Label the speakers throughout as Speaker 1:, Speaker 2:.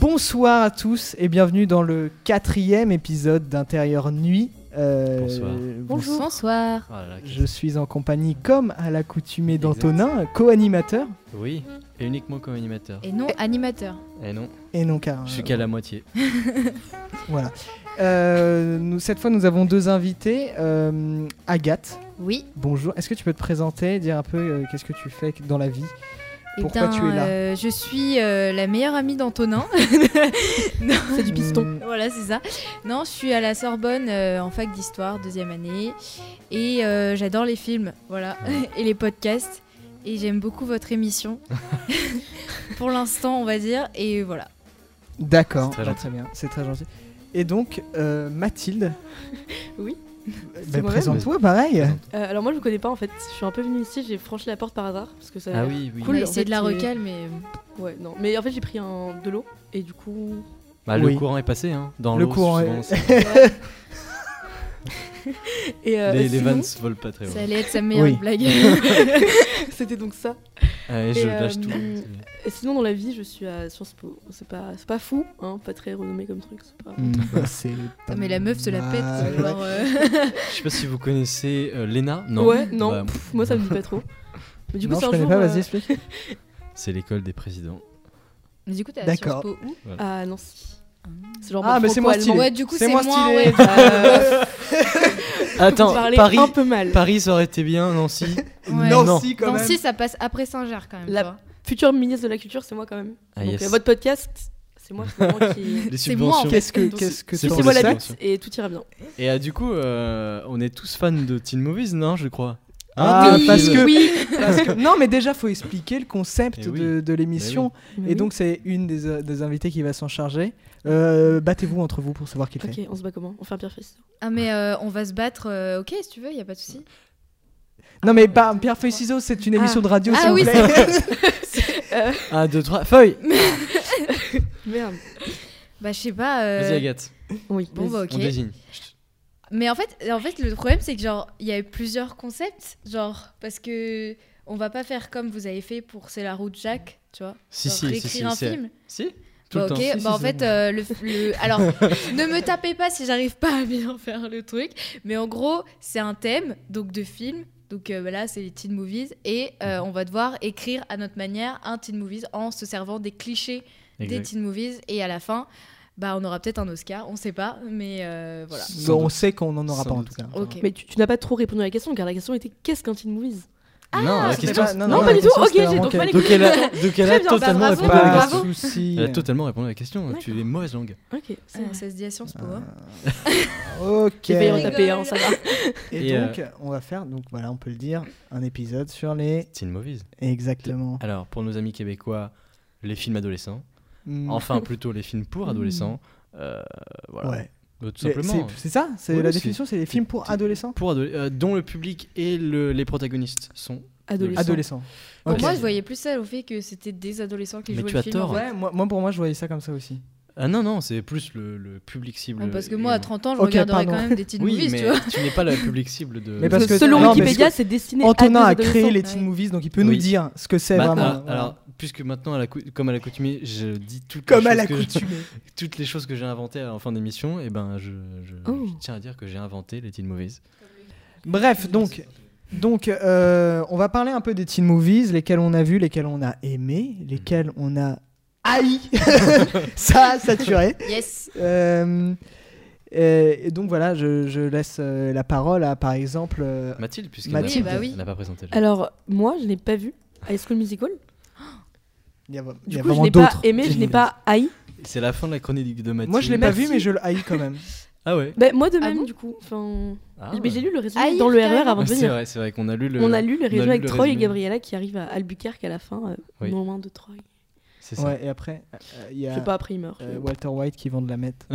Speaker 1: Bonsoir à tous et bienvenue dans le quatrième épisode d'Intérieur Nuit. Euh,
Speaker 2: Bonsoir.
Speaker 1: bonjour.
Speaker 3: Bonsoir.
Speaker 1: Je suis en compagnie, comme à l'accoutumée d'Antonin, co-animateur.
Speaker 2: Oui, et uniquement comme animateur.
Speaker 3: Et non animateur.
Speaker 2: Eh non,
Speaker 1: Et non, car.
Speaker 2: je suis qu'à la moitié.
Speaker 1: Voilà. Euh, nous, cette fois, nous avons deux invités. Euh, Agathe,
Speaker 3: Oui.
Speaker 1: bonjour. Est-ce que tu peux te présenter, dire un peu euh, qu'est-ce que tu fais dans la vie
Speaker 3: Eh
Speaker 1: Pourquoi
Speaker 3: bien,
Speaker 1: tu es là
Speaker 3: euh, Je suis euh, la meilleure amie d'Antonin.
Speaker 1: C'est du piston.
Speaker 3: voilà, c'est ça. Non, je suis à la Sorbonne euh, en fac d'histoire, deuxième année. Et euh, j'adore les films, voilà, et les podcasts. Et j'aime beaucoup votre émission. Pour l'instant, on va dire. Et voilà.
Speaker 1: D'accord.
Speaker 2: C'est très
Speaker 1: Ah,
Speaker 2: gentil.
Speaker 1: Très bien. C'est très gentil. Et donc, euh, Mathilde.
Speaker 4: Oui.
Speaker 1: Ben,
Speaker 4: C'est moi-même.
Speaker 1: Présente-toi, pareil.
Speaker 4: Euh, alors moi je vous connais pas en fait, je suis un peu venue ici, j'ai franchi la porte par hasard parce que ça.
Speaker 2: Ah oui, oui.
Speaker 4: Euh, Cool.
Speaker 3: Ouais,
Speaker 4: en
Speaker 3: c'est
Speaker 4: fait,
Speaker 3: de la
Speaker 4: c'est-
Speaker 3: recale, mais.
Speaker 4: Ouais non, mais en fait j'ai pris un de l'eau et du coup.
Speaker 2: Bah,
Speaker 1: Oui.
Speaker 2: Le courant est passé, hein. Dans
Speaker 1: Le
Speaker 2: l'eau,
Speaker 1: courant
Speaker 2: souvent,
Speaker 1: est-
Speaker 2: c'est-
Speaker 4: Et euh,
Speaker 2: les, les
Speaker 4: sinon,
Speaker 2: vannes se volent pas très haut.
Speaker 3: Ça allait être sa meilleure
Speaker 1: Oui.
Speaker 3: blague.
Speaker 4: C'était donc ça.
Speaker 2: Allez, je
Speaker 4: Et,
Speaker 2: lâche
Speaker 4: euh,
Speaker 2: tout.
Speaker 4: mm, Et sinon dans la vie je suis à Sciences Po, c'est pas c'est pas fou, hein, pas très renommé comme truc, c'est pas.
Speaker 1: Mm. Hmm. c'est pas
Speaker 3: Non, Ah, mais la meuf se la pète.
Speaker 1: mal.
Speaker 3: alors, euh,
Speaker 2: Je sais pas si vous connaissez euh, Lena. Non.
Speaker 4: Ouais non,
Speaker 2: Bah,
Speaker 4: pff, moi ça me dit pas trop. Mais du coup
Speaker 1: non,
Speaker 4: c'est
Speaker 1: je
Speaker 4: un
Speaker 1: connais
Speaker 4: jour.
Speaker 1: pas,
Speaker 4: euh,
Speaker 1: vas-y, explique.
Speaker 2: C'est l'école des présidents.
Speaker 3: Mais du coup, t'as
Speaker 1: D'accord.
Speaker 3: Sciences Po où
Speaker 4: à Nancy. C'est genre
Speaker 1: Ah, mais c'est moins
Speaker 4: franco-allemand.
Speaker 1: stylé.
Speaker 3: Ouais, du coup,
Speaker 1: C'est
Speaker 3: c'est
Speaker 1: moins
Speaker 3: moins.
Speaker 1: stylé.
Speaker 3: ouais.
Speaker 4: Euh,
Speaker 2: Attends,
Speaker 4: parler
Speaker 2: Paris,
Speaker 4: un peu mal.
Speaker 2: Paris, ça aurait été bien, Nancy.
Speaker 3: Ouais.
Speaker 1: Nancy, quand même.
Speaker 3: Nancy, ça passe après Saint-Germain quand même.
Speaker 4: La-
Speaker 3: tu vois.
Speaker 4: Futur ministre de la culture c'est moi quand même.
Speaker 2: Ah,
Speaker 4: donc
Speaker 2: yes.
Speaker 4: euh, votre podcast c'est moi finalement qui.
Speaker 2: Les
Speaker 3: C'est moi, en
Speaker 2: subventions.
Speaker 1: Qu'est-ce que
Speaker 4: Donc,
Speaker 1: qu'est-ce que
Speaker 2: c'est
Speaker 1: t'en
Speaker 2: pour
Speaker 4: C'est moi la
Speaker 1: sais
Speaker 2: le
Speaker 4: bite et tout ira bien.
Speaker 2: Et euh, du coup, euh, on est tous fans de Teen Movies, non, je crois.
Speaker 1: Ah,
Speaker 2: Teen
Speaker 1: parce
Speaker 2: Movies.
Speaker 1: que- Parce que- non, mais déjà, faut expliquer le concept
Speaker 2: Eh oui.
Speaker 1: de, de l'émission.
Speaker 4: Mais
Speaker 1: Et
Speaker 4: oui.
Speaker 1: donc, c'est une des, euh, des invitées qui va s'en charger. Euh, Battez-vous entre vous pour savoir qui le
Speaker 4: Ok,
Speaker 1: fait.
Speaker 4: on se bat comment On fait un pire fist.
Speaker 3: Ah mais euh, on va se battre, euh, ok si tu veux, y a pas de souci.
Speaker 1: Non,
Speaker 4: Ah.
Speaker 1: mais pas Pierre Feuille Ciseaux, c'est une émission de radio,
Speaker 3: Ah
Speaker 1: s'il vous
Speaker 3: oui,
Speaker 1: plaît.
Speaker 2: Un, deux, trois, feuille
Speaker 4: Merde.
Speaker 3: Bah je sais pas. euh,
Speaker 2: Vas-y, Agathe,
Speaker 4: Oui.
Speaker 3: Bon bah ok.
Speaker 2: on désigne.
Speaker 3: Mais en fait, en fait le problème c'est que genre il y a eu plusieurs concepts, genre parce que on va pas faire comme vous avez fait pour C'est la route Jacques, tu vois.
Speaker 2: Si,
Speaker 3: genre,
Speaker 2: si, si,
Speaker 3: réécrire
Speaker 2: si,
Speaker 3: un
Speaker 2: c'est-
Speaker 3: film.
Speaker 2: Si Tout
Speaker 3: Bah,
Speaker 2: le
Speaker 3: ok,
Speaker 2: temps.
Speaker 3: bah en fait euh, le, le- alors ne me tapez pas si j'arrive pas à bien faire le truc, mais en gros c'est un thème donc de film. Donc euh, bah là, c'est les teen movies et euh,
Speaker 2: Mhm.
Speaker 3: on va devoir écrire à notre manière un teen movies en se servant des clichés des
Speaker 2: Exact.
Speaker 3: teen movies et à la fin bah on aura peut-être un Oscar on sait pas mais euh, voilà
Speaker 2: Sans
Speaker 1: Bon, on
Speaker 2: doute.
Speaker 1: sait qu'on n'en aura
Speaker 2: Sans
Speaker 1: pas en
Speaker 2: doute.
Speaker 1: tout cas. Ah,
Speaker 3: ok
Speaker 4: Mais tu, tu n'as pas trop répondu à la question car la question était qu'est-ce qu'un teen movies
Speaker 2: non, la
Speaker 3: Ah, c'était
Speaker 2: question.
Speaker 1: pas-
Speaker 2: c'est-
Speaker 4: Non,
Speaker 1: la
Speaker 4: Ah, pas du tout.
Speaker 1: question,
Speaker 4: Ok,
Speaker 1: c'était
Speaker 4: j'ai
Speaker 1: vraiment
Speaker 4: donc
Speaker 1: quel-
Speaker 4: mal
Speaker 2: Donc elle a, donc elle a
Speaker 3: Très bien, bah,
Speaker 2: totalement
Speaker 3: bravo,
Speaker 2: répondu
Speaker 3: bravo.
Speaker 2: à la
Speaker 1: Pas de
Speaker 2: question.
Speaker 1: souci.
Speaker 2: Elle a totalement répondu à la question. Tu es mauvaise langue.
Speaker 4: Ok.
Speaker 3: Ah, ça se dit à Sciences Po hein.
Speaker 2: Euh,
Speaker 1: Ok.
Speaker 4: J'ai failli en
Speaker 3: Rigole.
Speaker 4: taper un, ça va.
Speaker 1: Et, euh,
Speaker 2: Et,
Speaker 1: donc, on va faire, donc voilà, on peut le dire, un épisode sur les.
Speaker 2: Teen Movies.
Speaker 1: Exactement.
Speaker 2: Alors, pour nos amis québécois, les films adolescents.
Speaker 1: Mm.
Speaker 2: Enfin, plutôt les films pour
Speaker 4: Mm.
Speaker 2: adolescents. Euh, voilà.
Speaker 1: Ouais.
Speaker 2: Euh, Tout
Speaker 1: Mais
Speaker 2: simplement.
Speaker 1: c'est- C'est ça C'est
Speaker 2: Oui,
Speaker 1: la
Speaker 2: c'est-
Speaker 1: définition C'est les films pour
Speaker 2: c'est-
Speaker 1: adolescents
Speaker 2: Pour adole- euh, dont le public et le- les protagonistes sont.
Speaker 4: Adolescent.
Speaker 1: Adolescents.
Speaker 3: pour
Speaker 2: Ok.
Speaker 3: moi je voyais plus ça au fait que c'était des adolescents qui
Speaker 2: Mais
Speaker 3: jouaient
Speaker 2: tu
Speaker 3: le
Speaker 2: as
Speaker 3: film
Speaker 2: tort.
Speaker 3: en fait.
Speaker 1: Ouais, moi, moi, pour moi, je voyais ça comme ça aussi.
Speaker 2: Ah non, non, c'est plus le, le public cible.
Speaker 3: Ouais, Ah, parce que moi à
Speaker 2: également.
Speaker 3: 30 ans je
Speaker 1: Ok,
Speaker 3: regarderais
Speaker 1: pardon.
Speaker 3: quand même des teen
Speaker 2: Oui,
Speaker 3: movies
Speaker 2: mais
Speaker 3: tu vois
Speaker 2: tu n'es pas le public cible de.
Speaker 1: Mais
Speaker 4: Parce que
Speaker 1: Parce que-
Speaker 4: selon
Speaker 1: non, parce
Speaker 4: Wikipédia,
Speaker 1: que
Speaker 4: c'est destiné
Speaker 1: Antonin
Speaker 4: à
Speaker 1: a
Speaker 4: des
Speaker 1: créé
Speaker 4: adolescents.
Speaker 1: les
Speaker 3: Ah
Speaker 1: teen
Speaker 3: oui.
Speaker 1: movies, donc il peut nous
Speaker 2: Oui.
Speaker 1: dire ce que c'est
Speaker 2: Maintenant,
Speaker 1: vraiment.
Speaker 2: Bah, euh,
Speaker 1: euh,
Speaker 2: alors, puisque maintenant, à la cou- comme à l'accoutumée, je dis toutes
Speaker 1: Comme à
Speaker 2: les choses que je-
Speaker 1: l'accoutumée.
Speaker 2: toutes les choses que j'ai inventées en fin d'émission, et ben je, je-
Speaker 4: Oh.
Speaker 2: je tiens à dire que j'ai inventé les teen movies.
Speaker 1: Bref, donc. Donc, euh, on va parler un peu des teen movies, lesquels on a vus, lesquels on a aimés, lesquels on a haï. ça, a saturé.
Speaker 3: yes
Speaker 1: Euh, euh, et donc voilà, je, je laisse euh, la parole à, par exemple, euh,
Speaker 2: Mathilde, puisqu'elle n'a
Speaker 1: Mathilde.
Speaker 3: Oui, bah oui.
Speaker 2: elle n'a pas présenté. le-
Speaker 4: Alors, moi, je n'ai pas vu High School Musical.
Speaker 1: il y a, il y
Speaker 4: Du
Speaker 1: a
Speaker 4: coup, je
Speaker 1: vraiment
Speaker 4: n'ai pas
Speaker 1: d'autres
Speaker 4: aimé,
Speaker 1: teen
Speaker 4: je n'ai
Speaker 1: movies.
Speaker 4: pas haï.
Speaker 2: C'est la fin de la chronique de Mathilde.
Speaker 1: Moi, je l'ai pas vu, mais je le haïs quand même.
Speaker 2: Ah ouais.
Speaker 4: Bah, moi de
Speaker 3: Ah
Speaker 4: même,
Speaker 3: bon
Speaker 4: du coup. Enfin,
Speaker 2: Ah
Speaker 4: mais j'ai
Speaker 2: ouais.
Speaker 4: lu le résumé
Speaker 3: Haïr,
Speaker 4: dans le RER
Speaker 3: carrément.
Speaker 4: avant de
Speaker 2: C'est
Speaker 4: venir.
Speaker 2: vrai, c'est vrai qu'on a lu le.
Speaker 4: On a lu le
Speaker 2: lu
Speaker 4: résumé avec
Speaker 2: le
Speaker 4: Troy et
Speaker 2: résumé.
Speaker 4: Gabriela qui arrivent à Albuquerque à la fin, euh,
Speaker 2: Oui.
Speaker 4: non loin de Troy.
Speaker 2: C'est ça.
Speaker 1: Ouais, et après, euh, il y
Speaker 4: Je
Speaker 1: a
Speaker 4: sais pas, après il meurt.
Speaker 1: euh, Walter White qui vend de la meth.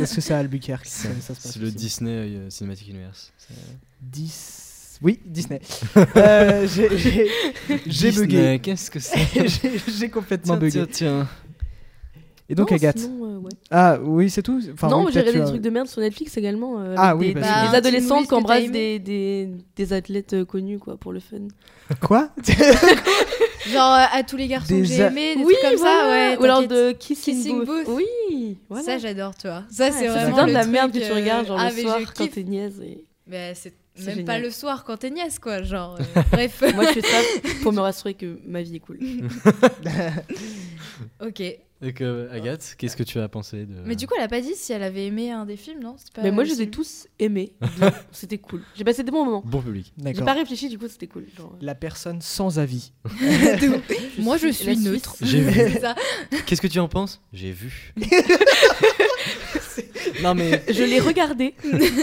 Speaker 1: Est-ce que c'est à Albuquerque que ça, ça se passe
Speaker 2: C'est le
Speaker 1: aussi
Speaker 2: Disney euh, Cinematic Universe. C'est-
Speaker 1: Dis- Oui, Disney. Euh, j'ai- j'ai- J'ai
Speaker 2: Disney,
Speaker 1: bugué.
Speaker 2: Qu'est-ce que c'est
Speaker 1: j'ai j'ai complètement
Speaker 2: Tiens,
Speaker 1: bugué.
Speaker 2: tiens, tiens.
Speaker 1: Et donc
Speaker 4: Non,
Speaker 1: Agathe.
Speaker 4: sinon, euh, ouais.
Speaker 1: Ah oui, c'est tout enfin,
Speaker 4: non,
Speaker 1: oui,
Speaker 4: moi, j'ai
Speaker 1: peut-être tu
Speaker 4: regardé des
Speaker 1: as-
Speaker 4: trucs de merde sur Netflix également. euh,
Speaker 1: Ah
Speaker 4: avec
Speaker 1: oui,
Speaker 4: des,
Speaker 1: bah,
Speaker 4: des
Speaker 3: c'est- Bah, un petit movie,
Speaker 4: adolescentes
Speaker 3: ce
Speaker 4: qui
Speaker 3: que t'as
Speaker 4: embrassent
Speaker 3: aimé.
Speaker 4: des, des, des athlètes euh, connus quoi pour le fun.
Speaker 1: Quoi
Speaker 3: Genre euh, à tous les garçons
Speaker 1: Des
Speaker 3: que j'ai
Speaker 1: a-
Speaker 3: aimés, des
Speaker 4: oui,
Speaker 3: trucs comme
Speaker 4: voilà.
Speaker 3: ça, ouais.
Speaker 4: Ou alors
Speaker 3: t'inquiète.
Speaker 4: de Kissing,
Speaker 3: Kissing
Speaker 4: Booth.
Speaker 3: Booth.
Speaker 4: Oui, voilà.
Speaker 3: Ça, j'adore, tu vois. Ça, c'est
Speaker 4: Ouais,
Speaker 3: vraiment.
Speaker 4: bien de
Speaker 3: le
Speaker 4: la
Speaker 3: truc,
Speaker 4: merde que tu
Speaker 3: euh,
Speaker 4: regardes genre
Speaker 3: ah,
Speaker 4: le
Speaker 3: mais
Speaker 4: soir
Speaker 3: je
Speaker 4: quand
Speaker 3: kiffe.
Speaker 4: t'es niaise. et-
Speaker 3: Mais Bah, c'est
Speaker 4: C'est
Speaker 3: même
Speaker 4: génial.
Speaker 3: pas le soir quand t'es nièce, quoi. Genre, euh, bref.
Speaker 4: Moi, je fais ça pour me rassurer que ma vie est cool.
Speaker 3: Bah, ok.
Speaker 2: Donc, euh, Agathe, qu'est-ce que tu as pensé de.
Speaker 3: Mais du coup, elle a pas dit si elle avait aimé un des films, non C'est pas
Speaker 4: Mais moi,
Speaker 3: le
Speaker 4: je les ai
Speaker 3: film.
Speaker 4: tous aimés. C'était cool. J'ai passé des bons moments.
Speaker 2: Bon public.
Speaker 4: J'ai
Speaker 1: D'accord.
Speaker 4: pas réfléchi, du coup, c'était cool. genre, euh,
Speaker 1: La personne sans avis.
Speaker 3: De ouf. Moi, je
Speaker 4: la
Speaker 3: suis
Speaker 4: Suisse.
Speaker 3: neutre.
Speaker 2: J'ai vu.
Speaker 3: C'est ça.
Speaker 2: Qu'est-ce que tu en penses J'ai vu. non, mais.
Speaker 4: Je l'ai regardé.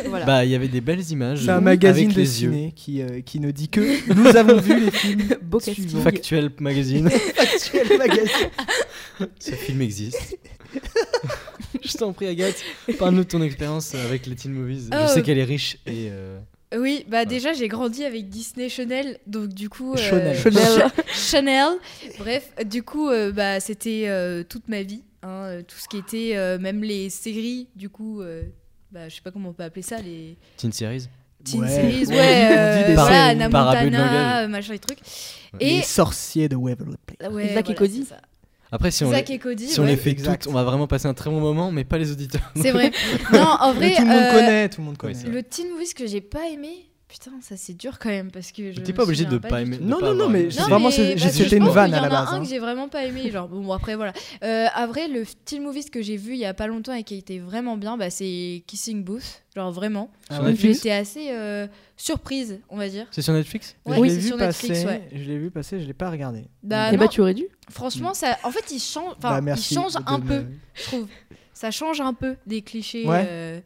Speaker 4: voilà.
Speaker 2: Bah, il y avait des belles images.
Speaker 1: C'est un
Speaker 2: avec
Speaker 1: magazine
Speaker 2: les
Speaker 1: de
Speaker 2: yeux.
Speaker 1: ciné qui, euh, qui ne dit que nous avons vu les films.
Speaker 4: Beau
Speaker 1: suivant.
Speaker 4: casting.
Speaker 2: Factuel magazine.
Speaker 1: Actuel magazine.
Speaker 2: Ce film existe. je t'en prie, Agathe, parle-nous de ton expérience avec les teen movies.
Speaker 3: Oh.
Speaker 2: Je sais qu'elle est riche et. euh,
Speaker 3: Oui, bah déjà, j'ai grandi avec Disney Channel, donc du coup. euh,
Speaker 1: Channel.
Speaker 4: Chanel.
Speaker 3: Chanel. Bref, du coup, euh, bah, c'était euh, toute ma vie. hein, euh, tout ce qui était, euh, même les séries, du coup, euh, bah, je sais pas comment on peut appeler ça, les
Speaker 2: Teen series.
Speaker 3: teen
Speaker 1: Ouais,
Speaker 3: series,
Speaker 1: on dit-
Speaker 3: ouais,
Speaker 1: on dit
Speaker 3: euh,
Speaker 1: des
Speaker 3: voilà,
Speaker 1: séries.
Speaker 3: Anna
Speaker 2: Parabole de
Speaker 3: Montana,
Speaker 2: langage.
Speaker 3: euh, machin et trucs.
Speaker 1: Les
Speaker 3: Et
Speaker 1: sorciers de Waverly Place.
Speaker 3: ouais,
Speaker 4: Zack et
Speaker 3: voilà,
Speaker 4: Cody.
Speaker 3: c'est ça.
Speaker 2: Après, si on,
Speaker 3: Zack
Speaker 2: les,
Speaker 3: et Cody,
Speaker 2: si on
Speaker 3: ouais.
Speaker 2: les fait
Speaker 1: Exact.
Speaker 2: toutes, on va vraiment passer un très bon moment, mais pas les auditeurs.
Speaker 3: c'est vrai. Non, en vrai,
Speaker 1: tout le monde
Speaker 3: euh,
Speaker 1: connaît, tout le monde connaît.
Speaker 2: c'est
Speaker 3: le teen movies que j'ai pas aimé, putain, ça c'est dur quand même parce que je.
Speaker 2: Mais t'es
Speaker 3: me
Speaker 2: pas obligé
Speaker 3: souviens
Speaker 2: de pas
Speaker 3: du
Speaker 2: aimer.
Speaker 3: tout.
Speaker 1: Non, non,
Speaker 2: de pas
Speaker 1: non,
Speaker 2: avoir
Speaker 1: mais
Speaker 2: aimé.
Speaker 1: c'est vraiment- c'est-
Speaker 3: parce que
Speaker 1: c'était
Speaker 3: je
Speaker 1: une
Speaker 3: pense
Speaker 1: vanne
Speaker 3: qu'il
Speaker 1: à la
Speaker 3: Y en
Speaker 1: base,
Speaker 3: a un
Speaker 1: hein.
Speaker 3: que j'ai vraiment pas aimé. Genre, bon, après, voilà. Euh, à vrai, le teen movies que j'ai vu il y a pas longtemps et qui était vraiment bien, bah, c'est Kissing Booth. Genre, vraiment.
Speaker 1: Ah
Speaker 2: Sur
Speaker 1: ouais.
Speaker 2: Netflix
Speaker 3: J'étais assez euh, surprise, on va dire.
Speaker 2: C'est sur Netflix
Speaker 1: Je
Speaker 3: Ouais,
Speaker 1: l'ai
Speaker 3: c'est
Speaker 1: vu
Speaker 3: sur Netflix,
Speaker 1: passer,
Speaker 3: ouais.
Speaker 1: je l'ai vu passer, je l'ai pas regardé.
Speaker 3: Bah,
Speaker 4: Et
Speaker 1: ben,
Speaker 3: non,
Speaker 4: bah, tu aurais dû.
Speaker 3: franchement, ça, en fait, il change, enfin,
Speaker 1: Bah,
Speaker 3: il
Speaker 1: merci
Speaker 3: change
Speaker 1: de
Speaker 3: un
Speaker 1: me-
Speaker 3: peu, je trouve. Ça change un peu des clichés
Speaker 1: Ouais.
Speaker 3: euh,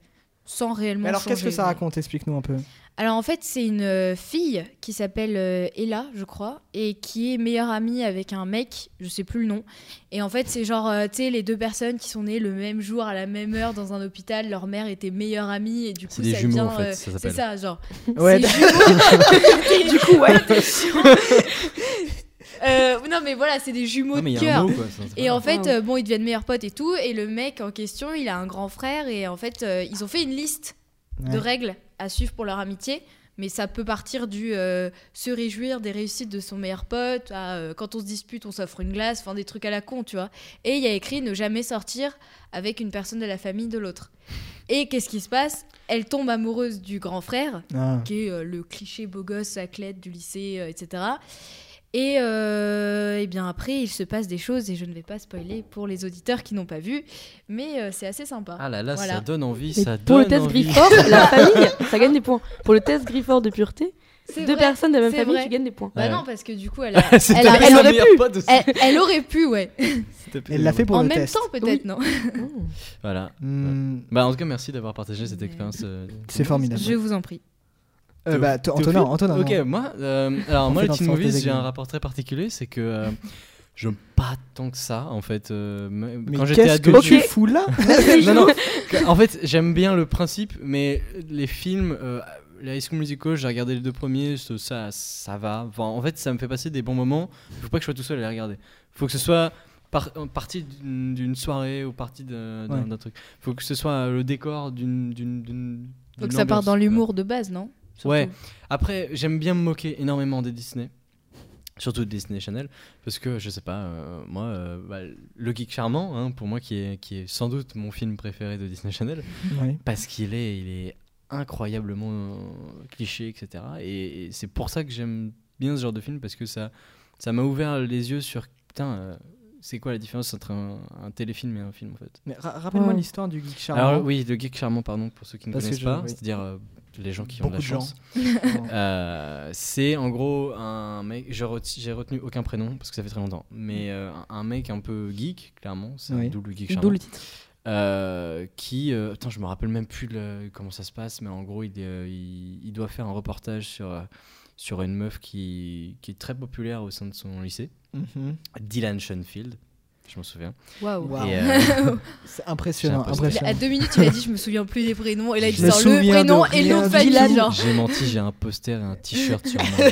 Speaker 3: sans réellement.
Speaker 1: Mais alors qu'est-ce que
Speaker 3: changer,
Speaker 1: ça
Speaker 3: mais-
Speaker 1: raconte Explique-nous un peu.
Speaker 3: Alors en fait, c'est une euh, fille qui s'appelle euh, Ella, je crois, et qui est meilleure amie avec un mec, je sais plus le nom. Et en fait, c'est genre, euh, tu sais, les deux personnes qui sont nées le même jour, à la même heure, dans un hôpital, leur mère était meilleure amie, et du coup,
Speaker 2: C'est des
Speaker 3: ça
Speaker 2: jumeaux,
Speaker 3: vient.
Speaker 2: en fait,
Speaker 3: euh,
Speaker 2: ça
Speaker 3: c'est
Speaker 2: s'appelle.
Speaker 3: ça, genre.
Speaker 1: Ouais,
Speaker 3: c'est jumeaux. du coup, ouais. Euh, non, mais voilà, c'est des jumeaux
Speaker 2: Non, mais il
Speaker 3: de
Speaker 2: y a un
Speaker 3: cœur.
Speaker 2: mot, quoi. ça, c'est
Speaker 3: Et
Speaker 2: pas-
Speaker 3: en fait,
Speaker 4: Wow.
Speaker 3: euh, bon, ils deviennent meilleurs potes et tout. Et le mec en question, il a un grand frère. Et en fait, euh, ils ont fait une liste de
Speaker 1: Ouais.
Speaker 3: règles à suivre pour leur amitié. Mais ça peut partir du euh, se réjouir des réussites de son meilleur pote, à, euh, quand on se dispute, on s'offre une glace, enfin des trucs à la con, tu vois. Et il y a écrit ne jamais sortir avec une personne de la famille de l'autre. Et qu'est-ce qui se passe Elle tombe amoureuse du grand frère,
Speaker 1: Ah.
Speaker 3: qui est euh, le cliché beau gosse athlète du lycée, euh, etc. Et, euh, eh bien après, il se passe des choses et je ne vais pas spoiler pour les auditeurs qui n'ont pas vu, mais euh, c'est assez sympa.
Speaker 2: Ah là là,
Speaker 3: Voilà.
Speaker 2: ça donne envie.
Speaker 4: Mais
Speaker 2: Ça
Speaker 4: pour
Speaker 2: donne
Speaker 4: le test
Speaker 2: envie.
Speaker 4: Grifford, la famille, ça gagne des points. Pour le test Grifford de pureté,
Speaker 3: C'est
Speaker 4: deux
Speaker 3: vrai.
Speaker 4: personnes de la même
Speaker 3: c'est
Speaker 4: famille,
Speaker 3: vrai.
Speaker 4: tu gagnes des points.
Speaker 3: Bah
Speaker 2: Ouais.
Speaker 3: non, parce que du coup, elle, a-
Speaker 2: C'était
Speaker 3: elle, a-
Speaker 2: pas
Speaker 3: elle
Speaker 2: sa
Speaker 3: aurait
Speaker 2: meilleure
Speaker 3: pu.
Speaker 2: pote aussi.
Speaker 3: Elle, elle aurait pu, ouais.
Speaker 2: C'était pas
Speaker 1: Elle l'a
Speaker 2: sa
Speaker 1: fait pour
Speaker 3: en
Speaker 1: le
Speaker 3: même
Speaker 1: test.
Speaker 3: temps, peut-être, non
Speaker 4: Oh.
Speaker 2: Voilà.
Speaker 1: Hmm,
Speaker 2: Bah, en tout cas, merci d'avoir partagé cette
Speaker 3: Mais-
Speaker 2: expérience. euh,
Speaker 1: C'est formidable.
Speaker 3: Je vous en prie.
Speaker 1: Euh, bah, t-
Speaker 2: Théophile
Speaker 1: Antonin, Antonin.
Speaker 2: Ok,
Speaker 1: non.
Speaker 2: moi, euh, alors
Speaker 1: On
Speaker 2: moi,
Speaker 1: fait
Speaker 2: les
Speaker 1: dans le
Speaker 2: teen
Speaker 1: sens des
Speaker 2: movies, j'ai un
Speaker 1: aiguilles.
Speaker 2: rapport très particulier, c'est que euh, j'aime pas tant que ça, en fait. euh, m-
Speaker 1: Mais
Speaker 2: quand j'étais
Speaker 1: qu'est-ce
Speaker 2: ado,
Speaker 1: que
Speaker 2: je-
Speaker 1: tu fous là
Speaker 2: non, non, que- en fait, j'aime bien le principe, mais les films, euh, les High School Musical, j'ai regardé les deux premiers, ce- ça, ça va. Enfin, en fait, ça me fait passer des bons moments. Faut pas que je sois tout seul à les regarder. Faut que ce soit par- en partie d'une d'une soirée ou partie d'un d'un-
Speaker 1: Ouais.
Speaker 2: d'un truc. Faut que ce soit le décor d'une. d'une- d'une-
Speaker 3: Donc
Speaker 2: d'une
Speaker 3: ça part
Speaker 2: ambiance.
Speaker 3: dans l'humour de base, non
Speaker 2: Ouais. Après, j'aime bien me moquer énormément des Disney. Surtout de Disney Channel, parce que je sais pas, euh, moi, euh, bah, le geek charmant, hein, pour moi, qui est, qui est sans doute mon film préféré de Disney Channel,
Speaker 1: Ouais.
Speaker 2: parce qu'il est, il est incroyablement euh, cliché, etc. Et, et c'est pour ça que j'aime bien ce genre de film, parce que ça ça m'a ouvert les yeux sur, putain, euh, c'est quoi la différence entre un, un téléfilm et un film, en fait
Speaker 1: Mais ra- Rappelle-moi
Speaker 4: Ouais.
Speaker 1: l'histoire du geek charmant.
Speaker 2: Alors oui, le geek charmant, pardon, pour ceux qui ne
Speaker 1: Parce que
Speaker 2: connaissent
Speaker 1: je-
Speaker 2: pas,
Speaker 1: oui.
Speaker 2: c'est-à-dire euh, les gens qui ont
Speaker 1: Beaucoup
Speaker 2: de
Speaker 1: de gens.
Speaker 2: la chance. Euh, c'est en gros un mec, je reti- j'ai retenu aucun prénom parce que ça fait très longtemps, mais euh, un- un mec un peu geek, clairement, c'est
Speaker 1: Mm. Oui.
Speaker 2: d'où le geek
Speaker 4: D'où
Speaker 2: charmant,
Speaker 4: le titre.
Speaker 2: euh, qui, euh, putain, je me rappelle même plus le- comment ça se passe, mais en gros, il, est, euh, il, il doit faire un reportage sur, euh, sur une meuf qui, qui est très populaire au sein de son lycée,
Speaker 1: Mhm.
Speaker 2: Dylan Schoenfield, je m'en souviens.
Speaker 3: Waouh.
Speaker 1: Wow.
Speaker 2: Et, euh,
Speaker 1: C'est impressionnant,
Speaker 2: J'ai un poster.
Speaker 3: À
Speaker 1: impressionnant.
Speaker 3: deux minutes, il a dit Je me souviens plus des prénoms. Et là, il
Speaker 2: Je me
Speaker 3: sort le
Speaker 1: souviens
Speaker 3: prénom
Speaker 1: de
Speaker 3: et
Speaker 1: rien
Speaker 3: le nom de
Speaker 1: du
Speaker 3: famille.
Speaker 1: tout.
Speaker 3: Genre.
Speaker 2: j'ai menti, j'ai un poster et un t-shirt sur moi.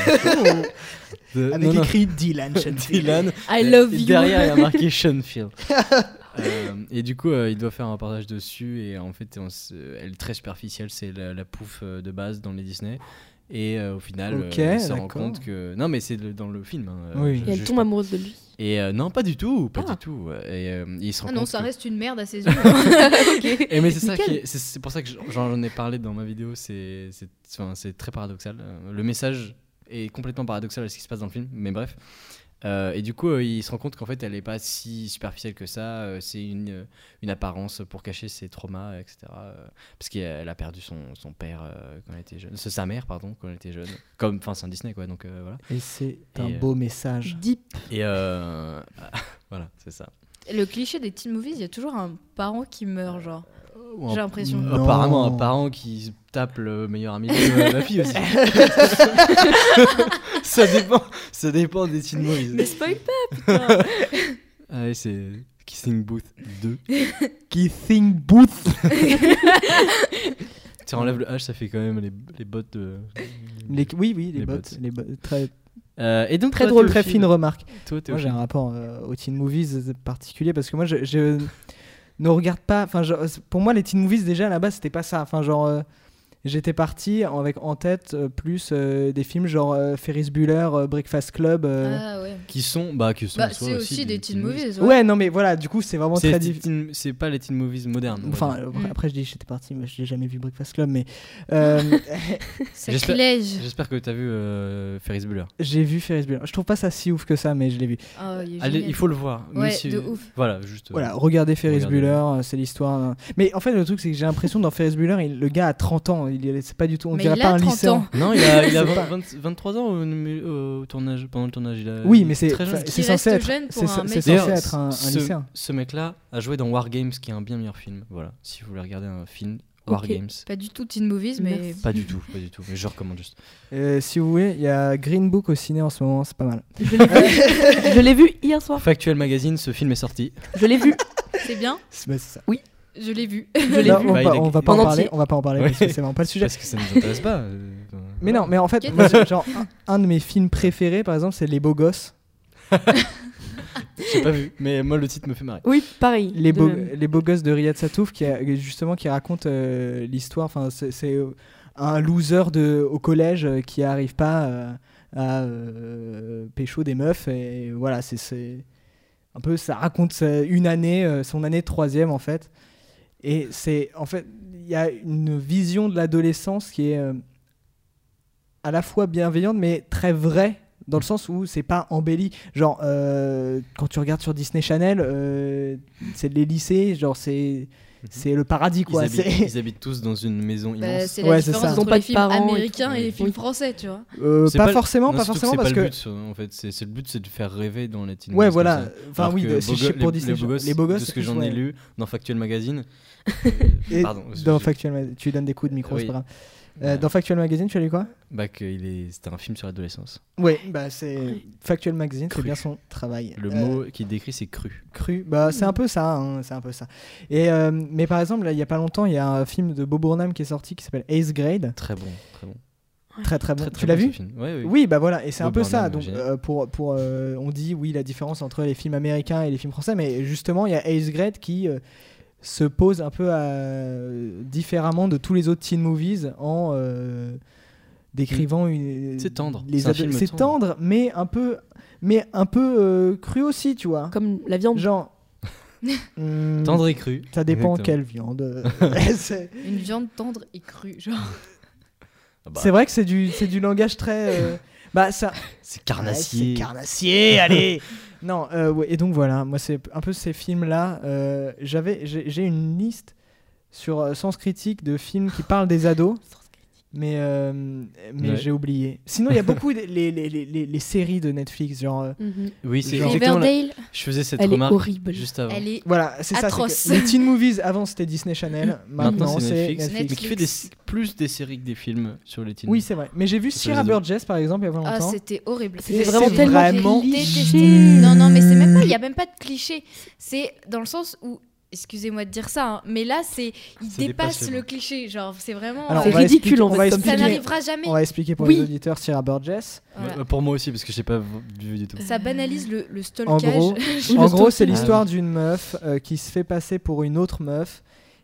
Speaker 2: De-
Speaker 1: Avec
Speaker 2: non, non,
Speaker 1: écrit Dylan Schoenfield.
Speaker 2: Dylan
Speaker 3: I love
Speaker 2: Et
Speaker 3: you.
Speaker 2: Derrière, il y a marqué Schoenfield. Euh, et du coup, euh, il doit faire un reportage dessus. Et en fait, on s- euh, elle est très superficielle. C'est la, la pouffe euh, de base dans les Disney. Et euh, au final, euh,
Speaker 1: Ok,
Speaker 2: elle se rend
Speaker 1: d'accord.
Speaker 2: compte que. Non, mais c'est le- dans le film. hein, euh,
Speaker 1: Oui.
Speaker 2: je-
Speaker 4: Et elle
Speaker 2: je-
Speaker 4: tombe amoureuse de lui.
Speaker 2: Et euh, non, pas du tout. Pas
Speaker 4: Ah.
Speaker 2: du tout. Et euh, il se rend
Speaker 3: Ah
Speaker 2: compte
Speaker 3: non, ça
Speaker 2: que-
Speaker 3: reste une merde à ses yeux. hein.
Speaker 2: Et Eh, mais c'est ça
Speaker 4: Nickel.
Speaker 2: qui est- c'est c'est pour ça que j'en- j'en ai parlé dans ma vidéo, c'est c'est- enfin, c'est très paradoxal. Euh, Le message est complètement paradoxal à ce qui se passe dans le film, mais bref. Euh, et du coup, euh, il se rend compte qu'en fait, elle n'est pas si superficielle que ça. euh, c'est une, euh, une apparence pour cacher ses traumas, etc. euh, parce qu'elle a perdu son, son père euh, quand elle était jeune. C'est sa mère, pardon, quand elle était jeune. Comme, enfin, c'est un Disney, quoi. Donc euh, voilà.
Speaker 1: Et c'est un
Speaker 2: Et, euh,
Speaker 1: beau message.
Speaker 4: Deep.
Speaker 2: Et euh, voilà, c'est ça.
Speaker 3: Le cliché des teen movies, il y a toujours un parent qui meurt, genre.
Speaker 2: Ou un-
Speaker 3: J'ai l'impression.
Speaker 1: Non.
Speaker 2: Apparemment, un parent qui se tape le meilleur ami de ma fille aussi. ça, dépend, ça dépend des teen
Speaker 4: Mais
Speaker 2: movies.
Speaker 4: spoil pas, putain
Speaker 2: Ah ouais, c'est Kissing Booth 2.
Speaker 1: Kissing Booth.
Speaker 2: Tu enlèves le H, ça fait quand même les, les bottes de.
Speaker 1: Les- oui, oui, les,
Speaker 2: Les
Speaker 1: bots.
Speaker 2: bots.
Speaker 1: Les bots. Très,
Speaker 2: Euh, et donc,
Speaker 1: très
Speaker 2: toi,
Speaker 1: drôle, très
Speaker 2: Théophile-
Speaker 1: fine remarque.
Speaker 2: Toi,
Speaker 1: Moi, j'ai
Speaker 2: Théophile.
Speaker 1: un rapport euh, aux teen movies particulier parce que moi, je, je ne regarde pas. Enfin, je- pour moi, les teen movies déjà là-bas, c'était pas ça. Enfin, genre, euh, j'étais parti en- avec en tête euh, plus euh, des films genre euh, Ferris Bueller, euh, Breakfast Club. euh.
Speaker 3: Ah ouais.
Speaker 2: Qui sont. Bah, qui sont en
Speaker 3: Bah,
Speaker 2: soi
Speaker 3: c'est aussi des teen movies.
Speaker 1: ouais, non, mais voilà, du coup, c'est vraiment
Speaker 2: C'est
Speaker 1: très
Speaker 2: des
Speaker 1: difficile.
Speaker 2: teen- C'est pas les teen movies modernes. on va
Speaker 1: Enfin,
Speaker 2: dire.
Speaker 1: euh,
Speaker 3: Mm.
Speaker 1: après, je dis j'étais parti, mais je n'ai jamais vu Breakfast Club, mais euh,
Speaker 3: Sacrilège.
Speaker 2: J'espère que t'as vu euh, Ferris Bueller.
Speaker 1: j'ai vu Ferris Bueller. Je trouve pas ça si ouf que ça, mais je l'ai vu.
Speaker 3: Ah, il est
Speaker 2: Allez,
Speaker 3: génial.
Speaker 2: il faut le voir.
Speaker 3: Ouais,
Speaker 2: Monsieur-
Speaker 3: de ouf.
Speaker 2: Voilà, juste. euh,
Speaker 1: Voilà, regardez Ferris
Speaker 2: Regardez-le.
Speaker 1: Bueller, euh, c'est l'histoire. d'un- Mais en fait, le truc, c'est que j'ai l'impression dans Ferris Bueller, il- le gars a 30 ans. Il est- c'est pas du tout, on
Speaker 3: Mais
Speaker 1: dirait
Speaker 3: il
Speaker 1: pas
Speaker 3: a
Speaker 1: un
Speaker 3: 30
Speaker 1: lycéen.
Speaker 3: ans.
Speaker 2: Non, il a, il a
Speaker 1: C'est
Speaker 2: 20
Speaker 1: pas-
Speaker 2: 20 23 ans au, numé- au tournage, pendant le tournage. Il a,
Speaker 1: Oui,
Speaker 2: il
Speaker 1: mais
Speaker 2: est
Speaker 1: c'est
Speaker 2: très jeune.
Speaker 1: enfin,
Speaker 3: Qui
Speaker 1: c'est censé
Speaker 3: reste
Speaker 1: être
Speaker 3: jeune pour
Speaker 1: c'est-
Speaker 3: un
Speaker 1: c'est
Speaker 3: mec.
Speaker 1: censé
Speaker 2: D'ailleurs,
Speaker 1: être un, un
Speaker 2: ce,
Speaker 1: lycéen.
Speaker 2: ce mec-là a joué dans War Games, qui est un bien meilleur film. Voilà, si vous voulez regarder un film, War
Speaker 4: Ok.
Speaker 2: Games.
Speaker 3: Pas du tout teen movies, mais
Speaker 4: Merci.
Speaker 2: Pas du tout, pas du tout. Mais je recommande juste.
Speaker 1: Euh, si vous voulez, il y a Green Book au ciné en ce moment, c'est pas mal.
Speaker 4: Je l'ai vu. Je l'ai vu hier soir.
Speaker 2: Factuel Magazine, ce film est sorti.
Speaker 4: Je l'ai vu.
Speaker 3: c'est bien.
Speaker 1: Mais c'est ça.
Speaker 3: Je l'ai vu.
Speaker 4: Je l'ai
Speaker 1: Non,
Speaker 4: vu.
Speaker 1: on,
Speaker 2: Bah, il
Speaker 1: va,
Speaker 2: est-
Speaker 1: on va pas
Speaker 4: En
Speaker 1: en
Speaker 4: entier.
Speaker 1: parler, on va pas en parler
Speaker 2: Ouais.
Speaker 1: parce que c'est vraiment pas le sujet.
Speaker 2: Parce que ça ne nous intéresse pas. euh, enfin,
Speaker 1: Mais non, mais en fait,
Speaker 3: Quel-
Speaker 1: moi, c'est- genre, un, un de mes films préférés, par exemple, c'est Les Beaux Gosses.
Speaker 2: J'ai pas vu. Mais moi, le titre me fait marrer.
Speaker 4: Oui, pareil.
Speaker 1: Les
Speaker 4: de
Speaker 1: beaux,
Speaker 4: même.
Speaker 1: les beaux gosses de Riyad Satouf qui a- justement qui raconte euh, l'histoire. Enfin, c'est c'est, euh, un loser de au collège euh, qui arrive pas euh, à euh, pécho des meufs et voilà, c'est- c'est un peu ça raconte sa- une année, euh, son année de troisième en fait. Et c'est en fait il y a une vision de l'adolescence qui est euh, à la fois bienveillante mais très vraie dans le sens où c'est pas embelli. Genre, euh, quand tu regardes sur Disney Channel, euh, c'est les lycées, genre, c'est, c'est le paradis,
Speaker 2: Mhm. Ils
Speaker 1: quoi.
Speaker 2: habitent,
Speaker 1: c'est,
Speaker 2: ils habitent tous dans une maison
Speaker 3: Bah,
Speaker 2: immense.
Speaker 3: c'est la
Speaker 1: Ouais, c'est
Speaker 3: différence
Speaker 1: ça.
Speaker 3: entre
Speaker 4: Ils ont pas
Speaker 3: les
Speaker 4: de
Speaker 3: films
Speaker 4: parents et
Speaker 3: américains
Speaker 4: tout.
Speaker 3: et les
Speaker 4: Oui.
Speaker 3: films français, tu vois.
Speaker 1: Euh,
Speaker 2: C'est
Speaker 1: pas,
Speaker 2: le-
Speaker 1: forcément,
Speaker 2: non,
Speaker 1: pas
Speaker 2: surtout que
Speaker 1: forcément, parce
Speaker 2: c'est pas
Speaker 1: que.
Speaker 2: le but, ça, en fait. C'est c'est le but, c'est de faire rêver dans les teen
Speaker 1: Ouais,
Speaker 2: movies comme
Speaker 1: voilà.
Speaker 2: ça.
Speaker 1: Enfin,
Speaker 2: Alors
Speaker 1: oui,
Speaker 2: que
Speaker 1: de-
Speaker 2: Beau
Speaker 1: si
Speaker 2: Go-
Speaker 1: je- pour
Speaker 2: les,
Speaker 1: Disney,
Speaker 2: les beaux gosses,
Speaker 1: les beaux
Speaker 2: de
Speaker 1: gosses,
Speaker 2: ce que j'en
Speaker 1: ouais.
Speaker 2: ai lu dans Factuel Magazine. euh,
Speaker 1: Et
Speaker 2: Pardon.
Speaker 1: Dans
Speaker 2: je-
Speaker 1: Factuel Magazine, tu donnes des coups de micro,
Speaker 2: Oui.
Speaker 1: c'est pas grave. Euh,
Speaker 2: Bah,
Speaker 1: dans Factuel Magazine, tu as lu quoi
Speaker 2: bah, que il est- c'était un film sur l'adolescence.
Speaker 1: Ouais, bah c'est. Factuel Magazine, c'est
Speaker 2: Cru.
Speaker 1: bien son travail.
Speaker 2: Le
Speaker 1: Euh,
Speaker 2: mot qu'il décrit, c'est cru.
Speaker 1: cru. Bah, c'est un peu ça, hein, c'est un peu ça. Et, euh, mais par exemple, là, il y a pas longtemps, il y a un film de Bob Burnham qui est sorti qui s'appelle Eighth Grade.
Speaker 2: Très bon, très bon.
Speaker 1: Très très bon.
Speaker 2: Très, très
Speaker 1: tu l'as
Speaker 2: bon,
Speaker 1: vu
Speaker 2: ce film. Ouais, ouais.
Speaker 1: Oui, bah voilà, et c'est un
Speaker 2: Bob
Speaker 1: peu ça.
Speaker 2: Burnham,
Speaker 1: Donc,
Speaker 2: génial.
Speaker 1: euh, pour, pour, euh, on dit oui la différence entre les films américains et les films français, mais justement, il y a Ace Grade qui euh, se pose un peu à- différemment de tous les autres teen movies en euh, décrivant une.
Speaker 2: C'est tendre,
Speaker 1: les
Speaker 2: c'est un
Speaker 1: ado-
Speaker 2: film
Speaker 1: C'est
Speaker 2: tendre.
Speaker 1: tendre, mais un peu, mais un peu euh, cru aussi, tu vois.
Speaker 4: Comme la viande.
Speaker 1: Genre. hmm,
Speaker 2: Tendre et cru.
Speaker 1: Ça dépend
Speaker 2: Exactement.
Speaker 1: quelle viande. c'est
Speaker 3: Une viande tendre et crue, genre.
Speaker 2: Ah bah,
Speaker 1: c'est vrai que c'est du, c'est du langage très. euh, bah, ça,
Speaker 2: C'est
Speaker 1: Ouais,
Speaker 2: carnassier.
Speaker 1: c'est carnassier, allez Non, euh, ouais, et donc voilà, moi c'est un peu ces films-là. euh, j'avais, j'ai, j'ai une liste sur euh, Sens Critique de films qui parlent des ados, mais, euh, mais
Speaker 2: Ouais.
Speaker 1: j'ai oublié. Sinon, il y a beaucoup de- les, les, les, les- les séries de Netflix, genre... euh,
Speaker 4: Mhm.
Speaker 2: oui, c'est
Speaker 1: Genre-
Speaker 2: exactement. la-
Speaker 3: Riverdale,
Speaker 2: Je faisais cette
Speaker 4: Elle est
Speaker 2: remarque
Speaker 4: horrible.
Speaker 2: juste avant.
Speaker 3: elle est
Speaker 1: voilà, c'est
Speaker 3: Atroce.
Speaker 1: ça. c'est que les teen movies, avant c'était Disney Channel, maintenant, c'est Netflix.
Speaker 2: mais qui fait
Speaker 3: Netflix.
Speaker 2: des, plus des séries que des films sur les teen.
Speaker 1: Oui, c'est vrai. Mais j'ai vu
Speaker 2: Sur
Speaker 1: Sierra
Speaker 2: les ados.
Speaker 1: Burgess, par exemple, il y a pas
Speaker 3: Ah,
Speaker 1: longtemps.
Speaker 3: c'était horrible.
Speaker 4: C'était
Speaker 1: C'est vraiment tellement
Speaker 3: j'ai
Speaker 1: vraiment
Speaker 3: détesté.
Speaker 1: nul.
Speaker 3: Non, non, mais c'est même pas. Il y a même pas de cliché. C'est dans le sens où Excusez-moi de dire ça, hein, mais là, c'est il
Speaker 2: Ça
Speaker 3: dépasse,
Speaker 2: dépasse
Speaker 3: le
Speaker 2: les
Speaker 3: cliché. Genre, c'est vraiment.
Speaker 1: Alors,
Speaker 3: euh,
Speaker 1: on va
Speaker 4: ridicule,
Speaker 1: expliquer-
Speaker 4: en
Speaker 1: on
Speaker 4: fait,
Speaker 1: va
Speaker 4: comme
Speaker 3: ça
Speaker 1: expliquer-
Speaker 3: n'arrivera jamais.
Speaker 1: On va expliquer pour
Speaker 4: Oui.
Speaker 1: les auditeurs Sarah Burgess.
Speaker 3: Voilà.
Speaker 2: Ouais, Pour moi aussi, parce que j'ai pas v- vu du tout.
Speaker 3: Ça banalise le, le
Speaker 1: En
Speaker 3: stalkage.
Speaker 1: gros,
Speaker 4: Oui,
Speaker 1: en gros,
Speaker 4: le stalking.
Speaker 1: c'est l'histoire
Speaker 2: Ah
Speaker 1: d'une meuf euh, qui se fait passer pour une autre meuf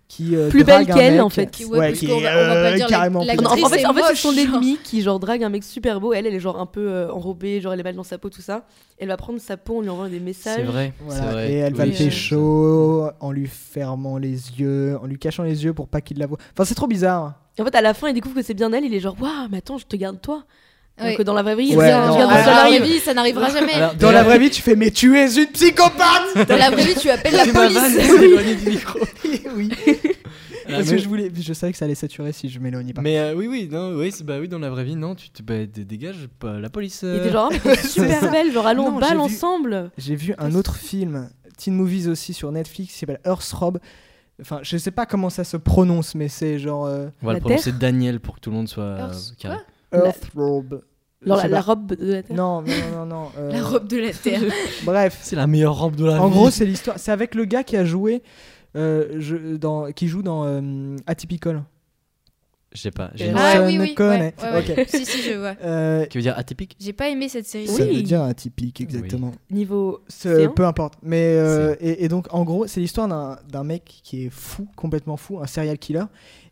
Speaker 1: qui euh,
Speaker 4: Plus belle
Speaker 1: drague un
Speaker 4: qu'elle,
Speaker 1: mec.
Speaker 4: en fait.
Speaker 3: Qui- ouais, parce qu'on va- on va pas
Speaker 1: euh,
Speaker 3: dire la-
Speaker 1: carrément.
Speaker 3: la
Speaker 1: plus
Speaker 4: Non,
Speaker 1: belle.
Speaker 4: en fait,
Speaker 3: c'est
Speaker 4: en fait,
Speaker 3: moche,
Speaker 4: c'est son
Speaker 3: genre.
Speaker 4: ennemi qui genre drague un mec super beau. Elle, elle est genre un peu euh, enrobée, genre elle est mal dans sa peau, tout ça. Elle va prendre sa peau, on lui envoie des messages.
Speaker 2: C'est vrai.
Speaker 1: Voilà,
Speaker 2: c'est vrai.
Speaker 1: Et elle va
Speaker 2: Oui,
Speaker 1: le
Speaker 2: c'est-
Speaker 1: pécho en lui fermant les yeux, en lui cachant les yeux pour pas qu'il la voie. Enfin, c'est trop bizarre.
Speaker 4: Et en fait, à la fin, il découvre que c'est bien elle. Il est genre, waouh, mais attends, je te garde toi. Alors
Speaker 3: Ouais.
Speaker 4: que dans la vraie vie, il
Speaker 1: Ouais,
Speaker 4: regarde,
Speaker 1: non,
Speaker 3: Dans
Speaker 4: regarde
Speaker 1: ah,
Speaker 4: dans
Speaker 3: la
Speaker 4: son
Speaker 1: ah,
Speaker 3: vraie
Speaker 4: arrive.
Speaker 3: vie, ça n'arrivera jamais.
Speaker 2: Alors,
Speaker 1: Dans
Speaker 2: déjà-
Speaker 1: la vraie vie, tu fais mais tu es une psychopathe.
Speaker 2: Ah,
Speaker 3: Dans la vraie vie, tu appelles la
Speaker 2: C'est ma vanne,
Speaker 3: police.
Speaker 2: elle s'est éloignée du micro.
Speaker 1: oui.
Speaker 2: Ah,
Speaker 1: Parce
Speaker 2: mais-
Speaker 1: que je voulais, je savais que ça allait saturer si je m'éloignais pas.
Speaker 2: Mais euh, oui, oui, non, oui, c'est- bah oui, dans la vraie vie, non, tu te bah, dé- dégages pas la police.
Speaker 4: Il
Speaker 2: euh.
Speaker 4: était genre, ah, mais t'es
Speaker 1: ça.
Speaker 4: super belle, genre allons
Speaker 1: Non,
Speaker 4: en balle
Speaker 1: j'ai vu-
Speaker 4: ensemble.
Speaker 1: J'ai vu un autre film, Teen Movies aussi sur Netflix, qui s'appelle Earthrob. Enfin, je sais pas comment ça se prononce, mais c'est genre euh,
Speaker 2: On va
Speaker 4: La
Speaker 2: le prononcer Daniel pour que tout le monde soit euh,
Speaker 3: Earth-
Speaker 2: carré.
Speaker 4: La-
Speaker 1: Earthrob.
Speaker 4: Genre
Speaker 1: Je
Speaker 4: la,
Speaker 1: sais
Speaker 4: la
Speaker 1: pas.
Speaker 4: robe de la terre.
Speaker 1: Non, non, non, non. euh,
Speaker 3: La robe de la terre.
Speaker 1: Bref,
Speaker 2: C'est la meilleure rampe de la
Speaker 1: en
Speaker 2: vie.
Speaker 1: gros, c'est l'histoire. C'est avec le gars qui a joué, euh, je- dans, qui joue dans euh, Atypical.
Speaker 2: Je sais pas. j'ai-
Speaker 1: Et-
Speaker 3: Ah
Speaker 1: Personne
Speaker 3: oui,
Speaker 1: ne
Speaker 3: oui.
Speaker 1: connaît.
Speaker 3: ouais, ouais, ouais.
Speaker 1: Ok.
Speaker 3: si, si, je vois.
Speaker 1: Euh,
Speaker 2: Qui veut dire atypique
Speaker 3: J'ai pas aimé cette série.
Speaker 1: Ça
Speaker 4: Oui.
Speaker 1: veut dire atypique, exactement.
Speaker 4: Niveau.
Speaker 1: Ce-
Speaker 4: C'est un-
Speaker 1: peu importe. Mais euh, et, et donc en gros, c'est l'histoire d'un- d'un mec qui est fou, complètement fou, un serial killer,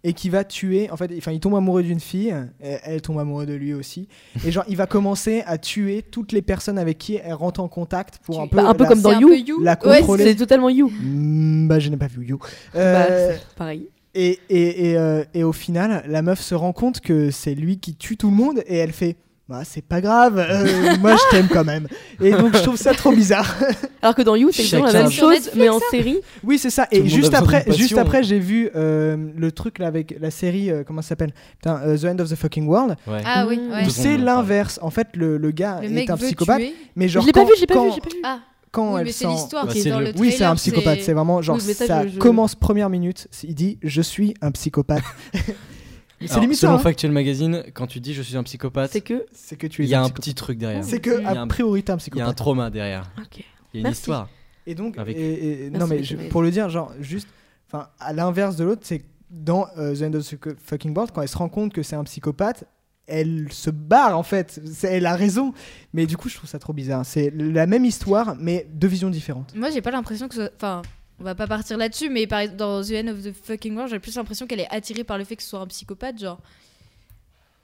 Speaker 1: et qui va tuer. En fait, enfin, il tombe amoureux d'une fille, et elle tombe amoureuse de lui aussi, et genre il va commencer à tuer toutes les personnes avec qui elle rentre en contact pour un peu.
Speaker 4: Bah, un peu
Speaker 1: la-
Speaker 4: comme
Speaker 3: C'est
Speaker 4: dans
Speaker 3: un
Speaker 4: You,
Speaker 3: peu You.
Speaker 1: la
Speaker 3: Ouais,
Speaker 1: contrôler.
Speaker 4: C'est totalement you.
Speaker 1: Mm, bah, je n'ai pas vu You.
Speaker 4: Bah,
Speaker 1: Euh,
Speaker 4: c'est pareil.
Speaker 1: et, et, et, euh, et au final, la meuf se rend compte que c'est lui qui tue tout le monde et elle fait Bah, c'est pas grave, euh, moi je t'aime quand même. Et donc je trouve ça trop bizarre.
Speaker 4: Alors que dans You, c'est exactement la
Speaker 2: Chacun-
Speaker 4: même
Speaker 3: Sur
Speaker 4: chose,
Speaker 3: Netflix, hein.
Speaker 4: mais en série.
Speaker 1: Oui, c'est ça.
Speaker 2: le
Speaker 1: Et
Speaker 2: monde
Speaker 1: juste
Speaker 2: a besoin
Speaker 1: après,
Speaker 2: d'une passion.
Speaker 1: juste après j'ai vu euh, le truc là avec la série, euh, comment ça s'appelle Putain, euh, The End of the Fucking World.
Speaker 2: Ouais.
Speaker 3: Ah oui,
Speaker 4: Mmh.
Speaker 3: ouais.
Speaker 1: où
Speaker 2: Tout
Speaker 1: C'est
Speaker 2: monde en parle.
Speaker 1: l'inverse. En fait, le, le gars
Speaker 3: Le
Speaker 1: est
Speaker 3: mec
Speaker 1: un
Speaker 3: veut
Speaker 1: psychopathe.
Speaker 3: tuer.
Speaker 1: Mais genre,
Speaker 4: je l'ai pas
Speaker 1: quand-
Speaker 4: vu, je l'ai pas
Speaker 1: quand-
Speaker 4: vu, j'ai pas vu.
Speaker 3: Ah,
Speaker 1: Quand
Speaker 3: oui,
Speaker 1: elle
Speaker 3: mais c'est
Speaker 1: sent-
Speaker 3: l'histoire
Speaker 2: Bah,
Speaker 3: qui est
Speaker 2: c'est
Speaker 3: dans
Speaker 2: le-
Speaker 3: le,
Speaker 1: Oui, c'est un
Speaker 3: trailer,
Speaker 1: psychopathe. C'est vraiment genre
Speaker 4: Oui, mais ça,
Speaker 1: ça
Speaker 4: je- je-
Speaker 1: commence première minute. Il dit je suis un psychopathe. Mais c'est
Speaker 2: Alors,
Speaker 1: limite ça.
Speaker 2: Selon
Speaker 1: hein.
Speaker 2: Factuel Magazine, quand tu dis je suis un psychopathe,
Speaker 4: C'est que.
Speaker 1: C'est que tu es
Speaker 2: il y a un
Speaker 1: psychopathe.
Speaker 2: petit truc derrière.
Speaker 1: C'est
Speaker 4: Il
Speaker 1: que
Speaker 4: y
Speaker 2: a
Speaker 1: a
Speaker 2: un-
Speaker 1: priori t'es un
Speaker 2: Il y a un
Speaker 1: psychopathe.
Speaker 2: trauma derrière.
Speaker 4: Ok.
Speaker 2: Il y a une
Speaker 4: Merci.
Speaker 2: histoire.
Speaker 1: Et donc,
Speaker 2: Avec-
Speaker 1: et- et- non
Speaker 4: Merci,
Speaker 1: mais
Speaker 4: Michel
Speaker 1: je-
Speaker 4: Maël.
Speaker 1: pour le dire, genre juste, enfin à l'inverse de l'autre, c'est dans euh, The End of the Cu- Fucking World, quand elle se rend compte que c'est un psychopathe, elle se barre en fait. C'est- Elle a raison, mais du coup je trouve ça trop bizarre. C'est la même histoire mais deux visions différentes.
Speaker 3: Moi, j'ai pas l'impression que ce soit- Enfin, on va pas partir là-dessus, mais par... exemple, dans The End of the Fucking World, j'ai plus l'impression qu'elle est attirée par le fait que ce soit un psychopathe, genre.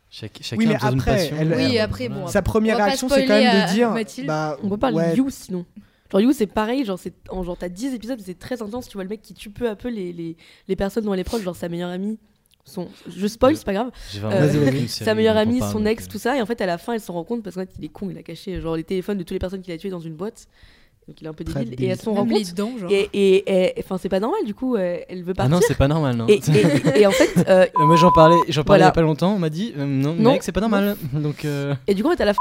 Speaker 2: Chaque- chacun
Speaker 1: Oui, mais
Speaker 2: a besoin d'une
Speaker 1: après,
Speaker 2: passion.
Speaker 1: elle-
Speaker 3: Oui, après, bon,
Speaker 1: Sa première
Speaker 3: va pas
Speaker 1: réaction c'est quand
Speaker 3: spoiler
Speaker 1: même
Speaker 3: à-
Speaker 1: de dire,
Speaker 3: Mathilde.
Speaker 1: bah,
Speaker 4: euh, On peut parler
Speaker 1: ouais,
Speaker 4: de You sinon. Genre You c'est pareil, genre c'est en genre t'as 10 épisodes, c'est très intense, tu vois le mec qui tue peu à peu les, les, les personnes dont elle est proche, genre sa meilleure amie, son je spoil, c'est pas grave.
Speaker 2: J'ai vraiment
Speaker 4: Euh,
Speaker 2: aucune série
Speaker 4: sa meilleure
Speaker 2: dont on
Speaker 4: amie,
Speaker 2: parle,
Speaker 4: son
Speaker 2: donc,
Speaker 4: ex,
Speaker 2: euh,
Speaker 4: tout ça et en fait à la fin, elle s'en rend compte parce qu'en fait, il est con, il a caché genre les téléphones de toutes les personnes qu'il a tuées dans une boîte. Donc il est un peu
Speaker 1: Très
Speaker 4: débile et
Speaker 1: débile.
Speaker 4: elle s'en rend
Speaker 3: Même les
Speaker 4: compte
Speaker 3: dents, genre.
Speaker 4: et et- et- et- enfin c'est pas normal du coup, euh, elle veut
Speaker 2: Ah
Speaker 4: partir.
Speaker 2: non, c'est pas normal, non.
Speaker 4: et, et- et en fait euh,
Speaker 2: Euh, Moi j'en parlais, j'en parlais il y
Speaker 4: Voilà.
Speaker 2: a pas longtemps, on m'a dit euh, non,
Speaker 4: Non.
Speaker 2: mec, c'est pas normal. Donc euh,
Speaker 4: et du coup, en fait, elle a f-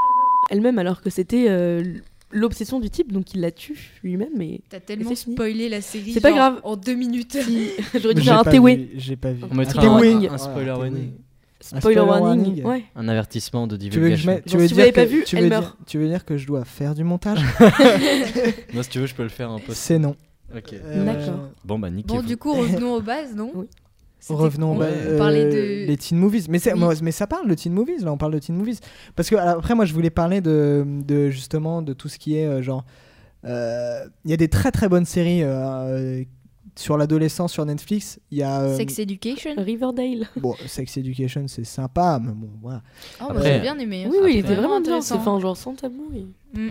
Speaker 4: elle-même alors que c'était euh, l'obsession du type donc il la tue lui-même et
Speaker 3: T'as tellement
Speaker 4: c'est fini.
Speaker 3: spoilé la série.
Speaker 4: C'est pas
Speaker 3: genre,
Speaker 4: grave.
Speaker 3: En deux minutes.
Speaker 4: j'aurais dû
Speaker 1: j'ai
Speaker 4: faire un
Speaker 1: pas
Speaker 4: TW.
Speaker 1: vu- J'ai pas vu.
Speaker 2: on mettra
Speaker 4: t'es
Speaker 2: un,
Speaker 4: wing.
Speaker 2: un- un
Speaker 1: Voilà,
Speaker 2: spoiler
Speaker 1: t'es
Speaker 2: warning.
Speaker 1: wing.
Speaker 4: Spoiler warning. Ouais.
Speaker 2: Un avertissement de
Speaker 1: Tu veux que je
Speaker 2: divulgation.
Speaker 1: mette- tu
Speaker 4: Genre,
Speaker 1: veux
Speaker 4: si vous
Speaker 1: dire
Speaker 4: l'avez pas
Speaker 1: que-
Speaker 4: vu,
Speaker 1: tu
Speaker 4: elle
Speaker 1: veux
Speaker 4: meurt.
Speaker 1: dire- Tu veux dire que je dois faire du montage
Speaker 2: Non, si tu veux, je peux le faire un post.
Speaker 1: C'est non.
Speaker 2: Ok.
Speaker 1: Euh,
Speaker 4: D'accord.
Speaker 2: Bon bah nickel.
Speaker 3: Bon, du coup, revenons aux bases, non
Speaker 4: Oui.
Speaker 3: C'était-
Speaker 1: Revenons
Speaker 3: on,
Speaker 1: bah,
Speaker 3: on
Speaker 1: euh,
Speaker 3: parlait de.
Speaker 1: les teen movies. Mais, c'est-
Speaker 3: Oui.
Speaker 1: moi, mais ça parle de teen movies, là, on parle de teen movies. Parce que alors, après, moi, je voulais parler de, de, justement de tout ce qui est euh, genre. euh, Il y a des très très bonnes séries euh, euh, sur l'adolescence sur Netflix. Il y a. euh,
Speaker 3: Sex Education
Speaker 4: Riverdale.
Speaker 1: bon, Sex Education, c'est sympa, mais bon, voilà.
Speaker 3: Oh, bah,
Speaker 2: Après-
Speaker 3: j'ai bien aimé. hein.
Speaker 4: Oui, oui, il
Speaker 3: C'était
Speaker 4: était vraiment bien. C'est
Speaker 3: intéressant.
Speaker 4: enfin, genre sans tabou. et-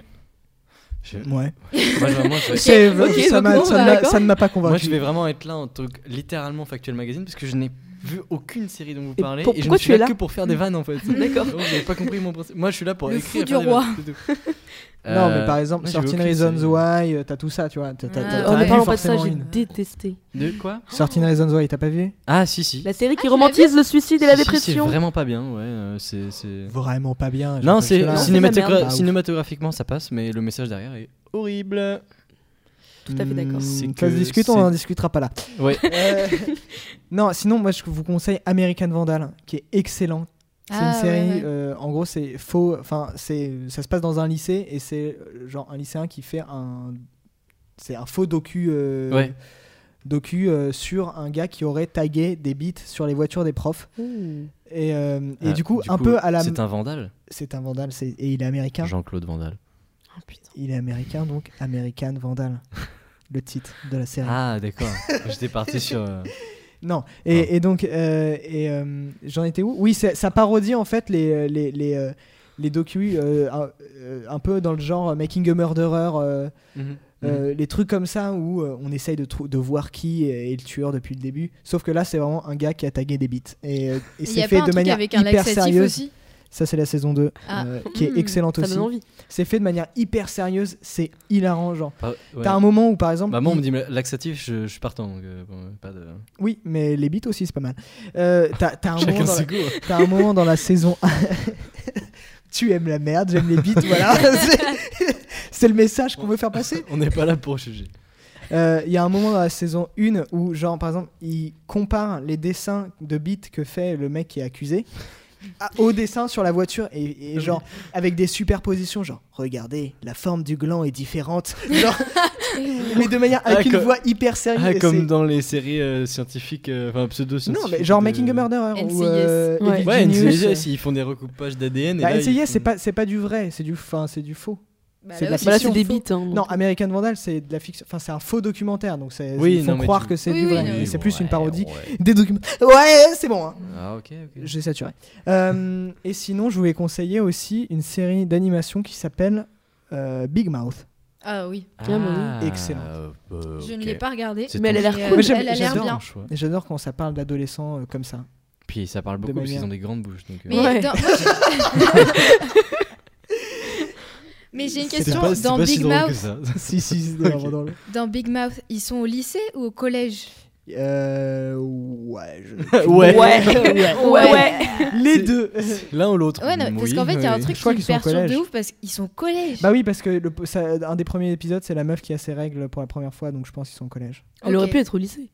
Speaker 2: Je-
Speaker 1: Ouais.
Speaker 2: Moi, je- moi, je-
Speaker 1: C'est-
Speaker 4: ok,
Speaker 1: ça
Speaker 4: donc
Speaker 1: m'a-
Speaker 4: non,
Speaker 1: ça
Speaker 4: bah,
Speaker 1: ne m'a-
Speaker 4: d'accord.
Speaker 1: ça ne m'a pas
Speaker 2: moi,
Speaker 1: convaincu.
Speaker 2: je vais vraiment être là en tant que littéralement factuel magazine parce que je n'ai vu aucune série dont vous
Speaker 4: Et
Speaker 2: parlez
Speaker 4: pour-
Speaker 2: et je ne
Speaker 4: pourquoi
Speaker 2: suis
Speaker 4: tu es
Speaker 2: là
Speaker 4: là
Speaker 2: que pour faire des vannes en fait.
Speaker 4: D'accord.
Speaker 2: Vous n'avez pas compris mon principe. Moi, je suis là pour
Speaker 3: Le
Speaker 2: écrire.
Speaker 3: fou
Speaker 2: et faire
Speaker 3: du
Speaker 2: des
Speaker 3: roi.
Speaker 2: vannes, c'est tout.
Speaker 1: Non,
Speaker 2: Euh,
Speaker 1: mais par exemple,
Speaker 2: moi, j'ai
Speaker 1: Certain
Speaker 2: aucune
Speaker 1: Reasons
Speaker 2: série.
Speaker 1: Why, euh, t'as tout ça, tu vois. T'as, t'as-
Speaker 3: Ah,
Speaker 1: t'as-
Speaker 4: Oh,
Speaker 1: t'en as
Speaker 4: ne
Speaker 1: vu
Speaker 4: parlons pas de ça,
Speaker 1: forcément
Speaker 4: j'ai
Speaker 1: une.
Speaker 4: détesté.
Speaker 2: De quoi
Speaker 1: Certain Reasons Why, t'as pas vu
Speaker 2: Ah si si.
Speaker 4: La série qui
Speaker 3: Ah, tu l'as
Speaker 4: romantise le suicide et la
Speaker 2: Si, si,
Speaker 4: dépression. Ah,
Speaker 2: C'est vraiment pas bien. Ouais, euh, c'est c'est-
Speaker 1: Vraiment pas bien.
Speaker 2: Non, c'est
Speaker 1: jusque-là.
Speaker 4: c'est de la
Speaker 2: cinématogra-
Speaker 4: merde.
Speaker 1: Bah, ouf.
Speaker 2: cinématographiquement ça passe, mais le message derrière est horrible.
Speaker 4: Tout à fait d'accord.
Speaker 1: Hmm,
Speaker 2: C'est
Speaker 1: ça
Speaker 2: que
Speaker 1: se discute, on
Speaker 2: c'est-
Speaker 1: en discutera pas là.
Speaker 2: Ouais.
Speaker 1: Euh, non, sinon, moi, je vous conseille American Vandal, qui est excellent. C'est
Speaker 3: Ah,
Speaker 1: une série,
Speaker 3: ouais, ouais.
Speaker 1: euh, en gros, c'est faux. Enfin, c'est, ça se passe dans un lycée et c'est euh, genre un lycéen qui fait un, c'est un faux docu. euh,
Speaker 2: Ouais.
Speaker 1: docu euh, sur un gars qui aurait tagué des beats sur les voitures des profs. Et, euh, et
Speaker 2: Ah,
Speaker 1: du coup, un peu à la. Hein
Speaker 2: C'est un vandale,
Speaker 1: C'est un vandale, c'est- et il est américain.
Speaker 2: Jean-Claude Vandale.
Speaker 4: Oh, putain.
Speaker 1: Il est américain, donc American Vandal. Le titre de la série.
Speaker 2: Ah, d'accord. J'étais parti sur. euh,
Speaker 1: Non, et,
Speaker 2: Ah.
Speaker 1: et donc, euh, et, euh, j'en étais où Oui, c'est- ça parodie en fait les, euh, les, les, euh, les docu euh, un, euh, un peu dans le genre euh, Making a Murderer, euh, euh,
Speaker 2: Mm.
Speaker 1: les trucs comme ça où euh, on essaye de, trou- de voir qui est, est le tueur depuis le début. Sauf que là, c'est vraiment un gars qui a tagué des beats. Et, euh, et
Speaker 3: Il y
Speaker 1: c'est
Speaker 3: a
Speaker 1: fait
Speaker 3: pas un
Speaker 1: de
Speaker 3: truc
Speaker 1: manière
Speaker 3: avec un
Speaker 1: hyper
Speaker 3: laxatif
Speaker 1: sérieuse.
Speaker 3: aussi
Speaker 1: Ça, c'est la saison 2,
Speaker 3: Ah.
Speaker 1: euh, qui est
Speaker 3: Mmh.
Speaker 1: excellente
Speaker 4: Ça donne
Speaker 1: aussi.
Speaker 4: envie.
Speaker 1: C'est fait de manière hyper sérieuse, c'est hilarant. Genre,
Speaker 2: Ah, ouais.
Speaker 1: t'as un moment où par exemple.
Speaker 2: Bah, moi, on
Speaker 1: il-
Speaker 2: me dit laxatif, je, je suis partant. Donc, euh, bon, pas de...
Speaker 1: Oui, mais les beats aussi, c'est pas mal. Euh, t'as, t'as un moment
Speaker 2: Chacun
Speaker 1: dans la-
Speaker 2: ses goûts.
Speaker 1: t'as un moment dans la saison. tu aimes la merde, j'aime les beats, voilà. c'est, c'est le message qu'on veut faire passer.
Speaker 2: On n'est pas là pour juger.
Speaker 1: Euh, Il y a un moment dans la saison 1 où, genre, par exemple, il compare les dessins de beats que fait le mec qui est accusé à- au dessin sur la voiture et,
Speaker 2: Ah
Speaker 1: et genre avec des superpositions genre regardez la forme du gland est différente genre, mais de manière avec
Speaker 2: Ah,
Speaker 1: une
Speaker 2: comme-
Speaker 1: voix hyper sérieuse
Speaker 2: Ah,
Speaker 1: et
Speaker 2: comme
Speaker 1: c'est-
Speaker 2: dans les séries euh, scientifiques, euh, enfin pseudo-scientifiques.
Speaker 1: non mais genre
Speaker 2: de-
Speaker 1: Making a Murderer ou
Speaker 3: NCIS.
Speaker 1: euh,
Speaker 4: Ouais.
Speaker 1: Evil
Speaker 2: Ouais,
Speaker 1: Genius, euh,
Speaker 2: NCIS, ils font des recoupages d'ADN.
Speaker 1: Bah,
Speaker 2: et là, ils
Speaker 1: NCIS,
Speaker 2: font-
Speaker 1: c'est pas, c'est pas du vrai, c'est du, fin, c'est du faux.
Speaker 3: Bah,
Speaker 1: C'est de
Speaker 3: là
Speaker 1: la
Speaker 3: aussi,
Speaker 4: Bah là,
Speaker 1: fiction.
Speaker 4: c'est des
Speaker 3: faux.
Speaker 4: beats. Hein,
Speaker 1: Non,
Speaker 4: donc.
Speaker 1: American Vandal, c'est de la fiction. Enfin, c'est un faux documentaire, donc c'est,
Speaker 2: Oui,
Speaker 1: ils font
Speaker 2: non, mais
Speaker 1: croire
Speaker 2: tu-
Speaker 1: que c'est
Speaker 3: Oui,
Speaker 1: du
Speaker 3: oui,
Speaker 1: vrai.
Speaker 3: non,
Speaker 1: mais
Speaker 2: Oui,
Speaker 1: c'est
Speaker 2: bon,
Speaker 1: plus une
Speaker 2: ouais,
Speaker 1: parodie
Speaker 2: ouais.
Speaker 1: des documents. Ouais, c'est bon. Hein.
Speaker 2: Ah, ok, ok.
Speaker 1: J'ai saturé. Euh, et sinon, je voulais conseiller aussi une série d'animation qui s'appelle euh, Big Mouth.
Speaker 3: Ah oui,
Speaker 4: Ah, bah
Speaker 1: Excellent.
Speaker 2: euh, euh,
Speaker 3: je ne
Speaker 2: ok.
Speaker 3: l'ai pas regardé.
Speaker 2: C'est
Speaker 4: Mais elle a
Speaker 2: ton
Speaker 4: l'air
Speaker 3: mais,
Speaker 4: cool.
Speaker 3: euh,
Speaker 1: Moi, j'aime-
Speaker 3: elle a l'air
Speaker 1: j'adore.
Speaker 3: bien.
Speaker 2: ton choix.
Speaker 1: Et j'adore quand ça parle d'adolescents euh, comme ça.
Speaker 2: Puis ça parle beaucoup parce qu'ils
Speaker 1: manière-
Speaker 2: ont des grandes bouches. Donc, euh,
Speaker 3: Mais,
Speaker 4: Ouais.
Speaker 3: dans- moi, je- Mais j'ai une
Speaker 2: c'est
Speaker 3: question.
Speaker 2: pas- c'est
Speaker 3: dans,
Speaker 2: pas si
Speaker 3: Big
Speaker 2: drôle que
Speaker 3: Mouth,
Speaker 2: ça.
Speaker 1: si, si, c'est
Speaker 2: Ok.
Speaker 1: vraiment drôle.
Speaker 3: dans Big Mouth, ils sont au lycée ou au collège
Speaker 1: Euh, ouais, je-
Speaker 2: Ouais.
Speaker 4: Ouais, ouais.
Speaker 1: Les deux.
Speaker 2: L'un ou l'autre.
Speaker 3: Ouais, non, parce
Speaker 2: Oui,
Speaker 3: qu'en fait, il y a un
Speaker 2: oui.
Speaker 3: truc
Speaker 1: Je crois
Speaker 3: qui me
Speaker 1: qu'ils sont au
Speaker 3: perturbe de
Speaker 1: collège.
Speaker 3: ouf parce qu'ils sont au collège.
Speaker 1: Bah oui, parce que le, ça- un des premiers épisodes, c'est la meuf qui a ses règles pour la première fois, donc je pense qu'ils sont au collège.
Speaker 4: Elle aurait
Speaker 3: Ok.
Speaker 4: pu être au lycée.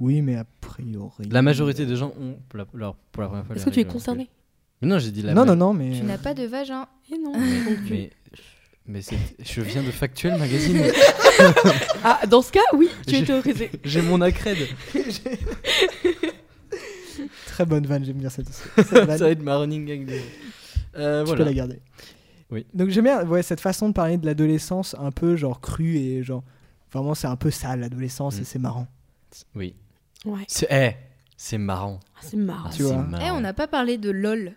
Speaker 1: Oui, mais a priori.
Speaker 2: La majorité des gens ont pour la, leur- pour la première fois.
Speaker 4: Est-ce que
Speaker 2: les
Speaker 4: tu es
Speaker 2: règles en
Speaker 4: concerné
Speaker 2: plus. Non, j'ai dit la
Speaker 1: Non, non,
Speaker 2: ma-
Speaker 1: non, mais.
Speaker 3: Tu n'as pas de vagin.
Speaker 4: Eh non.
Speaker 2: Mais, mais, mais c'est- je viens de Factuel Magazine.
Speaker 4: Ah, dans ce cas, oui, tu
Speaker 2: J'ai-
Speaker 4: étais au lycée.
Speaker 2: J'ai mon accred.
Speaker 1: Très bonne vanne, j'aime bien cette, cette vanne.
Speaker 2: Ça va être ma running gag. de- Euh,
Speaker 1: Bah, tu
Speaker 2: voilà.
Speaker 1: peux la garder.
Speaker 2: Oui.
Speaker 1: Donc j'aime bien ouais, cette façon de parler de l'adolescence un peu genre crue et genre. Vraiment, c'est un peu ça l'adolescence
Speaker 2: Mm.
Speaker 1: et c'est marrant.
Speaker 2: Oui.
Speaker 4: Ouais.
Speaker 2: C'est eh, c'est marrant.
Speaker 4: Ah, c'est marrant.
Speaker 2: Ah,
Speaker 1: Tu
Speaker 2: c'est
Speaker 1: vois.
Speaker 2: marrant.
Speaker 3: Eh, on n'a pas parlé de LOL.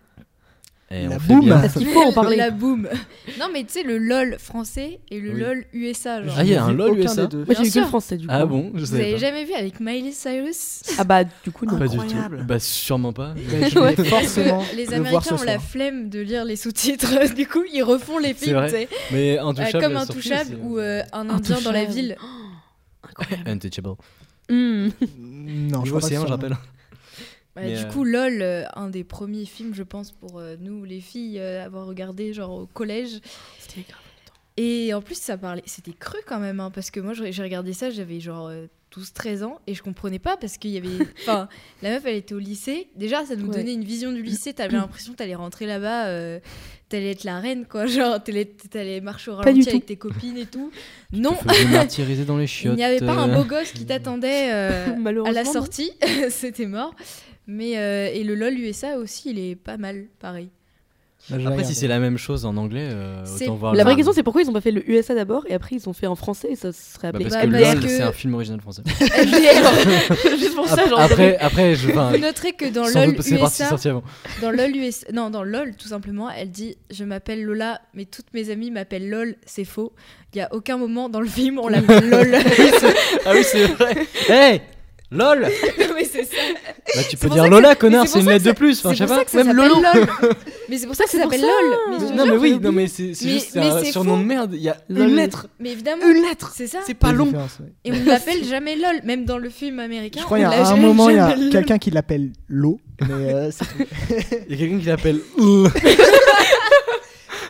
Speaker 2: Eh,
Speaker 1: La
Speaker 2: on fait
Speaker 1: boum.
Speaker 2: bien.
Speaker 4: Est-ce qu'il faut en parler
Speaker 3: La boum. Non, mais tu sais, le LOL français et le
Speaker 2: Oui.
Speaker 3: LOL USA. Genre.
Speaker 2: Ah, il y a un LOL USA.
Speaker 4: Moi, j'ai eu que
Speaker 3: sûr.
Speaker 4: le français, du coup.
Speaker 2: Ah bon, je
Speaker 3: Vous
Speaker 2: savais
Speaker 3: avez
Speaker 2: pas.
Speaker 3: jamais vu avec Miley Cyrus
Speaker 4: Ah bah, du coup, non.
Speaker 2: Pas du
Speaker 1: Incroyable.
Speaker 2: tout. Bah sûrement pas.
Speaker 1: je
Speaker 4: Ouais.
Speaker 1: vais forcément
Speaker 3: Parce que les
Speaker 1: le
Speaker 3: Américains
Speaker 1: voir ce
Speaker 3: ont la
Speaker 1: soir.
Speaker 3: flemme de lire les sous-titres, du coup ils refont les
Speaker 2: C'est
Speaker 3: films,
Speaker 2: vrai.
Speaker 3: tu sais,
Speaker 2: Mais
Speaker 3: euh,
Speaker 2: intouchable.
Speaker 3: comme
Speaker 2: la sortie
Speaker 3: Intouchable
Speaker 2: aussi.
Speaker 3: ou euh, Un Indien dans la
Speaker 4: Intouchable.
Speaker 3: ville.
Speaker 4: Oh, Incroyable.
Speaker 2: Untouchable.
Speaker 4: Hmm.
Speaker 1: Non, je
Speaker 2: Niveau
Speaker 1: crois pas que
Speaker 2: océan, je
Speaker 1: ça, non.
Speaker 2: rappelle.
Speaker 3: Ouais,
Speaker 2: Mais,
Speaker 3: Bah, du
Speaker 2: euh,
Speaker 3: coup, LOL, euh, un des premiers films, je pense, pour euh, nous les filles, euh, avoir regardé genre au collège.
Speaker 4: C'était grave.
Speaker 3: Et en plus, ça parlait, c'était cru quand même, hein, parce que moi j'ai j'ai regardé ça, j'avais genre. euh, 12-13 ans et je comprenais pas parce qu'il y avait enfin la meuf elle était au lycée déjà ça nous
Speaker 4: Ouais.
Speaker 3: donnait une vision du lycée t'avais l'impression que t'allais rentrer là-bas euh, t'allais être la reine quoi genre t'allais t'allais marcher au
Speaker 4: du
Speaker 3: ralenti
Speaker 4: tout.
Speaker 3: avec tes copines et tout non
Speaker 2: Faisait martyriser dans les
Speaker 3: il
Speaker 2: chiottes.
Speaker 3: n'y avait pas un
Speaker 2: euh.
Speaker 3: beau gosse qui t'attendait euh,
Speaker 4: Malheureusement.
Speaker 3: à la
Speaker 4: non.
Speaker 3: sortie, c'était mort. Mais euh, et le LOL USA aussi, il est pas mal, pareil.
Speaker 1: Bah, je vais
Speaker 2: Après,
Speaker 1: regarder.
Speaker 2: si c'est la même chose en anglais, euh,
Speaker 3: C'est-
Speaker 2: autant voir.
Speaker 4: La
Speaker 2: le-
Speaker 4: vraie question, c'est pourquoi ils ont pas fait le USA d'abord et après ils ont fait en français et ça serait
Speaker 2: Bah,
Speaker 4: appelé.
Speaker 2: parce
Speaker 3: Bah,
Speaker 2: que
Speaker 3: parce
Speaker 2: LOL,
Speaker 3: que-
Speaker 2: c'est un film original français.
Speaker 4: Juste pour ça, genre.
Speaker 2: après, après, je. Enfin,
Speaker 3: Vous noterez que dans
Speaker 2: sans
Speaker 3: LOL
Speaker 2: doute, c'est parti
Speaker 3: USA,
Speaker 2: sorti avant.
Speaker 3: dans LOL USA, non, dans LOL tout simplement, elle dit je m'appelle Lola, mais toutes mes amies m'appellent LOL, c'est faux. Il y a aucun moment dans le film on l'appelle LOL.
Speaker 2: Ah oui, c'est vrai. Hey, lol.
Speaker 3: Non, mais c'est ça.
Speaker 2: Bah, tu
Speaker 3: C'est
Speaker 2: peux
Speaker 3: pour
Speaker 2: dire
Speaker 3: ça que
Speaker 2: Lola,
Speaker 3: c'est-
Speaker 2: connard,
Speaker 3: mais
Speaker 2: c'est
Speaker 3: c'est
Speaker 2: une
Speaker 3: pour
Speaker 2: lettre
Speaker 3: ça
Speaker 2: de
Speaker 3: que
Speaker 2: plus. Enfin,
Speaker 3: C'est pour
Speaker 2: je sais
Speaker 3: ça
Speaker 2: pas.
Speaker 3: que ça s'appelle LOL. Mais c'est pour ça que ça
Speaker 4: C'est pour
Speaker 3: s'appelle
Speaker 4: ça.
Speaker 3: LOL. Mais je te
Speaker 2: Non,
Speaker 3: jure,
Speaker 2: mais
Speaker 3: j'ai
Speaker 2: oui,
Speaker 3: oublié.
Speaker 2: non, mais c'est c'est
Speaker 3: Mais-
Speaker 2: juste c'est
Speaker 3: mais
Speaker 2: un
Speaker 3: c'est
Speaker 2: surnom
Speaker 3: faux.
Speaker 2: de merde. Il y a
Speaker 4: Lol.
Speaker 2: une lettre.
Speaker 3: Mais évidemment,
Speaker 2: Une lettre.
Speaker 3: c'est ça.
Speaker 2: C'est
Speaker 1: Il y
Speaker 2: pas
Speaker 1: a une
Speaker 2: long.
Speaker 1: différence, ouais.
Speaker 3: Et on ne l'appelle jamais LOL, même dans le film américain.
Speaker 1: Je crois qu'il y
Speaker 3: on
Speaker 1: a
Speaker 3: l'a
Speaker 1: à un
Speaker 3: jamais-
Speaker 1: moment, il y a
Speaker 3: jamais LOL.
Speaker 1: quelqu'un qui l'appelle l'eau, mais euh, c'est tout.
Speaker 2: Il y a quelqu'un qui l'appelle. L.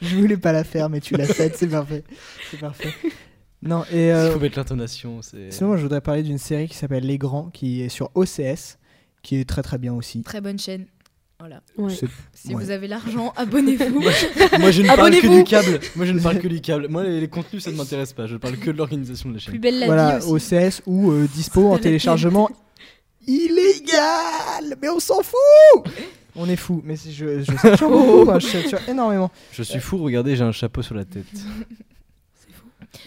Speaker 1: je voulais pas la faire, mais tu l'as faite, c'est parfait. C'est parfait. Non, et
Speaker 2: Il
Speaker 1: euh,
Speaker 2: faut mettre l'intonation. c'est-
Speaker 1: sinon, moi, je voudrais parler d'une série qui s'appelle Les Grands, qui est sur OCS, qui est très très bien aussi.
Speaker 3: Très bonne chaîne. Voilà.
Speaker 4: Ouais.
Speaker 1: C'est-
Speaker 3: Si
Speaker 1: Ouais.
Speaker 3: vous avez l'argent, abonnez-vous.
Speaker 2: Moi, je ne parle que
Speaker 3: Abonnez-vous.
Speaker 2: du câble. Moi, je ne parle que du câble. Moi, les, les contenus, ça ne m'intéresse pas. Je parle que de l'organisation de la
Speaker 3: Plus
Speaker 2: chaîne.
Speaker 3: belle la
Speaker 1: Voilà,
Speaker 3: vie. Aussi.
Speaker 1: OCS ou euh, dispo en téléchargement illégal Mais on s'en fout On est fou, mais c'est- je, je sature beaucoup, moi, hein, je sature énormément.
Speaker 2: Je suis fou. Regardez, j'ai un chapeau sur la tête.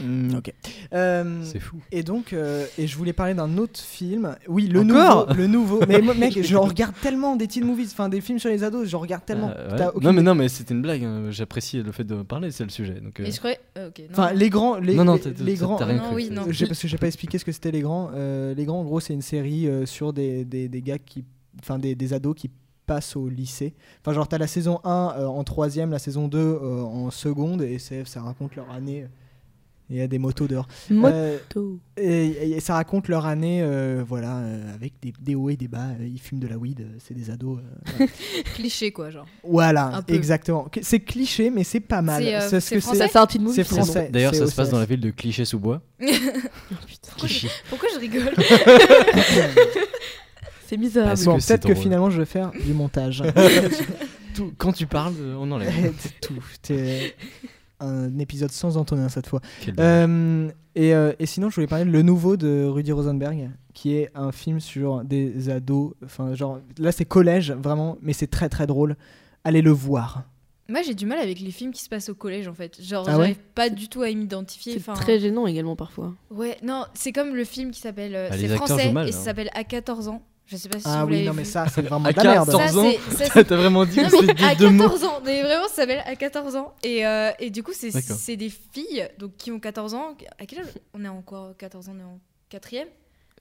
Speaker 1: Hmm, ok. Euh,
Speaker 2: Mm, C'est fou.
Speaker 1: Et donc, euh, et je voulais parler d'un autre film. Oui, le
Speaker 2: Encore
Speaker 1: nouveau. Le nouveau. Mais moi, mec, j'en regarde tellement des teen movies, enfin des films sur les ados, j'en regarde tellement.
Speaker 2: Euh, ouais.
Speaker 1: T'as aucune-
Speaker 2: Non, mais non, mais c'était une blague. hein. J'apprécie le fait de parler. C'est le sujet. Donc, euh,
Speaker 3: Et je croyais. euh, ok, non.
Speaker 1: Enfin, les grands. Les,
Speaker 2: non, non,
Speaker 1: les-
Speaker 2: t'as- t'as-
Speaker 1: les
Speaker 2: t'as
Speaker 1: grands.
Speaker 2: rien
Speaker 3: Non,
Speaker 2: cru.
Speaker 3: oui, non.
Speaker 1: J'ai- parce que j'ai pas expliqué ce que c'était les grands. Euh, les grands, en gros, c'est une série euh, sur des, des, des gars qui, enfin des, des ados qui passent au lycée. Enfin, genre t'as la saison 1 euh, en troisième, la saison 2 euh, en seconde, et c'est- ça raconte leur année. Il y a des motos dehors. Euh,
Speaker 4: Moto.
Speaker 1: et, et ça raconte leur année, euh, voilà, euh, avec des, des hauts et des bas. Euh, Ils fument de la weed, euh, c'est des ados. euh, voilà.
Speaker 3: cliché quoi, genre.
Speaker 1: Voilà,
Speaker 3: Un peu.
Speaker 1: exactement. Que- C'est cliché, mais c'est pas mal.
Speaker 3: C'est, euh,
Speaker 1: Parce
Speaker 3: c'est
Speaker 1: que
Speaker 4: Ça
Speaker 3: français
Speaker 4: sort une movie.
Speaker 1: C'est
Speaker 4: finalement.
Speaker 1: français.
Speaker 2: D'ailleurs,
Speaker 1: c'est
Speaker 2: ça se passe
Speaker 1: OCS.
Speaker 2: dans la ville de Clichy-sous-Bois. Clichy.
Speaker 3: Pourquoi je rigole
Speaker 4: C'est misérable.
Speaker 2: Parce
Speaker 1: Bon,
Speaker 2: que c'est
Speaker 1: peut-être que
Speaker 2: drôle.
Speaker 1: finalement je vais faire du montage.
Speaker 2: Tout- Quand tu parles, euh, on enlève.
Speaker 1: Arrête tout. T'es un épisode sans Antonin cette fois.
Speaker 2: Quel dommage.
Speaker 1: Euh, et, euh, et sinon, je voulais parler de Le Nouveau de Rudy Rosenberg, qui est un film sur des ados. Enfin, genre, là c'est collège, vraiment, mais c'est très très drôle. Allez le voir.
Speaker 3: Moi, j'ai du mal avec les films qui se passent au collège en fait. Genre,
Speaker 1: Ah
Speaker 3: j'arrive pas du tout à m'identifier.
Speaker 4: C'est
Speaker 3: enfin,
Speaker 4: très gênant également parfois.
Speaker 3: Ouais, non, c'est comme le film qui s'appelle. euh,
Speaker 2: Bah, les
Speaker 3: c'est
Speaker 2: acteurs
Speaker 3: français
Speaker 2: jouent mal,
Speaker 3: et ça
Speaker 2: hein.
Speaker 3: s'appelle À 14 ans. Je sais pas si
Speaker 1: Ah
Speaker 3: vous
Speaker 1: oui,
Speaker 3: l'avez
Speaker 1: non, mais
Speaker 3: vu.
Speaker 1: ça c'est vraiment
Speaker 2: À
Speaker 1: de la merde.
Speaker 2: 14
Speaker 3: Ça,
Speaker 2: ans,
Speaker 3: c'est- ça,
Speaker 2: T'as vraiment dit
Speaker 3: Non,
Speaker 2: que
Speaker 3: mais
Speaker 2: c'était
Speaker 3: à
Speaker 2: deux deux mots.
Speaker 3: 14 ans, mais vraiment, ça s'appelle à 14 ans. Et, euh, et du coup, c'est
Speaker 2: D'accord.
Speaker 3: c'est des filles donc, qui ont 14 ans. À quel âge On est encore 14 ans, on est en 4ème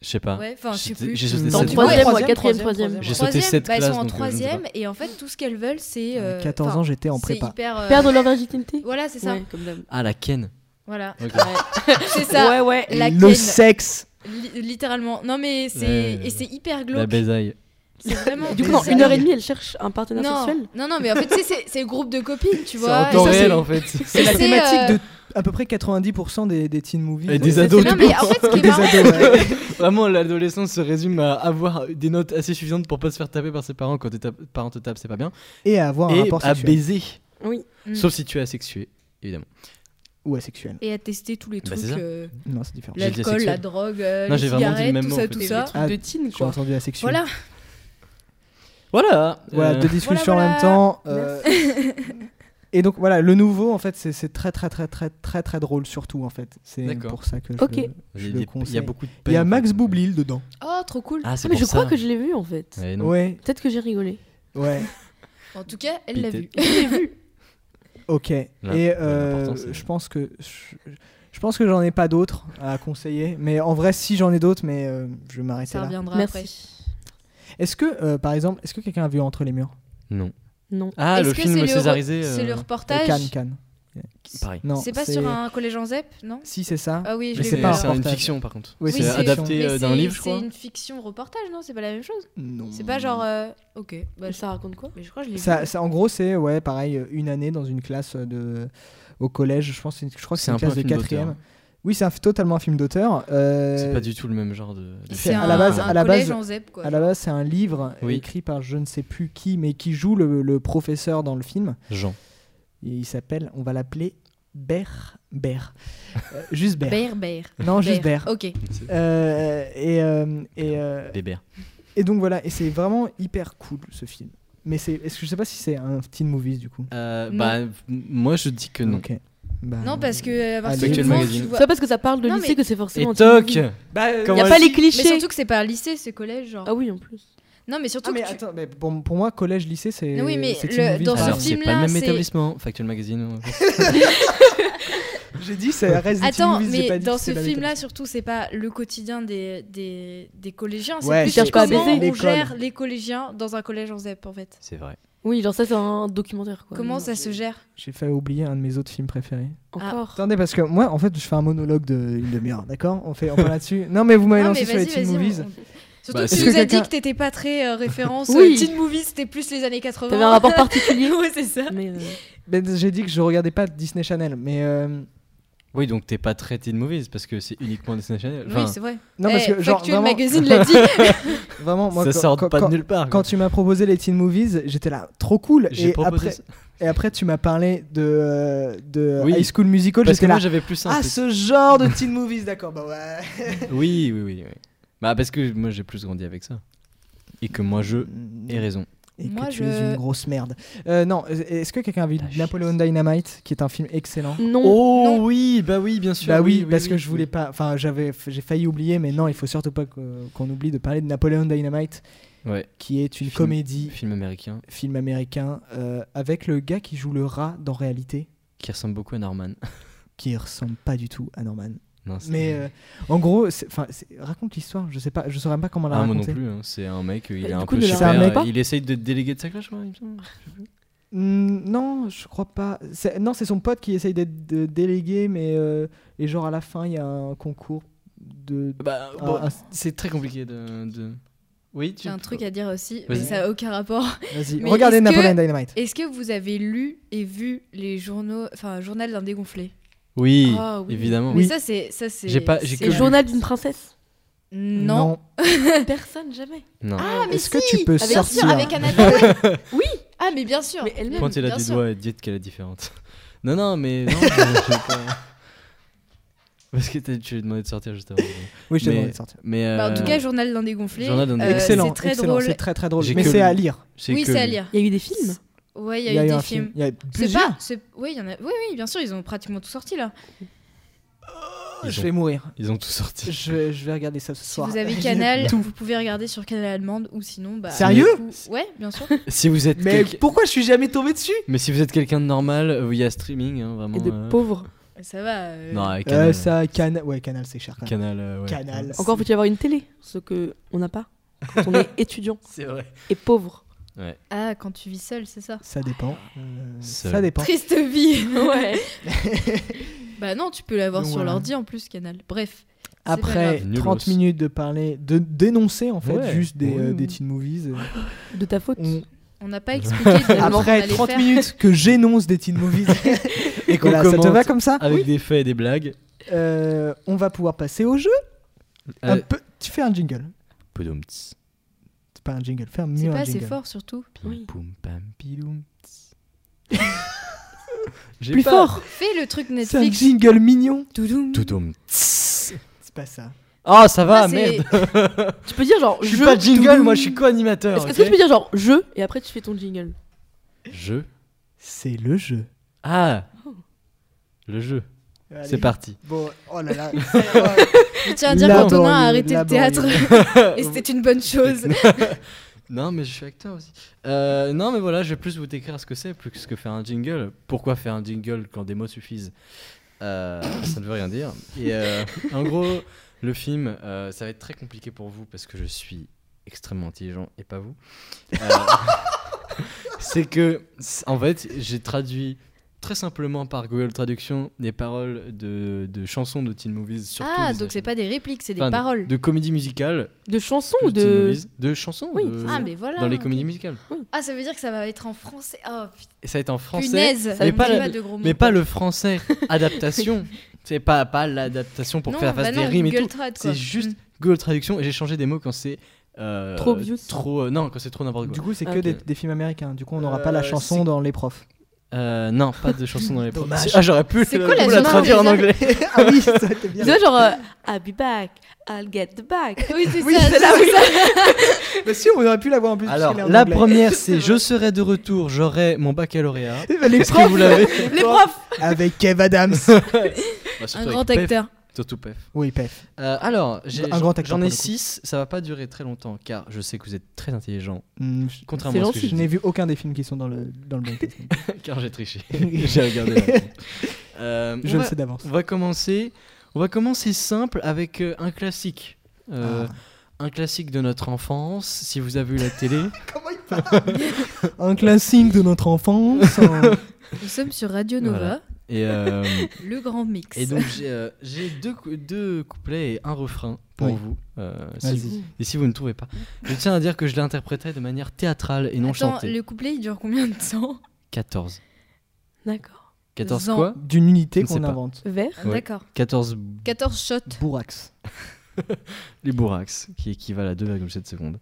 Speaker 2: Je sais pas.
Speaker 3: Ouais, enfin, je sais
Speaker 2: Ah, J'étais-
Speaker 3: plus.
Speaker 2: J'ai sauté
Speaker 4: Dans
Speaker 2: sept
Speaker 4: le troisième,
Speaker 2: classes.
Speaker 4: moi, quatrième, troisième.
Speaker 2: J'ai sauté
Speaker 3: Troisième,
Speaker 2: sept
Speaker 3: bah, elles
Speaker 2: classes,
Speaker 3: sont en
Speaker 2: donc, euh, je ne sais
Speaker 3: troisième et en fait tout ce qu'elles veulent c'est...
Speaker 1: À
Speaker 3: euh,
Speaker 1: 14
Speaker 3: enfin,
Speaker 1: Ah, ans, j'étais en
Speaker 3: c'est
Speaker 1: prépa.
Speaker 3: hyper, euh,
Speaker 4: Perdre leur virginité.
Speaker 3: Voilà c'est ça.
Speaker 4: Ouais, comme d'hab.
Speaker 2: Ah, la Ken.
Speaker 3: Voilà.
Speaker 2: Ok.
Speaker 1: Ah,
Speaker 3: C'est ça.
Speaker 4: Ouais, ouais.
Speaker 3: La
Speaker 1: le
Speaker 3: Ken,
Speaker 1: sexe.
Speaker 3: li- littéralement. Non mais c'est
Speaker 2: Ouais,
Speaker 3: et
Speaker 2: ouais.
Speaker 3: c'est hyper
Speaker 2: La
Speaker 3: glauque.
Speaker 2: Bézaille.
Speaker 3: C'est vraiment.
Speaker 4: Du coup,
Speaker 1: dans
Speaker 4: en
Speaker 3: c'est-
Speaker 4: une heure et demie, elle cherche un partenaire
Speaker 3: Non,
Speaker 4: sexuel.
Speaker 3: non, non, mais en fait, tu sais, c'est- c'est le groupe de copines, tu
Speaker 2: C'est en
Speaker 3: vois.
Speaker 2: temps
Speaker 3: et ça,
Speaker 2: réel en fait.
Speaker 1: C'est la
Speaker 3: C'est,
Speaker 1: thématique
Speaker 3: euh,
Speaker 1: de à peu près 90% des, des teen movies.
Speaker 2: Et des
Speaker 1: Euh,
Speaker 2: ados,
Speaker 3: Non,
Speaker 2: du
Speaker 3: mais
Speaker 2: coup.
Speaker 3: en fait, ce qui est
Speaker 1: Des
Speaker 3: marrant,
Speaker 1: ados, ouais.
Speaker 2: Vraiment, l'adolescence se résume à avoir des notes assez suffisantes pour pas se faire taper par ses parents quand tes ta- parents te tapent, c'est pas bien.
Speaker 1: Et à avoir un
Speaker 2: Et
Speaker 1: rapport
Speaker 2: à
Speaker 1: sexuel.
Speaker 2: baiser.
Speaker 4: Oui.
Speaker 3: Mm.
Speaker 2: Sauf si tu es asexué, évidemment.
Speaker 1: Ou asexuel.
Speaker 3: et à tester tous les
Speaker 2: Bah,
Speaker 3: trucs,
Speaker 2: c'est ça.
Speaker 3: euh,
Speaker 1: Non, c'est différent.
Speaker 2: J'ai dit
Speaker 3: l'alcool, la
Speaker 2: asexuel.
Speaker 3: drogue, euh,
Speaker 2: Non,
Speaker 3: les
Speaker 2: j'ai vraiment dit le
Speaker 3: cigarettes,
Speaker 2: même
Speaker 3: tout
Speaker 2: mot,
Speaker 3: ça,
Speaker 2: en
Speaker 3: tout
Speaker 4: Des-
Speaker 3: ça.
Speaker 4: Des trucs
Speaker 1: Ah,
Speaker 4: de teen,
Speaker 1: J'ai
Speaker 4: quoi.
Speaker 1: entendu asexuel.
Speaker 3: Voilà.
Speaker 2: Voilà.
Speaker 1: Voilà,
Speaker 2: Euh,
Speaker 1: deux discussions
Speaker 3: voilà,
Speaker 1: en même
Speaker 3: voilà.
Speaker 1: temps. euh, et donc voilà, le nouveau en fait, c'est- c'est très très très très très très drôle surtout en fait. C'est
Speaker 2: D'accord.
Speaker 1: pour ça que. je le-
Speaker 4: Ok.
Speaker 2: Il
Speaker 1: je
Speaker 2: y a
Speaker 1: le
Speaker 2: des- il y
Speaker 1: conseille.
Speaker 2: a beaucoup de
Speaker 1: Il y
Speaker 2: peine,
Speaker 1: a
Speaker 2: en
Speaker 1: Max
Speaker 2: fait.
Speaker 1: Boublil dedans.
Speaker 3: Oh, trop cool.
Speaker 2: Ah, c'est
Speaker 4: Ah, mais
Speaker 2: pour
Speaker 4: je crois
Speaker 2: ça.
Speaker 4: que je l'ai vu en fait.
Speaker 2: Ouais, non.
Speaker 1: Ouais,
Speaker 4: Peut-être que j'ai rigolé.
Speaker 1: ouais.
Speaker 3: En tout cas, elle l'a vu.
Speaker 2: Pité.
Speaker 1: Ok. Et euh,
Speaker 2: l'important, c'est-
Speaker 1: je pense que je, je pense que j'en ai pas d'autres à conseiller. Mais en vrai, si j'en ai d'autres, mais euh, je vais m'arrêter
Speaker 3: Ça
Speaker 1: là.
Speaker 3: reviendra après.
Speaker 4: Merci.
Speaker 1: Est-ce que euh, par exemple, est-ce que quelqu'un a vu Entre les murs
Speaker 2: Non.
Speaker 4: Non.
Speaker 2: Ah,
Speaker 3: Est-ce
Speaker 2: le
Speaker 3: que
Speaker 2: film
Speaker 3: c'est re-
Speaker 2: césarisé.
Speaker 3: C'est
Speaker 2: euh,
Speaker 3: le
Speaker 1: Euh,
Speaker 3: reportage.
Speaker 1: Cannes, Cannes.
Speaker 2: Pareil.
Speaker 1: Non.
Speaker 3: c'est pas
Speaker 1: c'est-
Speaker 3: sur un collège en ZEP, non
Speaker 1: Si c'est ça.
Speaker 3: Ah oui, je
Speaker 2: Mais
Speaker 3: l'ai
Speaker 1: c'est
Speaker 2: c'est
Speaker 3: vu,
Speaker 1: pas un
Speaker 3: alors.
Speaker 2: c'est une
Speaker 1: reportage.
Speaker 2: fiction par contre.
Speaker 1: Oui,
Speaker 2: c'est
Speaker 1: c'est une fiction.
Speaker 2: adapté
Speaker 3: Mais
Speaker 2: euh,
Speaker 3: c'est-
Speaker 2: d'un livre, je crois.
Speaker 3: C'est une fiction reportage, non C'est pas la même chose
Speaker 1: Non.
Speaker 3: C'est pas genre. euh, Ok, bah, je-
Speaker 4: Ça raconte quoi
Speaker 3: mais je crois que je l'ai
Speaker 1: Ça,
Speaker 3: vu.
Speaker 1: ça- en gros, c'est ouais, pareil, euh, une année dans une classe euh, de, au collège. Je pense, que c'est une- je crois que
Speaker 2: C'est
Speaker 1: c'est une
Speaker 2: un peu
Speaker 1: classe
Speaker 2: un
Speaker 1: de
Speaker 2: film
Speaker 1: quatrième.
Speaker 2: d'auteur.
Speaker 1: Oui, c'est un- totalement un film d'auteur. euh,
Speaker 2: C'est pas du tout le même genre de. de
Speaker 1: c'est
Speaker 2: film.
Speaker 1: à la base-
Speaker 3: un
Speaker 1: à la
Speaker 3: collège
Speaker 1: base-
Speaker 3: en ZEP, quoi.
Speaker 1: à la base, c'est un livre euh,
Speaker 2: Oui.
Speaker 1: écrit par je ne sais plus qui, mais qui joue le, le professeur dans le film.
Speaker 2: Jean.
Speaker 1: Il s'appelle, on va l'appeler Ber, Ber, Euh, juste Ber.
Speaker 3: Bear, bear.
Speaker 1: Non, juste
Speaker 3: Bear.
Speaker 1: Ber.
Speaker 3: Ok.
Speaker 1: Euh, et euh, et, euh,
Speaker 2: Bébert.
Speaker 1: et donc voilà, et c'est vraiment hyper cool ce film. Mais c'est, est-ce que je sais pas si c'est un teen movies du coup.
Speaker 2: Euh,
Speaker 3: Non.
Speaker 2: bah, m- moi je dis que non.
Speaker 1: Ok. Bah,
Speaker 3: Non, parce que à partir
Speaker 1: Allez,
Speaker 3: du
Speaker 1: Actuel
Speaker 3: moment où
Speaker 2: Magazine.
Speaker 3: tu vois.
Speaker 4: C'est pas parce que ça parle de
Speaker 3: Non,
Speaker 4: lycée
Speaker 3: mais-
Speaker 4: que c'est
Speaker 2: Et
Speaker 4: forcément.
Speaker 2: toc
Speaker 4: Il
Speaker 1: Bah, euh,
Speaker 2: Comment
Speaker 4: n'y a
Speaker 2: elle-
Speaker 4: pas les
Speaker 3: Mais
Speaker 4: clichés.
Speaker 3: surtout que c'est pas un lycée, c'est collège, genre.
Speaker 4: Ah oui, en plus.
Speaker 3: Non, mais surtout
Speaker 1: Ah, mais
Speaker 3: que tu-
Speaker 1: attends, mais pour, pour moi, collège, lycée, c'est.
Speaker 3: Non, oui, mais
Speaker 1: c'est
Speaker 3: le-
Speaker 1: Teen Movies.
Speaker 3: dans ce
Speaker 2: Alors, c'est
Speaker 3: film-là,
Speaker 2: pas le même
Speaker 3: c'est-
Speaker 2: établissement. Factuel Magazine.
Speaker 1: J'ai dit, ça reste des Teen
Speaker 3: Attends,
Speaker 1: Movies, j'ai
Speaker 3: mais
Speaker 1: pas dit
Speaker 3: dans
Speaker 1: que
Speaker 3: ce
Speaker 1: c'est la
Speaker 3: film-là,
Speaker 1: méthode.
Speaker 3: surtout, c'est pas le quotidien des, des, des collégiens,
Speaker 1: Ouais,
Speaker 3: c'est
Speaker 4: c'est-
Speaker 3: plus
Speaker 4: Cherche pas à
Speaker 3: comment
Speaker 4: baiser.
Speaker 3: on
Speaker 1: L'école.
Speaker 3: gère les collégiens dans un collège en ZEP, en fait.
Speaker 2: C'est vrai.
Speaker 4: Oui, genre ça, c'est un documentaire quoi.
Speaker 3: Comment
Speaker 4: Non.
Speaker 3: ça se gère Ah.
Speaker 1: J'ai failli oublier un de mes autres films préférés.
Speaker 4: Encore.
Speaker 1: Attendez, parce que moi, en fait, je fais un monologue de une demi-heure, d'accord On fait on parle là-dessus. Non, mais vous m'avez
Speaker 3: Non,
Speaker 1: lancé
Speaker 3: mais
Speaker 1: sur les
Speaker 3: vas-y,
Speaker 1: Teen
Speaker 3: vas-y. on-
Speaker 1: Movies.
Speaker 3: on- Surtout
Speaker 2: Bah,
Speaker 3: que tu
Speaker 2: si
Speaker 3: nous as
Speaker 1: quelqu'un-
Speaker 3: dit que t'étais pas très euh, référence
Speaker 4: Oui.
Speaker 3: euh, Teen Movies, c'était plus les années 80.
Speaker 4: T'avais un rapport particulier.
Speaker 3: Ouais, c'est ça.
Speaker 4: mais euh,
Speaker 1: Ben, J'ai dit que je regardais pas Disney Channel, mais. euh,
Speaker 2: Oui, donc t'es pas très teen movies parce que c'est uniquement Disney Channel.
Speaker 3: oui,
Speaker 2: Enfin,
Speaker 3: c'est vrai.
Speaker 1: Non, parce
Speaker 3: Eh,
Speaker 1: que, genre,
Speaker 3: Factuel
Speaker 1: vraiment,
Speaker 3: Magazine l'a dit.
Speaker 1: vraiment, moi,
Speaker 2: ça
Speaker 1: quand-
Speaker 2: sort
Speaker 1: quand-
Speaker 2: pas
Speaker 1: quand-
Speaker 2: de nulle part.
Speaker 1: Quand tu m'as proposé les teen movies, j'étais là, trop cool.
Speaker 2: j'ai
Speaker 1: Et
Speaker 2: proposé
Speaker 1: après,
Speaker 2: ça.
Speaker 1: et après, tu m'as parlé de, euh, de
Speaker 2: Oui.
Speaker 1: High School Musical.
Speaker 2: Parce que
Speaker 1: J'étais là.
Speaker 2: moi j'avais plus un.
Speaker 1: Ah,
Speaker 2: petit-
Speaker 1: ce genre de teen movies, d'accord. Bah ouais.
Speaker 2: Oui, oui, oui, oui. Bah parce que moi j'ai plus grandi avec ça. Et que moi je ai raison.
Speaker 1: Euh, Et
Speaker 3: Moi,
Speaker 1: que tu
Speaker 3: je-
Speaker 1: es une grosse merde. Euh, non, est-ce que quelqu'un a vu
Speaker 2: La chiasse.
Speaker 1: Napoleon Dynamite, qui est un film excellent
Speaker 4: Non.
Speaker 2: Oh
Speaker 3: Non.
Speaker 2: oui, bah oui, bien sûr.
Speaker 1: Bah oui, parce que je voulais pas. Enfin, j'avais, j'ai failli oublier, mais non, il faut surtout pas que- qu'on oublie de parler de Napoleon Dynamite,
Speaker 2: Ouais,
Speaker 1: qui est une
Speaker 2: Film-
Speaker 1: comédie,
Speaker 2: film américain
Speaker 1: film américain, euh, avec le gars qui joue le rat dans réalité,
Speaker 2: qui ressemble beaucoup à Norman.
Speaker 1: qui ressemble pas du tout à Norman.
Speaker 2: Non, c'est-
Speaker 1: Mais euh, en gros, c'est- enfin, c'est- raconte l'histoire. Je sais pas, je saurais même pas comment la
Speaker 2: Ah, moi
Speaker 1: euh,
Speaker 2: non
Speaker 1: raconter.
Speaker 2: plus, hein. c'est un mec, il
Speaker 4: Bah,
Speaker 2: est
Speaker 4: du
Speaker 2: un
Speaker 4: coup,
Speaker 2: peu
Speaker 4: ne la
Speaker 2: super,
Speaker 1: ramène
Speaker 2: euh,
Speaker 4: pas.
Speaker 2: il essaye de déléguer de sa classe, je crois, il me semble.
Speaker 1: Hmm, non, je crois pas. C'est- Non, c'est son pote qui essaye d'être de- délégué, mais euh, et genre à la fin, il y a un concours de.
Speaker 2: Bah,
Speaker 1: Ah,
Speaker 2: bon,
Speaker 1: ah,
Speaker 2: c'est très compliqué de. de- Oui, tu.
Speaker 3: J'ai un truc à dire aussi, mais
Speaker 2: Vas-y.
Speaker 3: ça n'a aucun rapport.
Speaker 1: Vas-y,
Speaker 3: Mais
Speaker 1: regardez
Speaker 3: est-ce que-
Speaker 1: Napoleon Dynamite.
Speaker 3: Est-ce que vous avez lu et vu les journaux, enfin, Journal d'un dégonflé
Speaker 2: Oui,
Speaker 3: Ah, oui.
Speaker 2: évidemment.
Speaker 3: Mais
Speaker 1: Oui.
Speaker 3: ça, c'est. ça, c'est-
Speaker 2: J'ai pas- j'ai
Speaker 3: c'est-
Speaker 2: que
Speaker 4: Le
Speaker 2: vu.
Speaker 4: journal d'une princesse.
Speaker 3: Non.
Speaker 4: Personne, jamais.
Speaker 2: Non.
Speaker 3: Ah, mais
Speaker 1: Est-ce que tu peux
Speaker 3: Ah, bien
Speaker 1: sortir
Speaker 3: sûr, avec un adolescent. Oui Ah, mais bien sûr
Speaker 4: Mais elle-même.
Speaker 2: Pointez la
Speaker 3: bien
Speaker 2: du
Speaker 3: sûr.
Speaker 2: doigt et dites qu'elle est différente. Non, non, mais. Non, je- je sais pas. Parce que t'as- tu lui as demandé de sortir juste avant.
Speaker 1: Oui, je t'ai
Speaker 2: Mais-
Speaker 1: demandé de sortir.
Speaker 2: Mais.
Speaker 3: Bah, en
Speaker 2: euh,
Speaker 3: tout cas, Journal d'un dégonflé.
Speaker 2: Journal d'un
Speaker 3: euh,
Speaker 2: dégonflé.
Speaker 1: excellent,
Speaker 3: C'est très
Speaker 1: excellent,
Speaker 3: drôle.
Speaker 1: c'est très très drôle.
Speaker 2: J'ai
Speaker 1: Mais
Speaker 2: que
Speaker 1: c'est
Speaker 2: le-
Speaker 1: à lire.
Speaker 2: c'est
Speaker 3: Oui,
Speaker 2: que-
Speaker 3: c'est à lire.
Speaker 4: Il y a eu des films.
Speaker 3: Ouais, il y a eu
Speaker 1: un
Speaker 3: des
Speaker 1: film.
Speaker 3: films.
Speaker 1: Il y a
Speaker 3: C'est
Speaker 1: plusieurs.
Speaker 3: pas. c'est- Oui, il y en a. Oui, oui, bien sûr, ils ont pratiquement tout sorti là.
Speaker 2: Ils
Speaker 1: Je
Speaker 2: ont-
Speaker 1: vais mourir.
Speaker 2: Ils ont tout sorti.
Speaker 1: Je, je vais regarder ça ce
Speaker 3: Si
Speaker 1: soir.
Speaker 3: vous avez
Speaker 1: J'ai
Speaker 3: Canal,
Speaker 1: tout.
Speaker 3: vous pouvez regarder sur Canal Allemande ou sinon. Bah,
Speaker 1: Sérieux
Speaker 3: du coup- Ouais, bien sûr.
Speaker 2: Si vous êtes.
Speaker 1: Mais
Speaker 2: quelqu'un-
Speaker 1: pourquoi je suis jamais tombé dessus
Speaker 2: Mais si vous êtes quelqu'un de normal, euh, il y a streaming, hein, vraiment.
Speaker 4: Et de
Speaker 2: euh,
Speaker 4: pauvres.
Speaker 3: Ça va. euh,
Speaker 2: Non, avec
Speaker 1: euh,
Speaker 2: Canal.
Speaker 1: Ça, Canal. Ouais, Canal, c'est cher quand même.
Speaker 2: Canal. euh, ouais.
Speaker 1: Canal.
Speaker 4: Encore faut-il avoir une télé, ce que on n'a pas quand on est étudiant
Speaker 2: C'est vrai.
Speaker 4: et pauvre.
Speaker 3: Ah, quand tu vis seul, c'est ça.
Speaker 1: Ça dépend. Euh,
Speaker 2: Seul.
Speaker 1: ça dépend.
Speaker 3: Triste vie.
Speaker 4: Ouais.
Speaker 3: bah non, tu peux l'avoir
Speaker 1: Donc
Speaker 3: sur
Speaker 1: voilà.
Speaker 3: l'ordi en plus, Canal. Bref. c'est pas
Speaker 1: Après
Speaker 3: grave.
Speaker 2: Nulos.
Speaker 1: 30 minutes de parler, de dénoncer en fait
Speaker 2: Ouais.
Speaker 1: juste des,
Speaker 2: Oui,
Speaker 1: euh,
Speaker 4: oui.
Speaker 1: des teen movies. euh,
Speaker 4: De ta faute.
Speaker 1: on-
Speaker 3: on n'a pas expliqué. finalement ce qu'on
Speaker 1: Après
Speaker 3: allait
Speaker 1: 30
Speaker 3: faire.
Speaker 1: minutes que j'énonce des teen movies,
Speaker 2: Et qu'on
Speaker 1: Voilà, ça te
Speaker 2: commente
Speaker 1: va comme ça
Speaker 2: avec des faits et des blagues.
Speaker 1: Euh, On va pouvoir passer au jeu. Un
Speaker 2: Euh,
Speaker 1: peu- Tu fais un jingle.
Speaker 2: Poudoum,
Speaker 1: C'est pas un jingle, fais un
Speaker 3: C'est
Speaker 1: mieux
Speaker 3: pas
Speaker 1: un
Speaker 3: assez
Speaker 1: jingle.
Speaker 3: fort surtout.
Speaker 2: pim,
Speaker 4: Oui.
Speaker 2: poum, pam, pidoum, tss. J'ai
Speaker 4: Plus
Speaker 2: pas-
Speaker 4: fort.
Speaker 3: Fais le truc
Speaker 1: C'est un
Speaker 3: Netflix.
Speaker 1: jingle mignon.
Speaker 3: Toudoum.
Speaker 2: Toutoum.
Speaker 1: C'est pas ça.
Speaker 2: Ah, ça va,
Speaker 3: Moi, c'est-
Speaker 2: merde.
Speaker 4: Tu peux dire genre
Speaker 2: Je suis
Speaker 4: je,
Speaker 2: pas jingle,
Speaker 4: toudoum.
Speaker 2: moi je suis co-animateur.
Speaker 4: Est-ce est-ce que tu peux dire genre je et après tu fais ton jingle
Speaker 2: Je.
Speaker 1: C'est le jeu.
Speaker 2: Ah.
Speaker 3: Oh.
Speaker 2: Le jeu. C'est
Speaker 1: Allez.
Speaker 2: parti.
Speaker 1: Bon, oh là là. c'est- oh,
Speaker 3: Je tiens à dire
Speaker 1: Laborieux,
Speaker 3: qu'Antonin a arrêté
Speaker 1: laborieux.
Speaker 3: le théâtre. Et c'était une bonne chose.
Speaker 2: Non, mais je suis acteur aussi. Euh, non, mais voilà, je vais plus vous décrire ce que c'est, plus que ce que faire un jingle. Pourquoi faire un jingle quand des mots suffisent Euh, Ça ne veut rien dire. Et euh, en gros, le film, euh, ça va être très compliqué pour vous parce que je suis extrêmement intelligent et pas vous. Euh, c'est que, c'est- en fait, j'ai traduit très simplement par Google Traduction des paroles de, de chansons de teen movies. surtout
Speaker 3: Ah,
Speaker 2: des-
Speaker 3: donc c'est pas des répliques, c'est des
Speaker 2: enfin, de-
Speaker 3: paroles.
Speaker 2: De comédie musicale.
Speaker 4: De chansons ou
Speaker 2: De... teen
Speaker 4: de
Speaker 2: movies, de chansons.
Speaker 4: Oui,
Speaker 2: de-
Speaker 3: Ah, mais voilà.
Speaker 2: Dans les comédies musicales.
Speaker 3: Ah, ça veut dire que ça va être en français. Oh, putain,
Speaker 2: Et ça va être en français.
Speaker 3: punaise.
Speaker 2: mais,
Speaker 3: me
Speaker 2: pas
Speaker 3: dit
Speaker 2: la-
Speaker 3: de gros mots.
Speaker 2: mais pas le français adaptation. C'est pas, pas l'adaptation pour
Speaker 3: Non,
Speaker 2: faire face
Speaker 3: bah non,
Speaker 2: des rimes et
Speaker 3: Google
Speaker 2: tout.
Speaker 3: Trad, quoi. Mm.
Speaker 2: C'est juste Google Traduction et j'ai changé des mots quand c'est. euh,
Speaker 4: Trop obvious.
Speaker 2: Trop, euh, non, quand c'est trop n'importe
Speaker 1: Du
Speaker 2: quoi.
Speaker 1: coup, c'est que
Speaker 4: Ok.
Speaker 1: des, des films américains. Du coup, on n'aura pas la
Speaker 2: Euh,
Speaker 1: chanson
Speaker 2: c'est-
Speaker 1: dans les profs.
Speaker 2: Euh, non, pas de chanson dans les propres.
Speaker 1: Dommage.
Speaker 2: Ah, j'aurais pu
Speaker 3: C'est
Speaker 2: le-
Speaker 3: quoi la
Speaker 2: la,
Speaker 3: chanson
Speaker 2: traduire en
Speaker 3: des
Speaker 2: anglais.
Speaker 1: ah oui, ça a été bien.
Speaker 4: Tu vois, genre euh, I'll be back, I'll get the back.
Speaker 3: Oui, c'est
Speaker 1: Oui,
Speaker 3: ça.
Speaker 1: c'est
Speaker 3: c'est
Speaker 1: là,
Speaker 3: ça.
Speaker 1: oui. Mais Bah, si, on aurait pu l'avoir en plus. parce
Speaker 2: Alors,
Speaker 1: qu'il est en
Speaker 2: la
Speaker 1: anglais.
Speaker 2: première, c'est Je serai de retour, j'aurai mon baccalauréat.
Speaker 1: Les
Speaker 2: Est-ce que vous
Speaker 1: profs
Speaker 2: l'avez
Speaker 4: Les profs.
Speaker 1: avec Kev Adams.
Speaker 2: Bah, surtout avec
Speaker 3: Hum. Un grand
Speaker 2: Pef,
Speaker 3: acteur.
Speaker 2: Surtout Pef.
Speaker 1: oui, Pef.
Speaker 2: Euh, alors, j'ai-
Speaker 1: Un
Speaker 2: j'en
Speaker 1: grand acteur,
Speaker 2: j'en
Speaker 1: pour
Speaker 2: ai
Speaker 1: le coup.
Speaker 2: 6, ça va pas durer très longtemps car je sais que vous êtes très intelligent,
Speaker 1: Mm, je-
Speaker 2: contrairement à ce que j'ai
Speaker 1: Je
Speaker 2: dit.
Speaker 1: n'ai vu aucun des films qui sont dans le, dans le bon test.
Speaker 2: Car j'ai triché. j'ai regardé. la réponse. Euh,
Speaker 1: Je
Speaker 2: on,
Speaker 1: le
Speaker 2: va,
Speaker 1: sais d'avance.
Speaker 2: on va commencer. On va commencer simple avec euh, un classique. Euh,
Speaker 1: Ah.
Speaker 2: Un classique de notre enfance. Si vous avez eu la télé,
Speaker 1: Un classique de notre enfance. hein.
Speaker 3: Nous sommes sur Radio Nova,
Speaker 2: Voilà. et, euh,
Speaker 3: le grand mix.
Speaker 2: et donc j'ai euh, j'ai deux, cou- deux couplets et un refrain pour
Speaker 1: Oui.
Speaker 2: vous. euh, si vous-
Speaker 1: Vas-y.
Speaker 2: Et si vous ne trouvez pas, je tiens à dire que je l'ai interprété de manière théâtrale et non
Speaker 3: Attends,
Speaker 2: chantée.
Speaker 3: le couplet, il dure combien de temps
Speaker 2: 14.
Speaker 4: D'accord.
Speaker 2: 14
Speaker 3: Zan.
Speaker 2: quoi
Speaker 1: D'une unité
Speaker 2: Je sais
Speaker 1: qu'on
Speaker 2: pas.
Speaker 1: invente.
Speaker 4: Vert
Speaker 2: Ouais.
Speaker 3: Ah, D'accord.
Speaker 2: 14
Speaker 3: 14 shots.
Speaker 1: Bourrax.
Speaker 2: les bourrax, qui équivalent à 2,7 secondes.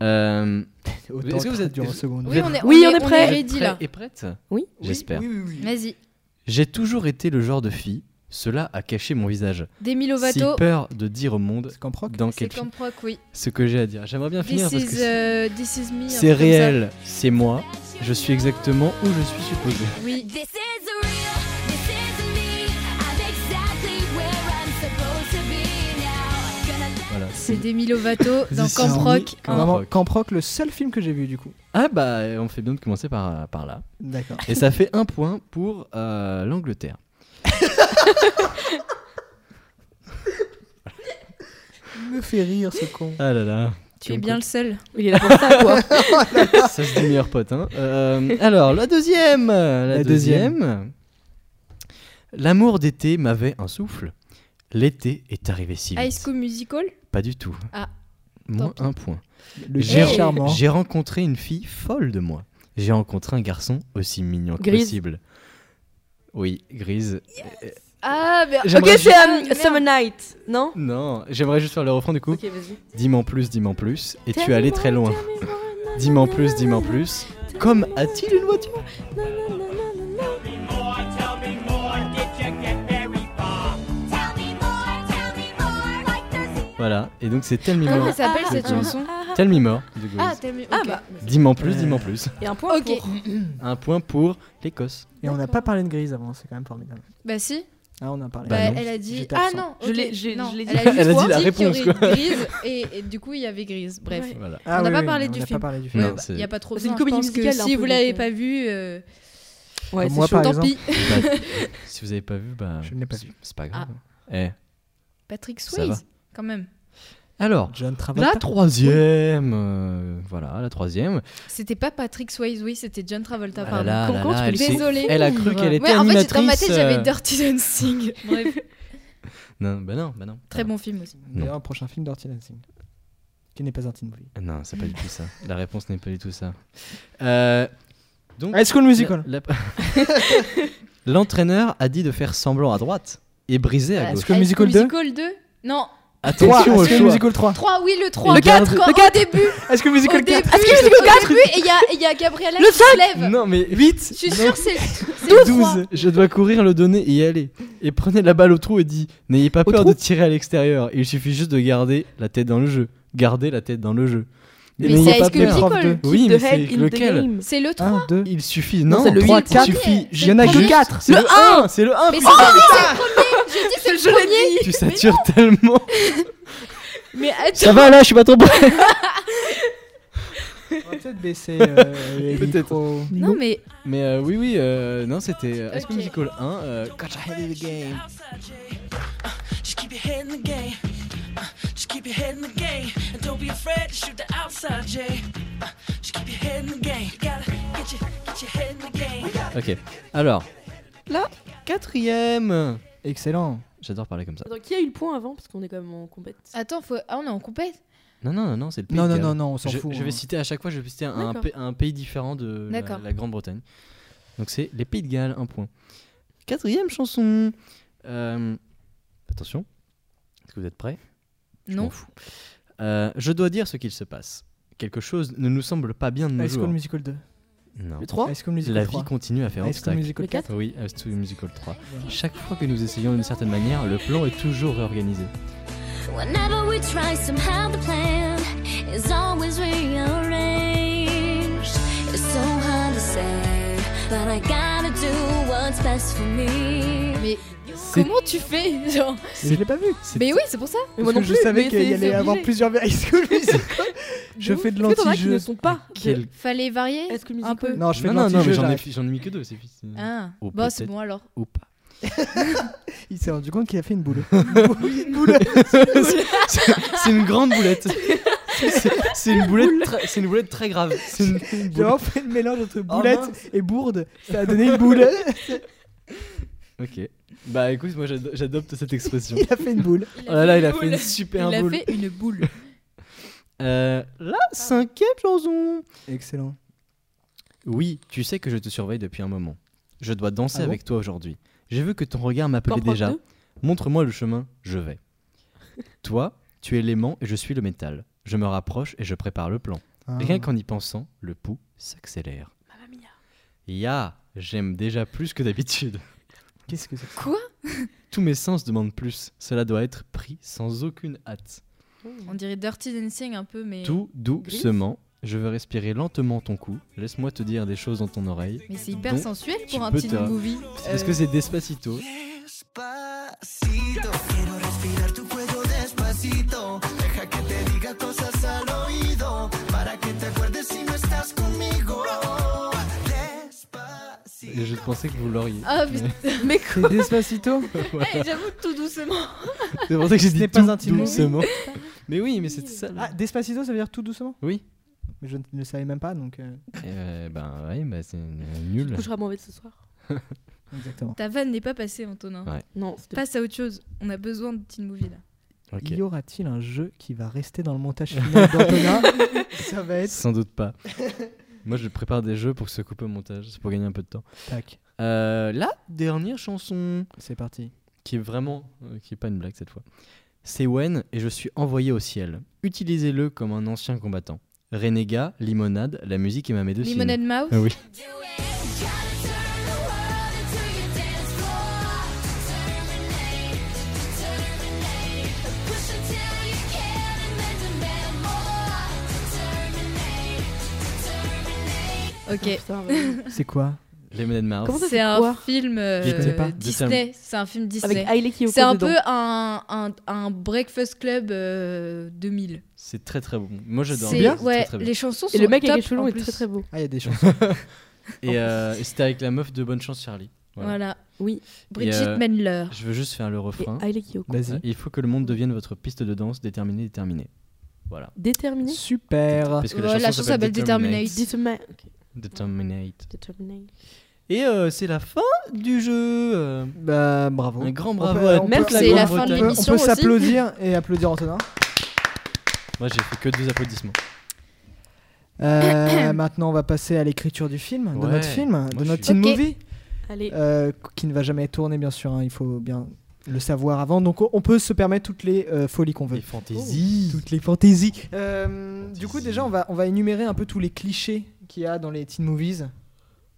Speaker 2: Euh,
Speaker 1: Autant
Speaker 2: Est-ce que vous
Speaker 1: très
Speaker 2: êtes
Speaker 1: dur en
Speaker 2: des-
Speaker 1: seconde.
Speaker 3: Oui, on est,
Speaker 4: Oui, on est
Speaker 3: on
Speaker 4: prêt.
Speaker 2: vous êtes
Speaker 3: ready,
Speaker 2: prêts
Speaker 3: là.
Speaker 2: et prête
Speaker 4: Oui.
Speaker 2: J'espère.
Speaker 1: Oui, oui, oui.
Speaker 3: Vas-y.
Speaker 2: J'ai toujours été le genre de fille, cela a caché mon visage.
Speaker 3: Demi
Speaker 2: Si
Speaker 3: Lovato.
Speaker 2: peur de dire au monde
Speaker 1: C'est qu'en proc.
Speaker 2: dans
Speaker 3: C'est
Speaker 2: quel
Speaker 3: comme proc, oui.
Speaker 2: ce que j'ai à dire. J'aimerais bien finir
Speaker 3: This
Speaker 2: parce que
Speaker 3: is,
Speaker 2: c'est-
Speaker 3: euh, this is me. un truc
Speaker 2: c'est
Speaker 3: comme ça.
Speaker 2: réel, c'est moi, je suis exactement où je suis supposé.
Speaker 3: Oui.
Speaker 5: This is real, this is me. I'm exactly where I'm supposed to be now. Gonna let
Speaker 2: Voilà.
Speaker 3: C'est Demi Lovato dans
Speaker 1: Ah
Speaker 2: This
Speaker 3: Camp
Speaker 2: is me.
Speaker 3: Rock.
Speaker 2: Camp
Speaker 3: hein.
Speaker 2: Rock.
Speaker 1: Vraiment, Camp Rock, le seul film que j'ai vu du coup.
Speaker 2: Ah bah on fait bien de commencer par, par là.
Speaker 1: D'accord.
Speaker 2: Et ça fait un point pour euh, l'Angleterre.
Speaker 1: Il me fait rire ce con.
Speaker 2: Ah là là.
Speaker 3: Tu es bien le seul.
Speaker 4: Il est là pour ça, quoi.
Speaker 2: Ça se dit meilleur pote. Hein. Euh, alors, la deuxième. La,
Speaker 1: La
Speaker 2: deuxième.
Speaker 1: deuxième.
Speaker 2: L'amour d'été m'avait un souffle. L'été est arrivé si vite.
Speaker 3: High School Musical.
Speaker 2: Pas du tout.
Speaker 3: Ah,
Speaker 2: Moins
Speaker 3: tant
Speaker 2: un point.
Speaker 1: Le chien
Speaker 2: J'ai
Speaker 1: charmant.
Speaker 2: j'ai rencontré une fille folle de moi. J'ai rencontré un garçon aussi mignon que
Speaker 4: Grise.
Speaker 2: possible. Oui, grise. Euh,
Speaker 3: Ah, mais.
Speaker 4: ok,
Speaker 2: J'aimerais
Speaker 4: c'est
Speaker 3: juste-
Speaker 4: um,
Speaker 3: Ah, merde.
Speaker 4: Summer Night, non
Speaker 2: Non, j'aimerais juste faire le refrain du coup.
Speaker 4: Ok, vas-y.
Speaker 2: Dis-m'en plus, dis-m'en plus. Et tu es allé très loin. Dis-m'en plus, dis-m'en plus. Comme a-t-il une voiture
Speaker 5: me tell me more, tell me more. Like there's
Speaker 2: Voilà, et donc c'est Tell Me
Speaker 3: Comment
Speaker 2: More.
Speaker 3: elle s'appelle cette
Speaker 2: Grise.
Speaker 3: chanson
Speaker 2: Tell Me More de Grise.
Speaker 3: Ah, t'as mis.
Speaker 4: Ah
Speaker 3: ok.
Speaker 4: bah,
Speaker 2: Dis-m'en plus, dis-m'en plus.
Speaker 4: et un point
Speaker 3: Ok.
Speaker 4: pour-
Speaker 2: Un point pour l'Écosse.
Speaker 1: Et on n'a pas parlé de Grise avant, c'est quand même formidable.
Speaker 3: Bah, si.
Speaker 1: Ah, on en a parlé.
Speaker 3: Bah,
Speaker 2: Bah non.
Speaker 3: elle a dit.
Speaker 1: J'étais
Speaker 3: Ah
Speaker 1: absent.
Speaker 3: non,
Speaker 4: Je
Speaker 3: ok,
Speaker 4: l'ai- j'ai-
Speaker 3: non,
Speaker 4: je l'ai dit.
Speaker 3: Elle a, juste
Speaker 2: Elle a dit
Speaker 3: dit
Speaker 2: la
Speaker 3: qu'il y
Speaker 2: réponse,
Speaker 3: aurait
Speaker 2: quoi.
Speaker 3: Grise et, et du coup, il y avait Grise. Bref.
Speaker 4: Ouais.
Speaker 2: Voilà.
Speaker 1: Ah
Speaker 3: on n'a
Speaker 1: oui,
Speaker 3: pas
Speaker 1: oui,
Speaker 3: parlé
Speaker 1: on
Speaker 3: du
Speaker 1: n'a
Speaker 3: film.
Speaker 1: pas parlé du film.
Speaker 3: Il
Speaker 2: Non,
Speaker 3: n'y
Speaker 2: c'est-
Speaker 3: a pas trop
Speaker 4: C'est une
Speaker 3: besoin.
Speaker 4: comédie
Speaker 3: je pense que
Speaker 4: musicale, un
Speaker 3: si
Speaker 4: peu,
Speaker 3: vous l'avez
Speaker 4: donc, euh,
Speaker 3: pas vu, euh,
Speaker 4: Ouais, c'est
Speaker 1: Moi,
Speaker 4: chaud.
Speaker 1: par
Speaker 3: tant
Speaker 1: exemple,
Speaker 3: pis.
Speaker 2: Bah, si vous avez pas vu, bah,
Speaker 1: Je ne l'ai pas
Speaker 2: c'est-
Speaker 1: vu.
Speaker 2: C'est pas grave.
Speaker 3: Ah.
Speaker 2: Eh.
Speaker 3: Patrick
Speaker 2: Ça va.
Speaker 3: Swayze, quand même.
Speaker 2: Alors,
Speaker 1: John Travolta.
Speaker 2: la troisième. euh, voilà, la troisième.
Speaker 3: C'était pas Patrick Swayze, oui, c'était John Travolta.
Speaker 2: Ah
Speaker 3: pardon.
Speaker 2: là là
Speaker 4: Comment
Speaker 2: là,
Speaker 4: tu peux
Speaker 2: elle
Speaker 4: le
Speaker 2: s'est-
Speaker 3: Désolée.
Speaker 2: Elle a cru qu'elle était
Speaker 3: Ouais, en fait,
Speaker 2: animatrice.
Speaker 3: dans ma tête,
Speaker 2: euh,
Speaker 3: j'avais Dirty Dancing. Bref,
Speaker 2: Non, bah non, bah non.
Speaker 3: très bon film aussi.
Speaker 1: D'ailleurs, un prochain film Dirty Dancing. Qui n'est pas un teen movie.
Speaker 2: Non, c'est pas du tout ça. La réponse n'est pas du tout ça. Euh, donc,
Speaker 1: High School Musical.
Speaker 2: la- la- L'entraîneur a dit de faire semblant à droite et briser à
Speaker 3: Voilà,
Speaker 2: gauche.
Speaker 1: que
Speaker 3: High
Speaker 1: Musical
Speaker 3: School Musical 2 Non,
Speaker 1: 3,
Speaker 2: Attention au
Speaker 1: High School
Speaker 2: choix.
Speaker 1: Musical 3.
Speaker 3: 3, oui, le 3.
Speaker 2: Le quatre,
Speaker 3: Au
Speaker 2: le
Speaker 3: début,
Speaker 1: High School
Speaker 3: au
Speaker 1: Musical
Speaker 3: début,
Speaker 1: 4.
Speaker 3: au début, et il y a, et il y a Gabriella
Speaker 4: Le
Speaker 3: qui se lève.
Speaker 2: Non, mais
Speaker 3: Je
Speaker 2: 8
Speaker 3: suis sûre que c'est c'est le 3.
Speaker 2: Je dois courir le donner et y aller. Et prenez la balle au trou et dit N'ayez pas peur
Speaker 1: trou
Speaker 2: de tirer à l'extérieur. Il suffit juste de garder la tête dans le jeu. Gardez la tête dans le jeu.
Speaker 3: Mais
Speaker 2: n'ayez
Speaker 3: c'est
Speaker 2: pas
Speaker 3: High School
Speaker 2: peur.
Speaker 3: Musical.
Speaker 1: Prof de-
Speaker 2: Oui, mais
Speaker 4: The Hell
Speaker 2: c'est
Speaker 4: in the
Speaker 2: lequel
Speaker 4: Game.
Speaker 3: C'est le 3.
Speaker 1: 1, 2.
Speaker 2: Il suffit.
Speaker 1: Non,
Speaker 2: Non,
Speaker 1: c'est le
Speaker 2: 3,
Speaker 1: huit, quatre.
Speaker 2: Il suffit.
Speaker 1: Il y en a
Speaker 3: premier.
Speaker 1: que 4.
Speaker 2: C'est le 1 C'est le 1
Speaker 3: Mais c'est le premier, c'est le premier. J'ai dit c'est le premier.
Speaker 2: Tu satures tellement
Speaker 3: Mais attends,
Speaker 2: Ça va là, je suis pas trop bon
Speaker 1: On va peut-être baisser euh, les
Speaker 2: Peut-être.
Speaker 1: micros.
Speaker 3: non mais
Speaker 2: Mais euh, oui, oui, euh, non, c'était euh, High School
Speaker 3: Ok.
Speaker 2: Musical 1. euh, Gotcha, head in the game.
Speaker 6: Uh, Just keep your head in the game. Uh, just keep your head in the game. And don't be afraid to shoot the outside, Jay. Uh, just keep your head in the game. You gotta get your, get your head in the game.
Speaker 2: Ok, alors. La quatrième
Speaker 1: Excellent.
Speaker 2: J'adore parler comme ça.
Speaker 4: Attends, qui a eu le point avant Parce qu'on est quand même en compète.
Speaker 3: attends, faut... ah, on est en compète.
Speaker 2: Non, non, non, non, c'est le pays
Speaker 1: Non,
Speaker 2: de
Speaker 1: non,
Speaker 2: Galles.
Speaker 1: non, non, on s'en
Speaker 2: je,
Speaker 1: fout.
Speaker 2: je vais
Speaker 1: hein.
Speaker 2: citer à chaque fois, je vais citer un,
Speaker 4: D'accord.
Speaker 2: pa- un pays différent de la,
Speaker 3: D'accord.
Speaker 2: la Grande-Bretagne. Donc c'est les Pays de Galles, un point. Quatrième chanson. Euh, attention. Est-ce que vous êtes prêts Je
Speaker 3: Non.
Speaker 2: m'en fous. Euh, je dois dire ce qu'il se passe. Quelque chose ne nous semble pas bien de nos
Speaker 1: High School
Speaker 2: jours.
Speaker 1: Musical 2.
Speaker 2: Non.
Speaker 4: Le 3
Speaker 1: High School
Speaker 2: La
Speaker 1: Musical
Speaker 2: vie
Speaker 1: 3.
Speaker 2: continue à faire
Speaker 1: High School
Speaker 2: obstacle.
Speaker 1: Musical
Speaker 4: Le
Speaker 1: 4.
Speaker 2: Oui, High School Musical 3. Chaque fois que nous essayons d'une certaine manière, le plan est toujours réorganisé.
Speaker 5: Whenever we try, somehow the plan is always rearranged. It's so hard to say, but I gotta do what's best for me.
Speaker 3: Mais
Speaker 2: C'est-
Speaker 3: comment tu fais genre
Speaker 1: Mais je l'ai pas vu.
Speaker 2: c'est-
Speaker 3: Mais oui, c'est pour ça.
Speaker 4: Mais
Speaker 1: Parce que je savais qu'il y allait avoir
Speaker 4: plus.
Speaker 1: plusieurs High School Musical. Je fais de
Speaker 4: qui ne
Speaker 1: l'anti-jeu.
Speaker 4: sont pas.
Speaker 2: Quel-
Speaker 3: Fallait varier
Speaker 4: Est-ce que
Speaker 3: un peu.
Speaker 4: musical
Speaker 1: Non, Ah, je fais
Speaker 2: Non,
Speaker 1: de
Speaker 2: non, non, mais
Speaker 1: l'anti-jeu.
Speaker 2: j'en ai,
Speaker 1: j'arrive.
Speaker 2: j'en ai mis que deux, c'est fini.
Speaker 3: Ah,
Speaker 2: Ou
Speaker 3: bah c'est
Speaker 2: peut-être-
Speaker 3: bon alors.
Speaker 2: Ou pas.
Speaker 1: Il s'est rendu compte qu'il a fait une boule.
Speaker 2: C'est c'est une grande boulette. C'est- C'est une boulette, très- c'est une boulette très grave. C'est une- une
Speaker 1: J'ai
Speaker 2: boulette.
Speaker 1: vraiment fait le mélange entre
Speaker 2: Oh,
Speaker 1: boulette et bourde. Ça a donné une boule.
Speaker 2: Ok. Bah écoute, moi j'ado- j'adopte cette expression.
Speaker 1: Il a fait une boule.
Speaker 2: Oh là là, il a fait
Speaker 3: boule.
Speaker 2: une super
Speaker 3: Il a
Speaker 2: boule.
Speaker 3: fait une boule.
Speaker 2: Euh, la cinquième chanson.
Speaker 1: Excellent.
Speaker 2: Oui, tu sais que je te surveille depuis un moment. je dois danser
Speaker 1: Ah bon
Speaker 2: avec toi aujourd'hui. J'ai vu que ton regard m'appelait
Speaker 4: T'en prends
Speaker 2: déjà.
Speaker 4: deux
Speaker 2: Montre-moi le chemin, je vais. toi, tu es l'aimant et je suis le métal. Je me rapproche et je prépare le plan.
Speaker 1: Ah.
Speaker 2: Rien qu'en y pensant, le pouls s'accélère.
Speaker 4: Mamma mia.
Speaker 2: Ya, j'aime déjà plus que d'habitude.
Speaker 1: Qu'est-ce que c'est que ça
Speaker 3: Quoi
Speaker 2: Tous mes sens demandent plus. Cela doit être pris sans aucune hâte.
Speaker 3: On dirait Dirty Dancing un peu, mais.
Speaker 2: Tout doucement, je vais respirer lentement ton cou. Laisse-moi te dire des choses dans ton oreille.
Speaker 3: Mais c'est hyper
Speaker 2: Donc,
Speaker 3: sensuel
Speaker 2: tu
Speaker 3: pour un
Speaker 2: peux
Speaker 3: petit
Speaker 2: te-
Speaker 3: movie.
Speaker 2: C'est Parce que c'est Despacito.
Speaker 7: Despacito, quiero respirar tu cuello despacito. Deja que te diga cosas al oído para que te acuerdes si no estás conmigo.
Speaker 2: Et je
Speaker 7: Despacito.
Speaker 2: pensais que vous l'auriez.
Speaker 3: Ah putain, mais
Speaker 1: C'est Despacito
Speaker 2: Voilà.
Speaker 3: quoi J'avoue tout doucement.
Speaker 2: C'est pour ça que j'ai dit
Speaker 1: n'est pas
Speaker 2: tout
Speaker 1: un petit movie.
Speaker 2: doucement. Mais oui, mais c'est ça.
Speaker 1: Ah, Despacito, ça veut dire tout doucement
Speaker 2: Oui.
Speaker 1: Mais je ne le savais même pas, donc. euh,
Speaker 2: Euh, ben ouais, bah, c'est euh,
Speaker 4: Tu
Speaker 2: nul.
Speaker 4: te coucheras mauvais ce soir.
Speaker 1: Exactement.
Speaker 3: Ta vanne n'est pas passée, Antonin.
Speaker 2: Ouais.
Speaker 4: Non, c'était
Speaker 3: Passe à autre chose. On a besoin de teen movie là.
Speaker 2: Ok.
Speaker 1: Y aura-t-il un jeu qui va rester dans le montage final d'Antonin Ça va être.
Speaker 2: Sans doute pas. Moi, je prépare des jeux pour que ça coupe au montage. C'est pour gagner un peu de temps.
Speaker 1: Tac,
Speaker 2: Euh, la dernière chanson.
Speaker 1: c'est parti.
Speaker 2: qui est vraiment, euh, qui est pas une blague cette fois. C'est Wen et je suis envoyé au ciel. Utilisez-le comme un ancien combattant. Renégat, limonade, la musique est ma médecine.
Speaker 3: Lemonade Mouth
Speaker 2: Ah oui.
Speaker 5: Do it. Gotta turn the world into your dance floor. Terminate, terminate. Push until you can and then demand more. Terminate, terminate.
Speaker 2: Euh,
Speaker 3: Ok.
Speaker 4: Putain, vraiment.
Speaker 1: C'est quoi
Speaker 2: Lemonade Mouth.
Speaker 4: Comment ça
Speaker 3: C'est
Speaker 4: fait
Speaker 3: un
Speaker 4: quoi
Speaker 3: film euh,
Speaker 2: Je
Speaker 1: connais pas.
Speaker 3: Disney. C'est un film
Speaker 4: Avec
Speaker 3: Disney.
Speaker 4: Hailey Kiyoko
Speaker 3: C'est un
Speaker 4: dedans.
Speaker 3: peu un, un, un Breakfast Club euh, 2000.
Speaker 2: C'est très très bon. Moi j'adore.
Speaker 3: C'est-
Speaker 2: Bien.
Speaker 3: ouais,
Speaker 2: Très, très bien.
Speaker 3: les chansons sont
Speaker 4: Et le mec
Speaker 3: top,
Speaker 4: avec les cheveux longs
Speaker 3: en
Speaker 4: est
Speaker 3: plus.
Speaker 4: très très beau.
Speaker 1: Ah, il y a des chansons.
Speaker 2: Et, euh, et c'était avec la meuf de Bonne Chance Charlie. Voilà.
Speaker 3: Voilà.
Speaker 4: Oui.
Speaker 3: Bridget
Speaker 2: euh,
Speaker 3: Mendler.
Speaker 2: Je veux juste faire le
Speaker 4: Et
Speaker 2: refrain.
Speaker 4: Hailey Kiyoko.
Speaker 1: Vas-y.
Speaker 2: Euh, Il faut que le monde devienne votre piste de danse déterminée, déterminée. Voilà.
Speaker 4: Déterminé
Speaker 1: Super.
Speaker 2: Parce que
Speaker 3: Ouais, la
Speaker 2: la
Speaker 3: chanson
Speaker 2: chanson
Speaker 3: s'appelle
Speaker 2: s'appelle
Speaker 3: Determinate.
Speaker 2: Determinate.
Speaker 4: Déterminé. Ok,
Speaker 2: Determinate.
Speaker 4: Déterminé.
Speaker 2: Et euh, c'est la fin du jeu. euh.
Speaker 1: Bah, bravo.
Speaker 2: Un grand
Speaker 1: On
Speaker 2: bravo
Speaker 1: peut-
Speaker 2: à
Speaker 1: on
Speaker 2: toute
Speaker 1: peut-
Speaker 3: C'est la fin de
Speaker 1: on peut-
Speaker 3: l'émission.
Speaker 1: On peut
Speaker 3: aussi.
Speaker 1: s'applaudir et applaudir Antonin.
Speaker 2: Moi j'ai fait que deux applaudissements.
Speaker 1: Euh, maintenant, on va passer à l'écriture du film, de
Speaker 2: Ouais.
Speaker 1: notre film, de
Speaker 2: je
Speaker 1: notre
Speaker 2: suis-
Speaker 1: teen
Speaker 3: Ok.
Speaker 1: movie,
Speaker 4: Allez.
Speaker 1: euh, qui ne va jamais tourner, bien sûr. hein, il faut bien le savoir avant. Donc, on peut se permettre toutes les euh, folies qu'on veut. Oh,
Speaker 2: Les fantaisies.
Speaker 1: Toutes les fantaisies. Euh, du coup, déjà, on va, on va énumérer un peu tous les clichés qu'il y a dans les teen movies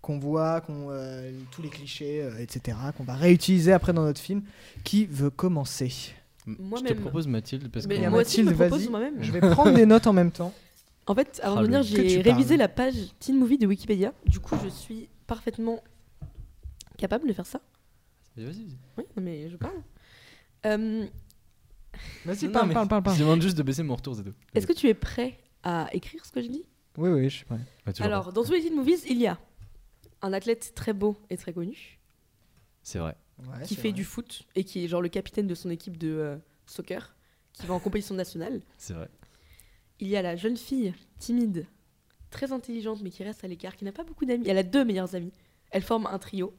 Speaker 1: qu'on voit, qu'on, euh, tous les clichés, euh, etc., qu'on va réutiliser après dans notre film. Qui veut commencer
Speaker 2: M- Je
Speaker 4: Moi-même.
Speaker 2: te propose Mathilde parce
Speaker 4: Mais
Speaker 2: que
Speaker 4: moi aussi, je me
Speaker 1: Mathilde,
Speaker 4: propose
Speaker 1: vas-y.
Speaker 4: moi-même.
Speaker 1: Je vais prendre des notes en même temps.
Speaker 4: En fait, avant
Speaker 2: Ah,
Speaker 4: de venir,
Speaker 2: le-
Speaker 1: que
Speaker 4: j'ai
Speaker 1: tu parles.
Speaker 4: révisé la page Teen Movie de Wikipédia. Du coup, je suis parfaitement capable de faire ça.
Speaker 2: Vas-y, vas-y.
Speaker 4: Oui, non, mais je parle. Euh,
Speaker 1: Vas-y,
Speaker 2: Non,
Speaker 1: parle,
Speaker 2: mais-
Speaker 1: parle, parle, parle.
Speaker 2: Je demande juste de baisser mon retour, c'est tout.
Speaker 4: Est-ce que tu es prêt à écrire ce que je dis
Speaker 1: Oui, oui, je suis prêt.
Speaker 4: Alors, dans tous les teen movies, il y a un athlète très beau et très connu
Speaker 2: c'est vrai.
Speaker 4: qui fait du foot et qui est genre le capitaine de son équipe de euh, soccer qui va en compétition nationale.
Speaker 2: C'est vrai.
Speaker 4: Il y a la jeune fille timide, très intelligente mais qui reste à l'écart, qui n'a pas beaucoup d'amis. Elle a deux meilleures amies. Elle forme un trio.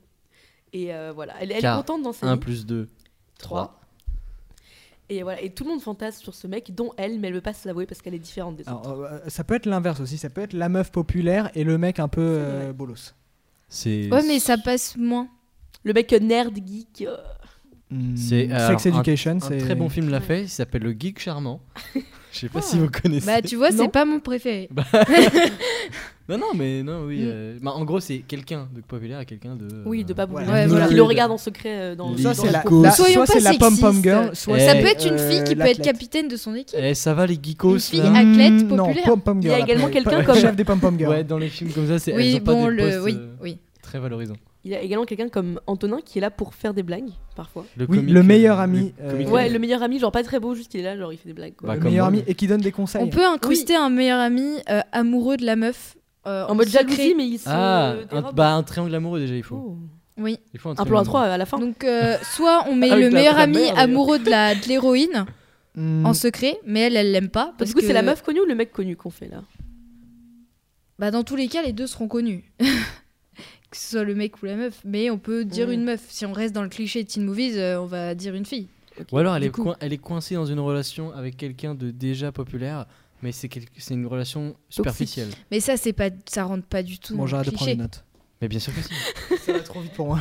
Speaker 4: Et euh, voilà, elle, elle est
Speaker 2: Car
Speaker 4: contente dans sa
Speaker 2: 1
Speaker 4: vie.
Speaker 2: plus 2,
Speaker 4: Trois.
Speaker 2: 3.
Speaker 4: Et voilà, et tout le monde fantasme sur ce mec, dont elle, mais elle veut pas se l'avouer parce qu'elle est différente des autres.
Speaker 1: Alors, euh, ça peut être l'inverse aussi. Ça peut être la meuf populaire et le mec un peu euh,
Speaker 4: vrai.
Speaker 1: bolos.
Speaker 2: C'est.
Speaker 3: Ouais, mais ça passe moins.
Speaker 4: Le mec nerd geek. euh,
Speaker 1: Mm,
Speaker 2: C'est, euh,
Speaker 1: Sex
Speaker 2: alors,
Speaker 1: Education,
Speaker 2: Un
Speaker 1: c'est
Speaker 2: très bon film l'a fait, il s'appelle Le Geek Charmant. Je sais pas si vous connaissez.
Speaker 3: Bah, tu vois,
Speaker 4: Non.
Speaker 3: c'est pas mon préféré.
Speaker 2: Non, non, mais non, oui.
Speaker 3: Mm.
Speaker 2: euh, bah, en gros, c'est quelqu'un de populaire à quelqu'un de.
Speaker 4: Oui, de pas
Speaker 1: voilà.
Speaker 4: vouloir.
Speaker 3: Ouais,
Speaker 4: qui
Speaker 3: voilà.
Speaker 4: le regarde en secret euh, dans
Speaker 1: Ça,
Speaker 4: dans
Speaker 1: c'est
Speaker 4: le
Speaker 1: la,
Speaker 4: cours.
Speaker 1: la- soit
Speaker 3: Soyons pas
Speaker 1: c'est la pom pom
Speaker 3: sexistes.
Speaker 1: girl, soit
Speaker 2: Eh.
Speaker 1: c'est,
Speaker 3: Ça peut être une fille
Speaker 1: euh,
Speaker 3: qui peut être
Speaker 1: l'athlète.
Speaker 3: capitaine de son équipe.
Speaker 2: Eh, ça va les geekos
Speaker 3: Une fille
Speaker 2: là.
Speaker 3: athlète
Speaker 1: Mm, non,
Speaker 3: populaire.
Speaker 1: pom pom
Speaker 4: Il y
Speaker 1: girl.
Speaker 4: a également
Speaker 1: après.
Speaker 4: quelqu'un
Speaker 1: Pas-
Speaker 4: comme-
Speaker 1: chef des pom pom girls.
Speaker 2: Ouais, dans les films comme ça, c'est elles
Speaker 3: Oui,
Speaker 2: ont pas
Speaker 3: bon,
Speaker 2: des
Speaker 3: le.
Speaker 2: postes,
Speaker 3: Oui,
Speaker 2: euh,
Speaker 3: oui.
Speaker 2: très valorisants.
Speaker 4: Il y a également quelqu'un comme Antonin qui est là pour faire des blagues parfois.
Speaker 1: Oui,
Speaker 2: comique,
Speaker 1: le
Speaker 2: euh,
Speaker 1: meilleur ami,
Speaker 2: le
Speaker 1: euh,
Speaker 2: comique,
Speaker 4: Ouais,
Speaker 1: Oui.
Speaker 4: le meilleur ami, genre pas très beau, juste il est là, genre il fait des blagues. Quoi.
Speaker 2: Bah,
Speaker 1: le
Speaker 2: comme
Speaker 1: meilleur
Speaker 2: moi.
Speaker 1: ami et qui donne des conseils.
Speaker 3: On peut incruster un meilleur ami euh, amoureux de la meuf. euh,
Speaker 4: en mode
Speaker 3: secret.
Speaker 4: jalousie, mais ils sont.
Speaker 2: Ah,
Speaker 4: euh, des
Speaker 2: un,
Speaker 4: robes.
Speaker 2: bah, un triangle amoureux déjà, il faut.
Speaker 4: Oh.
Speaker 3: Oui.
Speaker 2: Il faut un,
Speaker 4: Un
Speaker 2: triangle
Speaker 4: plan à
Speaker 2: amoureux.
Speaker 4: trois à la fin.
Speaker 3: Donc, euh, soit on met
Speaker 2: Avec
Speaker 3: le
Speaker 2: la-
Speaker 3: meilleur
Speaker 2: la
Speaker 3: ami
Speaker 2: mère, d'ailleurs.
Speaker 3: amoureux de la de l'héroïne
Speaker 1: Mm,
Speaker 3: en secret, mais elle, elle l'aime pas. Parce
Speaker 4: Bah, du coup,
Speaker 3: que-
Speaker 4: c'est la meuf connue ou le mec connu qu'on fait là
Speaker 3: Bah, dans tous les cas, les deux seront connus. que ce soit le mec ou la meuf. Mais on peut dire
Speaker 4: Mm.
Speaker 3: une meuf. Si on reste dans le cliché teen movies, euh, on va dire une fille.
Speaker 2: Ou alors elle
Speaker 3: Du
Speaker 2: est,
Speaker 3: coup-
Speaker 2: coin- elle est coincée dans une relation avec quelqu'un de déjà populaire, mais c'est quel- c'est une relation superficielle.
Speaker 3: Mais ça, c'est pas, ça rentre pas du tout.
Speaker 1: Bon,
Speaker 3: dans le
Speaker 1: j'arrête de prendre
Speaker 3: cliché.
Speaker 1: des notes.
Speaker 2: Mais bien sûr que si.
Speaker 1: Ça va trop vite pour moi.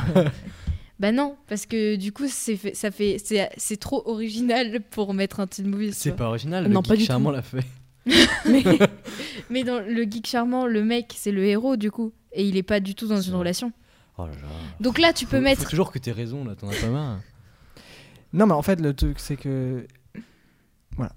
Speaker 3: Bah non, parce que du coup, c'est fait- ça fait, c'est, c'est trop original pour mettre un teen movie.
Speaker 2: C'est
Speaker 3: tu vois.
Speaker 2: pas original.
Speaker 4: Non,
Speaker 2: Non,
Speaker 4: pas
Speaker 2: pas
Speaker 4: du
Speaker 2: Charmant l'a fait.
Speaker 4: Mais
Speaker 3: Mais dans le geek charmant, le mec, c'est le héros du coup, et il est pas du tout dans
Speaker 2: C'est
Speaker 3: une
Speaker 2: vrai.
Speaker 3: relation.
Speaker 2: Oh là là.
Speaker 3: Donc là, tu peux
Speaker 2: Faut-
Speaker 3: mettre.
Speaker 2: Faut toujours que t'aies raison là, t'en as pas marre.
Speaker 1: Non, mais en fait, le truc, c'est que. Voilà.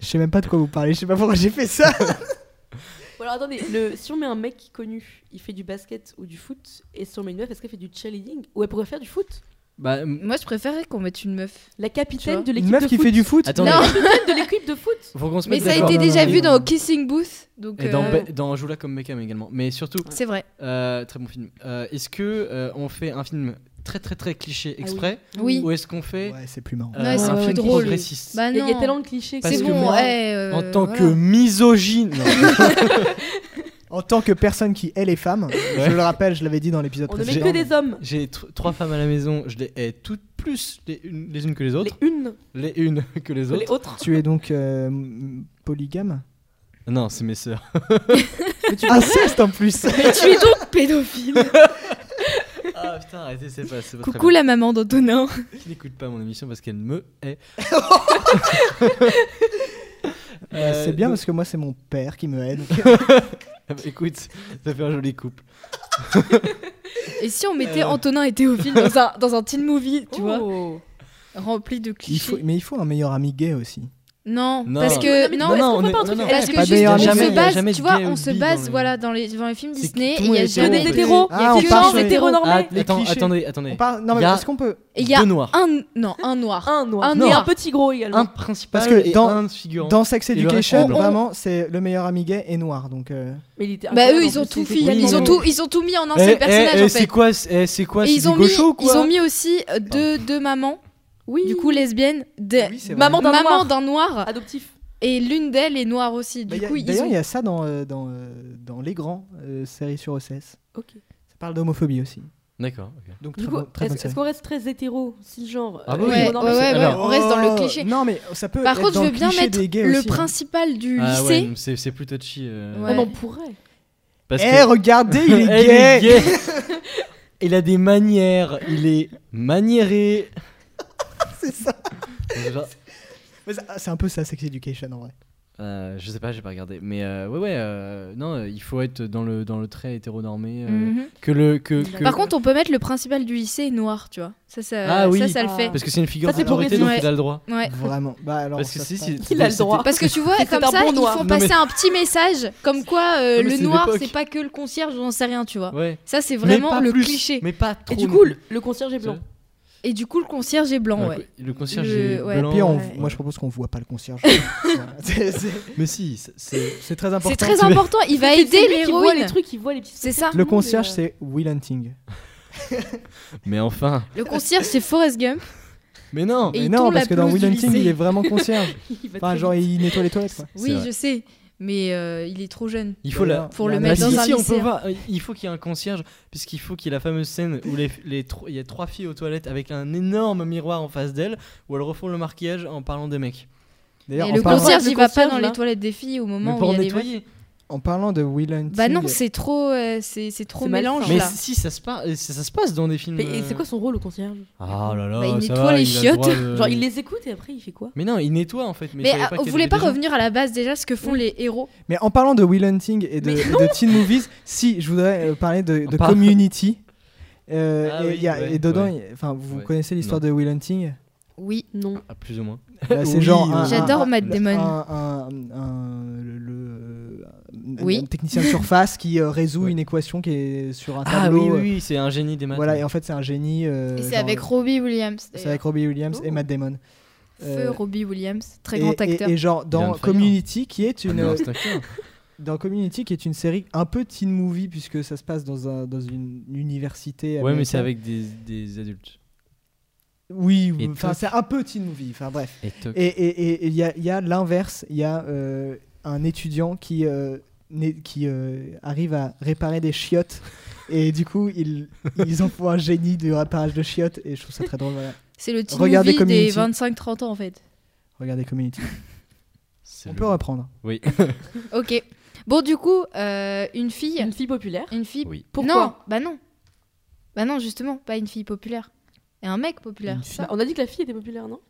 Speaker 1: Je sais même pas de quoi vous parlez, je sais pas pourquoi j'ai fait ça.
Speaker 4: Bon, alors attendez, le, si on met un mec connu, il fait du basket ou du foot, et si on met une meuf, est-ce qu'elle fait du cheerleading Ou elle pourrait faire du foot
Speaker 2: Bah, m-
Speaker 3: Moi, je préférais qu'on mette une meuf.
Speaker 4: La
Speaker 3: Tu vois
Speaker 4: capitaine de
Speaker 1: Une
Speaker 4: l'équipe
Speaker 1: meuf
Speaker 4: de
Speaker 1: qui
Speaker 4: foot.
Speaker 1: fait du foot
Speaker 2: attendez.
Speaker 3: Non,
Speaker 4: de l'équipe de foot
Speaker 2: Faut qu'on se
Speaker 3: mais
Speaker 2: mette
Speaker 3: ça a
Speaker 2: d'accord.
Speaker 3: été
Speaker 1: non,
Speaker 3: déjà
Speaker 1: non,
Speaker 3: vu
Speaker 1: non.
Speaker 3: dans Kissing Booth, donc.
Speaker 2: Et dans,
Speaker 3: euh,
Speaker 2: Be- dans Joue-la comme Beckham également. Mais surtout,
Speaker 3: C'est vrai.
Speaker 2: euh, très bon film. Euh, est-ce que euh, on fait un film très très très cliché exprès
Speaker 3: Oui.
Speaker 2: ou est-ce qu'on fait
Speaker 1: Ouais, c'est plus marrant.
Speaker 2: euh,
Speaker 3: Ouais, c'est
Speaker 2: un
Speaker 4: plus
Speaker 2: film
Speaker 3: drôle.
Speaker 2: progressiste
Speaker 3: Bah
Speaker 4: Il y
Speaker 3: non.
Speaker 4: a- il y a tellement de clichés.
Speaker 2: Parce
Speaker 3: c'est
Speaker 2: que
Speaker 3: bon.
Speaker 2: moi,
Speaker 3: ouais, euh,
Speaker 2: En tant
Speaker 3: voilà.
Speaker 4: Ah.
Speaker 2: que misogyne. Non.
Speaker 1: En tant que personne qui hait les femmes,
Speaker 2: Ouais.
Speaker 1: je le rappelle, je l'avais dit dans l'épisode
Speaker 4: On ne met
Speaker 1: précédent.
Speaker 4: que des hommes.
Speaker 2: J'ai tr- trois femmes à la maison, je les hais toutes plus les unes, les unes que les
Speaker 4: Les
Speaker 2: autres.
Speaker 4: unes,
Speaker 2: Les unes que les
Speaker 4: les
Speaker 2: autres.
Speaker 4: autres.
Speaker 1: Tu es donc euh, m- polygame
Speaker 2: Non, c'est mes sœurs.
Speaker 1: Inceste en
Speaker 4: Euh,
Speaker 1: plus
Speaker 3: Mais tu es donc pédophile.
Speaker 2: Ah putain, arrêtez, c'est pas, c'est pas très
Speaker 3: Coucou la maman
Speaker 2: bien.
Speaker 3: d'Antonin.
Speaker 2: Qui n'écoute pas mon émission parce qu'elle me hait.
Speaker 1: Bah,
Speaker 2: Euh,
Speaker 1: C'est bien
Speaker 2: donc-
Speaker 1: parce que moi, c'est mon père qui me hait. donc-
Speaker 2: Ah bah, Écoute, ça fait un joli couple.
Speaker 3: Et si on mettait
Speaker 2: Euh.
Speaker 3: Antonin et Théophile dans un, dans un teen movie, tu vois,
Speaker 4: Oh.
Speaker 3: rempli de
Speaker 1: Il
Speaker 3: clichés
Speaker 1: faut- mais il faut un meilleur ami gay aussi.
Speaker 3: Non,
Speaker 2: Non.
Speaker 3: parce que
Speaker 4: Mais
Speaker 3: non, Eh,
Speaker 4: non,
Speaker 2: on
Speaker 4: qu'on fait
Speaker 2: est-
Speaker 4: pas un truc
Speaker 3: parce que
Speaker 1: Pas de
Speaker 3: juste
Speaker 1: meilleur
Speaker 3: on
Speaker 1: ami.
Speaker 2: Jamais,
Speaker 3: se
Speaker 2: il y a
Speaker 3: base,
Speaker 2: jamais de
Speaker 3: tu vois,
Speaker 2: gay
Speaker 3: on
Speaker 2: ou
Speaker 3: se
Speaker 2: de bi
Speaker 3: base
Speaker 2: dans les-
Speaker 3: voilà dans les dans les films
Speaker 2: C'est
Speaker 3: Disney,
Speaker 2: tout
Speaker 3: et
Speaker 2: le
Speaker 3: il
Speaker 2: monde
Speaker 3: y a
Speaker 2: est hétéro, en
Speaker 3: jamais
Speaker 2: fait.
Speaker 3: d'hétéro, il y
Speaker 1: Ah,
Speaker 3: a
Speaker 1: on
Speaker 3: que
Speaker 1: part
Speaker 3: des
Speaker 1: sur les-
Speaker 3: hétéronormés
Speaker 1: Ah, Les
Speaker 2: attends,
Speaker 1: clichés.
Speaker 2: attendez,
Speaker 1: On
Speaker 2: attendez.
Speaker 1: parle- Non, mais
Speaker 2: Y a-
Speaker 1: est-ce qu'on peut
Speaker 3: et il y a
Speaker 2: Deux noirs.
Speaker 3: un non, un noir.
Speaker 4: Un noir.
Speaker 3: Un
Speaker 4: Un
Speaker 3: noir.
Speaker 4: noir. un petit gros également.
Speaker 2: Un principal
Speaker 1: Parce que
Speaker 2: et
Speaker 1: dans-
Speaker 2: un figurant.
Speaker 1: Dans Sex
Speaker 2: Et le reste,
Speaker 1: Education,
Speaker 2: c'est blanc.
Speaker 1: vraiment, c'est le meilleur ami gay et noir. Donc, euh,
Speaker 4: Mais il était
Speaker 3: Bah
Speaker 4: incroyable,
Speaker 3: eux,
Speaker 4: en
Speaker 3: ils ont
Speaker 4: plus,
Speaker 3: tout
Speaker 4: il
Speaker 3: fait,
Speaker 4: était
Speaker 2: Oui,
Speaker 3: ils ont
Speaker 2: Ah, mais-
Speaker 3: tout ils ont tout mis en un
Speaker 2: Eh,
Speaker 3: seul
Speaker 2: eh, eh,
Speaker 3: personnage en
Speaker 2: c'est
Speaker 3: fait.
Speaker 2: quoi, eh, c'est quoi,
Speaker 3: Et
Speaker 2: c'est
Speaker 3: ils ont
Speaker 2: du
Speaker 3: mis
Speaker 2: gaucho, quoi
Speaker 3: ils ont mis aussi euh, deux deux mamans
Speaker 4: Oui.
Speaker 3: du coup lesbiennes de-
Speaker 1: Oui, c'est vrai.
Speaker 3: maman d'un
Speaker 4: Maman
Speaker 3: noir.
Speaker 4: Ah, adoptif.
Speaker 3: et l'une d'elles est noire aussi.
Speaker 1: bah,
Speaker 3: Du
Speaker 1: y a-
Speaker 3: coup, ils
Speaker 1: D'ailleurs, il y
Speaker 3: ont
Speaker 1: a ça dans, euh, dans, euh, dans Les Grands, euh, série sur OCS.
Speaker 4: Ok.
Speaker 1: Ça parle d'homophobie aussi.
Speaker 2: D'accord. ok.
Speaker 1: Donc,
Speaker 4: Du
Speaker 1: très,
Speaker 4: coup,
Speaker 1: bon- très
Speaker 4: est-ce
Speaker 1: bonne série.
Speaker 4: est-ce qu'on reste très hétéro, cisgenre
Speaker 2: Ah
Speaker 4: euh,
Speaker 2: bah oui.
Speaker 3: Ouais,
Speaker 4: hétéronormé
Speaker 3: ouais, ouais,
Speaker 2: Alors-
Speaker 3: on reste dans le cliché.
Speaker 1: Oh. Non, mais ça peut.
Speaker 3: Par
Speaker 1: être
Speaker 3: contre, je
Speaker 1: dans
Speaker 3: veux
Speaker 1: le
Speaker 3: bien
Speaker 1: cliché
Speaker 3: mettre
Speaker 1: des gays
Speaker 3: le
Speaker 1: aussi, hein.
Speaker 3: principal du
Speaker 2: Ah ouais,
Speaker 3: lycée.
Speaker 2: non, c'est c'est plus touchy. euh,
Speaker 3: Ouais.
Speaker 4: Ah, mais on pourrait.
Speaker 2: Parce
Speaker 1: Eh,
Speaker 2: que-
Speaker 1: regardez, il
Speaker 2: Eh,
Speaker 1: est
Speaker 2: il est
Speaker 1: gay.
Speaker 2: gay. Il a des manières, il est maniéré.
Speaker 1: C'est ça.
Speaker 2: Genre,
Speaker 1: Mais ça- C'est un peu ça, Sex Education en vrai.
Speaker 2: euh, je sais pas, j'ai pas regardé, mais euh, ouais ouais, euh, non, euh, il faut être dans le dans le trait hétéronormé euh,
Speaker 3: Mhm.
Speaker 2: que le que, que-
Speaker 3: Par contre, on peut mettre le principal du lycée noir, tu vois. Ça, ça,
Speaker 2: Ah oui.
Speaker 3: ça, ça le
Speaker 4: Ah.
Speaker 3: fait.
Speaker 2: parce que c'est une figure
Speaker 4: Ça, c'est pour
Speaker 2: d'autorité donc
Speaker 3: résumer.
Speaker 2: il a le droit.
Speaker 3: Ouais.
Speaker 1: Vraiment. Bah alors.
Speaker 2: Parce que
Speaker 1: ça,
Speaker 2: si
Speaker 1: c'est
Speaker 2: si
Speaker 1: pas-
Speaker 4: Il a le
Speaker 2: c'était-
Speaker 4: droit.
Speaker 3: Parce que tu vois,
Speaker 4: C'est
Speaker 3: comme
Speaker 4: un
Speaker 3: ça,
Speaker 4: bon
Speaker 3: ils
Speaker 4: noir.
Speaker 3: font
Speaker 2: Non,
Speaker 3: passer
Speaker 2: mais-
Speaker 3: un petit message comme quoi
Speaker 2: Non,
Speaker 3: euh,
Speaker 2: mais
Speaker 3: le
Speaker 2: c'est
Speaker 3: noir,
Speaker 2: l'époque.
Speaker 3: c'est pas que le concierge, j'en sais rien, tu vois.
Speaker 2: Ouais.
Speaker 3: Ça, c'est
Speaker 2: Mais
Speaker 3: vraiment
Speaker 2: pas
Speaker 3: le
Speaker 2: plus,
Speaker 3: cliché.
Speaker 2: Mais pas trop.
Speaker 4: Et du
Speaker 2: non
Speaker 4: coup,
Speaker 2: plus.
Speaker 4: le, le concierge est blanc.
Speaker 3: Et du coup, le concierge est blanc, ouais.
Speaker 2: Le concierge
Speaker 3: Le-
Speaker 2: est
Speaker 3: ouais.
Speaker 2: blanc.
Speaker 1: Puis on-
Speaker 3: Ouais.
Speaker 1: moi je propose qu'on voit pas le concierge. Voilà. C'est- c'est-
Speaker 2: Mais si, c'est- c'est
Speaker 1: C'est très important.
Speaker 3: C'est très important, il va
Speaker 4: C'est
Speaker 3: aider
Speaker 4: lui qui voit les
Speaker 3: l'héroïne.
Speaker 4: trucs, il voit les petits.
Speaker 3: C'est ça.
Speaker 1: Le concierge
Speaker 4: Mais,
Speaker 1: c'est Will Hunting.
Speaker 2: mais enfin.
Speaker 3: Le concierge, c'est Forrest Gump.
Speaker 2: Mais non.
Speaker 3: Et
Speaker 1: Mais
Speaker 3: il
Speaker 1: non
Speaker 3: tourne la
Speaker 1: parce que dans
Speaker 3: pelouse
Speaker 1: Will
Speaker 3: du
Speaker 1: Hunting
Speaker 3: lycée.
Speaker 1: il est vraiment concierge.
Speaker 4: Il va
Speaker 1: Enfin
Speaker 4: très
Speaker 1: genre
Speaker 4: vite.
Speaker 1: il nettoie les toilettes. quoi.
Speaker 3: Oui,
Speaker 2: vrai.
Speaker 3: je sais, mais euh, il est trop jeune.
Speaker 2: Il faut la,
Speaker 3: Pour le
Speaker 1: Ah,
Speaker 3: mettre
Speaker 1: si,
Speaker 3: dans
Speaker 2: bah, si, si,
Speaker 3: un
Speaker 2: on
Speaker 3: lycée,
Speaker 2: peut
Speaker 3: hein.
Speaker 2: voir. euh, Il faut qu'il y ait un concierge, puisqu'il faut qu'il y ait la fameuse scène où les, les tro- il y a trois filles aux toilettes avec un énorme miroir en face d'elles, où elles refont le marquillage en parlant des mecs.
Speaker 1: D'ailleurs,
Speaker 3: Et
Speaker 1: en,
Speaker 3: le
Speaker 1: parlant,
Speaker 3: concierge,
Speaker 4: Le
Speaker 3: il va pas
Speaker 4: concierge,
Speaker 3: dans
Speaker 4: là.
Speaker 3: les toilettes des filles au
Speaker 2: Mais
Speaker 3: moment
Speaker 2: pour
Speaker 3: où il y a des meufs.
Speaker 2: nettoyer.
Speaker 1: en parlant de Will Hunting.
Speaker 3: Bah non, c'est trop, euh, c'est c'est trop
Speaker 4: C'est mal-
Speaker 3: mélange
Speaker 2: Mais
Speaker 3: là.
Speaker 2: si ça se passe, ça, ça se passe dans des films.
Speaker 4: Mais et
Speaker 2: euh,
Speaker 4: c'est quoi son rôle, le concierge
Speaker 2: Ah là là,
Speaker 3: Bah, il
Speaker 2: ça
Speaker 3: nettoie
Speaker 2: va,
Speaker 3: les
Speaker 2: il a le droit
Speaker 3: chiottes.
Speaker 2: de-
Speaker 4: Genre, il les écoute et après, il fait quoi
Speaker 2: Mais non, il nettoie en fait. Mais,
Speaker 3: Mais
Speaker 2: je savais
Speaker 3: ah,
Speaker 2: pas
Speaker 3: on
Speaker 2: qu'il y
Speaker 3: voulait
Speaker 2: avait
Speaker 3: pas
Speaker 2: des gens.
Speaker 3: revenir à la base déjà ce que font les héros.
Speaker 1: Mais en parlant de Will Hunting et de, et de teen movies, si je voudrais euh, parler de, de
Speaker 2: Par-
Speaker 1: Community. Euh,
Speaker 2: Ah
Speaker 1: et,
Speaker 2: oui,
Speaker 1: il y a-
Speaker 2: ouais,
Speaker 1: et dedans,
Speaker 2: ouais.
Speaker 1: il y a- enfin, vous
Speaker 2: Ouais.
Speaker 1: connaissez l'histoire de Will Hunting.
Speaker 3: Oui.
Speaker 4: Non.
Speaker 2: Ah, plus ou moins.
Speaker 1: Bah, c'est
Speaker 2: Oui,
Speaker 1: genre
Speaker 2: oui.
Speaker 1: un- un-
Speaker 3: J'adore
Speaker 1: un-
Speaker 3: Matt Damon.
Speaker 1: un- un- un- le, le- un-
Speaker 3: Oui.
Speaker 1: un technicien de surface qui euh, résout
Speaker 2: Ouais.
Speaker 1: une équation qui est sur un
Speaker 2: Ah
Speaker 1: tableau.
Speaker 2: oui, oui,
Speaker 1: euh,
Speaker 2: oui, c'est un génie des maths.
Speaker 1: Voilà, et en fait, c'est un génie. euh,
Speaker 3: Et c'est
Speaker 1: genre,
Speaker 3: avec Robbie Williams.
Speaker 1: c'est avec Robbie Williams et
Speaker 4: Ouh.
Speaker 1: Matt Damon.
Speaker 3: Feu
Speaker 1: euh,
Speaker 3: Robbie Williams, très
Speaker 1: Et-
Speaker 3: grand
Speaker 1: et-
Speaker 3: acteur.
Speaker 1: Et, genre
Speaker 2: Il
Speaker 1: dans
Speaker 2: vient de faillir.
Speaker 1: Community, qui est
Speaker 2: Ah,
Speaker 1: une,
Speaker 2: mais non, c'est un cœur.
Speaker 1: dans Community, qui est une série un peu teen movie, puisque ça se passe dans, un, dans une université.
Speaker 2: Ouais, mais
Speaker 1: américaine.
Speaker 2: c'est avec des, des adultes.
Speaker 1: Oui,
Speaker 2: Et
Speaker 1: enfin,
Speaker 2: Toc.
Speaker 1: c'est un peu teen movie, enfin bref.
Speaker 2: Et toc.
Speaker 1: Et et- et- et il y a, il y a l'inverse, il y a euh, un étudiant qui, euh, né- qui euh, arrive à réparer des chiottes. Et du coup, ils, ils en font un génie du réparage de chiottes. Et je trouve ça très drôle. Voilà.
Speaker 3: C'est le teen
Speaker 1: Regardez
Speaker 3: movie des
Speaker 1: Community.
Speaker 3: 25-30 ans en fait.
Speaker 1: Regardez Community.
Speaker 2: C'est
Speaker 1: On
Speaker 2: le-
Speaker 1: peut reprendre.
Speaker 2: Oui.
Speaker 3: Ok. Bon, du coup, euh, une fille.
Speaker 4: Une fille populaire.
Speaker 3: Une fille.
Speaker 2: Oui.
Speaker 4: Pourquoi
Speaker 3: non, bah non. Bah non, justement, pas une fille populaire. Et un mec populaire.
Speaker 2: Une
Speaker 3: Ça.
Speaker 4: Bah, on a dit que la fille était populaire, non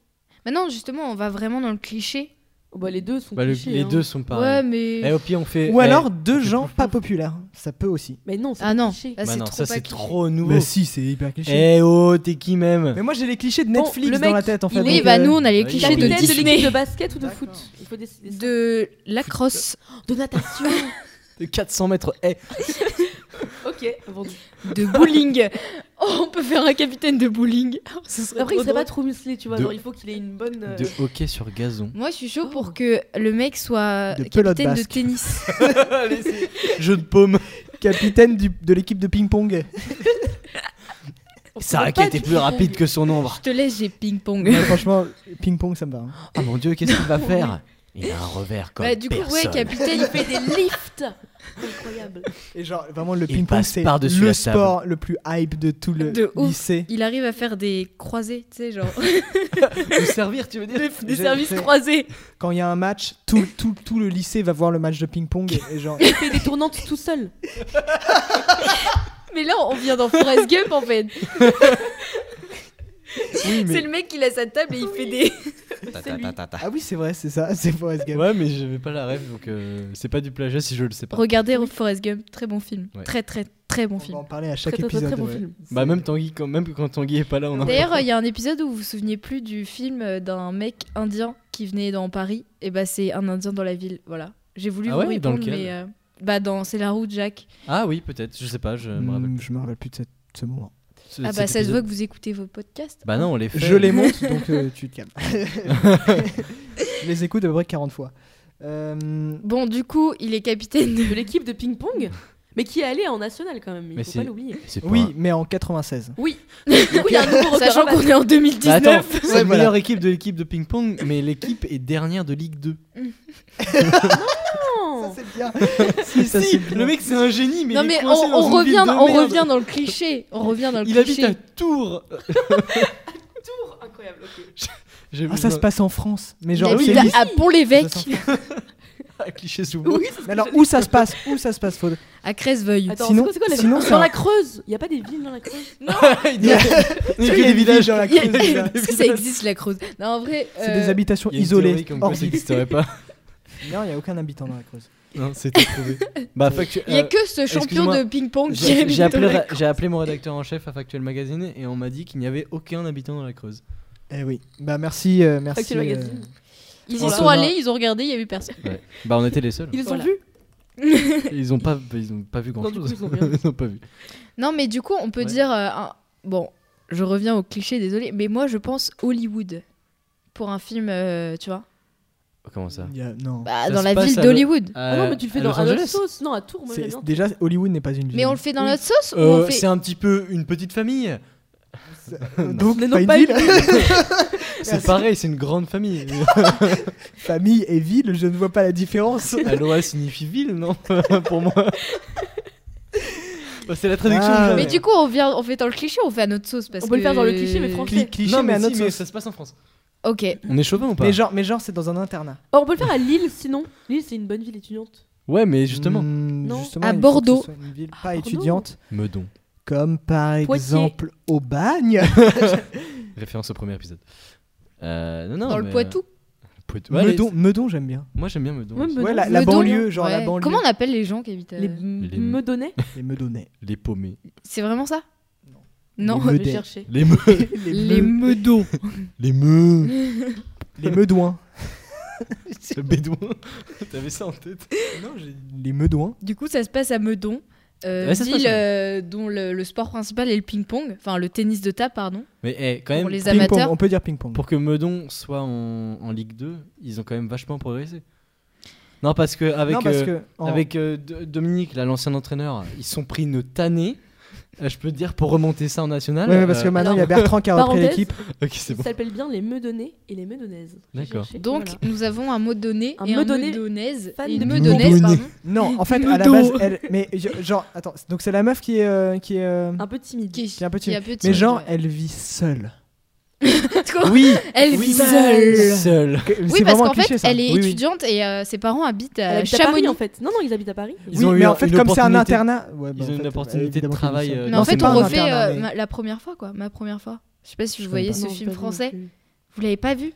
Speaker 3: Bah non, justement, on va vraiment dans le cliché.
Speaker 4: Oh, bah, Les deux sont
Speaker 2: Bah, le-
Speaker 4: clichés,
Speaker 2: les
Speaker 4: hein.
Speaker 2: deux sont pareils.
Speaker 3: Ouais, mais.
Speaker 2: Eh, au pire, on fait.
Speaker 1: Ou
Speaker 2: eh,
Speaker 1: alors deux
Speaker 2: c'est
Speaker 1: gens
Speaker 2: plus
Speaker 1: pas populaires. Ça peut aussi.
Speaker 4: Mais non, c'est
Speaker 3: Ah non,
Speaker 4: cliché.
Speaker 3: là
Speaker 2: bah
Speaker 3: c'est
Speaker 2: non,
Speaker 3: trop
Speaker 2: ça
Speaker 3: pas
Speaker 2: c'est
Speaker 3: cliché.
Speaker 2: trop nouveau.
Speaker 1: Bah si, c'est hyper cliché.
Speaker 2: Eh oh, t'es qui même
Speaker 1: Eh. Mais moi j'ai les clichés de
Speaker 4: Bon,
Speaker 1: Netflix
Speaker 4: le
Speaker 1: dans
Speaker 4: mec,
Speaker 1: la tête en fait.
Speaker 4: il
Speaker 3: Oui,
Speaker 1: donc,
Speaker 3: bah
Speaker 1: euh,
Speaker 3: nous on a les
Speaker 2: oui,
Speaker 3: clichés
Speaker 4: Capitaine
Speaker 3: de
Speaker 2: Capitaine
Speaker 4: de l'équipe
Speaker 3: Disney.
Speaker 4: de basket ou de
Speaker 1: D'accord.
Speaker 4: foot Il faut décider. ça.
Speaker 3: De la crosse,
Speaker 4: De natation.
Speaker 2: De 400 mètres. Eh,
Speaker 4: ok, vendu.
Speaker 3: de bowling. Oh, on peut faire un capitaine de bowling. Ce serait
Speaker 4: Après, il
Speaker 3: trop
Speaker 4: serait pas
Speaker 3: drôle.
Speaker 4: trop musclé, tu vois.
Speaker 2: De-
Speaker 4: genre, il faut qu'il ait une bonne. euh,
Speaker 2: de hockey sur gazon.
Speaker 3: Moi je suis chaud
Speaker 4: Oh.
Speaker 3: pour que le mec soit
Speaker 1: De pelote
Speaker 3: capitaine de
Speaker 1: basque.
Speaker 3: tennis.
Speaker 2: Jeu de paume.
Speaker 1: Capitaine du- de l'équipe de ping-pong.
Speaker 4: on
Speaker 2: Sa
Speaker 4: pourrait pas
Speaker 2: raquette est
Speaker 4: du
Speaker 2: plus
Speaker 4: tout
Speaker 2: rapide
Speaker 4: tomber.
Speaker 2: que son ombre.
Speaker 3: je te laisse, j'ai ping-pong.
Speaker 1: Ouais, franchement, ping-pong ça me va. hein.
Speaker 2: Ah mon dieu, qu'est-ce qu'il va faire Il a un revers comme
Speaker 3: Bah, du coup, ouais,
Speaker 2: personne.
Speaker 3: capitaine, il fait des
Speaker 4: Lift Incroyable.
Speaker 1: Et genre vraiment le
Speaker 2: Il
Speaker 1: ping-pong
Speaker 2: passe
Speaker 1: c'est
Speaker 2: par-dessus
Speaker 1: le
Speaker 2: la table.
Speaker 1: sport le plus hype de tout le
Speaker 3: De ouf.
Speaker 1: lycée.
Speaker 3: Il arrive à faire des croisés, tu sais, genre
Speaker 2: Ou servir, tu veux dire
Speaker 3: des, des
Speaker 1: J'ai
Speaker 3: services
Speaker 1: fait-
Speaker 3: croisés.
Speaker 1: Quand il y a un match, tout, tout, tout le lycée va voir le match de ping-pong et, et genre
Speaker 4: Il fait des tournantes tout seul.
Speaker 3: Mais là, on vient dans Forrest Gump en fait.
Speaker 1: oui, mais-
Speaker 3: C'est le mec qui laisse sa table et il fait des.
Speaker 4: C'est lui.
Speaker 1: Ah oui, c'est vrai, c'est ça, c'est Forrest Gump.
Speaker 2: Ouais, mais j'avais pas la rêve, donc euh, c'est pas du plagiat si je le sais pas.
Speaker 3: Regardez Forrest Gump, très bon film.
Speaker 2: Ouais.
Speaker 3: Très, très, très bon
Speaker 1: On
Speaker 3: film.
Speaker 1: va en parler à
Speaker 4: Très,
Speaker 1: chaque
Speaker 4: très, très,
Speaker 1: épisode.
Speaker 4: très bon
Speaker 1: ouais.
Speaker 4: film.
Speaker 2: Bah même Tanguy, quand même quand Tanguy est pas là, on en
Speaker 3: D'ailleurs, il y a un épisode où vous vous souvenez plus du film euh, d'un mec indien qui venait dans Paris. Et bah, c'est un indien dans la ville. Voilà. J'ai voulu
Speaker 2: Ah
Speaker 3: vous
Speaker 2: ouais, dans
Speaker 3: répondre,
Speaker 2: lequel
Speaker 3: mais. euh, bah, dans C'est la route, Jacques.
Speaker 2: Ah oui, peut-être, je sais pas, je me rappelle.
Speaker 1: Hmm, Je me rappelle plus de cette- ce moment.
Speaker 2: Ce-
Speaker 3: Ah,
Speaker 2: cet
Speaker 3: bah, ça se
Speaker 2: épisode.
Speaker 3: voit que vous écoutez vos podcasts.
Speaker 2: Bah non, on les fait.
Speaker 1: Je les monte, donc euh, tu te calmes. je les écoute à peu près 40 fois. Euh,
Speaker 3: Bon, du coup, il est capitaine de.
Speaker 4: De l'équipe de ping-pong mais qui est allé en national quand même, il
Speaker 2: Mais
Speaker 4: faut
Speaker 2: c'est-
Speaker 4: pas l'oublier.
Speaker 2: C'est pas
Speaker 1: oui,
Speaker 2: un-
Speaker 1: mais en 96.
Speaker 4: Oui, du coup il y a un nouveau record.
Speaker 3: Sachant
Speaker 4: en
Speaker 3: qu'on est en
Speaker 2: Bah
Speaker 3: 2019.
Speaker 2: attends,
Speaker 1: Ouais,
Speaker 2: c'est la
Speaker 1: voilà.
Speaker 2: meilleure équipe de l'équipe de ping-pong, mais l'équipe est dernière de Ligue 2.
Speaker 1: Ça,
Speaker 4: basket.
Speaker 1: c'est bien.
Speaker 2: Ça,
Speaker 1: si,
Speaker 2: c'est bien. le mec c'est un génie, mais
Speaker 3: non,
Speaker 2: il est
Speaker 3: mais on,
Speaker 2: coincé dans
Speaker 3: on
Speaker 2: une ville
Speaker 3: revient,
Speaker 2: de
Speaker 3: on
Speaker 2: merde.
Speaker 3: revient dans le cliché. On revient dans le
Speaker 2: Il
Speaker 3: cliché.
Speaker 2: habite à Tours.
Speaker 4: Tour incroyable, ok.
Speaker 2: J'ai
Speaker 1: Ah,
Speaker 2: vu
Speaker 1: ça
Speaker 2: dans-
Speaker 1: se passe en France. Mais
Speaker 3: Il
Speaker 1: genre,
Speaker 3: habite
Speaker 1: c'est
Speaker 3: à-
Speaker 1: lycée.
Speaker 3: à Pont-l'Évêque,
Speaker 2: Un cliché sous
Speaker 4: Oui,
Speaker 1: Mais alors, où ça se passe Où ça se passe Faud
Speaker 3: à Cresseveuille.
Speaker 4: Attends,
Speaker 1: Sinon-
Speaker 4: c'est quoi, c'est quoi la
Speaker 1: sinon, c'est
Speaker 4: Dans
Speaker 1: un-
Speaker 4: la Creuse Il n'y a pas des villes dans la Creuse
Speaker 2: Il y a il y a que des villages dans la
Speaker 3: Il y a-
Speaker 2: Creuse, là.
Speaker 3: Est-ce que ça existe la Creuse Non, en vrai.
Speaker 1: C'est
Speaker 3: euh,
Speaker 1: des habitations
Speaker 2: Il y a une
Speaker 1: isolées.
Speaker 2: théorie comme
Speaker 1: hors
Speaker 2: quoi ça
Speaker 1: ville.
Speaker 2: n'existerait pas.
Speaker 1: Non, il n'y a aucun habitant dans la Creuse.
Speaker 2: Non, c'était trouvé. Bah, factu-
Speaker 3: Il y
Speaker 2: euh,
Speaker 3: a que ce champion
Speaker 2: excuse-moi,
Speaker 3: de ping-pong qui
Speaker 2: j'ai
Speaker 3: habite
Speaker 2: j'ai
Speaker 3: dans
Speaker 2: appelé,
Speaker 3: la
Speaker 2: ra- j'ai appelé mon rédacteur en chef à Factuel Magazine et on m'a dit qu'il n'y avait aucun habitant dans la Creuse.
Speaker 1: Eh oui. Bah, merci. euh, merci
Speaker 4: Factuel Magazine.
Speaker 3: Ils y
Speaker 1: Voilà.
Speaker 3: sont allés, ils ont regardé, il y avait personne.
Speaker 2: Bah, on était les seuls.
Speaker 4: Ils les ont
Speaker 3: Voilà.
Speaker 4: vus
Speaker 2: Ils ont pas, ils ont pas vu grand
Speaker 4: Non, du
Speaker 2: chose.
Speaker 4: coup, ils ont rien vu.
Speaker 2: Ils ont pas vu.
Speaker 3: Non, mais du coup, on peut
Speaker 2: Ouais.
Speaker 3: dire. euh, un- Bon, je reviens au cliché, désolé, mais moi je pense Hollywood pour un film, euh, tu vois.
Speaker 2: Comment ça
Speaker 1: Il y a- Non.
Speaker 3: Bah,
Speaker 2: Ça
Speaker 3: dans
Speaker 2: se
Speaker 3: la
Speaker 2: passe
Speaker 3: ville
Speaker 2: à Lo-
Speaker 3: d'Hollywood.
Speaker 4: Ah non, mais tu le fais
Speaker 2: Euh, à
Speaker 4: dans
Speaker 2: Los
Speaker 4: à notre
Speaker 2: Angeles
Speaker 4: sauce. Non, à Tour, moi
Speaker 1: C'est-
Speaker 4: j'aime bien.
Speaker 1: Déjà, Hollywood n'est pas une ville.
Speaker 3: Mais on le fait dans
Speaker 4: Oui.
Speaker 3: notre sauce ou
Speaker 2: Euh,
Speaker 3: on fait.
Speaker 2: C'est un petit peu une petite famille.
Speaker 1: Donc,
Speaker 4: Mais non,
Speaker 1: pas une
Speaker 4: pas
Speaker 1: ville.
Speaker 2: C'est pareil, c'est une grande famille.
Speaker 1: Famille et ville, je ne vois pas la différence. Euh,
Speaker 2: Aloha signifie ville, non Pour moi. Bah, c'est la traduction.
Speaker 1: Ah,
Speaker 2: que
Speaker 3: Mais
Speaker 2: j'avais.
Speaker 1: ouais.
Speaker 3: du coup, on, vient, on fait dans le cliché, on fait à notre sauce. Parce
Speaker 4: On peut le
Speaker 3: que-
Speaker 4: faire dans le cliché, mais français.
Speaker 1: Cli- cliché,
Speaker 2: non,
Speaker 1: mais,
Speaker 2: mais,
Speaker 1: à
Speaker 2: si,
Speaker 1: notre
Speaker 2: mais
Speaker 1: sauce.
Speaker 2: ça se passe en France.
Speaker 3: Ok.
Speaker 2: On est chauvin ou pas
Speaker 1: Mais genre, mais genre, c'est dans un internat.
Speaker 4: Oh, on peut le faire à Lille sinon. Lille c'est une bonne ville étudiante.
Speaker 2: Ouais, mais justement.
Speaker 1: Mm,
Speaker 4: Non.
Speaker 1: justement,
Speaker 3: À
Speaker 1: il faut que
Speaker 3: Bordeaux.
Speaker 1: ce soit une ville pas
Speaker 4: Bordeaux.
Speaker 1: étudiante,
Speaker 2: Meudon.
Speaker 1: comme par
Speaker 4: Poitiers.
Speaker 1: exemple au bagne.
Speaker 2: Référence au premier épisode. Euh, non, non,
Speaker 3: Dans
Speaker 2: mais,
Speaker 3: le
Speaker 2: euh,
Speaker 3: Poitou.
Speaker 2: Poitou. Ouais,
Speaker 1: Meudon, Meudon j'aime bien.
Speaker 2: les- Moi, j'aime bien Meudon.
Speaker 4: Ouais,
Speaker 2: aussi.
Speaker 4: Meudon.
Speaker 1: Ouais, la, la
Speaker 3: Meudon,
Speaker 1: banlieue, genre la
Speaker 3: ouais.
Speaker 1: banlieue.
Speaker 3: Comment on appelle les gens qui habitent. euh,
Speaker 4: Les
Speaker 2: Les-
Speaker 4: me donner
Speaker 1: Les Meudonnais.
Speaker 2: Les paumés.
Speaker 3: C'est vraiment ça Non.
Speaker 1: Les
Speaker 4: Je
Speaker 1: Meudais.
Speaker 4: vais chercher.
Speaker 2: Les me...
Speaker 1: Les,
Speaker 3: Les
Speaker 1: Meu-
Speaker 3: meudons.
Speaker 2: Les me...
Speaker 1: les Meudouins.
Speaker 2: Le bédouin. T'avais ça en tête Non, j'ai.
Speaker 1: Les Meudouins.
Speaker 3: Du coup, ça se passe à Meudon, euh,
Speaker 2: Ouais, ça se passe
Speaker 3: ville
Speaker 2: à Meudon.
Speaker 3: euh, dont le, le sport principal est le ping-pong, enfin le tennis de table, pardon.
Speaker 2: Mais eh, quand
Speaker 3: Pour
Speaker 2: même,
Speaker 3: les
Speaker 1: Ping-pong,
Speaker 3: amateurs.
Speaker 1: on peut dire ping-pong.
Speaker 2: pour que Meudon soit en, en Ligue 2, ils ont quand même vachement progressé. Non, parce que avec,
Speaker 1: non, parce que.
Speaker 2: euh,
Speaker 1: en-
Speaker 2: avec euh, Do- Dominique, là, l'ancien entraîneur, ils sont pris une tannée. euh, Je peux te dire pour remonter ça en national.
Speaker 1: Ouais, ouais, parce que maintenant il y a Bertrand qui a repris
Speaker 4: Parenthèse,
Speaker 1: l'équipe.
Speaker 2: euh, Ok, c'est
Speaker 4: ça
Speaker 2: bon.
Speaker 4: s'appelle bien les Meudonnais et les Meudonnaises. J'ai
Speaker 2: D'accord.
Speaker 4: cherché,
Speaker 3: Donc,
Speaker 4: voilà.
Speaker 3: nous avons un mot donné
Speaker 4: Un
Speaker 3: et un
Speaker 4: Meudonnais
Speaker 3: meudonnaise
Speaker 4: fan
Speaker 3: et
Speaker 4: de
Speaker 3: une
Speaker 2: ping-pong.
Speaker 3: meudonnaise,
Speaker 2: Meudonnais.
Speaker 3: pardon,
Speaker 1: Non, en fait, à la base,
Speaker 3: Meudon.
Speaker 1: elle. Mais genre, attends, donc c'est la meuf qui est. euh, qui est euh,
Speaker 4: un peu timide.
Speaker 3: qui,
Speaker 1: Qui est un peu
Speaker 3: qui est un peu timide,
Speaker 1: mais genre,
Speaker 3: ouais.
Speaker 1: elle vit seule.
Speaker 3: Quoi
Speaker 2: Oui
Speaker 3: Elle
Speaker 2: oui,
Speaker 3: vit seule.
Speaker 2: Seul.
Speaker 3: Oui,
Speaker 1: C'est
Speaker 3: parce
Speaker 1: vraiment un
Speaker 3: qu'en fait,
Speaker 1: cliché, ça.
Speaker 3: elle est
Speaker 2: Oui, oui.
Speaker 3: étudiante et euh, ses parents habitent
Speaker 4: Elle
Speaker 3: à
Speaker 4: habite à Paris
Speaker 3: Chamonix.
Speaker 4: en fait. Non, non, ils habitent à Paris.
Speaker 2: Ils
Speaker 1: Oui,
Speaker 2: ont eu
Speaker 1: mais en
Speaker 2: un-
Speaker 1: fait,
Speaker 2: une
Speaker 1: comme c'est un
Speaker 2: opportunité-
Speaker 1: internat. ouais, bah,
Speaker 2: Ils
Speaker 1: en
Speaker 2: ont
Speaker 1: fait,
Speaker 2: une
Speaker 1: bah,
Speaker 2: opportunité de
Speaker 1: évidemment qu'ils
Speaker 2: travail.
Speaker 1: sont.
Speaker 2: euh,
Speaker 3: Mais
Speaker 2: dans
Speaker 3: en
Speaker 2: ces
Speaker 3: fait,
Speaker 1: pas
Speaker 3: on
Speaker 1: un
Speaker 2: parents.
Speaker 3: refait
Speaker 1: internat,
Speaker 3: euh,
Speaker 1: mais-
Speaker 3: ma- la première fois, quoi. Ma première fois. Je sais pas si
Speaker 1: Je
Speaker 3: vous voyez
Speaker 1: connais
Speaker 3: ce
Speaker 4: Ah Non,
Speaker 3: film
Speaker 4: pas non
Speaker 3: français.
Speaker 4: plus.
Speaker 3: Vous l'avez pas vu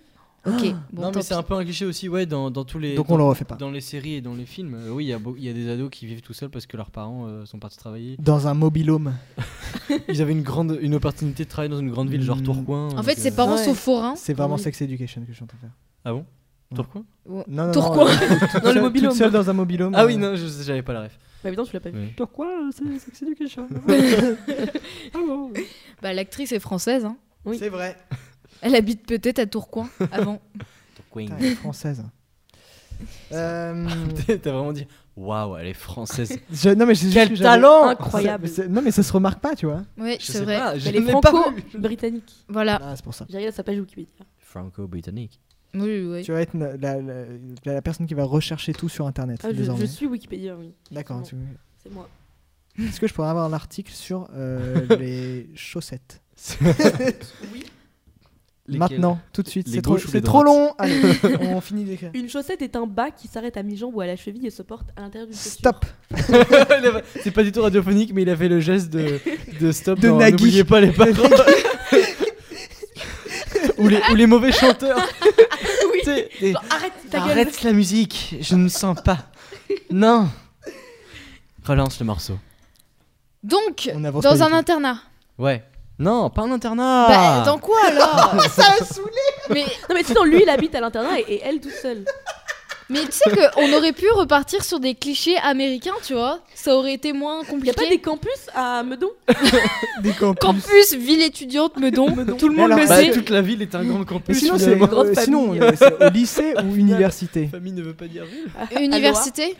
Speaker 3: Ok, bon,
Speaker 2: non,
Speaker 3: tant
Speaker 2: mais c'est
Speaker 3: pis.
Speaker 2: un peu un cliché aussi, ouais, dans, dans tous les.
Speaker 1: Donc on le refait pas.
Speaker 2: dans les séries et dans les films, euh, oui, il y, a beau- il y a des ados qui vivent tout seuls parce que leurs parents euh, sont partis travailler.
Speaker 1: Dans un mobilhome.
Speaker 2: Ils avaient une grande, une opportunité de travailler dans une grande ville, genre
Speaker 1: Mm.
Speaker 2: Tourcoing.
Speaker 3: En
Speaker 2: donc,
Speaker 3: fait,
Speaker 2: euh,
Speaker 3: ses parents
Speaker 4: Ouais.
Speaker 3: sont forains.
Speaker 1: C'est vraiment
Speaker 4: Oui.
Speaker 1: Sex Education que je suis en train de faire.
Speaker 2: Ah bon Tourcoing
Speaker 1: Non, non, non,
Speaker 3: Tourcoing.
Speaker 1: euh, toute
Speaker 4: Dans le
Speaker 1: seule-
Speaker 4: mobilhome.
Speaker 1: Toute seule dans un mobilhome.
Speaker 2: Ah oui,
Speaker 1: euh,
Speaker 2: non, je- j'avais pas la ref.
Speaker 4: Bah, évidemment, tu l'as pas vu.
Speaker 2: Oui.
Speaker 4: Pourquoi euh, c'est Sex Education Ah bon
Speaker 3: Bah, l'actrice est française. hein.
Speaker 4: Oui.
Speaker 1: C'est vrai.
Speaker 3: Elle habite peut-être à Tourcoing avant.
Speaker 2: Tourcoing.
Speaker 1: Putain, elle est française.
Speaker 4: Ah,
Speaker 1: Euh,
Speaker 2: T'as vraiment dit, waouh, elle est française.
Speaker 1: je- non mais c'est
Speaker 2: Quel
Speaker 1: juste que j'avais-
Speaker 2: talent
Speaker 4: Incroyable.
Speaker 1: C'est- Non mais ça se remarque pas, tu vois.
Speaker 3: Ouais,
Speaker 2: Je
Speaker 3: c'est
Speaker 2: sais
Speaker 3: vrai.
Speaker 2: pas, je
Speaker 4: Elle est
Speaker 2: l'ai pas vu.
Speaker 4: franco-britannique.
Speaker 3: Voilà.
Speaker 1: Ah, c'est pour ça.
Speaker 4: J'arrive à sa page Wikipédia.
Speaker 2: Franco-britannique.
Speaker 3: Oui, oui, oui.
Speaker 1: Tu vas être la, la- la- la personne qui va rechercher tout sur internet
Speaker 4: Ah, je,
Speaker 1: désormais.
Speaker 4: je suis Wikipédia, oui.
Speaker 1: D'accord.
Speaker 4: c'est
Speaker 1: tu-
Speaker 4: C'est moi.
Speaker 1: Est-ce que je pourrais avoir l'article sur euh, les chaussettes Maintenant, tout de suite.
Speaker 2: Les
Speaker 1: C'est trop,
Speaker 2: gauches ou les
Speaker 1: c'est trop
Speaker 2: droites
Speaker 1: long. Allez, on finit d'écrire.
Speaker 4: Une chaussette est un bas qui s'arrête à mi-jambe ou à la cheville et se porte à l'intérieur d'une chaussure.
Speaker 1: Stop.
Speaker 2: Il a- c'est pas du tout radiophonique, mais il a fait le geste de, de stop.
Speaker 1: De
Speaker 2: dans
Speaker 1: Nagui.
Speaker 2: N'oubliez pas les paroles. ou, les, ou les mauvais chanteurs.
Speaker 4: Oui.
Speaker 2: Tu sais, des-
Speaker 4: Arrête ta gueule
Speaker 2: Arrête la musique, je ne sens pas. Non. Relance le morceau.
Speaker 3: Donc,
Speaker 1: On avance pas
Speaker 3: dans
Speaker 1: du
Speaker 3: un
Speaker 1: tout.
Speaker 3: internat.
Speaker 2: Ouais. Non, pas un internat.
Speaker 3: Bah, dans quoi alors Ça a saoulé Mais,
Speaker 4: Non, mais sinon, lui, il habite à l'internat et, et elle toute seule.
Speaker 3: mais tu sais qu'on aurait pu repartir sur des clichés américains, tu vois Ça aurait été moins
Speaker 4: Y a
Speaker 3: compliqué.
Speaker 4: pas des campus à Meudon
Speaker 1: Des campus.
Speaker 3: Campus, ville étudiante, Meudon. Tout le
Speaker 1: Mais
Speaker 3: monde
Speaker 1: alors,
Speaker 3: le
Speaker 2: Bah,
Speaker 3: sait.
Speaker 2: toute la ville est un grand campus.
Speaker 1: Mais sinon, c'est
Speaker 2: finalement.
Speaker 4: grande
Speaker 1: euh, sinon,
Speaker 4: famille.
Speaker 1: euh, c'est au lycée ou université.
Speaker 2: Famille ne veut pas dire ville.
Speaker 3: Université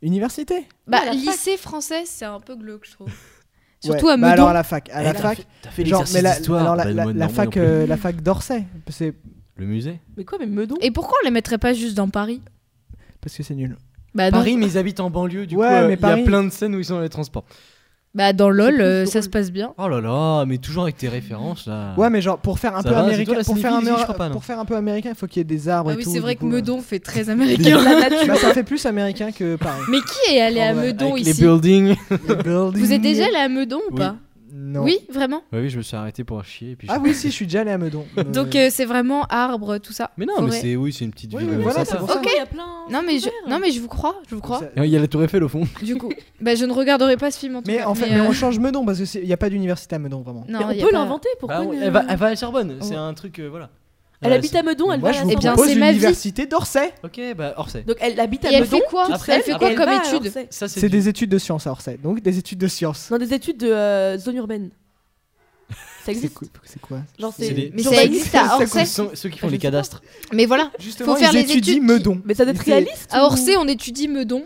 Speaker 1: Université.
Speaker 3: Bah,
Speaker 4: à la fac.
Speaker 3: lycée français, c'est un peu glauque, je trouve. Surtout
Speaker 1: Ouais.
Speaker 3: à
Speaker 1: Bah
Speaker 3: Meudon.
Speaker 1: alors à la fac, à la
Speaker 2: Elle a
Speaker 1: fac.
Speaker 2: fait- T'as fait
Speaker 1: Genre,
Speaker 2: l'exercice
Speaker 1: mais la,
Speaker 2: d'histoire.
Speaker 1: alors la,
Speaker 2: Bah,
Speaker 1: la-
Speaker 2: moi,
Speaker 1: la
Speaker 2: non, moi non
Speaker 1: fac,
Speaker 2: plus.
Speaker 1: euh, la fac d'Orsay, c'est
Speaker 2: Le musée.
Speaker 4: Mais quoi, mais Meudon
Speaker 3: Et pourquoi on les mettrait pas juste dans Paris
Speaker 1: parce que c'est nul.
Speaker 3: Bah, non.
Speaker 2: Paris, mais ils habitent en banlieue, du
Speaker 1: Ouais,
Speaker 2: coup, euh,
Speaker 1: mais
Speaker 2: il y
Speaker 1: Paris-
Speaker 2: a plein de scènes où ils sont dans les transports.
Speaker 3: Bah, dans LOL,
Speaker 4: plus
Speaker 3: euh, ça
Speaker 4: drôle.
Speaker 3: se passe bien.
Speaker 2: Oh là là, mais toujours avec tes références là.
Speaker 1: Ouais, mais genre pour faire un
Speaker 2: Ah. Ça
Speaker 1: peu
Speaker 2: va, c'est
Speaker 1: américain,
Speaker 2: toi la
Speaker 1: pour faire un,
Speaker 2: cinéphilie,
Speaker 1: peu-
Speaker 2: je crois pas, non
Speaker 1: pour faire un peu américain, il faut qu'il y ait des arbres
Speaker 3: Ah
Speaker 1: et
Speaker 3: oui,
Speaker 1: tout.
Speaker 3: c'est
Speaker 1: du
Speaker 3: vrai que
Speaker 1: coup, euh,
Speaker 3: Meudon fait très
Speaker 1: des-
Speaker 3: américain.
Speaker 4: La nature.
Speaker 1: bah, ça fait plus américain que Paris.
Speaker 3: Mais qui est allé
Speaker 1: En
Speaker 3: à
Speaker 1: vrai,
Speaker 3: Meudon
Speaker 2: avec les
Speaker 3: ici
Speaker 2: buildings.
Speaker 3: Vous êtes déjà allé à Meudon ou
Speaker 2: Oui.
Speaker 3: pas
Speaker 1: Non.
Speaker 3: Oui, vraiment
Speaker 2: Ouais, oui, je me suis arrêté pour chier et puis.
Speaker 1: Ah
Speaker 2: je-
Speaker 1: oui, si, je suis déjà allé à Meudon. Euh,
Speaker 3: Donc euh, c'est vraiment arbre, tout ça.
Speaker 2: Mais non, mais
Speaker 3: forêt.
Speaker 2: c'est oui, c'est une petite
Speaker 1: Oui,
Speaker 2: ville.
Speaker 1: oui,
Speaker 2: euh,
Speaker 1: voilà,
Speaker 2: sympa.
Speaker 1: c'est pour ça.
Speaker 4: Il y a plein.
Speaker 3: Non mais, je...
Speaker 4: Super.
Speaker 3: non mais je vous crois, je vous crois.
Speaker 1: Ça-
Speaker 2: Et Il y a la Tour Eiffel au fond.
Speaker 3: Du coup, bah, je ne regarderai pas ce film en tout
Speaker 1: Mais
Speaker 3: cas.
Speaker 1: en fait, mais on
Speaker 3: euh,
Speaker 1: change Meudon parce qu'il n'y a pas d'université à Meudon vraiment.
Speaker 3: non,
Speaker 4: Mais on
Speaker 3: y a
Speaker 4: peut
Speaker 3: pas-
Speaker 4: l'inventer, pourquoi
Speaker 2: Ah, ouais,
Speaker 4: ne-
Speaker 2: elle, va, elle va à Sorbonne, c'est
Speaker 3: Oh.
Speaker 2: un truc euh, voilà.
Speaker 4: Elle
Speaker 2: Euh,
Speaker 4: habite à Meudon, elle
Speaker 1: Moi,
Speaker 4: va
Speaker 1: je
Speaker 4: à
Speaker 1: vous
Speaker 3: Eh bien,
Speaker 1: propose
Speaker 3: c'est ma vie.
Speaker 1: l'université d'Orsay.
Speaker 2: c'est- Ok, bah Orsay.
Speaker 4: Donc elle habite à
Speaker 3: Et elle
Speaker 4: Meudon.
Speaker 3: fait quoi
Speaker 4: toute
Speaker 2: Après,
Speaker 4: seule,
Speaker 2: elle fait quoi
Speaker 4: et va
Speaker 3: comme
Speaker 4: à
Speaker 3: étude
Speaker 4: Orsay.
Speaker 2: Ça
Speaker 1: C'est
Speaker 2: du-
Speaker 1: des études de sciences à Orsay, donc des études de sciences.
Speaker 4: Dans des études de euh, zone urbaine. Ça
Speaker 1: C'est
Speaker 4: existe.
Speaker 1: quoi- c'est quoi
Speaker 4: Genre
Speaker 2: c'est des-
Speaker 4: c'est.
Speaker 3: Mais
Speaker 2: Genre,
Speaker 3: ça
Speaker 2: c'est-
Speaker 3: existe à
Speaker 2: c'est-
Speaker 3: Orsay.
Speaker 2: ce sont- Ceux qui
Speaker 4: Ah,
Speaker 2: font
Speaker 4: je
Speaker 2: les
Speaker 4: sais pas.
Speaker 2: cadastres.
Speaker 3: Mais voilà,
Speaker 1: Justement,
Speaker 3: faire
Speaker 1: ils
Speaker 3: les
Speaker 1: étudient
Speaker 3: études qui-
Speaker 1: Meudon.
Speaker 4: Mais ça doit être
Speaker 1: C'est-
Speaker 4: réaliste.
Speaker 3: à
Speaker 4: ou-
Speaker 3: Orsay on étudie Meudon.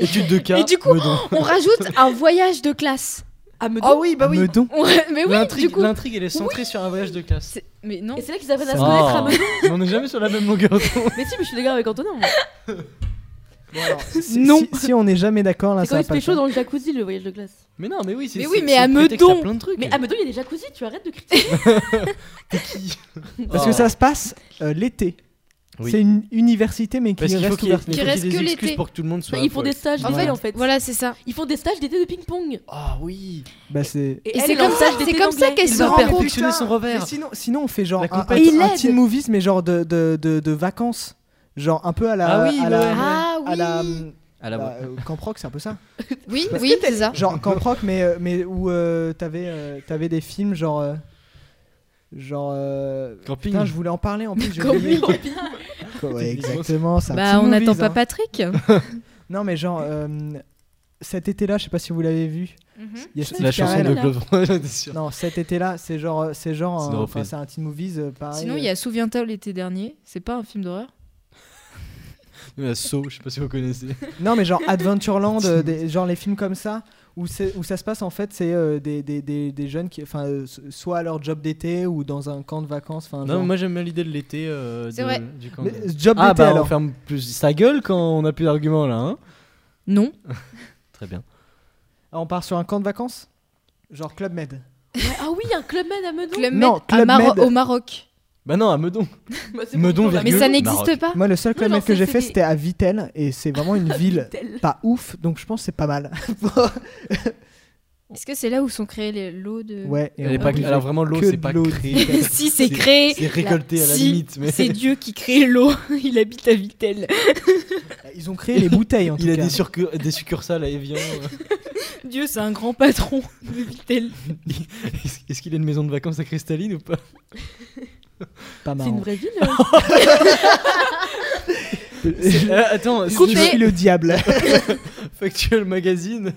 Speaker 2: Études de cas.
Speaker 3: Et du coup,
Speaker 2: Meudon.
Speaker 3: On rajoute un voyage de classe.
Speaker 4: À Meudon.
Speaker 1: Ah oui, bah oui. Meudon.
Speaker 3: On- Mais oui, du
Speaker 2: L'intrigue,
Speaker 3: coup.
Speaker 2: l'intrigue, elle est centrée sur un voyage de classe.
Speaker 3: c'est- Mais non.
Speaker 4: Et c'est là qu'ils apprennent à se
Speaker 2: Oh.
Speaker 4: connaître à Meudon.
Speaker 2: Mais on n'est jamais sur la même longueur d'onde.
Speaker 4: Mais si, mais je suis d'accord avec Antonin. moi.
Speaker 1: Bon, alors, si-
Speaker 3: Non.
Speaker 1: Si, si on n'est jamais d'accord là,
Speaker 4: C'est quand
Speaker 1: Ah, ça
Speaker 4: ils
Speaker 1: va
Speaker 4: se
Speaker 1: pas le
Speaker 4: pécho
Speaker 1: faire.
Speaker 4: dans le jacuzzi, le voyage de classe.
Speaker 2: Mais non, mais oui, c'est.
Speaker 3: Mais oui,
Speaker 2: c'est-
Speaker 3: mais
Speaker 2: c'est
Speaker 3: à
Speaker 2: le prétexte
Speaker 3: Meudon.
Speaker 2: plein de trucs.
Speaker 4: Mais à Meudon, il y a des jacuzzi, tu arrêtes de critiquer.
Speaker 1: Parce que ça se passe euh, l'été.
Speaker 2: Oui.
Speaker 1: C'est une université mais qui
Speaker 2: Parce qu'il faut
Speaker 1: reste
Speaker 2: qu'il
Speaker 1: ouverte.
Speaker 2: il faut
Speaker 3: Qui
Speaker 2: qu'il y ait
Speaker 3: reste
Speaker 2: des
Speaker 3: que
Speaker 2: excuses
Speaker 3: l'été. Bah,
Speaker 2: pour que tout le monde soit.
Speaker 4: Ils font
Speaker 2: poil.
Speaker 4: des stages
Speaker 3: En
Speaker 4: d'été
Speaker 3: fait,
Speaker 4: en fait.
Speaker 3: Voilà, c'est ça.
Speaker 4: Ils font des stages d'été de ping-pong.
Speaker 2: Ah oui.
Speaker 1: Bah, c'est.
Speaker 3: Et c'est comme ça- c'est comme ça qu'elle
Speaker 4: qu'elle
Speaker 3: se
Speaker 2: Il va
Speaker 3: rend
Speaker 1: compte.
Speaker 2: perfectionner
Speaker 1: Putain,
Speaker 2: son
Speaker 1: Mais
Speaker 2: revers.
Speaker 1: sinon, sinon, on fait genre
Speaker 2: La
Speaker 1: un,
Speaker 2: compète.
Speaker 1: un-
Speaker 4: Et
Speaker 1: un
Speaker 4: l'aide.
Speaker 1: teen movies, mais genre de, de, de, de vacances. Genre un peu à la.
Speaker 2: Ah oui,
Speaker 1: à
Speaker 2: ouais,
Speaker 1: la,
Speaker 2: ouais.
Speaker 3: Ah
Speaker 1: À la,
Speaker 3: oui.
Speaker 2: À la
Speaker 1: bah,
Speaker 2: voix.
Speaker 1: euh, Camp Rock, c'est un peu ça.
Speaker 3: Oui,
Speaker 1: Parce
Speaker 3: oui, c'est ça.
Speaker 1: Genre Camp Rock, mais, euh, mais où euh, t'avais euh, t'avais des films genre. euh, genre. euh,
Speaker 2: Camping.
Speaker 1: Putain, je voulais en parler en plus. j'ai
Speaker 3: Camping.
Speaker 1: oublié. Ouais, exactement, ça.
Speaker 3: Bah, on n'attend
Speaker 1: hein.
Speaker 3: pas Patrick.
Speaker 1: Non, mais genre. euh, cet été-là, je sais pas si vous l'avez vu.
Speaker 3: Mhm.
Speaker 1: il y a Steve
Speaker 2: La chanson
Speaker 1: Carell.
Speaker 2: de Claude François, j'étais sûr.
Speaker 1: Non, cet été-là, c'est genre, euh, c'est genre,
Speaker 2: C'est
Speaker 1: un-
Speaker 2: une
Speaker 1: enfin,
Speaker 2: reprise.
Speaker 1: c'est un teen movies euh, pareil.
Speaker 3: Sinon, il y a Souviens-toi l'été dernier. C'est pas un film d'horreur.
Speaker 2: La So, je sais pas si vous connaissez.
Speaker 1: Non, mais genre Adventureland, euh, des- genre les films comme ça, où, c'est- où ça se passe en fait, c'est euh, des, des, des, des jeunes qui, enfin, euh, so- soit à leur job d'été ou dans un camp de vacances, enfin.
Speaker 2: Non,
Speaker 1: genre-
Speaker 2: mais moi j'aime bien l'idée de l'été. euh,
Speaker 3: C'est
Speaker 2: de-
Speaker 3: vrai.
Speaker 2: Du camp.
Speaker 1: Mais,
Speaker 2: de-
Speaker 1: euh, job
Speaker 2: Ah
Speaker 1: d'été
Speaker 2: bah on
Speaker 1: alors.
Speaker 2: ferme plus sa gueule quand on a plus d'arguments là. Hein
Speaker 3: Non.
Speaker 2: Très bien.
Speaker 1: Ah, On part sur un camp de vacances, genre Club Med.
Speaker 4: Ah oui, un Club Med à Meudon.
Speaker 3: Club Med
Speaker 1: Non,
Speaker 3: à
Speaker 1: Club
Speaker 3: Maro-
Speaker 1: Med.
Speaker 3: au Maroc.
Speaker 2: Bah non, à Meudon.
Speaker 4: Bah, c'est
Speaker 2: Meudon,
Speaker 4: bon, on va-
Speaker 3: Mais
Speaker 2: Gueule,
Speaker 3: ça
Speaker 2: Maroc.
Speaker 3: n'existe pas.
Speaker 1: Moi, le seul club
Speaker 4: genre,
Speaker 1: med que
Speaker 4: c'est-
Speaker 1: j'ai fait,
Speaker 4: c'est-
Speaker 1: c'était à Vitel, et c'est vraiment une ville
Speaker 4: Tel.
Speaker 1: pas ouf, donc je pense que c'est pas mal.
Speaker 3: Est-ce que c'est là où sont créés les lots de.
Speaker 1: ouais, et
Speaker 2: Elle est
Speaker 1: on
Speaker 2: pas-
Speaker 1: bougeait
Speaker 2: alors vraiment, l'eau,
Speaker 1: que
Speaker 2: c'est
Speaker 1: de
Speaker 2: pas
Speaker 1: l'eau.
Speaker 2: créé.
Speaker 3: si, c'est créé.
Speaker 2: C'est récolté à la
Speaker 3: Si,
Speaker 2: limite. Mais
Speaker 3: C'est Dieu qui crée l'eau. Il habite à Vitel.
Speaker 1: Ils ont créé les bouteilles en tout
Speaker 2: il a
Speaker 1: cas.
Speaker 2: des, surcu- des succursales à Evian.
Speaker 3: Dieu, c'est un grand patron de Vitel.
Speaker 2: Est-ce- Est-ce qu'il a une maison de vacances à Cristalline ou pas
Speaker 1: Pas
Speaker 4: C'est
Speaker 1: marrant.
Speaker 4: une vraie ville. euh,
Speaker 2: C'est- euh, Attends,
Speaker 1: Je
Speaker 3: Coupé.
Speaker 1: suis le diable.
Speaker 2: Factual Magazine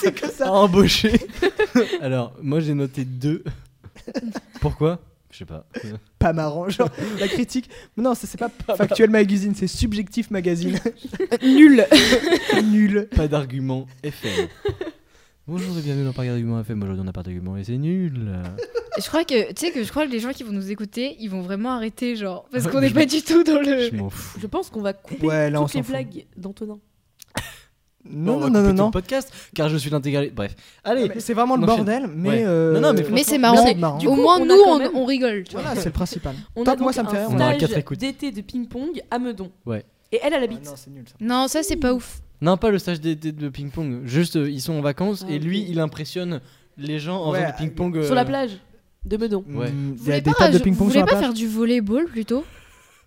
Speaker 1: c'est que
Speaker 2: a
Speaker 1: ça.
Speaker 2: embauché. Alors, moi j'ai noté deux. Pourquoi Je sais pas.
Speaker 1: Pas marrant, genre la critique. Non, ça, c'est pas Factuel Magazine, c'est Subjectif Magazine. Nul. Nul.
Speaker 2: Pas d'argument FM. Bonjour et bienvenue dans Pas d'argument FM. Aujourd'hui on n'a pas d'argument et c'est nul.
Speaker 3: Je crois que, tu sais, que je crois que les gens qui vont nous écouter, ils vont vraiment arrêter, genre. Parce
Speaker 2: Ouais,
Speaker 3: qu'on
Speaker 2: mais
Speaker 3: n'est pas du tout dans le.
Speaker 2: Je m'en fous.
Speaker 4: Je pense qu'on va couper
Speaker 1: Ouais, là, on
Speaker 4: toutes les
Speaker 1: s'en fout.
Speaker 4: blagues d'Antonin.
Speaker 1: Non, non,
Speaker 2: On va
Speaker 1: non,
Speaker 2: couper
Speaker 1: non,
Speaker 2: tout
Speaker 1: non. Ah,
Speaker 2: le podcast car je suis l'intégralité. Bref. Allez,
Speaker 1: Mais C'est vraiment le
Speaker 2: Enchaîne.
Speaker 1: bordel, mais.
Speaker 2: Ouais.
Speaker 1: euh,
Speaker 2: Non, non, mais
Speaker 3: Mais c'est
Speaker 1: Non,
Speaker 3: marrant.
Speaker 1: c'est marrant.
Speaker 3: Au moins,
Speaker 4: on a
Speaker 3: nous,
Speaker 4: quand
Speaker 3: on,
Speaker 4: même-
Speaker 3: on rigole. tu vois.
Speaker 1: Voilà, c'est le principal.
Speaker 4: On
Speaker 1: Tant
Speaker 4: a
Speaker 1: que moi,
Speaker 4: donc
Speaker 1: ça me fait rire.
Speaker 4: un
Speaker 2: On aura
Speaker 4: stage
Speaker 2: quatre écoutes.
Speaker 4: d'été de ping-pong à Meudon.
Speaker 2: Ouais.
Speaker 4: Et elle, elle
Speaker 1: Ah,
Speaker 4: habite.
Speaker 1: non, c'est nul ça.
Speaker 3: Non, ça, c'est pas ouf.
Speaker 2: Non, pas le stage des- des- de ping-pong. Juste, euh, ils sont en vacances
Speaker 4: Ah,
Speaker 2: et
Speaker 4: ok.
Speaker 2: lui, il impressionne les gens en
Speaker 1: Ouais,
Speaker 2: faisant du ping-pong. euh,
Speaker 4: Sur la plage de Meudon.
Speaker 2: Ouais.
Speaker 1: Mm,
Speaker 3: Vous
Speaker 1: Il y a
Speaker 3: voulez
Speaker 1: des
Speaker 3: pas-
Speaker 1: tables de
Speaker 3: je-
Speaker 1: ping-pong
Speaker 3: Vous
Speaker 1: sur
Speaker 3: voulez
Speaker 1: la
Speaker 3: pas
Speaker 1: plage.
Speaker 3: faire du volleyball plutôt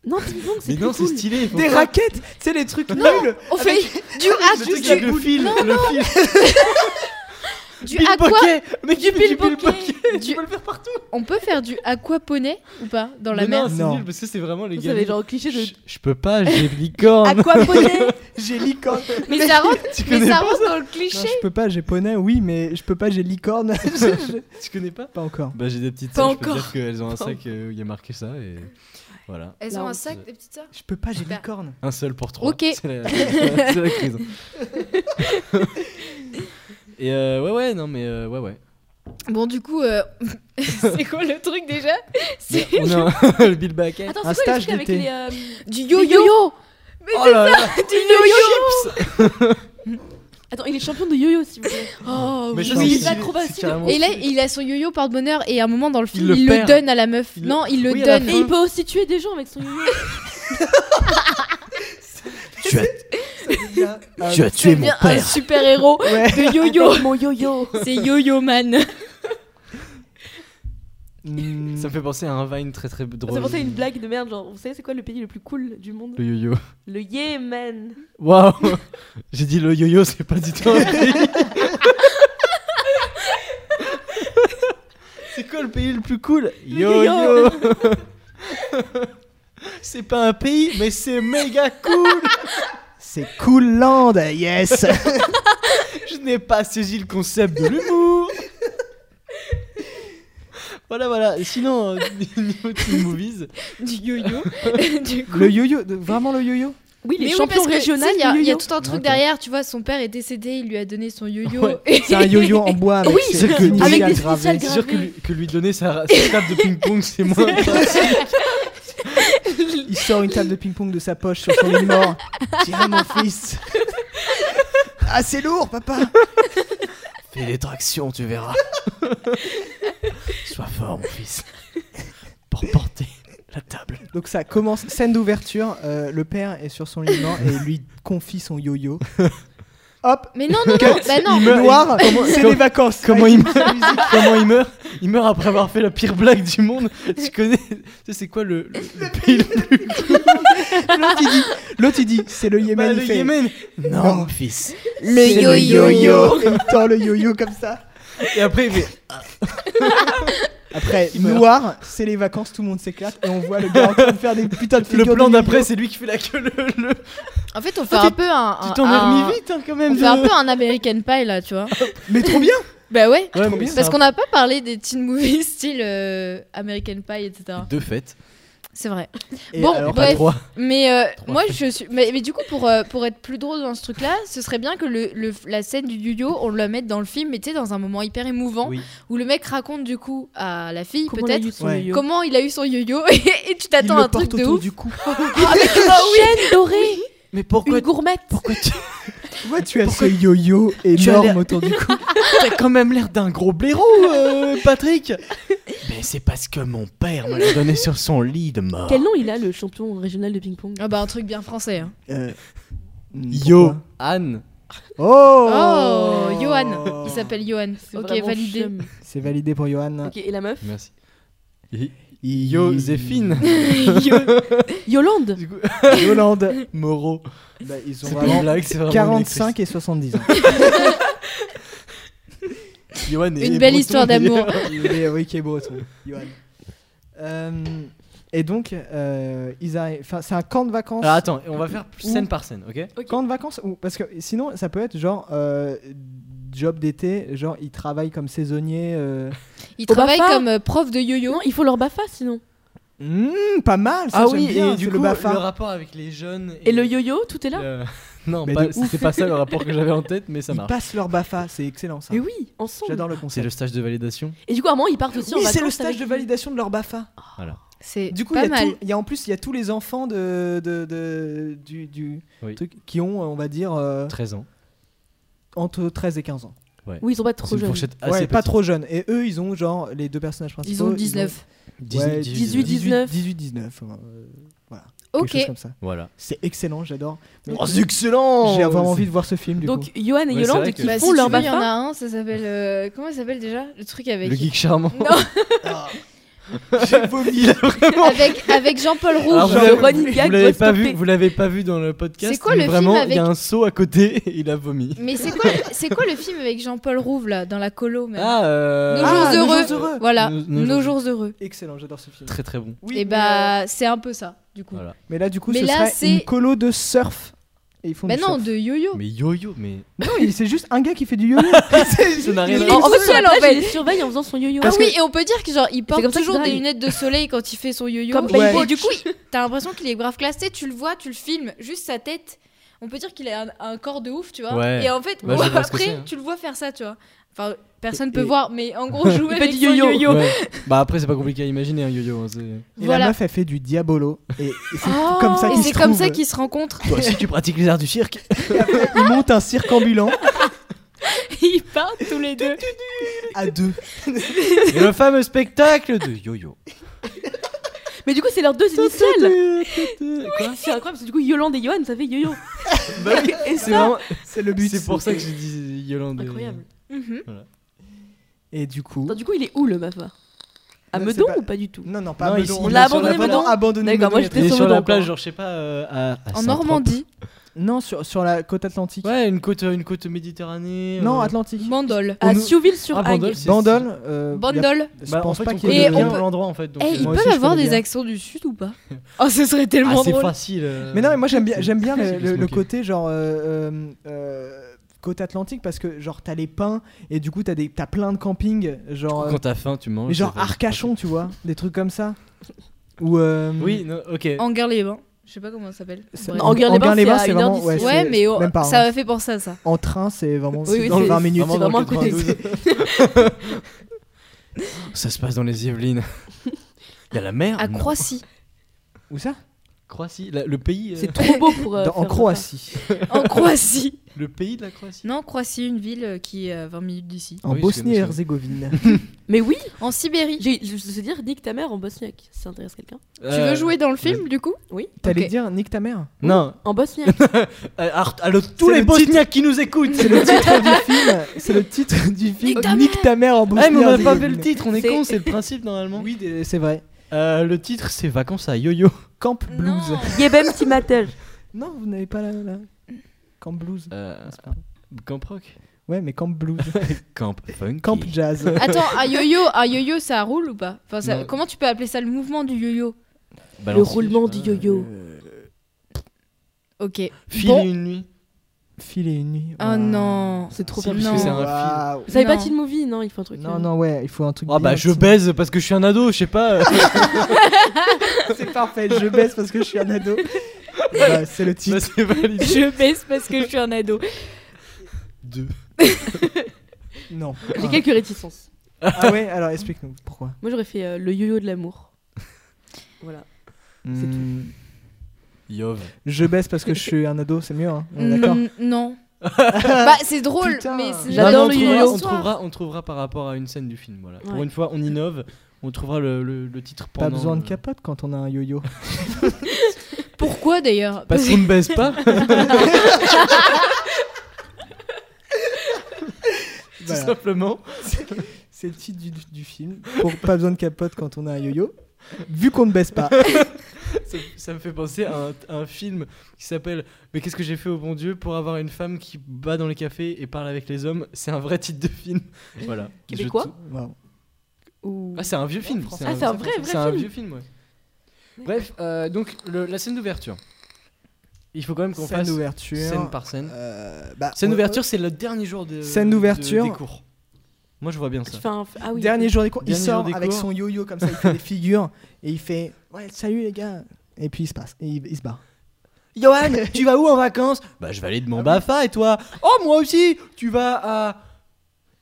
Speaker 4: Non, ping-pong, c'est
Speaker 2: Mais non,
Speaker 4: plus
Speaker 2: c'est
Speaker 4: cool.
Speaker 2: stylé. faut
Speaker 1: Des
Speaker 2: pas-
Speaker 1: raquettes Tu sais, les trucs. nuls.
Speaker 3: On fait du, ah,
Speaker 2: Le
Speaker 3: du,
Speaker 2: truc avec le fil, le fil.
Speaker 3: du
Speaker 2: Pile
Speaker 3: aqua.
Speaker 2: pocket. Mais qui
Speaker 3: Du
Speaker 2: fait du
Speaker 3: pile
Speaker 2: pile
Speaker 3: pocket.
Speaker 2: pocket
Speaker 3: Du-
Speaker 2: Tu peux le faire partout.
Speaker 3: On peut faire du aquaponais ou pas dans la
Speaker 2: Mais
Speaker 3: mer
Speaker 2: Non, c'est
Speaker 1: Non.
Speaker 2: nul parce que c'est vraiment les
Speaker 4: Vous
Speaker 2: gars.
Speaker 4: savez, genre, cliché de.
Speaker 2: Je je peux pas, j'ai licorne.
Speaker 4: Aquaponé
Speaker 1: J'ai licorne.
Speaker 3: Mais ça rentre,
Speaker 2: Tu
Speaker 3: mais
Speaker 2: connais
Speaker 3: ça
Speaker 2: pas
Speaker 3: rentre dans le
Speaker 1: Non,
Speaker 3: cliché.
Speaker 1: je peux pas, j'ai poney, oui, mais je peux pas, j'ai licorne. Je- je-
Speaker 2: Tu connais pas
Speaker 1: pas encore.
Speaker 2: Bah j'ai des petites
Speaker 3: Pas
Speaker 2: sœurs, je peux
Speaker 3: encore.
Speaker 2: dire qu'elles ont un
Speaker 4: Pas
Speaker 2: sac euh, où il y a marqué ça et voilà.
Speaker 3: Elles
Speaker 4: La
Speaker 3: ont un
Speaker 4: honte.
Speaker 3: sac, des petites sœurs
Speaker 1: Je peux pas, j'ai
Speaker 3: Super.
Speaker 1: licorne.
Speaker 2: Un seul pour trois.
Speaker 3: Ok.
Speaker 2: C'est la, c'est la crise. et euh, ouais ouais non mais euh, ouais ouais.
Speaker 3: Bon, du coup, euh, c'est quoi le truc déjà C'est
Speaker 2: On a un- le Bill Backet.
Speaker 4: Attends,
Speaker 1: Un
Speaker 4: c'est quoi le
Speaker 1: stage
Speaker 4: truc avec
Speaker 1: d'été.
Speaker 4: les. euh,
Speaker 3: du yo-yo
Speaker 2: oh là là.
Speaker 3: Du yo-yo
Speaker 4: Attends, il est champion de yo-yo, s'il vous plaît.
Speaker 3: Oh,
Speaker 2: Mais
Speaker 3: oui.
Speaker 2: c'est un-
Speaker 4: il
Speaker 2: c'est
Speaker 4: l'acrobatie de
Speaker 2: carrément-
Speaker 3: Et là, il a son yo-yo porte-bonheur et à un moment dans le film,
Speaker 2: le
Speaker 3: il le,
Speaker 2: perd.
Speaker 3: donne à la meuf.
Speaker 2: Il le-
Speaker 3: Non, il le
Speaker 2: Oui, à la
Speaker 3: donne.
Speaker 4: Et il peut aussi tuer des gens avec son yo-yo.
Speaker 2: Tu as,
Speaker 1: Euh,
Speaker 2: tu as tué mon
Speaker 3: devient un
Speaker 2: père.
Speaker 3: super-héros
Speaker 1: Ouais.
Speaker 3: de yo-yo.
Speaker 4: Mon yo-yo.
Speaker 3: C'est yo-yo man.
Speaker 1: mm,
Speaker 2: Ça me fait penser à un Vine très très drôle.
Speaker 4: Ça pensait à une blague de merde, genre, vous savez, c'est quoi le pays le plus cool du monde
Speaker 2: Le yo-yo.
Speaker 4: Le Yémen.
Speaker 2: Waouh J'ai dit le yo-yo, c'est pas du tout un pays. c'est quoi le pays le plus cool Yo-yo C'est pas un pays, mais c'est méga cool
Speaker 1: C'est cool land, yes.
Speaker 2: Je n'ai pas saisi le concept de l'humour Voilà, voilà. Sinon, euh, niveau Teen Movies,
Speaker 3: Du yo-yo. du coup.
Speaker 1: le yo-yo, de- vraiment le yo-yo
Speaker 4: Oui,
Speaker 3: Mais
Speaker 4: les
Speaker 3: oui,
Speaker 4: champions
Speaker 3: parce que,
Speaker 4: régionaux
Speaker 3: tu sais, Il y, a- il y a
Speaker 4: yo-yo.
Speaker 3: tout un truc
Speaker 2: Ok.
Speaker 3: derrière, tu vois. Son père est décédé, il lui a donné son yo-yo.
Speaker 2: Ouais.
Speaker 3: Et-
Speaker 1: C'est un yo-yo en bois avec
Speaker 2: Oui,
Speaker 1: ses
Speaker 2: c'est que-
Speaker 1: initiales
Speaker 2: avec des
Speaker 1: gravées.
Speaker 4: initiales
Speaker 2: c'est sûr que lui, que lui donner sa, sa table de ping-pong, c'est moins.
Speaker 1: Il sort une table de ping-pong de sa poche sur son lit mort. Tiens mon fils. Ah c'est lourd papa.
Speaker 2: Fais les tractions, tu verras. Sois fort, mon fils. Pour porter la table.
Speaker 1: Donc ça commence scène d'ouverture. euh, le père est sur son lit mort et lui confie son yo-yo. Hop.
Speaker 3: Mais non, non, non, bah non.
Speaker 2: Il meurt.
Speaker 1: Noir, c'est
Speaker 2: comment-
Speaker 1: les vacances.
Speaker 2: Comment
Speaker 1: Ouais.
Speaker 2: il meurt Comment il meurt Il meurt après avoir fait la pire blague du monde. Tu connais Tu sais, c'est quoi le, le- le pays le plus
Speaker 1: L'autre il dit, l'autre, il dit, c'est le Yémen.
Speaker 2: Bah,
Speaker 1: il
Speaker 2: Le
Speaker 1: fait,
Speaker 2: Yémen Non, mon fils.
Speaker 1: C'est le yo-yo. Et il tend le yo-yo comme ça.
Speaker 2: Et après, il fait
Speaker 1: Après,
Speaker 2: Il meurt.
Speaker 1: noir, c'est les vacances, tout le monde s'éclate et on voit le gars en train de faire des putains de
Speaker 2: le
Speaker 1: figures.
Speaker 2: plan
Speaker 1: de
Speaker 2: d'après,
Speaker 1: yo-yo.
Speaker 2: c'est lui qui fait la queue. Le, le-
Speaker 3: En fait,
Speaker 2: Ah,
Speaker 3: on fait un peu un.
Speaker 2: Tu
Speaker 3: un-
Speaker 2: t'en
Speaker 3: un-
Speaker 2: es remis vite, hein, quand même.
Speaker 3: Ah, On fait
Speaker 2: de-
Speaker 3: un peu un American Pie là, tu vois.
Speaker 1: Mais trop bien
Speaker 3: Bah ouais.
Speaker 2: Ouais, mais c'est
Speaker 3: Parce
Speaker 2: un-
Speaker 3: qu'on n'a pas parlé des teen movies style euh, American Pie, etc.
Speaker 2: De fait,
Speaker 3: C'est vrai.
Speaker 1: Et
Speaker 3: Bon, bah,
Speaker 1: alors,
Speaker 2: pas
Speaker 3: Bref.
Speaker 2: trois.
Speaker 3: Mais euh,
Speaker 2: Trois.
Speaker 3: moi, je suis. Mais, mais du coup, pour, euh, pour être plus drôle dans ce truc-là, ce serait bien que le, le- la scène du yo-yo, on la mette dans le film, mais tu sais, dans un moment hyper émouvant,
Speaker 2: Oui.
Speaker 3: où le mec raconte du coup à la fille,
Speaker 4: Comment elle a
Speaker 3: peut-être,
Speaker 4: eu son
Speaker 1: Ouais.
Speaker 4: yo-yo
Speaker 3: comment il a eu son yo-yo, et, et tu t'attends
Speaker 1: il
Speaker 3: à
Speaker 1: le
Speaker 3: un truc
Speaker 1: porte
Speaker 3: de
Speaker 1: autour
Speaker 3: ouf.
Speaker 1: du cou.
Speaker 4: Avec une chaîne dorée
Speaker 2: Mais pourquoi
Speaker 4: Une gourmette
Speaker 2: Pourquoi tu
Speaker 1: Pourquoi tu as ce yo-yo énorme autour du cou
Speaker 2: T'as quand même l'air d'un gros blaireau, euh, Patrick Mais c'est parce que mon père me l'a donné sur son lit de mort.
Speaker 4: Quel nom il a, le champion régional de ping-pong
Speaker 3: Ah bah un truc bien français. hein.
Speaker 1: Euh,
Speaker 2: Yo Anne
Speaker 1: Oh
Speaker 3: Oh, Johan. Il s'appelle Johan.
Speaker 4: C'est
Speaker 3: Ok,
Speaker 4: vraiment
Speaker 3: validé.
Speaker 4: chum.
Speaker 1: C'est validé pour Johan.
Speaker 4: Ok, et la meuf
Speaker 2: Merci. Joséphine
Speaker 4: Yolande
Speaker 2: Du coup,
Speaker 1: Yolande.
Speaker 2: Moreau.
Speaker 1: Bah, ils ont
Speaker 2: C'est pas une
Speaker 1: vraiment
Speaker 2: blague, c'est vraiment une
Speaker 1: 45 et 70 ans.
Speaker 2: actrice. Johan est
Speaker 3: Une belle
Speaker 2: breton,
Speaker 3: histoire d'amour.
Speaker 2: d'ailleurs.
Speaker 1: Il est- oui, qui est breton, Johan. Euh, et donc, euh, ils arrivent. Enfin, c'est un camp de vacances.
Speaker 2: Alors Ah, attends, on va faire scène par scène, ok
Speaker 1: Camp de vacances ou parce que sinon ça peut être genre euh, job d'été, genre ils travaillent comme saisonniers. euh.
Speaker 3: Il
Speaker 4: Au
Speaker 3: travaille
Speaker 4: Bafa
Speaker 3: comme euh, prof de yo-yo.
Speaker 4: Non, il faut leur BAFA sinon.
Speaker 1: Hmm, pas mal. Ça, j'aime bien,
Speaker 2: Ah et du
Speaker 1: c'est
Speaker 2: coup,
Speaker 1: le
Speaker 2: le
Speaker 1: Bafa.
Speaker 2: rapport avec les jeunes.
Speaker 4: Et le yo-yo, tout est là
Speaker 2: Euh, Non,
Speaker 1: Mais
Speaker 2: pas-
Speaker 1: de ouf.
Speaker 2: c'était pas ça le rapport que j'avais en tête, mais ça
Speaker 1: ils
Speaker 2: marche.
Speaker 1: passent leur Bafa, c'est excellent ça.
Speaker 4: Mais oui, ensemble.
Speaker 1: J'adore le
Speaker 2: C'est
Speaker 1: concept.
Speaker 2: le stage de validation.
Speaker 4: Et du coup, à un moment, ils partent aussi en
Speaker 1: Oui,
Speaker 4: vacances.
Speaker 1: c'est le stage
Speaker 4: avec-
Speaker 1: de validation de leur Bafa.
Speaker 3: C'est
Speaker 1: Du coup, il y
Speaker 3: pas
Speaker 1: a
Speaker 3: mal.
Speaker 1: tout- il y a en plus il y a tous les enfants de, de- de- du, du
Speaker 2: Oui.
Speaker 1: truc qui ont on va dire euh,
Speaker 2: 13 ans.
Speaker 1: entre 13 et 15 ans.
Speaker 4: Oui, ils sont
Speaker 2: Ah,
Speaker 4: pas
Speaker 2: C'est
Speaker 4: trop
Speaker 2: une
Speaker 4: jeunes.
Speaker 2: fourchette assez
Speaker 1: Ouais, pas
Speaker 2: petite.
Speaker 1: trop jeunes et eux ils ont genre les deux personnages principaux.
Speaker 3: Ils ont 19.
Speaker 1: ouais,
Speaker 4: 18, 19.
Speaker 1: 18 19 euh,
Speaker 3: Ok.
Speaker 1: quelque chose comme ça.
Speaker 2: Voilà.
Speaker 1: C'est excellent, j'adore.
Speaker 2: Oh, c'est excellent
Speaker 1: J'ai vraiment envie de voir ce film du coup.
Speaker 4: Donc, Johan et
Speaker 2: Ouais, c'est
Speaker 4: Yolande
Speaker 2: vrai
Speaker 4: qui
Speaker 2: que-
Speaker 3: Bah, si
Speaker 4: font
Speaker 3: tu
Speaker 4: leur
Speaker 3: veux, il y en
Speaker 4: BAFA.
Speaker 3: a un, ça s'appelle. euh, comment il s'appelle déjà Le truc avec.
Speaker 2: Le geek charmant.
Speaker 1: J'ai vomi.
Speaker 3: avec, avec Jean-Paul Rouge.
Speaker 2: Alors, vous
Speaker 4: Genre,
Speaker 2: l'avez-
Speaker 4: le running
Speaker 2: vous
Speaker 4: gag
Speaker 2: l'avez
Speaker 4: doit
Speaker 2: pas
Speaker 4: stopper.
Speaker 2: vu, vous l'avez pas vu dans le podcast.
Speaker 3: C'est quoi le
Speaker 2: mais
Speaker 3: film
Speaker 2: vraiment, il y a
Speaker 3: avec-
Speaker 2: un saut à côté et il a vomi.
Speaker 3: Mais c'est quoi, le- c'est quoi le film avec Jean-Paul Rouve là, dans la colo même
Speaker 2: Ah, euh...
Speaker 3: Nos
Speaker 1: Ah,
Speaker 3: jours
Speaker 1: Nos
Speaker 3: heureux.
Speaker 1: jours heureux.
Speaker 3: Voilà,
Speaker 2: Nos-
Speaker 3: nos,
Speaker 2: Nos jours
Speaker 3: jours heureux.
Speaker 1: Excellent, j'adore ce film.
Speaker 2: Très très bon.
Speaker 1: Oui, mais,
Speaker 3: et bah, c'est un peu ça, du coup.
Speaker 2: Voilà.
Speaker 1: euh, Mais là du coup,
Speaker 3: Mais
Speaker 1: ce
Speaker 3: là,
Speaker 1: serait une
Speaker 3: c'est-
Speaker 1: colo de surf. Et ils font
Speaker 3: Mais
Speaker 1: du
Speaker 3: Bah, non,
Speaker 1: surf.
Speaker 3: de yo-yo.
Speaker 2: Mais yo-yo, mais.
Speaker 1: Non, il- c'est juste un gars qui fait du yoga.
Speaker 2: Ça n'a rien à
Speaker 3: Il
Speaker 2: voir.
Speaker 3: est-
Speaker 4: En fait, sur
Speaker 3: seul,
Speaker 4: la
Speaker 3: en
Speaker 4: plage,
Speaker 3: fait.
Speaker 4: ils les surveillent en faisant son yo-yo.
Speaker 3: Ah oui, et on peut dire que genre il
Speaker 4: comme
Speaker 3: porte
Speaker 4: ça qu'il
Speaker 3: toujours des
Speaker 4: drague.
Speaker 3: lunettes de soleil quand il fait son yo-yo.
Speaker 4: Comme
Speaker 3: Et
Speaker 1: Baywatch.
Speaker 3: du coup, il- t'as l'impression qu'il est grave classé. Tu le vois, tu le filmes, juste sa tête. On peut dire qu'il a un, un corps de ouf, tu vois.
Speaker 2: Ouais.
Speaker 3: Et en fait,
Speaker 2: Ouais, je vois ce que
Speaker 3: après,
Speaker 2: c'est, hein.
Speaker 3: tu le Bah, vois faire ça, tu vois. Enfin, personne
Speaker 1: Et-
Speaker 3: peut
Speaker 1: et-
Speaker 3: voir, mais en gros, jouer
Speaker 4: Il fait
Speaker 3: avec
Speaker 4: du
Speaker 3: son
Speaker 4: yo-yo.
Speaker 3: yo-yo.
Speaker 2: Ouais. Bah après, c'est pas compliqué à imaginer un yo-yo. hein, c'est-
Speaker 1: Et
Speaker 3: Voilà.
Speaker 1: la
Speaker 3: Ah,
Speaker 1: meuf, elle fait du diabolo. Et, et c'est
Speaker 4: Oh,
Speaker 1: comme ça
Speaker 3: Et
Speaker 1: qu'ils se
Speaker 3: c'est comme
Speaker 1: trouvent.
Speaker 3: ça qu'ils se rencontrent.
Speaker 2: Toi aussi, tu pratiques les arts du cirque.
Speaker 1: Et après, ils montent un cirque ambulant
Speaker 3: Ils partent tous les deux.
Speaker 1: à deux.
Speaker 2: Et le fameux spectacle de yo-yo.
Speaker 4: Mais du coup, c'est leurs deux initiales.
Speaker 2: Quoi
Speaker 4: C'est incroyable parce que du coup, Yolande et Johan, ça fait yo-yo.
Speaker 2: Bah oui,
Speaker 4: Et
Speaker 2: c'est
Speaker 4: ça,
Speaker 2: vraiment-
Speaker 1: C'est le but.
Speaker 2: C'est pour ça que j'ai dit Yolande. euh, et-
Speaker 4: incroyable.
Speaker 3: Mhm.
Speaker 1: Et du coup.
Speaker 4: Attends, du coup, il est où le BAFA
Speaker 2: Bah,
Speaker 4: À
Speaker 1: Non,
Speaker 4: Meudon
Speaker 1: c'est pas-
Speaker 4: ou pas du tout
Speaker 1: Non, non, pas
Speaker 2: Non,
Speaker 1: à
Speaker 2: ils
Speaker 1: Meudon.
Speaker 2: sont-
Speaker 1: On
Speaker 2: ils
Speaker 1: l'a
Speaker 2: sont
Speaker 1: abandonné,
Speaker 2: là-bas.
Speaker 1: Meudon. Abandonné
Speaker 4: D'accord,
Speaker 1: Meudon,
Speaker 4: moi,
Speaker 1: il y a
Speaker 2: Il est
Speaker 4: Sur
Speaker 2: sur
Speaker 4: le
Speaker 2: la
Speaker 4: banc,
Speaker 2: plage,
Speaker 4: quoi.
Speaker 2: genre, je sais pas. euh, à, à
Speaker 3: En
Speaker 2: Saint-Tropez.
Speaker 3: Normandie,
Speaker 1: très- Non, sur, sur la côte atlantique.
Speaker 2: Ouais, une côte, une côte méditerranée.
Speaker 1: Non,
Speaker 2: euh,
Speaker 1: Atlantique.
Speaker 3: Bandol.
Speaker 4: À
Speaker 2: nous-
Speaker 4: Siouville sur
Speaker 2: Ah, Bandol,
Speaker 4: Hague.
Speaker 2: c'est-
Speaker 1: Bandol. euh, y a-
Speaker 3: Bandol.
Speaker 1: Je
Speaker 2: Bah, en
Speaker 1: pense
Speaker 2: fait,
Speaker 1: pas
Speaker 2: on
Speaker 1: qu'il y
Speaker 2: connaît
Speaker 1: ait
Speaker 3: Et
Speaker 1: de
Speaker 3: on
Speaker 2: bien
Speaker 1: lien.
Speaker 3: peut-
Speaker 2: l'endroit en fait. donc,
Speaker 3: Eh,
Speaker 2: euh,
Speaker 3: ils
Speaker 1: moi
Speaker 3: peuvent
Speaker 1: aussi, je
Speaker 3: avoir
Speaker 1: connais
Speaker 3: des
Speaker 1: bien.
Speaker 3: accents du sud ou pas Oh, ce serait tellement
Speaker 2: Ah, c'est
Speaker 3: drôle.
Speaker 2: facile. euh.
Speaker 1: Mais non, mais moi j'aime bien, j'aime bien
Speaker 2: C'est
Speaker 1: le, le- le
Speaker 2: moquer.
Speaker 1: côté genre euh, euh, euh, côte atlantique parce que genre t'as les pins et du coup t'as des t'as plein de campings genre euh,
Speaker 2: Quand t'as faim, tu manges.
Speaker 1: mais genre
Speaker 2: ça fait-
Speaker 1: Arcachon tu vois des trucs comme ça ou euh,
Speaker 2: Oui, non, ok.
Speaker 3: Enguerre les bains. Je sais pas comment ça s'appelle.
Speaker 1: c'est-
Speaker 3: Bref.
Speaker 4: Non, Enguerre-les-Bains,
Speaker 1: Enguerre-les-Bains,
Speaker 4: c'est à
Speaker 1: c'est
Speaker 4: une heure
Speaker 1: vraiment
Speaker 4: d'ici.
Speaker 1: ouais,
Speaker 3: Ouais,
Speaker 1: c'est
Speaker 3: mais oh,
Speaker 1: même pas,
Speaker 3: ça
Speaker 1: hein.
Speaker 3: m'a fait penser à ça.
Speaker 1: en train c'est vraiment
Speaker 4: Oui, oui,
Speaker 1: dans le
Speaker 4: c'est-
Speaker 1: 20 minutes
Speaker 4: c'est vraiment à côté.
Speaker 2: 92. Ça se passe dans les Yvelines. Il y a la mer.
Speaker 3: À
Speaker 2: non.
Speaker 3: Croissy.
Speaker 1: où ça
Speaker 2: Croatie, la- le pays. euh,
Speaker 4: C'est trop beau pour. euh,
Speaker 1: Dans-
Speaker 4: faire
Speaker 1: en
Speaker 4: le
Speaker 1: Croatie
Speaker 3: en Croatie.
Speaker 2: le pays de la Croatie.
Speaker 3: Non, Croatie, une ville euh, qui est à 20 minutes d'ici.
Speaker 1: en
Speaker 2: Oui, parce que nous
Speaker 1: Bosnie et
Speaker 2: sommes-
Speaker 1: Herzégovine
Speaker 4: BAFA. Mais oui,
Speaker 3: En Sibérie.
Speaker 4: j'ai- je veux dire, nique ta mère en bosniaque, si ça intéresse quelqu'un.
Speaker 3: Tu
Speaker 1: Euh,
Speaker 3: veux jouer dans le film, du coup
Speaker 1: t'allais
Speaker 3: Ok.
Speaker 1: dire nique ta mère
Speaker 2: Euh, Non.
Speaker 4: En bosniaque.
Speaker 2: Euh, ar- alors, tous
Speaker 1: C'est
Speaker 2: les
Speaker 1: le
Speaker 2: Bosniaques qui nous écoutent. Eh,
Speaker 1: c'est le titre du film c'est le titre du film
Speaker 3: Nique ta
Speaker 1: nique ta mère en Bosnie
Speaker 2: Ouais, Ah, mais on n'a pas fait
Speaker 1: Herzégovine.
Speaker 2: le titre, on est
Speaker 4: C'est-
Speaker 2: con, c'est le principe normalement.
Speaker 1: oui des- c'est vrai
Speaker 2: Euh, le titre c'est Vacances à Yo-Yo.
Speaker 1: Camp Blues
Speaker 4: Yebem Timatel.
Speaker 1: Non, vous n'avez pas la, la- Camp Blues.
Speaker 2: Euh,
Speaker 1: C'est pas-
Speaker 2: Camp Rock.
Speaker 1: Ouais, mais Camp Blues.
Speaker 2: Camp Funk.
Speaker 1: Camp Jazz.
Speaker 3: Attends, un yo-yo, un yo-yo, ça roule ou pas enfin, ça-
Speaker 2: Non.
Speaker 3: Comment tu peux appeler ça le mouvement du yo-yo
Speaker 2: Bah,
Speaker 4: Le roulement du
Speaker 2: euh,
Speaker 4: yo-yo.
Speaker 3: Ok.
Speaker 2: File
Speaker 3: Bon.
Speaker 2: une nuit.
Speaker 1: Fil et une nuit.
Speaker 3: Oh non.
Speaker 4: C'est trop
Speaker 2: Si,
Speaker 4: bien.
Speaker 2: parce que c'est un-
Speaker 4: Vous savez pas
Speaker 3: Non.
Speaker 4: Teen Movie Non, il faut un truc. euh,
Speaker 1: Non, non, ouais, il faut un truc.
Speaker 2: Ah bah
Speaker 1: bien
Speaker 2: je
Speaker 1: petit.
Speaker 2: baise parce que je suis un ado, je sais pas. euh,
Speaker 1: C'est parfait, je baisse parce que je suis un ado. Bah, c'est le
Speaker 2: bah,
Speaker 1: titre.
Speaker 2: c'est validé.
Speaker 3: Je baisse parce que je suis un ado.
Speaker 2: Deux.
Speaker 1: Non.
Speaker 4: J'ai quelques réticences.
Speaker 1: Ah ouais, alors explique-nous pourquoi.
Speaker 4: Moi, j'aurais fait euh, le yo-yo de l'amour. Voilà. C'est
Speaker 1: Hmm,
Speaker 2: Yov.
Speaker 1: Je baisse parce que je suis un ado, c'est mieux, hein. On est
Speaker 3: Mm,
Speaker 1: D'accord.
Speaker 3: Non. Bah, c'est drôle,
Speaker 1: Putain.
Speaker 3: mais c'est
Speaker 4: J'adore
Speaker 2: Non,
Speaker 4: le
Speaker 2: mais on trouvera-
Speaker 4: yo-yo.
Speaker 2: On trouvera, on trouvera par rapport à une scène du film. Voilà. Pour
Speaker 4: Ouais.
Speaker 2: une fois, on innove. On trouvera le, le- le titre pendant.
Speaker 1: Pas besoin de
Speaker 2: le-
Speaker 1: capote quand on a un yo-yo.
Speaker 3: Pourquoi d'ailleurs
Speaker 2: Parce qu'on ne baisse pas. Tout
Speaker 1: Voilà.
Speaker 2: simplement.
Speaker 1: C'est le titre du, du- du film. Pour pas besoin de capote quand on a un yo-yo. Vu qu'on ne baisse pas.
Speaker 2: Ça, ça me fait penser à un, à un film qui s'appelle Mais qu'est-ce que j'ai fait au bon Dieu pour avoir une femme qui bat dans les cafés et parle avec les hommes C'est un vrai titre de film. Voilà.
Speaker 4: Québécois
Speaker 2: Je te-
Speaker 1: Wow.
Speaker 4: Ou-
Speaker 2: Ah, c'est un vieux film.
Speaker 4: Ah, c'est un vrai, vrai
Speaker 2: C'est un
Speaker 4: film.
Speaker 2: vieux film, ouais. Bref, euh, donc le- la scène d'ouverture. Il faut quand même qu'on
Speaker 1: Scène
Speaker 2: fasse
Speaker 1: d'ouverture.
Speaker 2: scène par scène.
Speaker 1: Euh, bah,
Speaker 2: Scène
Speaker 1: on-
Speaker 2: d'ouverture, c'est le dernier jour de,
Speaker 1: Scène
Speaker 2: de-
Speaker 1: d'ouverture.
Speaker 2: des cours. Moi, je vois bien
Speaker 4: Tu
Speaker 2: ça.
Speaker 4: fais un- Ah oui.
Speaker 1: Dernier jour des cours, il
Speaker 2: Dernier
Speaker 1: sort
Speaker 2: jour des
Speaker 1: avec
Speaker 2: cours.
Speaker 1: son yo-yo comme ça, il fait des figures et il fait Ouais, salut les gars. Et puis il se passe, et il, il se barre.
Speaker 2: Johan, tu vas où en vacances Bah, je vais aller de mon Bafa et toi Oh, moi aussi Tu vas à.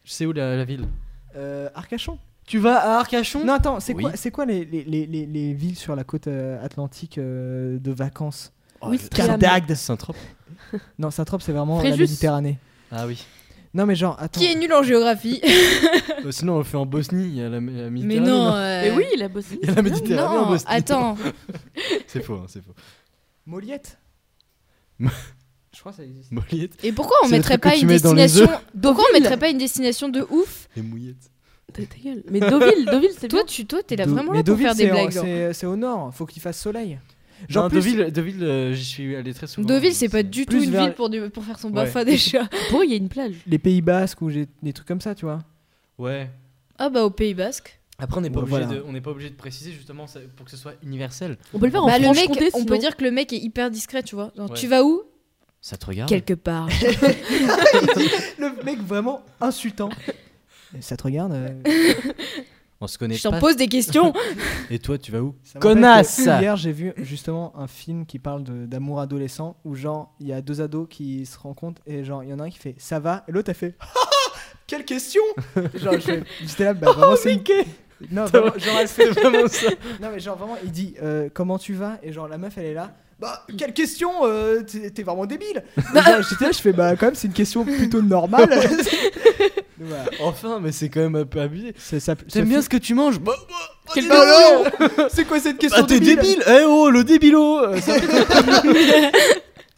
Speaker 2: Je sais où la, la ville
Speaker 1: Euh, Arcachon.
Speaker 2: Tu vas à Arcachon
Speaker 1: Non, attends, c'est
Speaker 2: Oui.
Speaker 1: quoi, c'est quoi les, les, les, les- les villes sur la côte euh, atlantique euh, de vacances
Speaker 2: Oh, je-
Speaker 4: Trianon.
Speaker 1: Cardagde.
Speaker 2: Saint-Tropez.
Speaker 1: Non, Saint-Tropez, c'est vraiment la
Speaker 4: Fréjus.
Speaker 1: Méditerranée.
Speaker 2: Ah oui.
Speaker 1: Non, mais genre, attends.
Speaker 3: Qui est nul en géographie
Speaker 2: Euh, sinon, on le fait en Bosnie, il y a la, la
Speaker 3: Mais
Speaker 2: Méditerranée,
Speaker 3: non. euh,
Speaker 4: Mais Eh oui, la Bosnie.
Speaker 2: Il y a la
Speaker 4: c'est bien.
Speaker 2: Méditerranée en
Speaker 3: Non,
Speaker 2: Bosnie.
Speaker 3: attends.
Speaker 2: C'est faux, hein, c'est faux.
Speaker 1: Moliette
Speaker 2: Mo-
Speaker 1: Je crois que ça existe.
Speaker 2: Mouillettes
Speaker 3: Et pourquoi on
Speaker 2: C'est le
Speaker 3: mettrait
Speaker 2: truc que
Speaker 3: pas
Speaker 2: tu
Speaker 3: une
Speaker 2: mets dans les
Speaker 3: destination Pourquoi on
Speaker 4: Deauville.
Speaker 3: mettrait pas une destination de ouf
Speaker 2: et mouillettes.
Speaker 4: Ta ta gueule. Mais Deauville, Deauville, c'est
Speaker 3: Toi,
Speaker 4: bien.
Speaker 3: tu toi, t'es là
Speaker 1: Do-
Speaker 3: vraiment
Speaker 1: mais
Speaker 3: là pour
Speaker 1: Deauville,
Speaker 3: faire des
Speaker 1: c'est en-
Speaker 3: blagues. genre.
Speaker 1: C'est, c'est au nord, faut qu'il fasse soleil. Genre,
Speaker 2: Genre,
Speaker 1: plus-
Speaker 2: Deauville, Deauville euh, j'y suis allé très souvent.
Speaker 3: Deauville, c'est pas du tout
Speaker 1: plus
Speaker 3: une
Speaker 1: vers-
Speaker 3: ville pour, du- pour faire son
Speaker 2: Ouais.
Speaker 3: bafa déjà.
Speaker 4: Pour eux, il y a une plage.
Speaker 1: Les Pays Basques ou j'ai- des trucs comme ça, tu vois.
Speaker 2: Ouais.
Speaker 3: Ah bah au Pays Basque.
Speaker 2: Après, on n'est pas,
Speaker 1: Ouais,
Speaker 2: obligé
Speaker 1: voilà.
Speaker 2: de- on n'est pas obligé de préciser justement ça- pour que ce soit universel.
Speaker 4: On peut le faire en
Speaker 3: Bah le mec,
Speaker 4: Franche-Comté,
Speaker 3: on
Speaker 4: sinon.
Speaker 3: peut dire que le mec est hyper discret, tu vois. Genre,
Speaker 2: Ouais.
Speaker 3: Tu vas où
Speaker 2: Ça te
Speaker 1: Ah.
Speaker 2: regarde
Speaker 3: Quelque part.
Speaker 1: Le mec vraiment insultant. Ça te regarde euh,
Speaker 2: On se connaît
Speaker 3: Je t'en
Speaker 2: pas.
Speaker 3: pose des questions. Ah
Speaker 2: Et toi, tu vas où
Speaker 1: Ça me rappelle
Speaker 2: Connasse.
Speaker 1: que Hier, j'ai vu justement un film qui parle de- d'amour adolescent où, genre, il y a deux ados qui se rencontrent et, genre, il y en a un qui fait ça va et l'autre a fait Ah, ah, quelle question Genre, je- j'étais là, bah, vraiment, c'est. une- Non, vraiment, genre, elle fait-
Speaker 2: C'est vraiment ça.
Speaker 1: non, mais genre, vraiment, il dit euh, comment tu vas et, genre, la meuf, elle est là. Bah, quelle question euh, T'es t'es vraiment débile Et genre, J'étais là, je fais bah, quand même, c'est une question plutôt normale. Donc, voilà.
Speaker 2: Enfin, mais c'est quand même un peu abusé.
Speaker 1: C'est- ça-
Speaker 2: T'aimes
Speaker 1: ce
Speaker 2: bien
Speaker 1: film-
Speaker 2: ce que tu manges Bah, bah, bah,
Speaker 1: Quelle
Speaker 2: dis
Speaker 1: question
Speaker 2: donc.
Speaker 1: C'est quoi cette
Speaker 2: Bah,
Speaker 1: question
Speaker 2: t'es débile Eh oh, le débilo Euh, ça-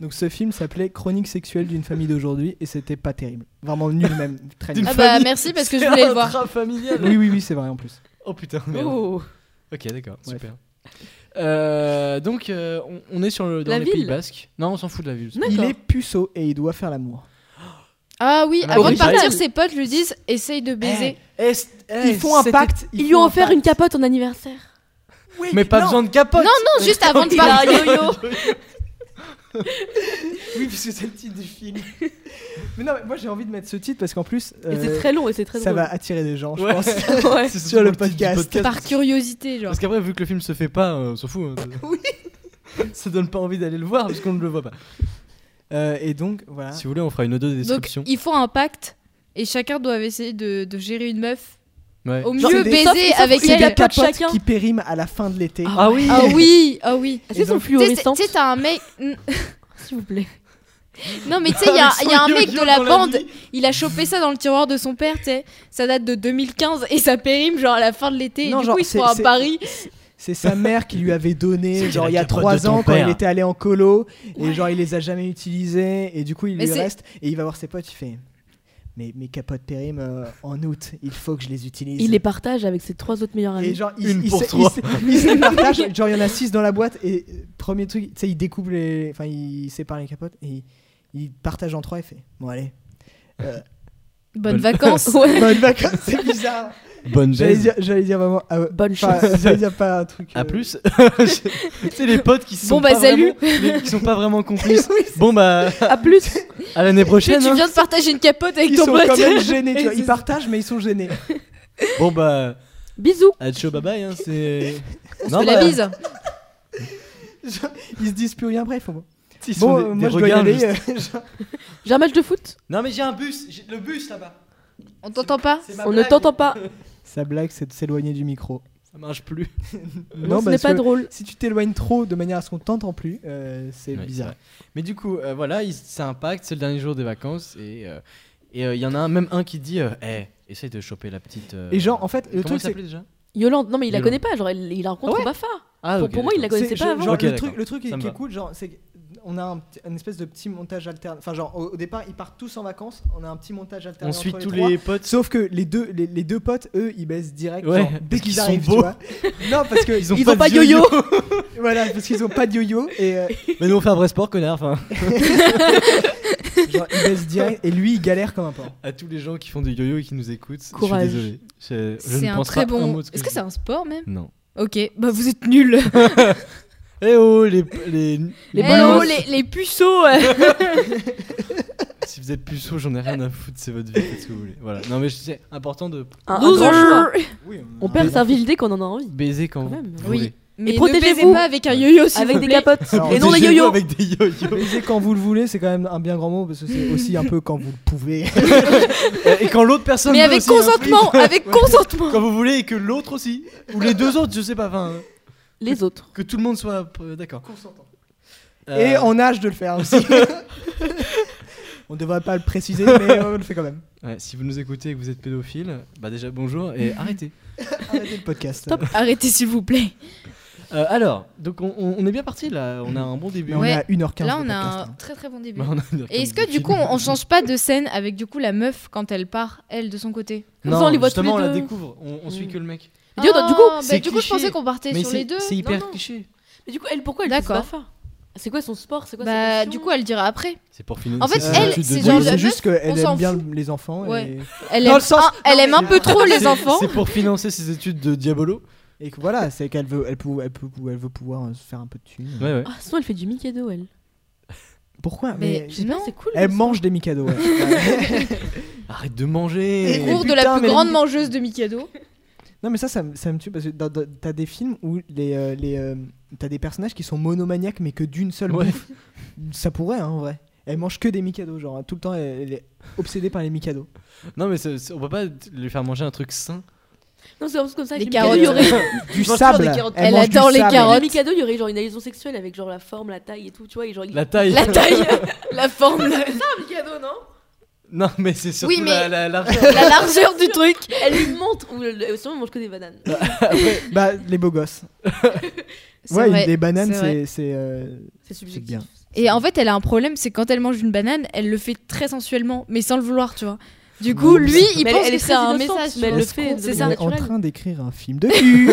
Speaker 1: Donc ce film s'appelait Chronique sexuelle d'une famille d'aujourd'hui et c'était pas terrible. Vraiment nul même, très
Speaker 2: D'une
Speaker 1: nul. Ah
Speaker 3: Ah bah
Speaker 2: famille.
Speaker 3: merci parce que je
Speaker 2: C'est
Speaker 3: voulais le voir.
Speaker 2: intrafamilial.
Speaker 1: Oui oui oui c'est vrai en plus.
Speaker 2: Oh putain, merde.
Speaker 4: Oh.
Speaker 2: Ok, d'accord,
Speaker 1: Bref.
Speaker 2: super. Euh, donc, euh, on, on est sur le, dans
Speaker 4: La
Speaker 2: les
Speaker 4: ville.
Speaker 2: Pays Basques. Non, on s'en fout de la ville. c'est
Speaker 1: Il
Speaker 4: D'accord.
Speaker 1: est puceau et il doit faire l'amour.
Speaker 3: Ah oui,
Speaker 2: Ah bah
Speaker 3: avant de
Speaker 2: oui,
Speaker 3: partir,
Speaker 4: pareil.
Speaker 3: ses potes lui disent essaye
Speaker 2: Eh,
Speaker 3: de baiser.
Speaker 1: Ils font un pacte.
Speaker 4: Ils lui ont offert une capote en anniversaire.
Speaker 2: pas- Mais pas besoin de capote
Speaker 3: Non, non, juste avant de partir.
Speaker 1: Oui parce que c'est le titre du film. mais non mais moi j'ai envie de mettre ce titre parce qu'en plus
Speaker 4: Et c'est
Speaker 1: euh,
Speaker 4: très long et c'est très
Speaker 1: ça va
Speaker 4: drôle.
Speaker 1: attirer des gens je
Speaker 2: Ouais.
Speaker 1: pense.
Speaker 4: Ouais.
Speaker 2: C'est surtout
Speaker 1: Sur le
Speaker 2: pour titre du
Speaker 1: podcast.
Speaker 3: Par curiosité, genre.
Speaker 2: Parce qu'après, vu que le film se fait pas, euh, on s'en fout. hein. Ça donne pas envie d'aller le voir parce qu'on ne le voit pas.
Speaker 1: Euh, et donc voilà.
Speaker 2: Si vous voulez, on fera une audio
Speaker 3: Donc
Speaker 2: description.
Speaker 3: ils font un pacte et chacun doit essayer de, de gérer une meuf.
Speaker 2: Ouais.
Speaker 3: Au
Speaker 1: Genre, c'est
Speaker 3: mieux
Speaker 1: des-
Speaker 4: sauf-
Speaker 3: baiser
Speaker 4: sauf
Speaker 3: avec
Speaker 4: qu'il y a
Speaker 3: elle.
Speaker 4: quatre
Speaker 1: Capote
Speaker 4: chacun.
Speaker 1: qui périme à la fin de l'été.
Speaker 4: Ah oui.
Speaker 3: Ah oui, ah oui.
Speaker 4: Est-ce qu'ils
Speaker 1: Et
Speaker 4: sont
Speaker 1: donc-
Speaker 3: Tu sais, c'est-
Speaker 4: fluorescentes,
Speaker 3: tu sais, t'as un mec.
Speaker 4: s'il vous plaît
Speaker 3: Non, mais tu sais, il y a, il y a un mec
Speaker 2: Yo-yo
Speaker 3: de la
Speaker 2: dans
Speaker 3: bande,
Speaker 2: vie.
Speaker 3: il a chopé ça dans le tiroir de son père, tu sais. Ça date de 2015 et ça périme, genre à la fin de l'été. Et
Speaker 1: Non,
Speaker 3: du
Speaker 1: genre,
Speaker 3: coup, ils se
Speaker 1: c'est-
Speaker 3: font à
Speaker 1: c'est-
Speaker 3: Paris.
Speaker 1: C'est sa mère qui lui avait donné,
Speaker 2: C'est
Speaker 1: genre il y a
Speaker 2: la capote de
Speaker 1: trois
Speaker 2: ton
Speaker 1: ans quand
Speaker 2: père.
Speaker 1: elle était allée en colo, et
Speaker 3: Ouais.
Speaker 1: genre il les a jamais utilisés, et du coup il
Speaker 3: Mais
Speaker 1: lui
Speaker 3: c'est-
Speaker 1: reste, et il va voir ses potes, il fait Mais mes capotes périm euh, en août, il faut que je les utilise.
Speaker 4: Il les partage avec ses trois autres meilleurs
Speaker 1: et
Speaker 4: amis.
Speaker 1: genre, il,
Speaker 2: Une
Speaker 1: il
Speaker 2: pour
Speaker 1: se,
Speaker 2: trois.
Speaker 1: il se- il se les partage, genre il y en a six dans la boîte, et euh, premier truc, tu sais, il découpe les. Enfin, il sépare les capotes, et il, il partage en trois, il fait Bon, allez.
Speaker 3: Bonnes
Speaker 2: Bonne-
Speaker 3: vacances.
Speaker 1: Bonne vacances, c'est bizarre.
Speaker 2: Bonne
Speaker 1: J'allais
Speaker 2: baise.
Speaker 1: dire, j'allais dire vraiment. ah ouais,
Speaker 4: Bonne
Speaker 1: enfin,
Speaker 4: chance.
Speaker 1: J'allais dire pas un truc.
Speaker 2: À
Speaker 1: euh,
Speaker 2: plus. C'est les potes qui sont
Speaker 3: Bon, bah,
Speaker 2: pas
Speaker 3: salut.
Speaker 2: vraiment- les- qui sont pas vraiment complices. bon bah
Speaker 4: À plus.
Speaker 2: à l'année
Speaker 3: Tu
Speaker 2: prochaine. hein.
Speaker 3: viens de partager une capote avec
Speaker 1: Ils
Speaker 3: ton
Speaker 1: sont
Speaker 3: pote.
Speaker 1: quand même gênés, tu
Speaker 3: Et
Speaker 1: vois. Ils
Speaker 3: c'est-
Speaker 1: partagent, mais ils sont gênés.
Speaker 2: Bon bah
Speaker 4: Bisous.
Speaker 2: à bye bye hein, c'est
Speaker 3: Je te la
Speaker 2: bah,
Speaker 3: bise.
Speaker 1: Genre, ils se disent plus rien, bref. au moins.
Speaker 2: ils sont
Speaker 1: Bon,
Speaker 2: des-
Speaker 1: euh,
Speaker 2: des
Speaker 1: moi je dois y
Speaker 2: regards
Speaker 1: aller.
Speaker 2: juste.
Speaker 1: euh, genre.
Speaker 4: J'ai un match de foot.
Speaker 2: Non mais j'ai un bus, j'ai- le bus là-bas.
Speaker 3: On t'entend pas
Speaker 2: C'est ma
Speaker 4: On ne
Speaker 2: blague.
Speaker 4: t'entend pas.
Speaker 1: Sa blague, c'est de s'éloigner du micro.
Speaker 2: Ça marche plus.
Speaker 4: Non, Euh, ce n'est
Speaker 1: parce
Speaker 4: pas
Speaker 1: que
Speaker 4: drôle.
Speaker 1: Si tu t'éloignes trop de manière à ce qu'on t'entend plus, euh, c'est
Speaker 2: Ouais,
Speaker 1: bizarre.
Speaker 2: c'est vrai. Mais du coup, euh, voilà, il- ça impacte, c'est le dernier jour des vacances et euh, et, euh, il y en a un, même un qui dit euh, Eh, essaye de choper la petite. euh,
Speaker 1: Et genre, en fait, le
Speaker 2: comment
Speaker 1: truc,
Speaker 2: elle
Speaker 1: c'est-
Speaker 2: s'appelait déjà
Speaker 4: Yolande, non mais il la
Speaker 2: Yolande.
Speaker 4: connaît pas, genre il, il la rencontre
Speaker 1: Ah ouais
Speaker 4: au Bafa.
Speaker 2: Ah,
Speaker 4: pour
Speaker 2: ok,
Speaker 4: pour moi, il la
Speaker 2: d'accord.
Speaker 4: connaissait
Speaker 1: C'est- je-
Speaker 4: pas avant.
Speaker 1: genre,
Speaker 2: Ok,
Speaker 1: le truc,
Speaker 2: d'accord.
Speaker 1: le truc
Speaker 2: Ça me
Speaker 1: qui est
Speaker 2: va.
Speaker 1: cool, genre, c'est qu'on a un, petit- un espèce de petit montage alterne. Enfin, genre, au, au départ, ils partent tous en vacances. On a un petit montage alterne.
Speaker 2: On suit
Speaker 1: entre
Speaker 2: tous
Speaker 1: trois.
Speaker 2: les potes.
Speaker 1: Sauf que les deux, les, les deux potes, eux, ils baissent direct
Speaker 2: Ouais,
Speaker 1: genre,
Speaker 2: parce
Speaker 1: dès
Speaker 2: qu'ils
Speaker 1: qu'ils
Speaker 2: sont
Speaker 1: arrivent. tu
Speaker 2: beaux.
Speaker 1: vois. Non, parce que
Speaker 2: Ils ont
Speaker 1: ils
Speaker 2: pas
Speaker 1: ont pas
Speaker 2: de
Speaker 1: de yo-yo. voilà, parce qu'ils ont pas de yo-yo et euh,
Speaker 2: Mais nous on fait un vrai sport, connard. Enfin,
Speaker 1: genre, ils baissent direct. Et lui, il galère comme un porc.
Speaker 2: à tous les gens qui font du yo-yo et qui nous écoutent, je
Speaker 4: Courage.
Speaker 2: suis désolé. Je, je
Speaker 3: C'est
Speaker 2: ne
Speaker 3: un
Speaker 2: pense
Speaker 3: très
Speaker 2: pas
Speaker 3: bon.
Speaker 2: un mot de ce que
Speaker 3: Est-ce que
Speaker 2: je
Speaker 3: c'est
Speaker 2: dis.
Speaker 3: un sport même
Speaker 2: Non.
Speaker 3: Ok, bah vous êtes nuls.
Speaker 2: Eh oh, les. les...
Speaker 4: Les
Speaker 3: Eh
Speaker 4: bolos.
Speaker 3: oh, les, les puceaux euh. oh.
Speaker 2: si vous êtes puceau, j'en ai rien à foutre, c'est votre vie, faites ce que vous voulez. Voilà. Non, mais c'est important de
Speaker 4: Un- un
Speaker 3: Loser.
Speaker 4: grand choix.
Speaker 1: Oui,
Speaker 4: On perd sa ville dès qu'on en a envie.
Speaker 2: baiser quand,
Speaker 4: Quand
Speaker 2: vous,
Speaker 4: même.
Speaker 2: vous
Speaker 3: Oui.
Speaker 2: voulez.
Speaker 3: Mais
Speaker 4: protégez-vous.
Speaker 3: ne baisez pas avec un yo-yo s'il
Speaker 4: Avec
Speaker 3: vous
Speaker 4: des
Speaker 3: plaît.
Speaker 4: capotes.
Speaker 1: Alors,
Speaker 4: Et non des
Speaker 2: Protégez-vous
Speaker 4: yo-yo.
Speaker 2: avec des yo-yo.
Speaker 1: Baiser quand vous le voulez, c'est quand même un bien grand mot parce que c'est aussi un peu quand vous le pouvez.
Speaker 2: et quand l'autre personne.
Speaker 3: Mais
Speaker 2: veut
Speaker 3: avec
Speaker 2: aussi, hein,
Speaker 3: consentement, avec consentement.
Speaker 2: oui. Quand vous voulez et que l'autre aussi. Ou les deux autres, je sais pas. Enfin,
Speaker 4: Les autres.
Speaker 2: que tout le monde soit euh, d'accord.
Speaker 1: Et
Speaker 2: Euh,
Speaker 1: en âge de le faire aussi. on devrait pas le préciser, mais on le fait quand même.
Speaker 2: ouais, si vous nous écoutez et que vous êtes pédophile, bah déjà bonjour et arrêtez.
Speaker 1: Arrêtez le podcast.
Speaker 3: Stop, arrêtez s'il vous plaît.
Speaker 2: Euh, alors, donc on, on- on est bien parti là, on a un bon début.
Speaker 1: Mais on
Speaker 3: Ouais.
Speaker 1: est à 1h15.
Speaker 3: Là, on
Speaker 1: de
Speaker 3: a
Speaker 1: podcast,
Speaker 3: un
Speaker 1: hein.
Speaker 3: très très bon début.
Speaker 2: Bah, on a-
Speaker 3: Et est-ce que du coup, on, on change pas de scène avec du coup la meuf quand elle part, elle de son côté
Speaker 4: Comme ça, on les voit tous
Speaker 2: justement,
Speaker 4: les
Speaker 2: on la
Speaker 4: deux.
Speaker 2: découvre, on, on suit
Speaker 4: Mm.
Speaker 2: que le mec.
Speaker 4: Et dis-donc, du coup,
Speaker 3: bah,
Speaker 2: c'est
Speaker 3: du coup, je
Speaker 2: cliché.
Speaker 3: pensé qu'on partait sur
Speaker 2: c'est-
Speaker 3: les deux.
Speaker 2: c'est
Speaker 3: Non,
Speaker 2: hyper
Speaker 3: non.
Speaker 2: cliché.
Speaker 4: Mais du coup, elle, pourquoi elle fait ce
Speaker 3: D'accord.
Speaker 4: Bafa C'est quoi son sport C'est quoi sa
Speaker 3: Bah,
Speaker 4: passion
Speaker 3: du coup, elle dira après.
Speaker 2: C'est pour finir.
Speaker 3: En fait,
Speaker 1: elle,
Speaker 3: c'est
Speaker 1: Oui,
Speaker 3: genre la
Speaker 1: c'est juste
Speaker 3: on
Speaker 1: qu'elle
Speaker 3: s'en
Speaker 1: aime bien
Speaker 3: fout.
Speaker 1: les enfants.
Speaker 3: Ouais.
Speaker 1: Et...
Speaker 3: Elle
Speaker 1: Dans
Speaker 3: aime,
Speaker 1: le sens-
Speaker 3: un, elle aime un peu trop les
Speaker 2: C'est-
Speaker 3: enfants.
Speaker 2: C'est pour financer ses études de Diabolo.
Speaker 1: Et que voilà, c'est qu'elle veut, elle peut, elle, peut, elle veut pouvoir euh, se faire un peu de thunes.
Speaker 2: Ouais, ouais.
Speaker 4: Ah, sinon, elle fait du Mikado, elle.
Speaker 1: Pourquoi
Speaker 3: Mais
Speaker 1: Mais
Speaker 4: Je sais pas,
Speaker 3: Non.
Speaker 4: c'est cool.
Speaker 1: elle
Speaker 4: ça.
Speaker 1: mange des Mikado. ouais.
Speaker 2: Arrête de manger.
Speaker 1: Et-
Speaker 3: Cours de la
Speaker 1: putain,
Speaker 3: plus
Speaker 1: mais-
Speaker 3: grande mangeuse de Mikado.
Speaker 1: non, mais ça, ça, me- ça me tue parce que dans- dans- t'as des films où les, euh, les, euh, t'as des personnages qui sont monomaniaques mais que d'une seule
Speaker 2: Ouais.
Speaker 1: bouffe. Ça pourrait, hein, en vrai. Elle mange que des Mikado, genre hein, tout le temps, elle, elle est obsédée par les Mikado.
Speaker 2: Non, mais c'est- c'est- on peut pas lui faire manger un truc sain.
Speaker 4: Non, c'est parce que comme ça,
Speaker 3: Les
Speaker 4: avec le
Speaker 3: carottes.
Speaker 4: Mikado, il y aurait-
Speaker 1: Du
Speaker 2: mange
Speaker 1: sable.
Speaker 2: toujours des carottes.
Speaker 3: Elle
Speaker 1: mange du
Speaker 3: adore les
Speaker 1: sable.
Speaker 3: carottes.
Speaker 4: Le Mikado, il y aurait genre une allusion sexuelle avec genre la forme, la taille et tout, tu vois. Et genre, il-
Speaker 2: La taille.
Speaker 3: La taille, la forme,
Speaker 4: Mikado, non
Speaker 2: Non, mais c'est surtout
Speaker 3: Oui, mais-
Speaker 2: la, la, la-
Speaker 3: la largeur du truc.
Speaker 4: Elle lui montre. Ou le- le- sinon, elle mange que des bananes.
Speaker 1: Bah, les beaux gosses.
Speaker 3: C'est
Speaker 1: Ouais,
Speaker 3: vrai,
Speaker 1: des bananes,
Speaker 3: c'est vrai.
Speaker 1: c'est. c'est, euh, C'est
Speaker 4: C'est subjectif.
Speaker 1: bien.
Speaker 3: Et en fait, elle a un problème, c'est quand elle mange une banane, elle le fait très sensuellement, mais sans le vouloir, tu vois. Du coup, lui, il
Speaker 4: Mais elle-
Speaker 3: pense
Speaker 4: elle
Speaker 3: que
Speaker 4: est
Speaker 3: c'est un
Speaker 4: très innocente,
Speaker 3: message.
Speaker 4: mais elle le
Speaker 1: Est-ce
Speaker 4: fait
Speaker 1: qu'on
Speaker 4: de
Speaker 3: c'est
Speaker 1: est
Speaker 3: ça.
Speaker 4: manière
Speaker 1: en
Speaker 4: naturelle.
Speaker 1: train d'écrire un film de cul.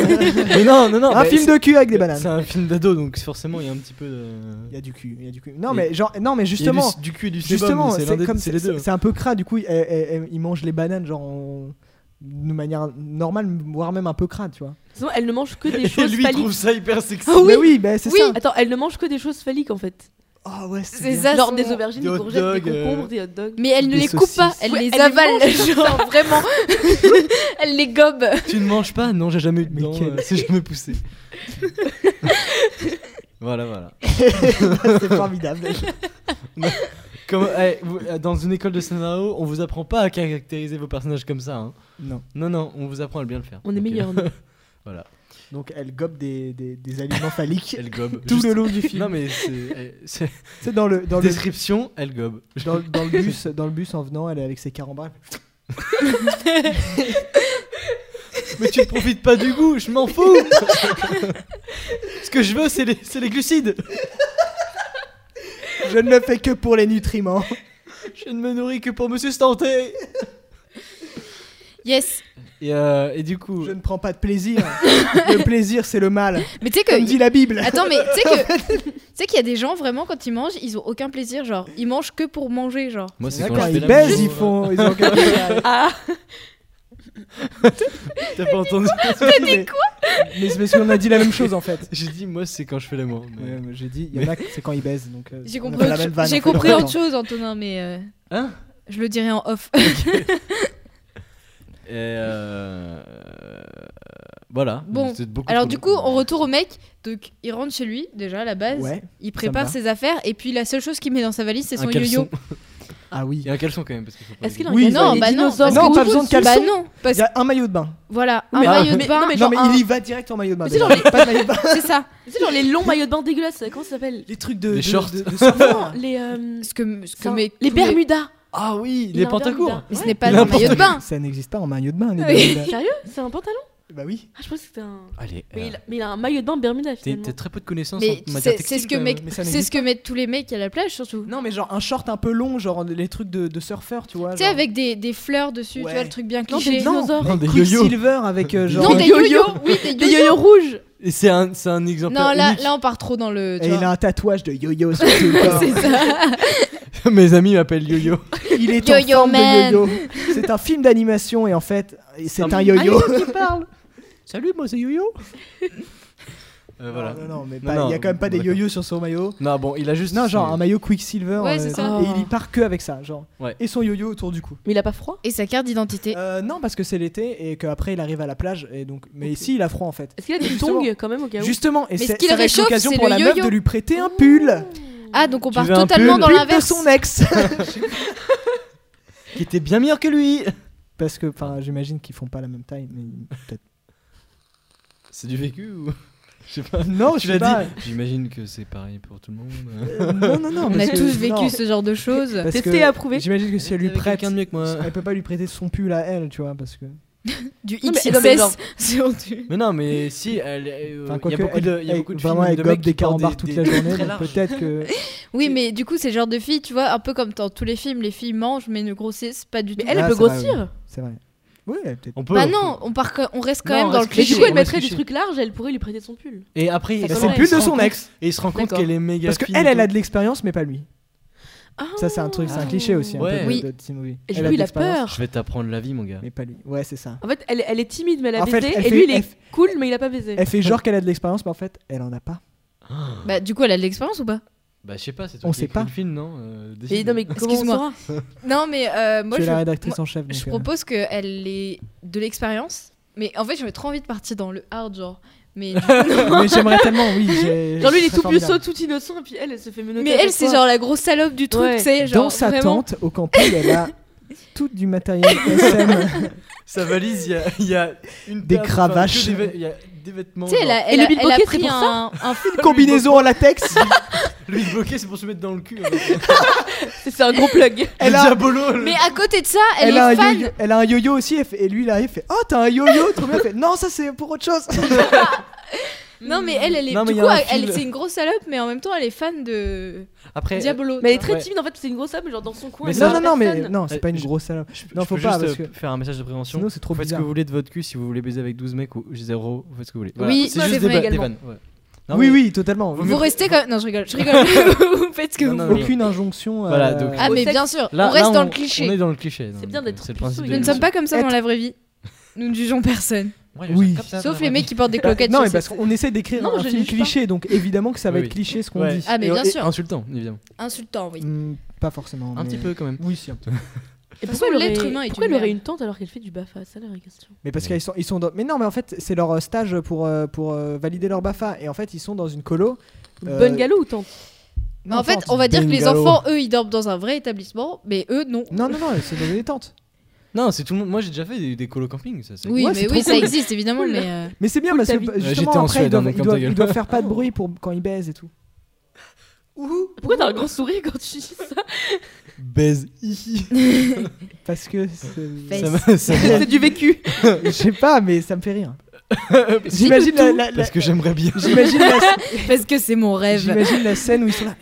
Speaker 2: Mais non, non, non.
Speaker 1: un
Speaker 2: mais
Speaker 1: film de cul avec des
Speaker 2: c'est- C'est
Speaker 1: bananes.
Speaker 2: un film d'ado, donc forcément, il y a un petit peu de.
Speaker 1: Il y a du cul, il y a du cul. Non
Speaker 2: Et-
Speaker 1: mais genre non mais
Speaker 2: Il y a du-
Speaker 1: justement,
Speaker 2: du, cul et du sébum,
Speaker 1: justement,
Speaker 2: c'est l'un
Speaker 1: c'est
Speaker 2: des-
Speaker 1: comme
Speaker 2: c'est
Speaker 1: c'est
Speaker 2: les deux.
Speaker 1: c'est un peu cras du coup, elle- elle- elle- il mange les bananes genre en- de manière normale voire même un peu cras, tu vois.
Speaker 4: Sinon, elle ne mange que des
Speaker 2: Et
Speaker 4: choses
Speaker 2: lui il
Speaker 4: phalliques.
Speaker 2: trouve ça hyper
Speaker 3: Ah
Speaker 2: sexy.
Speaker 1: Mais oui, bah, c'est
Speaker 4: Oui,
Speaker 1: ça.
Speaker 4: attends, elle ne mange que des choses phalliques en fait.
Speaker 1: Ah ouais,
Speaker 3: C'est
Speaker 1: bien.
Speaker 3: ça,
Speaker 4: Genre
Speaker 3: son-
Speaker 4: des aubergines,
Speaker 2: Des
Speaker 4: des
Speaker 2: hot
Speaker 4: courgettes,
Speaker 2: dogs,
Speaker 4: des
Speaker 2: euh,
Speaker 4: concombres, des hot dogs.
Speaker 3: Mais elle ne
Speaker 1: Des
Speaker 3: les coupe pas,
Speaker 1: saucisses.
Speaker 3: elle
Speaker 4: Ouais,
Speaker 3: les
Speaker 4: elle les
Speaker 3: avale,
Speaker 4: mange comme
Speaker 3: genre vraiment. elle les gobe.
Speaker 2: Tu ne manges pas Non, j'ai jamais eu de
Speaker 1: Mais
Speaker 2: dents,
Speaker 1: quel-
Speaker 2: euh, c'est jamais poussé. voilà, voilà.
Speaker 1: c'est formidable.
Speaker 2: Comme, eh, vous- euh, dans une école de scénario, on vous apprend pas à caractériser vos personnages comme ça. hein.
Speaker 1: non.
Speaker 2: Non, non, on vous apprend à bien le faire.
Speaker 4: On est
Speaker 2: Ok.
Speaker 4: meilleurs. nous.
Speaker 1: Donc elle gobe des, des, des aliments phalliques
Speaker 2: Elle gobe.
Speaker 1: tout
Speaker 2: Juste-
Speaker 1: le long du film.
Speaker 2: Non, mais c'est. eh, c'est-
Speaker 1: C'est dans le dans le
Speaker 2: Description, elle gobe.
Speaker 1: dans, le- dans le bus, dans le bus en venant, elle est avec ses carambars.
Speaker 2: Mais tu ne profites pas du goût, je m'en fous Ce que je veux, c'est les, c'est les glucides
Speaker 1: Je ne le fais que pour les nutriments.
Speaker 2: Je ne me nourris que pour me sustenter
Speaker 3: Yes.
Speaker 2: Et, euh, et du coup.
Speaker 1: Je ne prends pas de plaisir. le plaisir, c'est le mal.
Speaker 3: Mais tu sais
Speaker 1: Comme
Speaker 3: que
Speaker 1: dit la Bible.
Speaker 3: Attends, mais tu sais que tu sais qu'il y a des gens vraiment quand ils mangent, ils ont aucun plaisir, genre ils mangent que pour manger, genre.
Speaker 2: Moi,
Speaker 1: D'accord, ils
Speaker 2: la
Speaker 1: baisent,
Speaker 2: maison,
Speaker 1: ils font. Ils ont aucun plaisir.
Speaker 4: Ah,
Speaker 2: hein. T'as pas entendu
Speaker 1: Mais- Mais c'est parce qu'on a dit la même chose en fait.
Speaker 2: J'ai dit, moi, c'est quand je fais l'amour. mais-
Speaker 1: Ouais, mais J'ai dit, il y en a, que c'est quand ils baisent. donc, euh,
Speaker 3: J'ai
Speaker 1: on a
Speaker 3: compris,
Speaker 1: fait la
Speaker 3: autre-
Speaker 1: même vanne, en
Speaker 3: j'ai
Speaker 1: fait,
Speaker 3: compris
Speaker 1: en même
Speaker 3: autre chose, Antonin, mais euh,
Speaker 2: Hein
Speaker 3: je le dirai en off.
Speaker 2: Et euh... Voilà.
Speaker 3: Bon,
Speaker 2: C'est beaucoup
Speaker 3: Alors
Speaker 2: trop
Speaker 3: du
Speaker 2: long.
Speaker 3: coup, on retourne au mec, donc il rentre chez lui déjà à la
Speaker 1: temps.
Speaker 3: base,
Speaker 1: Ouais.
Speaker 3: il
Speaker 1: me
Speaker 3: prépare
Speaker 1: va.
Speaker 3: ses affaires et puis la seule chose qu'il met dans sa valise c'est
Speaker 2: Un
Speaker 3: son yo-yo.
Speaker 2: caleçon.
Speaker 1: Ah oui.
Speaker 2: Il y a un caleçon quand même. parce qu'il faut pas
Speaker 4: Est-ce qu'il a
Speaker 2: oublier.
Speaker 4: un
Speaker 1: Oui,
Speaker 4: caleçon
Speaker 1: bah,
Speaker 3: Non,
Speaker 1: les
Speaker 3: bah non, parce
Speaker 1: Non,
Speaker 3: que
Speaker 1: pas
Speaker 3: vous-
Speaker 1: besoin de
Speaker 3: Bah
Speaker 1: caleçon.
Speaker 3: non,
Speaker 1: Il
Speaker 3: parce
Speaker 1: y a un maillot de bain.
Speaker 3: voilà, un
Speaker 4: Mais-
Speaker 3: maillot de
Speaker 4: mais-
Speaker 3: bain,
Speaker 4: non, mais
Speaker 1: Non,
Speaker 4: genre
Speaker 1: mais
Speaker 4: un-
Speaker 1: il y va direct en maillot de bain.
Speaker 4: Mais c'est
Speaker 1: déjà.
Speaker 4: genre les-
Speaker 1: Pas de maillot de bain.
Speaker 3: c'est ça.
Speaker 4: Tu sais, genre les longs maillots de bain dégueulasses, euh, comment ça s'appelle
Speaker 1: Les trucs de.
Speaker 2: Les
Speaker 1: de-
Speaker 2: shorts.
Speaker 1: de- de surfeur.
Speaker 4: Les, euh,
Speaker 3: Ce que, ce que
Speaker 4: ça,
Speaker 3: mes-
Speaker 4: les
Speaker 3: tous mes-
Speaker 4: Bermudas.
Speaker 2: Ah oui,
Speaker 4: Il
Speaker 2: les
Speaker 4: a un
Speaker 2: pantacours.
Speaker 4: Bermuda.
Speaker 3: Mais ce
Speaker 4: Ouais.
Speaker 3: n'est pas un maillot de bain.
Speaker 1: Ça n'existe pas en maillot de bain, les
Speaker 3: Oui.
Speaker 1: Bermudas.
Speaker 4: Sérieux C'est un pantalon
Speaker 1: Bah oui.
Speaker 4: Ah, je pense que c'était un.
Speaker 2: Allez,
Speaker 4: Mais,
Speaker 2: euh,
Speaker 4: il, mais il a un maillot de bain
Speaker 2: t'es-
Speaker 4: Bermuda finalement.
Speaker 2: t'as très peu de connaissances
Speaker 3: Mais
Speaker 2: en matière
Speaker 3: c'est c'est
Speaker 2: textile.
Speaker 3: ce que
Speaker 2: quand
Speaker 3: mec,
Speaker 2: même.
Speaker 1: mais ça
Speaker 3: c'est
Speaker 1: n'existe
Speaker 3: ce que mettent tous les mecs à la plage surtout.
Speaker 1: Non, mais genre un short un peu long, genre les trucs de, de surfeur, tu vois.
Speaker 3: Tu sais
Speaker 1: genre.
Speaker 3: avec des, des fleurs dessus, tu
Speaker 1: Ouais.
Speaker 3: vois le truc bien
Speaker 4: Non,
Speaker 3: cliché.
Speaker 4: des dinosaures.
Speaker 2: Non, des yo-yo.
Speaker 1: Quicksilver avec euh, genre.
Speaker 3: Non, des
Speaker 4: Yo-yo.
Speaker 3: yo-yo, oui, des
Speaker 4: Des
Speaker 3: yo-yo.
Speaker 4: yo-yo rouges
Speaker 2: Et c'est un, c'est un exemple.
Speaker 3: Non, là,
Speaker 2: unique.
Speaker 3: là, on part trop dans le. tu
Speaker 1: Et il
Speaker 3: vois.
Speaker 1: a un tatouage de yo-yo sur tout le corps.
Speaker 3: C'est ça.
Speaker 2: Mes amis m'appellent Yo-Yo.
Speaker 1: Il est
Speaker 3: Yo-Yo
Speaker 1: en forme
Speaker 3: Man.
Speaker 1: de yo-yo. C'est un film d'animation et en fait, c'est
Speaker 2: un-
Speaker 1: un
Speaker 3: Ah
Speaker 1: yo-yo.
Speaker 2: qui parle. Salut, moi c'est Yo-Yo. Euh, voilà.
Speaker 1: Non, non, mais
Speaker 2: Non,
Speaker 1: pas-
Speaker 2: non,
Speaker 1: il y a quand même pas
Speaker 2: bon,
Speaker 1: des
Speaker 2: d'accord.
Speaker 1: yo-yo sur son maillot.
Speaker 2: Non, bon, il a juste.
Speaker 1: Non, genre un maillot Quicksilver. euh,
Speaker 3: Ouais, c'est ça.
Speaker 1: Et il y part que avec ça, genre.
Speaker 2: Ouais.
Speaker 1: Et son yo-yo autour du cou.
Speaker 4: Mais il a pas froid
Speaker 3: Et sa carte d'identité.
Speaker 1: Euh, non, parce que c'est l'été et qu'après il arrive à la plage et donc. Mais
Speaker 4: Ok.
Speaker 1: ici il a froid en fait.
Speaker 4: Est-ce qu'il a des
Speaker 1: Justement.
Speaker 4: tongs quand même au cas où Mmh.
Speaker 1: Justement, et
Speaker 3: Mais
Speaker 1: c'est
Speaker 3: ce qu'il
Speaker 1: ça va être
Speaker 3: réchauffe,
Speaker 1: l'occasion
Speaker 3: c'est
Speaker 1: pour
Speaker 3: le
Speaker 1: la meuf
Speaker 3: yo-yo.
Speaker 1: de lui prêter un pull.
Speaker 3: Ah, donc on part
Speaker 2: veux un
Speaker 3: totalement
Speaker 2: pull
Speaker 3: dans
Speaker 1: Pull de
Speaker 3: l'inverse.
Speaker 1: son ex.
Speaker 2: Qui était bien meilleur que lui.
Speaker 1: Parce que, enfin, j'imagine qu'ils font pas la même taille, mais peut-être.
Speaker 2: C'est du vécu ou. Je sais pas.
Speaker 1: Non,
Speaker 2: Tu
Speaker 1: je sais
Speaker 2: l'as
Speaker 1: pas.
Speaker 2: dit. J'imagine que c'est pareil pour tout le monde.
Speaker 1: Euh, non, non, non.
Speaker 3: On a
Speaker 1: parce que-
Speaker 3: tous vécu
Speaker 1: non,
Speaker 3: ce genre de choses.
Speaker 1: parce
Speaker 4: Testé
Speaker 1: que
Speaker 4: et approuvé.
Speaker 1: J'imagine que si elle lui
Speaker 2: Avec
Speaker 1: prête,
Speaker 2: Quelqu'un de mieux que moi.
Speaker 1: elle peut pas lui prêter son pull à elle, tu vois, parce que.
Speaker 3: Du
Speaker 4: Non, mais- non, mais
Speaker 3: XXS.
Speaker 4: genre-
Speaker 3: c'est honteux.
Speaker 2: Mais non, mais si, elle. euh,
Speaker 1: Enfin,
Speaker 2: il y
Speaker 1: quoique,
Speaker 2: a beaucoup
Speaker 1: elle-
Speaker 2: de, il y a
Speaker 1: elle-
Speaker 2: beaucoup de
Speaker 1: Vraiment,
Speaker 2: films
Speaker 1: elle
Speaker 2: de
Speaker 1: gobe
Speaker 2: mecs
Speaker 1: des
Speaker 2: qui portent
Speaker 1: carambars toute la
Speaker 2: des-
Speaker 1: journée,
Speaker 2: très
Speaker 1: donc
Speaker 2: larges.
Speaker 1: peut-être que.
Speaker 3: Oui, mais du coup, c'est le genre de fille, tu vois, un peu comme dans tous les films, les filles mangent mais ne grossissent pas du
Speaker 4: Mais
Speaker 3: tout.
Speaker 4: elle, elle
Speaker 1: Ah,
Speaker 4: peut
Speaker 1: ça va,
Speaker 4: grossir.
Speaker 1: C'est vrai. Oui, elle peut-être.
Speaker 2: On peut.
Speaker 3: Bah
Speaker 2: on
Speaker 3: non,
Speaker 2: peut.
Speaker 3: on, part, que- on reste quand
Speaker 2: Non, on
Speaker 3: même dans le
Speaker 2: reste
Speaker 4: Mais
Speaker 2: cliché.
Speaker 4: du
Speaker 3: cliché.
Speaker 4: coup,
Speaker 2: on va
Speaker 4: elle
Speaker 2: se
Speaker 4: mettrait des
Speaker 2: ficher.
Speaker 4: trucs larges, elle pourrait lui prêter son pull.
Speaker 2: Et après, il
Speaker 4: Ça
Speaker 2: se
Speaker 1: C'est
Speaker 4: Ouais,
Speaker 1: le
Speaker 2: rend-
Speaker 1: pull
Speaker 2: il se
Speaker 1: de
Speaker 2: rend
Speaker 1: son
Speaker 2: compte-
Speaker 1: ex.
Speaker 2: Et il se rend compte
Speaker 3: D'accord.
Speaker 2: qu'elle est méga.
Speaker 1: Parce
Speaker 2: fine et
Speaker 1: qu'elle, elle a
Speaker 2: tout.
Speaker 1: de l'expérience, mais pas lui.
Speaker 4: Ah.
Speaker 1: Ça, c'est un truc, c'est un cliché aussi, un
Speaker 2: Ouais.
Speaker 1: peu
Speaker 3: Oui.
Speaker 1: de- de Teen Movie.
Speaker 4: Et du
Speaker 1: Elle a
Speaker 4: coup,
Speaker 1: de
Speaker 4: il a
Speaker 1: l'expérience,
Speaker 4: peur.
Speaker 2: Je vais t'apprendre la vie, mon gars.
Speaker 1: Mais pas lui. Ouais, c'est ça.
Speaker 4: En fait, elle, elle est timide, mais elle a
Speaker 1: En fait,
Speaker 4: baisé.
Speaker 1: elle
Speaker 4: et
Speaker 1: fait-
Speaker 4: lui, il est
Speaker 1: elle fait-
Speaker 4: cool, mais il a pas baisé.
Speaker 1: Elle fait genre qu'elle a de l'expérience, mais en fait, elle en a pas.
Speaker 3: Bah, du coup, elle a de l'expérience ou pas
Speaker 2: Bah, je sais pas, c'est toi
Speaker 1: On
Speaker 2: qui
Speaker 1: sait
Speaker 2: écris
Speaker 1: pas.
Speaker 2: le film, non Euh,
Speaker 4: Mais
Speaker 2: décide.
Speaker 4: non, mais comment on
Speaker 3: Excuse-moi.
Speaker 4: saura
Speaker 3: Non, mais euh, moi,
Speaker 1: tu es la
Speaker 3: je,
Speaker 1: rédactrice en chef.
Speaker 3: je
Speaker 1: donc, euh,
Speaker 3: propose qu'elle ait de l'expérience. Mais en fait, j'avais trop envie de partir dans le hard, genre. Mais, du coup, non.
Speaker 1: euh, Mais j'aimerais tellement, oui. j'ai-
Speaker 4: Genre lui, il
Speaker 1: ce serait
Speaker 4: est tout
Speaker 1: formidable.
Speaker 4: puceau, tout innocent, et puis elle, elle se fait menotter.
Speaker 3: mais
Speaker 4: à
Speaker 3: elle,
Speaker 4: chaque
Speaker 3: c'est
Speaker 4: fois.
Speaker 3: genre la grosse salope du truc,
Speaker 4: Ouais.
Speaker 3: tu sais. Genre,
Speaker 1: Dans sa
Speaker 3: vraiment.
Speaker 1: tente, au camping, elle a tout du matériel SM.
Speaker 2: Sa valise, il y a, il y a une
Speaker 1: Des
Speaker 2: paire de-
Speaker 1: cravaches.
Speaker 2: enfin, que des vê- Il y a des vêtements.
Speaker 3: Tu sais, elle
Speaker 2: genre.
Speaker 3: a, elle
Speaker 4: le
Speaker 3: a-
Speaker 4: Bill
Speaker 3: elle a
Speaker 4: Pocket, c'est
Speaker 3: pris
Speaker 4: pour
Speaker 3: un, un film.
Speaker 1: Une combinaison en latex.
Speaker 2: Lui, le bloqué, c'est pour se mettre dans le cul. hein.
Speaker 4: C'est- C'est un gros plug.
Speaker 1: Elle
Speaker 2: le
Speaker 1: a-
Speaker 2: diabolo. le-
Speaker 3: Mais à côté de ça, elle,
Speaker 1: Elle a,
Speaker 3: est
Speaker 1: un
Speaker 3: fan.
Speaker 1: yo-yo, elle a un yo-yo aussi, elle fait- et lui il arrive, il fait Oh, t'as un yo-yo, trop bien. Elle fait, non, ça c'est pour autre chose.
Speaker 4: Hmm.
Speaker 3: Non, mais elle, elle est.
Speaker 2: Non, mais
Speaker 3: du
Speaker 2: y a
Speaker 3: coup,
Speaker 2: un
Speaker 3: elle,
Speaker 2: fil.
Speaker 3: c'est une grosse salope, mais en même temps, elle est fan de
Speaker 2: Après, euh,
Speaker 3: Diabolo.
Speaker 4: Mais elle est
Speaker 3: tu
Speaker 4: très
Speaker 2: Ouais.
Speaker 4: timide, en fait, c'est une grosse âme, genre dans son coin.
Speaker 2: Mais
Speaker 4: elle
Speaker 2: ça-
Speaker 1: non,
Speaker 4: parle
Speaker 1: non,
Speaker 4: à
Speaker 1: non, mais
Speaker 4: personne.
Speaker 1: non, c'est
Speaker 2: Euh,
Speaker 1: pas une
Speaker 2: je-
Speaker 1: grosse salope.
Speaker 2: je,
Speaker 1: Non,
Speaker 2: je
Speaker 1: faut
Speaker 2: peux
Speaker 1: pas,
Speaker 2: juste
Speaker 1: parce
Speaker 2: euh,
Speaker 1: que-
Speaker 2: faire un message de prévention.
Speaker 1: Sinon, c'est trop
Speaker 2: faites ce
Speaker 1: bizarre.
Speaker 2: que vous voulez de votre cul si vous voulez baiser avec 12 mecs ou zéro, vous faites ce que vous voulez.
Speaker 3: Oui,
Speaker 2: c'est
Speaker 3: c'est
Speaker 2: juste
Speaker 3: vrai
Speaker 2: des, ba- des
Speaker 3: également.
Speaker 2: vannes. ouais. Non,
Speaker 1: oui,
Speaker 2: mais-
Speaker 1: oui, totalement.
Speaker 3: vois. Vous restez comme. Non, je rigole, je rigole. vous faites ce que
Speaker 2: Non,
Speaker 3: vous
Speaker 2: non,
Speaker 3: voulez.
Speaker 2: mais-
Speaker 1: Aucune injonction.
Speaker 2: Voilà,
Speaker 1: euh,
Speaker 2: donc-
Speaker 3: Ah, mais bien sûr, on reste
Speaker 2: là,
Speaker 3: dans le cliché.
Speaker 2: On est dans le cliché. non,
Speaker 4: C'est bien
Speaker 2: donc,
Speaker 4: d'être
Speaker 2: C'est le
Speaker 4: puceau,
Speaker 2: principe
Speaker 4: il
Speaker 2: de
Speaker 4: est
Speaker 3: Nous ne
Speaker 4: bien
Speaker 3: sommes
Speaker 2: l'émission.
Speaker 3: pas comme ça dans
Speaker 1: Être-
Speaker 3: la vraie vie. Nous ne jugeons personne.
Speaker 2: Ouais, je
Speaker 1: Oui.
Speaker 2: suis comme ça,
Speaker 3: Sauf
Speaker 2: dans la
Speaker 3: les
Speaker 2: vraie
Speaker 3: mecs qui portent des
Speaker 1: Bah,
Speaker 3: cloquettes.
Speaker 1: non,
Speaker 3: sur
Speaker 1: mais
Speaker 3: ses-
Speaker 1: parce qu'on essaie d'écrire
Speaker 4: Non,
Speaker 1: un
Speaker 4: je
Speaker 1: film
Speaker 4: juge pas.
Speaker 1: cliché, donc évidemment que ça va
Speaker 2: Oui,
Speaker 1: être
Speaker 2: oui.
Speaker 1: cliché ce qu'on
Speaker 2: Ouais.
Speaker 1: dit.
Speaker 3: Ah, mais
Speaker 2: Et-
Speaker 3: bien
Speaker 2: et
Speaker 3: sûr.
Speaker 2: Insultant, évidemment.
Speaker 3: Insultant, oui.
Speaker 1: Hmm, pas forcément.
Speaker 2: Un
Speaker 1: mais-
Speaker 2: petit peu quand même.
Speaker 1: Oui, si, un peu.
Speaker 4: Et
Speaker 3: toute
Speaker 4: pourquoi
Speaker 3: façon,
Speaker 4: elle
Speaker 3: l'être
Speaker 4: aurait-
Speaker 3: humain est
Speaker 4: pourquoi
Speaker 3: une
Speaker 4: elle aurait
Speaker 3: merde.
Speaker 4: une tante alors qu'elle fait du BAFA Ça, la vraie question.
Speaker 1: Mais parce qu'ils sont, ils sont dans. Mais non, mais en fait, c'est leur euh, stage pour, euh, pour euh, valider leur BAFA. Et en fait, ils sont dans une colo. Euh,
Speaker 4: Bungalow ou tante
Speaker 1: Non,
Speaker 3: en fait,
Speaker 1: tente.
Speaker 3: on va dire que les
Speaker 2: Bungalow.
Speaker 3: enfants, eux, ils dorment dans un vrai établissement, mais eux, non.
Speaker 1: Non, non, non, c'est dans des tentes.
Speaker 2: Non, c'est tout le monde. Moi, j'ai déjà fait des, des colo camping. Ça, c'est-
Speaker 3: Oui,
Speaker 1: Ouais, c'est
Speaker 3: mais
Speaker 1: trop
Speaker 3: oui, ça
Speaker 1: cool.
Speaker 3: existe évidemment, mais. euh,
Speaker 1: Mais c'est bien
Speaker 4: Cool,
Speaker 1: parce
Speaker 4: ta
Speaker 1: que
Speaker 4: vie.
Speaker 1: bah,
Speaker 2: Ouais,
Speaker 1: justement
Speaker 2: j'étais en
Speaker 1: après,
Speaker 2: Suède,
Speaker 1: ils doivent,
Speaker 2: hein,
Speaker 1: ils
Speaker 2: comme
Speaker 1: doivent-
Speaker 2: ta gueule.
Speaker 1: ils doivent faire pas de bruit pour quand ils baisent et tout.
Speaker 4: Pourquoi t'as un grand sourire quand tu dis ça
Speaker 2: Baise.
Speaker 1: Parce que c'est-
Speaker 3: Fesse.
Speaker 2: Ça m'a- ça m'a-
Speaker 4: C'est du vécu.
Speaker 1: je sais pas, mais ça me fait rire. J'imagine la, la- la-
Speaker 2: Parce que j'aimerais bien.
Speaker 1: j'imagine la-
Speaker 3: Parce que c'est mon rêve.
Speaker 1: j'imagine la scène où ils sont là.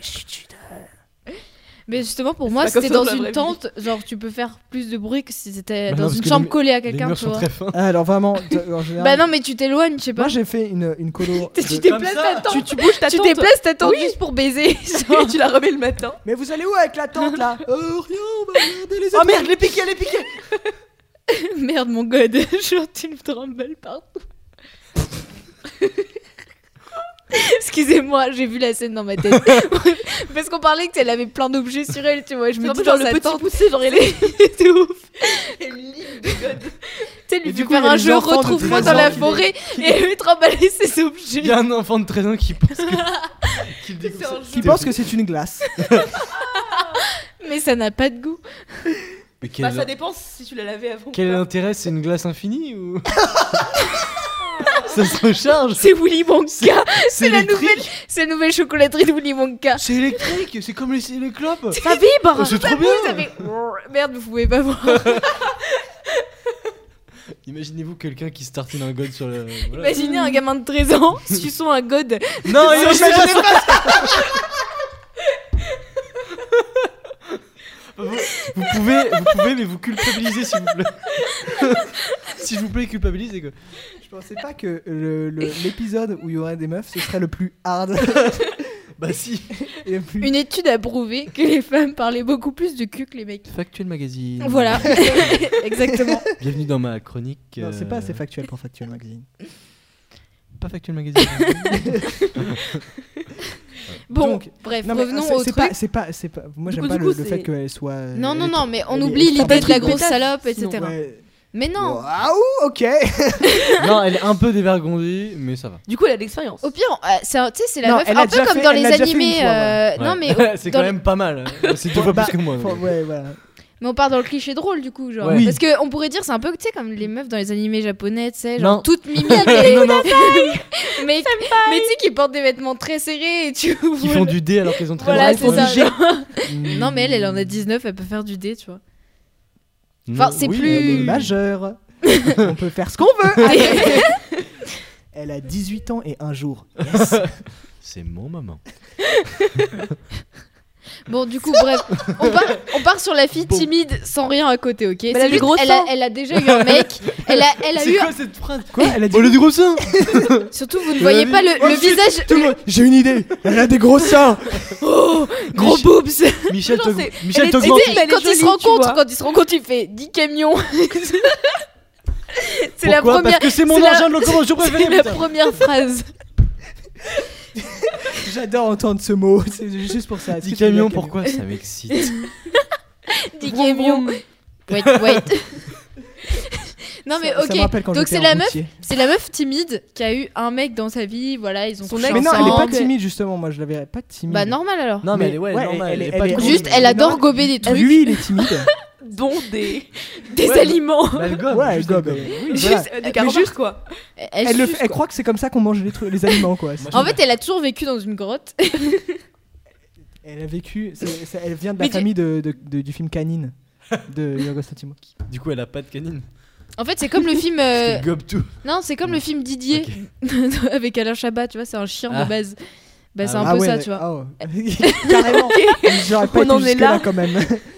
Speaker 3: Mais justement, pour moi,
Speaker 4: pas comme
Speaker 3: c'était
Speaker 4: ça dans
Speaker 3: dans
Speaker 4: la
Speaker 3: une
Speaker 4: vraie
Speaker 3: tente, genre, tu peux faire plus de bruit que si c'était
Speaker 2: Bah non,
Speaker 3: dans
Speaker 2: parce
Speaker 3: une
Speaker 2: que
Speaker 3: chambre
Speaker 2: les-
Speaker 3: collée à
Speaker 2: Les
Speaker 3: quelqu'un,
Speaker 2: murs
Speaker 3: tu
Speaker 2: sont
Speaker 3: vois.
Speaker 2: très fins.
Speaker 1: Ah, Alors vraiment, de- en général,
Speaker 3: Bah non, mais tu t'éloignes, je sais pas.
Speaker 1: moi j'ai fait une, une colo.
Speaker 3: Tu
Speaker 1: de-
Speaker 3: déplaces
Speaker 2: Comme ça.
Speaker 3: ta tente.
Speaker 4: Tu, tu bouges ta
Speaker 3: Tu
Speaker 4: tante.
Speaker 3: déplaces ta tante
Speaker 4: Oui.
Speaker 3: juste pour baiser.
Speaker 4: et tu la remets le matin.
Speaker 1: Mais vous allez où avec la tente là Euh, rien, on va regarder les
Speaker 3: Oh,
Speaker 1: étoiles.
Speaker 4: les piquets, les piquets
Speaker 3: Merde, mon god, genre tu me trembles partout. Excusez-moi, j'ai vu la scène dans ma tête. Parce qu'on parlait qu'elle avait plein d'objets sur elle, tu vois. Je
Speaker 4: Je
Speaker 3: me
Speaker 4: me
Speaker 3: dis
Speaker 4: genre
Speaker 3: dans
Speaker 4: le
Speaker 3: sa
Speaker 4: petit
Speaker 3: tente,
Speaker 4: poussé, genre elle est.
Speaker 3: c'était ouf.
Speaker 4: elle lit de god.
Speaker 3: Tu sais, lui
Speaker 1: Et du
Speaker 3: fait
Speaker 1: coup,
Speaker 3: faire
Speaker 1: il y a
Speaker 3: un
Speaker 1: les
Speaker 3: jeu,
Speaker 1: enfants de
Speaker 3: retrouve-moi
Speaker 1: 13
Speaker 3: dans la
Speaker 1: ans qui-
Speaker 3: forêt et lui tremballer ses objets.
Speaker 2: Il y a un enfant de 13 ans qui pense que. qu'il découvre
Speaker 4: C'est un
Speaker 2: ça.
Speaker 1: Qui pense que c'est une glace.
Speaker 3: Mais ça n'a pas de goût.
Speaker 2: Mais quel,
Speaker 4: Bah, ça dépend si tu l'as lavé avant. ou
Speaker 2: quel
Speaker 4: pas.
Speaker 2: intérêt C'est une glace infinie ou Ça se recharge
Speaker 3: C'est Willy Wonka.
Speaker 2: C'est
Speaker 3: la
Speaker 2: électrique.
Speaker 3: nouvelle- C'est la nouvelle chocolaterie de Willy Wonka.
Speaker 2: C'est électrique C'est comme les, les clopes Oh,
Speaker 3: Ça
Speaker 1: Oh,
Speaker 3: vibre.
Speaker 2: C'est trop
Speaker 3: Vous,
Speaker 2: bien
Speaker 3: ça fait- Merde, vous pouvez pas voir.
Speaker 2: Imaginez-vous quelqu'un qui se tartine un god sur le. voilà.
Speaker 3: Imaginez un gamin de 13 ans suçant un god.
Speaker 2: Non, il
Speaker 1: Imaginez
Speaker 2: déjà
Speaker 1: pas
Speaker 2: vous, vous pouvez, vous pouvez, mais vous culpabilisez s'il vous plaît. s'il vous plaît, culpabilisez quoi.
Speaker 1: Je pensais pas que le- le- l'épisode où il y aurait des meufs, ce serait le plus hard.
Speaker 2: Bah si.
Speaker 1: et le plus...
Speaker 3: Une étude a prouvé que les femmes parlaient beaucoup plus de cul que les mecs.
Speaker 2: Factuel magazine.
Speaker 3: Voilà, exactement.
Speaker 2: Bienvenue dans ma chronique.
Speaker 1: Non, c'est pas assez
Speaker 2: euh,
Speaker 1: factuel pour Factuel Magazine.
Speaker 2: Pas factuel magazine.
Speaker 3: Bon,
Speaker 1: Donc,
Speaker 3: bref,
Speaker 1: Non, mais
Speaker 3: revenons
Speaker 1: c'est-
Speaker 3: au
Speaker 1: c'est
Speaker 3: truc.
Speaker 1: Pas, c'est pas, c'est pas. Moi,
Speaker 4: Du
Speaker 1: j'aime
Speaker 4: coup,
Speaker 1: pas
Speaker 4: du
Speaker 1: le,
Speaker 4: coup,
Speaker 1: le
Speaker 4: c'est-
Speaker 1: fait qu'elle soit. euh,
Speaker 3: Non, non, non, mais on
Speaker 1: les-
Speaker 3: oublie
Speaker 1: les
Speaker 3: l'idée de la
Speaker 1: trucs
Speaker 3: grosse
Speaker 4: pétasses,
Speaker 3: salope, etc.
Speaker 1: sinon, ouais.
Speaker 3: Mais non,
Speaker 1: Waouh, ok.
Speaker 2: non, elle est un peu dévergondée, mais ça va.
Speaker 4: Du coup, elle a de l'expérience.
Speaker 3: au pire, on- euh, c'est un- tu sais, c'est la
Speaker 1: Non,
Speaker 3: meuf,
Speaker 1: elle
Speaker 3: un
Speaker 1: a
Speaker 3: peu
Speaker 1: déjà
Speaker 3: comme
Speaker 1: fait-
Speaker 3: dans
Speaker 1: elle
Speaker 3: les
Speaker 1: l'a déjà fait une
Speaker 3: animés.
Speaker 1: fois,
Speaker 3: euh,
Speaker 2: Ouais.
Speaker 3: Non, mais, au-
Speaker 2: c'est
Speaker 3: dans
Speaker 2: quand
Speaker 3: le-
Speaker 2: même pas mal. hein. C'est deux fois
Speaker 1: Bah,
Speaker 2: plus que moi.
Speaker 1: faut-
Speaker 2: donc.
Speaker 1: ouais, voilà.
Speaker 3: mais on part dans le cliché drôle du coup, genre.
Speaker 2: Ouais. Oui.
Speaker 3: Parce que on pourrait dire, c'est un peu, tu sais, comme les meufs dans les animés japonais, tu sais,
Speaker 2: Non.
Speaker 3: genre toutes mimiques, mais,
Speaker 2: non, non,
Speaker 3: mais, mais tu sais, qui portent des vêtements très serrés et tu
Speaker 2: euh, qui font du dé alors qu'ils ont très
Speaker 3: Voilà,
Speaker 2: mal.
Speaker 3: c'est ça. genre.
Speaker 2: Mm.
Speaker 3: Non, mais elle, elle en a 19, elle peut faire du dé, tu vois.
Speaker 2: Non,
Speaker 3: enfin, c'est
Speaker 2: Mmh. oui,
Speaker 3: plus-
Speaker 2: elle
Speaker 1: Elle
Speaker 2: est
Speaker 1: est
Speaker 2: mal.
Speaker 1: majeure. on peut faire ce qu'on veut.
Speaker 2: Ah.
Speaker 1: Elle a 18 ans et un jour. Yes.
Speaker 2: C'est mon moment.
Speaker 3: Bon, du coup, bref, on part, on part sur la fille
Speaker 2: Bon.
Speaker 3: timide sans rien à côté, ok C'est
Speaker 4: elle a des
Speaker 3: juste-
Speaker 4: gros
Speaker 3: elle, a,
Speaker 4: seins.
Speaker 3: elle a déjà eu un mec, elle a, elle a eu. un-
Speaker 2: cette phrase
Speaker 1: Quoi Elle a dit.
Speaker 2: Au lieu du gros sein
Speaker 3: Surtout, vous ne voyez pas le,
Speaker 2: Oh,
Speaker 3: le
Speaker 2: zut,
Speaker 3: visage.
Speaker 2: tout le monde-
Speaker 1: J'ai une idée. Elle a des gros seins.
Speaker 3: Oh, gros
Speaker 2: Mich-
Speaker 3: boobs
Speaker 2: Michel
Speaker 4: Genre,
Speaker 2: t'aug-
Speaker 4: c'est-
Speaker 2: Michel
Speaker 3: Et tu sais,
Speaker 2: t'augmente.
Speaker 4: Elle est
Speaker 3: quand ils
Speaker 4: jolie,
Speaker 3: se
Speaker 4: tu
Speaker 3: rencontrent,
Speaker 4: vois.
Speaker 3: quand ils se rencontrent, il fait 10 camions. c'est la
Speaker 2: Pourquoi
Speaker 3: première.
Speaker 2: Parce que c'est mon
Speaker 3: c'est la-
Speaker 2: engin de locomotion
Speaker 3: C'est
Speaker 2: préféré,
Speaker 3: la
Speaker 2: putain.
Speaker 3: première phrase.
Speaker 1: J'adore entendre ce mot. C'est juste pour ça. Est-ce
Speaker 2: Dis
Speaker 1: que tu veux dire
Speaker 2: camion,
Speaker 1: camion
Speaker 2: pourquoi Ça m'excite.
Speaker 3: 10
Speaker 4: Vroom,
Speaker 3: camions.
Speaker 4: vroom.
Speaker 3: Wait, wait. Non mais
Speaker 1: Ça- ça me
Speaker 3: ok,
Speaker 1: rappelle quand
Speaker 3: donc
Speaker 1: j'étais
Speaker 3: c'est la
Speaker 1: en
Speaker 3: meuf,
Speaker 1: routier.
Speaker 3: c'est la meuf timide qui a eu un mec dans sa vie, voilà, ils ont
Speaker 4: Son
Speaker 3: couché
Speaker 4: ex,
Speaker 1: Mais non, elle est pas
Speaker 3: ensemble.
Speaker 4: que-
Speaker 1: timide justement. Moi, je la verrais pas timide.
Speaker 3: Bah normal alors.
Speaker 2: Non, mais
Speaker 1: Mais-
Speaker 2: elle est ouais,
Speaker 1: ouais,
Speaker 2: normale.
Speaker 1: elle-
Speaker 2: Elle, est
Speaker 1: elle
Speaker 2: pas
Speaker 1: est-
Speaker 2: con.
Speaker 3: Juste, elle adore
Speaker 1: normal.
Speaker 3: gober des trucs,
Speaker 1: Lui, il est timide.
Speaker 4: Dont des.
Speaker 3: des
Speaker 2: ouais,
Speaker 3: aliments.
Speaker 2: Bah, Elle gobe.
Speaker 1: Ouais, elle
Speaker 2: juste,
Speaker 1: gobe.
Speaker 2: elle
Speaker 1: elle-
Speaker 4: Juste
Speaker 1: voilà.
Speaker 4: euh, des
Speaker 1: Mais
Speaker 4: carottes,
Speaker 1: juste-
Speaker 4: quoi.
Speaker 3: Elle,
Speaker 1: Elle, le
Speaker 3: suce,
Speaker 1: fait- elle
Speaker 3: quoi.
Speaker 1: croit que c'est comme ça qu'on mange les, trucs- les aliments, quoi. C'est-
Speaker 3: En fait, elle a toujours vécu dans une grotte.
Speaker 1: Elle a vécu. c'est- c'est- elle vient de la
Speaker 3: Mais tu-
Speaker 1: famille de, de- de- du film Canine de Yorgos Lanthimos.
Speaker 2: Du coup, elle a pas de canine.
Speaker 3: En fait, c'est comme le film. euh,
Speaker 2: Elle gobe tout.
Speaker 3: Non, c'est
Speaker 1: Mm.
Speaker 3: comme le film Didier avec Alain Chabat, tu vois, c'est un chien
Speaker 2: Ah.
Speaker 3: de base. Bah, c'est
Speaker 2: Ah
Speaker 3: un
Speaker 2: oui.
Speaker 3: peu
Speaker 1: ouais,
Speaker 3: ça,
Speaker 1: mais-
Speaker 3: tu vois.
Speaker 1: ah ouais. Carrément. J'aurais pas
Speaker 4: On
Speaker 1: été
Speaker 4: en est
Speaker 1: jusque
Speaker 4: là.
Speaker 1: là quand même.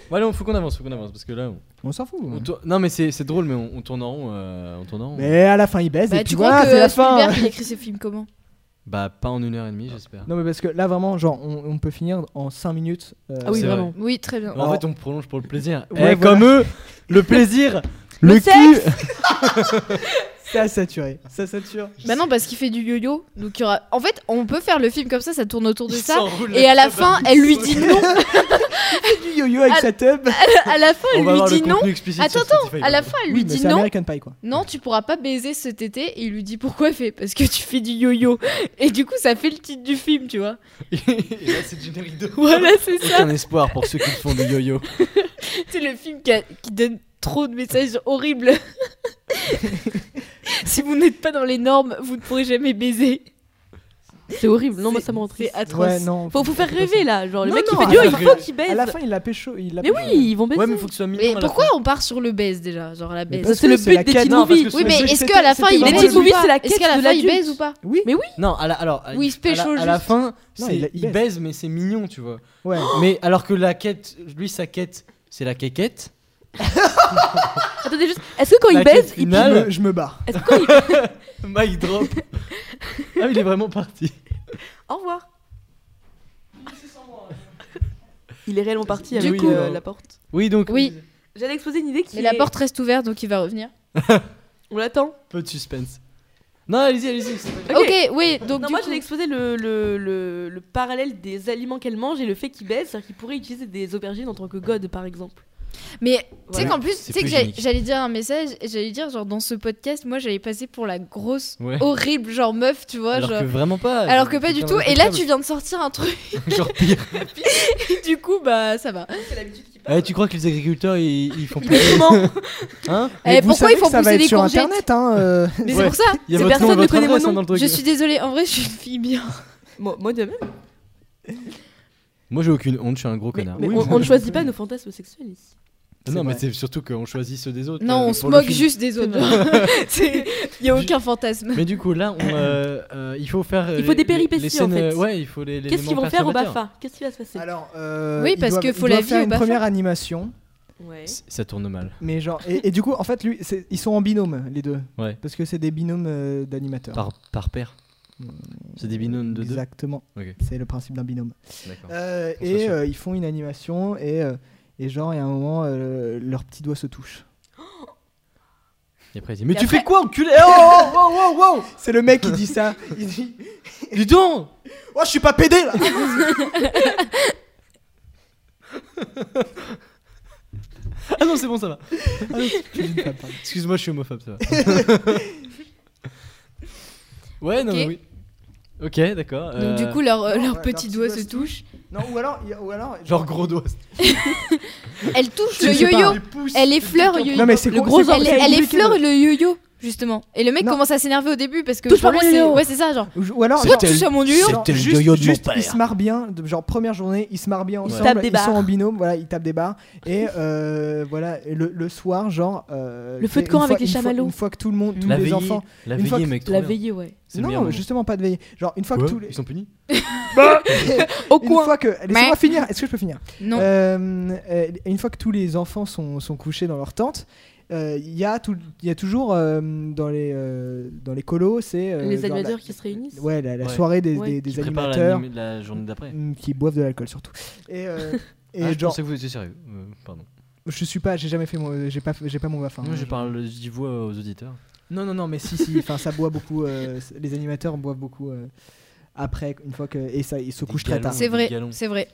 Speaker 2: Bon, allez, on faut qu'on avance, faut qu'on avance parce que là, on,
Speaker 1: On s'en fout.
Speaker 2: on tour- non mais c'est c'est drôle, mais on, on tourne en rond, euh, on tourne en rond.
Speaker 1: Mais à la fin, il baise
Speaker 3: Bah,
Speaker 1: et puis
Speaker 3: tu crois
Speaker 1: voilà, c'est
Speaker 3: que
Speaker 1: la fin.
Speaker 3: Spielberg, il écrit ses films comment
Speaker 2: Bah pas en une heure et demie, j'espère.
Speaker 1: Non, mais parce que là, vraiment, genre, on, on peut finir en 5 minutes. euh,
Speaker 4: Ah oui,
Speaker 2: C'est vrai.
Speaker 4: vraiment.
Speaker 3: Oui, très bien.
Speaker 2: Mais
Speaker 1: Bah,
Speaker 2: En fait, on prolonge pour le plaisir.
Speaker 1: Ouais, voilà.
Speaker 2: Eh, Comme eux, le plaisir,
Speaker 4: Le
Speaker 2: le cul.
Speaker 1: Ça saturé. Ça sature.
Speaker 3: Bah non, parce qu'il fait du yo-yo. Donc, il y aura... En fait, on peut faire le film comme ça, ça tourne autour de
Speaker 2: Il
Speaker 3: ça.
Speaker 2: s'enroule
Speaker 3: Et
Speaker 2: le
Speaker 3: à la
Speaker 2: cul.
Speaker 3: fin, elle lui dit non.
Speaker 1: Du yo-yo avec
Speaker 3: Ah.
Speaker 1: sa tub.
Speaker 3: À la fin,
Speaker 2: On
Speaker 3: elle
Speaker 2: va
Speaker 3: lui
Speaker 2: voir le
Speaker 3: dit non.
Speaker 2: contenu explicite
Speaker 3: Attends,
Speaker 2: sur Spotify,
Speaker 3: À la
Speaker 2: d'accord.
Speaker 3: fin, elle
Speaker 1: Oui,
Speaker 3: lui
Speaker 1: mais
Speaker 3: dit
Speaker 1: c'est
Speaker 3: non.
Speaker 1: American Pie, quoi.
Speaker 3: Non, tu pourras pas baiser cet été. Et il lui dit pourquoi il fait Parce que tu fais du yo-yo. Et du coup, ça fait le titre du film, tu vois.
Speaker 2: Et là, c'est le générique de.
Speaker 3: Voilà, c'est ça.
Speaker 2: Aucun espoir pour ceux qui font du yo-yo.
Speaker 3: C'est le film qui, a- qui donne trop de messages horribles. si vous n'êtes pas dans les normes, vous ne pourrez jamais baiser.
Speaker 4: C'est horrible. Non, moi,
Speaker 3: C'est-
Speaker 4: ça me rend
Speaker 3: C'est
Speaker 4: triste.
Speaker 3: atroce.
Speaker 1: Ouais, non.
Speaker 4: Faut vous faire
Speaker 1: faut pas
Speaker 4: rêver, là. Genre, le
Speaker 1: Non,
Speaker 4: mec qui
Speaker 1: non,
Speaker 4: fait
Speaker 1: à
Speaker 4: du
Speaker 1: la
Speaker 4: il faut qu'il
Speaker 1: ça. À
Speaker 4: baise.
Speaker 1: la fin, il l'a pécho. il l'a
Speaker 4: Mais
Speaker 1: pécho.
Speaker 4: oui, ils vont baiser.
Speaker 2: Ouais, mais faut que ce soit mignon.
Speaker 3: Mais
Speaker 2: à la
Speaker 3: pourquoi
Speaker 2: fin.
Speaker 3: on part sur le baise déjà Genre la baise
Speaker 1: parce
Speaker 4: c'est le
Speaker 1: que
Speaker 4: but
Speaker 1: la
Speaker 4: des
Speaker 1: quête-
Speaker 4: teen
Speaker 1: non, parce
Speaker 4: movies.
Speaker 1: que
Speaker 3: Oui,
Speaker 1: c'est-
Speaker 3: mais
Speaker 1: c'est-
Speaker 3: est-ce
Speaker 1: c'est
Speaker 3: qu'à la fin
Speaker 1: vraiment
Speaker 3: il
Speaker 1: le
Speaker 4: petits
Speaker 3: baise
Speaker 1: but.
Speaker 3: ou
Speaker 4: movies, c'est la
Speaker 3: pas Est-ce
Speaker 4: quête
Speaker 3: qu'à la
Speaker 4: de
Speaker 3: fin il
Speaker 4: l'adulte.
Speaker 3: baise ou pas
Speaker 1: Oui.
Speaker 4: Mais oui.
Speaker 2: Non, à la- alors.
Speaker 3: Oui, il se
Speaker 2: à la-
Speaker 3: pécho
Speaker 2: à
Speaker 3: juste.
Speaker 2: la fin,
Speaker 1: Non,
Speaker 2: c'est-
Speaker 1: il a- il
Speaker 2: il,
Speaker 1: baise.
Speaker 2: baise, mais c'est mignon, tu vois.
Speaker 1: Ouais.
Speaker 2: Mais alors que la quête, lui, sa quête, c'est la quéquette.
Speaker 4: Attendez juste. Est-ce que quand
Speaker 2: La
Speaker 4: il
Speaker 2: quête
Speaker 4: baise,
Speaker 1: Je
Speaker 4: il
Speaker 2: finale.
Speaker 1: me- je me barre.
Speaker 3: Eh,
Speaker 4: Est-ce que quand il.
Speaker 2: Mic drop. ah, il est vraiment parti.
Speaker 4: Au revoir. Il est réellement parti
Speaker 2: Du
Speaker 4: avec
Speaker 2: coup-
Speaker 4: euh, la porte.
Speaker 2: Oui, donc.
Speaker 3: Oui,
Speaker 4: J'allais exposer une idée qui.
Speaker 3: mais la
Speaker 4: est-
Speaker 3: porte reste ouverte donc il va revenir.
Speaker 4: On l'attend.
Speaker 2: Peu de suspense. Non, allez-y, allez-y. c'est pas-
Speaker 3: Ok, oui, donc
Speaker 4: non,
Speaker 3: du
Speaker 4: moi
Speaker 3: coup-
Speaker 4: j'allais exposer le, le, le, le parallèle des aliments qu'elle mange et le fait qu'il baise, c'est-à-dire qu'il pourrait utiliser des aubergines en tant que god par exemple.
Speaker 3: Mais tu sais
Speaker 4: Voilà.
Speaker 3: qu'en plus,
Speaker 2: C'est
Speaker 3: tu sais que
Speaker 2: plus
Speaker 3: j'allais
Speaker 2: unique.
Speaker 3: j'allais dire un message, et j'allais dire genre dans ce podcast, moi j'allais passer pour la grosse
Speaker 2: Ouais.
Speaker 3: horrible genre meuf, tu vois,
Speaker 2: alors
Speaker 3: genre-
Speaker 2: que vraiment pas.
Speaker 3: alors que pas du tout. Et là tu
Speaker 2: viens
Speaker 3: viens de sortir un truc,
Speaker 2: Genre pire.
Speaker 3: du coup bah ça va.
Speaker 4: C'est l'habitude qui
Speaker 2: Eh, tu crois que les agriculteurs ils, ils font
Speaker 4: Mais
Speaker 2: pousser
Speaker 4: comment
Speaker 2: Hein
Speaker 1: Mais
Speaker 3: Eh,
Speaker 1: vous
Speaker 3: pourquoi
Speaker 1: savez
Speaker 3: il faut
Speaker 1: que ça va
Speaker 3: pousser
Speaker 1: être
Speaker 3: des
Speaker 1: sur
Speaker 3: courgettes
Speaker 1: internet hein, euh,
Speaker 4: Mais
Speaker 2: Ouais.
Speaker 4: c'est pour ça
Speaker 2: Il y a votre
Speaker 4: C'est
Speaker 2: nom
Speaker 4: personne
Speaker 2: et
Speaker 4: ne
Speaker 2: votre
Speaker 4: connaît mon
Speaker 2: adresse hein, dans
Speaker 4: nom.
Speaker 2: le truc.
Speaker 3: Je suis désolée, en vrai je suis une fille bien.
Speaker 4: Moi, moi de même.
Speaker 2: Moi j'ai aucune honte, je suis un gros
Speaker 4: Mais,
Speaker 2: connard.
Speaker 4: mais
Speaker 1: Oui,
Speaker 4: on,
Speaker 1: mais-
Speaker 4: on ne choisit pas nos fantasmes sexuels ici.
Speaker 1: c'est
Speaker 2: non, mais
Speaker 1: vrai.
Speaker 2: c'est surtout qu'on choisit ceux des autres.
Speaker 3: Non,
Speaker 2: euh,
Speaker 3: on se
Speaker 2: pour le
Speaker 3: moque
Speaker 2: film.
Speaker 3: juste des autres. Il y a aucun fantasme.
Speaker 2: Mais du coup, là, on, euh, euh, il faut faire. euh,
Speaker 4: Il faut
Speaker 2: les-
Speaker 4: des
Speaker 2: les-
Speaker 4: péripéties,
Speaker 2: les scènes,
Speaker 4: en fait.
Speaker 2: euh, Ouais, il faut les. les
Speaker 4: Qu'est-ce qu'ils
Speaker 2: éléments
Speaker 4: vont faire au
Speaker 2: perturbateurs.
Speaker 4: BAFA Qu'est-ce qui va se passer
Speaker 1: Alors, euh,
Speaker 3: Oui,
Speaker 1: ils
Speaker 3: parce
Speaker 1: doivent-
Speaker 3: que faut
Speaker 1: ils
Speaker 3: la
Speaker 1: doivent
Speaker 3: vie
Speaker 1: faire
Speaker 3: au
Speaker 1: une
Speaker 3: BAFA.
Speaker 1: première animation,
Speaker 4: Ouais.
Speaker 2: C- Ça tourne mal.
Speaker 1: mais genre et, et du coup en fait lui, c'est- ils sont en binôme les deux,
Speaker 2: Ouais.
Speaker 1: parce que c'est des binômes euh, d'animateurs.
Speaker 2: Par, par paire. C'est des binômes de deux.
Speaker 1: Exactement.
Speaker 2: Ok.
Speaker 1: C'est le principe d'un binôme.
Speaker 2: D'accord.
Speaker 1: Euh,
Speaker 2: On
Speaker 1: et
Speaker 2: s'assure.
Speaker 1: euh, ils font une animation et euh, et genre il y a un moment euh, leurs petits doigts se touchent.
Speaker 2: Et après, il dit Mais
Speaker 3: Et
Speaker 2: tu
Speaker 3: après-
Speaker 2: fais quoi, enculé Oh, oh, oh, oh, oh, oh
Speaker 1: C'est le mec qui dit ça. Il dit
Speaker 2: Dis donc
Speaker 1: "Oh, je suis pas pédé là."
Speaker 2: Ah non, c'est bon, ça va.
Speaker 1: Ah, c'est une femme, pardon.
Speaker 2: Excuse-moi, je suis homophobe, ça va. ouais, non,
Speaker 3: Ok.
Speaker 2: mais oui. Ok, d'accord.
Speaker 3: Donc du
Speaker 2: euh,
Speaker 3: coup leurs euh,
Speaker 1: non,
Speaker 3: leurs
Speaker 1: ouais,
Speaker 3: petits
Speaker 1: leurs
Speaker 3: doigts
Speaker 1: petits
Speaker 3: se
Speaker 1: doigts
Speaker 3: touchent.
Speaker 1: non, ou alors il y a- ou alors
Speaker 2: Genre gros doigt.
Speaker 3: Elle touche
Speaker 1: Je
Speaker 3: le
Speaker 1: sais pas.
Speaker 3: yo-yo.
Speaker 2: Les pouces.
Speaker 3: Elle effleure le yo-yo.
Speaker 1: Non mais c'est
Speaker 4: Le
Speaker 1: quoi-
Speaker 4: gros
Speaker 1: c'est quoi-
Speaker 3: elle,
Speaker 4: orteil.
Speaker 1: c'est
Speaker 3: elle
Speaker 1: compliqué,
Speaker 3: effleure
Speaker 1: mais-
Speaker 3: le yo-yo justement. Et le mec
Speaker 1: Non.
Speaker 3: commence à s'énerver au début parce que
Speaker 4: Touche
Speaker 3: pour
Speaker 4: pas
Speaker 3: lui,
Speaker 4: mon
Speaker 3: c'est-
Speaker 4: yo-yo.
Speaker 3: ouais c'est ça genre.
Speaker 1: Ou- Ou alors
Speaker 3: Pourquoi
Speaker 1: genre-
Speaker 3: tu touches à mon yo-yo
Speaker 1: Genre,
Speaker 2: C'était le
Speaker 1: juste-
Speaker 2: yo-yo de mon
Speaker 1: juste,
Speaker 2: père.
Speaker 1: Ils se marrent bien, de- genre première journée, ils se marrent bien ensemble,
Speaker 4: tapent des barres.
Speaker 1: sont en binôme, voilà, ils tapent des barres. Et euh, voilà, et le, le soir, genre. euh,
Speaker 4: Le feu de
Speaker 1: une
Speaker 4: camp
Speaker 1: fois-
Speaker 4: avec les
Speaker 1: une fois-
Speaker 4: chamallows.
Speaker 1: Une fois que tout le monde, tous
Speaker 2: La
Speaker 1: les
Speaker 2: veillée,
Speaker 1: enfants.
Speaker 2: La
Speaker 1: Une fois
Speaker 2: veillée,
Speaker 1: que-
Speaker 2: mec, trop
Speaker 4: La
Speaker 2: bien.
Speaker 4: veillée, ouais.
Speaker 2: C'est le meilleur
Speaker 1: Non,
Speaker 2: moment.
Speaker 1: justement pas de veillée. Genre une fois
Speaker 2: Quoi
Speaker 1: que tous les.
Speaker 2: Ils sont punis
Speaker 4: Au
Speaker 1: Une
Speaker 4: coin.
Speaker 1: fois que. Laissez-moi finir, est-ce que je peux finir
Speaker 3: Non.
Speaker 1: Euh, euh, Une fois que tous les enfants sont, sont couchés dans leur tente. euh, Il y, a tout- il y a toujours euh, dans, les, euh, dans les colos, c'est. euh,
Speaker 4: Les
Speaker 1: genre la-
Speaker 4: animateurs qui se réunissent.
Speaker 1: Ouais, la, la
Speaker 2: Ouais.
Speaker 1: soirée des,
Speaker 4: Ouais.
Speaker 1: des- des
Speaker 2: Qui préparent
Speaker 1: animateurs.
Speaker 2: l'anime- la journée d'après.
Speaker 1: Mm, qui boivent de l'alcool surtout. Et, euh, et
Speaker 2: Ah, je
Speaker 1: genre,
Speaker 2: pensais que vous étiez sérieux. Euh, pardon.
Speaker 1: je suis pas, j'ai jamais fait mon, j'ai pas, j'ai pas mon bafin.
Speaker 2: Moi,
Speaker 1: hein,
Speaker 2: je
Speaker 1: genre.
Speaker 2: parle, je dis voix aux auditeurs.
Speaker 1: Non, non, non, mais si, si, enfin, ça boit beaucoup. euh, c- les animateurs boivent beaucoup euh, après, une fois que et ça, ils se
Speaker 2: Des
Speaker 1: couchent très
Speaker 2: galons.
Speaker 1: tard.
Speaker 3: C'est
Speaker 2: des
Speaker 3: vrai,
Speaker 2: galons.
Speaker 3: c'est vrai.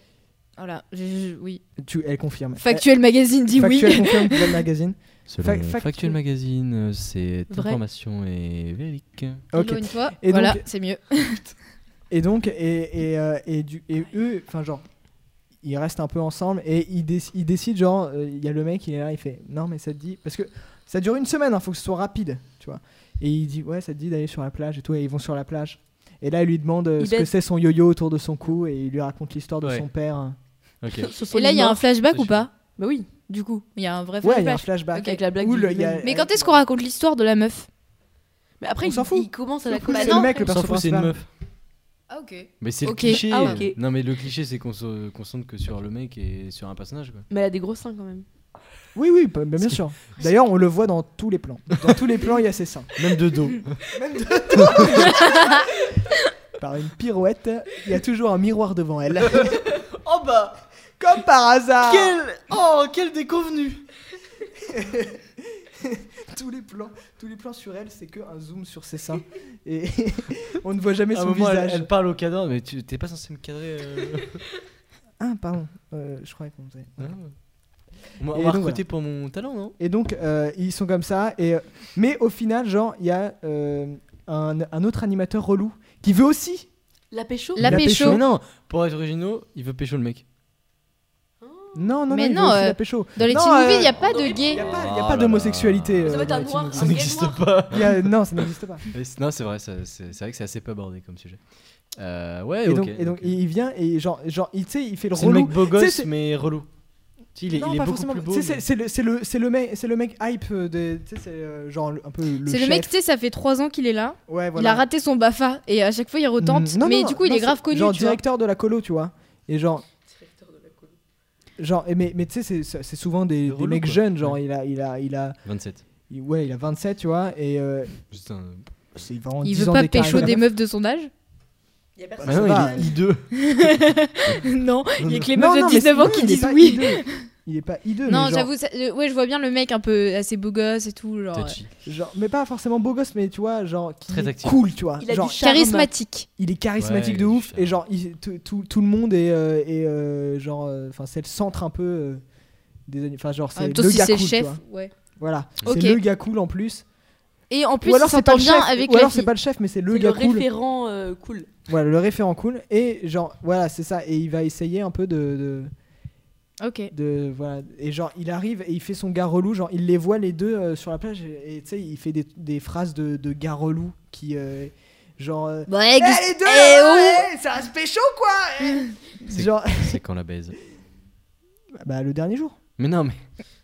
Speaker 3: Voilà, je- je- oui.
Speaker 1: Tu, elle confirme.
Speaker 3: Factuel Magazine dit
Speaker 1: Elle- Euh, Factuel
Speaker 3: oui.
Speaker 1: confirme Google Magazine.
Speaker 2: Selon
Speaker 1: Fac- fact-
Speaker 2: Factuel Magazine, euh, cette
Speaker 4: Vrai.
Speaker 2: information est véridique.
Speaker 1: Ok.
Speaker 3: toi
Speaker 1: Et
Speaker 3: voilà,
Speaker 1: donc-
Speaker 3: c'est mieux.
Speaker 1: Et donc, et, et, euh, et du, et eux, enfin, genre, ils restent un peu ensemble et ils, déc- ils décident, genre, euh, il y a le mec, il est là, il fait Non, mais ça te dit. Parce que ça dure une semaine, il faut que ce soit rapide, tu vois. Et il dit Ouais, ça te dit d'aller sur la plage et tout, et ils vont sur la plage. Et là, il lui demande euh,
Speaker 4: Il
Speaker 1: ce que
Speaker 4: baise.
Speaker 1: c'est son yo-yo autour de son cou et il lui raconte l'histoire de
Speaker 2: Ouais.
Speaker 1: son père.
Speaker 2: Ok.
Speaker 4: Ce sont
Speaker 3: Et là,
Speaker 4: les
Speaker 3: il y a un
Speaker 4: morts.
Speaker 3: flashback ou pas
Speaker 4: Bah oui.
Speaker 3: Du coup, il y a un vrai
Speaker 1: Ouais,
Speaker 3: flashback.
Speaker 1: il y a un flashback.
Speaker 4: Avec la blague.
Speaker 1: Où
Speaker 4: du
Speaker 1: le- il y a-
Speaker 4: même.
Speaker 3: Mais quand est-ce qu'on raconte l'histoire de la meuf
Speaker 4: Mais après,
Speaker 1: On
Speaker 4: il
Speaker 1: s'en fout.
Speaker 4: il commence à la
Speaker 1: C'est
Speaker 3: Bah
Speaker 1: le
Speaker 3: non.
Speaker 1: mec, le
Speaker 2: On s'en
Speaker 1: personnage
Speaker 2: fout, c'est une
Speaker 1: principal.
Speaker 2: meuf.
Speaker 3: Ah ok.
Speaker 2: Mais c'est
Speaker 3: Ok.
Speaker 2: le cliché.
Speaker 4: Ah, ok.
Speaker 2: Non, mais le cliché, c'est qu'on se concentre que sur le mec et sur un personnage. Quoi.
Speaker 4: Mais elle a des gros seins quand même.
Speaker 1: Oui, oui, bah, bien sûr. D'ailleurs, on le voit dans tous les plans. Dans tous les plans, il y a ses seins.
Speaker 2: Même de dos.
Speaker 1: par une pirouette, il y a toujours un miroir devant elle. oh bah Comme par hasard
Speaker 2: Oh, quel déconvenu
Speaker 1: tous, les plans, tous les plans sur elle, c'est que un zoom sur ses seins. Et on ne voit jamais
Speaker 2: À un
Speaker 1: son
Speaker 2: moment, elle,
Speaker 1: visage.
Speaker 2: elle parle au cadre, mais tu t'es pas censé me cadrer. euh,
Speaker 1: Ah, pardon, Euh, je croyais qu'on faisait.
Speaker 2: hein On m'a
Speaker 1: Et
Speaker 2: on m'a
Speaker 1: donc,
Speaker 2: recruté pour mon talent, non
Speaker 1: Et donc, euh, ils sont comme ça. Et, euh, mais au final, genre, il y a euh, un, un autre animateur relou qui veut aussi.
Speaker 4: La pécho
Speaker 3: La
Speaker 1: La pécho.
Speaker 3: pécho.
Speaker 2: Mais non, pour être originaux, il veut pécho le mec.
Speaker 1: Non, non, non,
Speaker 3: Mais
Speaker 1: il
Speaker 3: non,
Speaker 1: veut aussi
Speaker 3: euh,
Speaker 1: la pécho.
Speaker 3: Dans les
Speaker 1: Non,
Speaker 3: teen movies,
Speaker 1: euh,
Speaker 3: il n'y a pas de
Speaker 1: Il n'y
Speaker 3: gay.
Speaker 1: a pas, il y a
Speaker 2: Oh
Speaker 1: pas
Speaker 2: là
Speaker 1: d'homosexualité.
Speaker 2: là.
Speaker 4: Ça
Speaker 1: euh,
Speaker 4: va être
Speaker 1: dans
Speaker 4: un
Speaker 1: les
Speaker 4: noir,
Speaker 1: teen
Speaker 2: Ça
Speaker 4: gay
Speaker 1: movies.
Speaker 2: n'existe
Speaker 4: noir.
Speaker 2: pas.
Speaker 1: Il y a- Non, ça n'existe pas.
Speaker 2: Et c- Non, c'est vrai, ça- c'est c'est vrai que c'est assez peu abordé comme sujet. Euh, ouais,
Speaker 1: Et
Speaker 2: ok.
Speaker 1: donc, et donc, il vient et genre, genre il, tu sais, il fait le
Speaker 2: c'est le mec
Speaker 1: relou.
Speaker 2: beau
Speaker 1: Tu sais,
Speaker 2: gosse,
Speaker 1: c'est-
Speaker 2: mais relou. Tu sais, Il est,
Speaker 1: Non,
Speaker 2: il est
Speaker 1: pas
Speaker 2: beaucoup
Speaker 1: forcément.
Speaker 2: plus beau.
Speaker 1: Tu sais,
Speaker 2: mais-
Speaker 1: C'est c'est le, c'est le, c'est le mec, c'est le mec hype de, tu sais, c'est euh, genre le- un peu le.
Speaker 3: C'est le
Speaker 1: chef.
Speaker 3: mec, tu sais, ça fait 3 ans qu'il est là.
Speaker 1: Ouais,
Speaker 3: Il
Speaker 1: voilà.
Speaker 3: a raté son BAFA et à chaque fois il retente.
Speaker 1: Mm, non,
Speaker 3: mais
Speaker 1: non,
Speaker 3: du coup, il
Speaker 1: non,
Speaker 3: est grave
Speaker 1: c'est
Speaker 3: connu.
Speaker 1: Genre
Speaker 3: tu vois.
Speaker 1: directeur de la colo, tu vois. Et genre. Genre, et mais, mais tu sais, c'est- c'est c'est souvent des,
Speaker 2: Le
Speaker 1: des
Speaker 2: relou,
Speaker 1: mecs
Speaker 2: quoi.
Speaker 1: jeunes, genre il a, il a, il a,
Speaker 2: 27.
Speaker 1: il- ouais, il a 27, tu vois, et euh,
Speaker 2: Juste un-
Speaker 1: c'est vraiment
Speaker 3: Il
Speaker 1: 10
Speaker 3: veut
Speaker 1: ans
Speaker 3: pas
Speaker 1: d'écart
Speaker 3: pécho
Speaker 1: avec la
Speaker 3: des
Speaker 1: meuf.
Speaker 3: meufs de son âge
Speaker 4: Il y a
Speaker 1: Bah
Speaker 2: Bah
Speaker 1: ça
Speaker 2: non,
Speaker 1: va.
Speaker 2: il est hideux.
Speaker 3: Non, il y a que les
Speaker 1: Non,
Speaker 3: meufs
Speaker 1: non,
Speaker 3: de
Speaker 1: mais
Speaker 3: 19 ans
Speaker 1: sinon,
Speaker 3: qui
Speaker 1: il est
Speaker 3: disent
Speaker 1: pas
Speaker 3: oui.
Speaker 1: hideux. Il est pas hideux, mais
Speaker 3: Non,
Speaker 1: genre-
Speaker 3: j'avoue, ça- euh, ouais, je vois bien le mec un peu assez beau gosse et tout,
Speaker 1: Ah
Speaker 3: genre euh,
Speaker 2: Tachi.
Speaker 1: genre, mais pas forcément beau gosse, mais tu vois, genre, qui
Speaker 2: Très
Speaker 1: est
Speaker 2: actif.
Speaker 1: cool, tu vois,
Speaker 4: Il a
Speaker 1: genre,
Speaker 4: du charme.
Speaker 3: charismatique.
Speaker 1: il est charismatique
Speaker 2: Ouais,
Speaker 1: de ouf
Speaker 2: putain.
Speaker 1: et genre il- tout, tout- tout le monde est, euh, est, euh, genre enfin c'est le centre un peu euh, des ani- enfin genre
Speaker 3: En
Speaker 1: c'est
Speaker 3: même temps,
Speaker 1: le
Speaker 3: Ah, si
Speaker 1: gars
Speaker 3: c'est
Speaker 1: cool,
Speaker 3: le chef,
Speaker 1: tu vois.
Speaker 3: ouais.
Speaker 1: Voilà,
Speaker 3: Ok.
Speaker 1: c'est le gars cool en plus.
Speaker 3: Et en plus,
Speaker 1: ou alors
Speaker 3: il
Speaker 1: c'est pas
Speaker 3: s'entend
Speaker 1: le
Speaker 3: bien
Speaker 1: chef,
Speaker 3: avec
Speaker 1: ou
Speaker 3: la
Speaker 1: alors
Speaker 3: fille.
Speaker 1: c'est pas le chef mais c'est le
Speaker 4: C'est le
Speaker 1: gars cool.
Speaker 4: référent euh, cool.
Speaker 1: Voilà, le référent cool et genre voilà, c'est ça et il va essayer un peu de, de
Speaker 3: Ok.
Speaker 1: de voilà et genre il arrive et il fait son gars relou genre il les voit les deux euh, sur la plage et et tu sais il fait des, des phrases de, de gars relou qui euh, genre euh,
Speaker 3: Bon, eh,
Speaker 1: Eh,
Speaker 3: Gus-
Speaker 1: les deux
Speaker 3: eh,
Speaker 1: là,
Speaker 3: oh
Speaker 1: eh, ça se pécho quoi eh.
Speaker 2: C'est-
Speaker 1: genre
Speaker 2: C'est quand la baise.
Speaker 1: bah le dernier jour
Speaker 2: Mais non, mais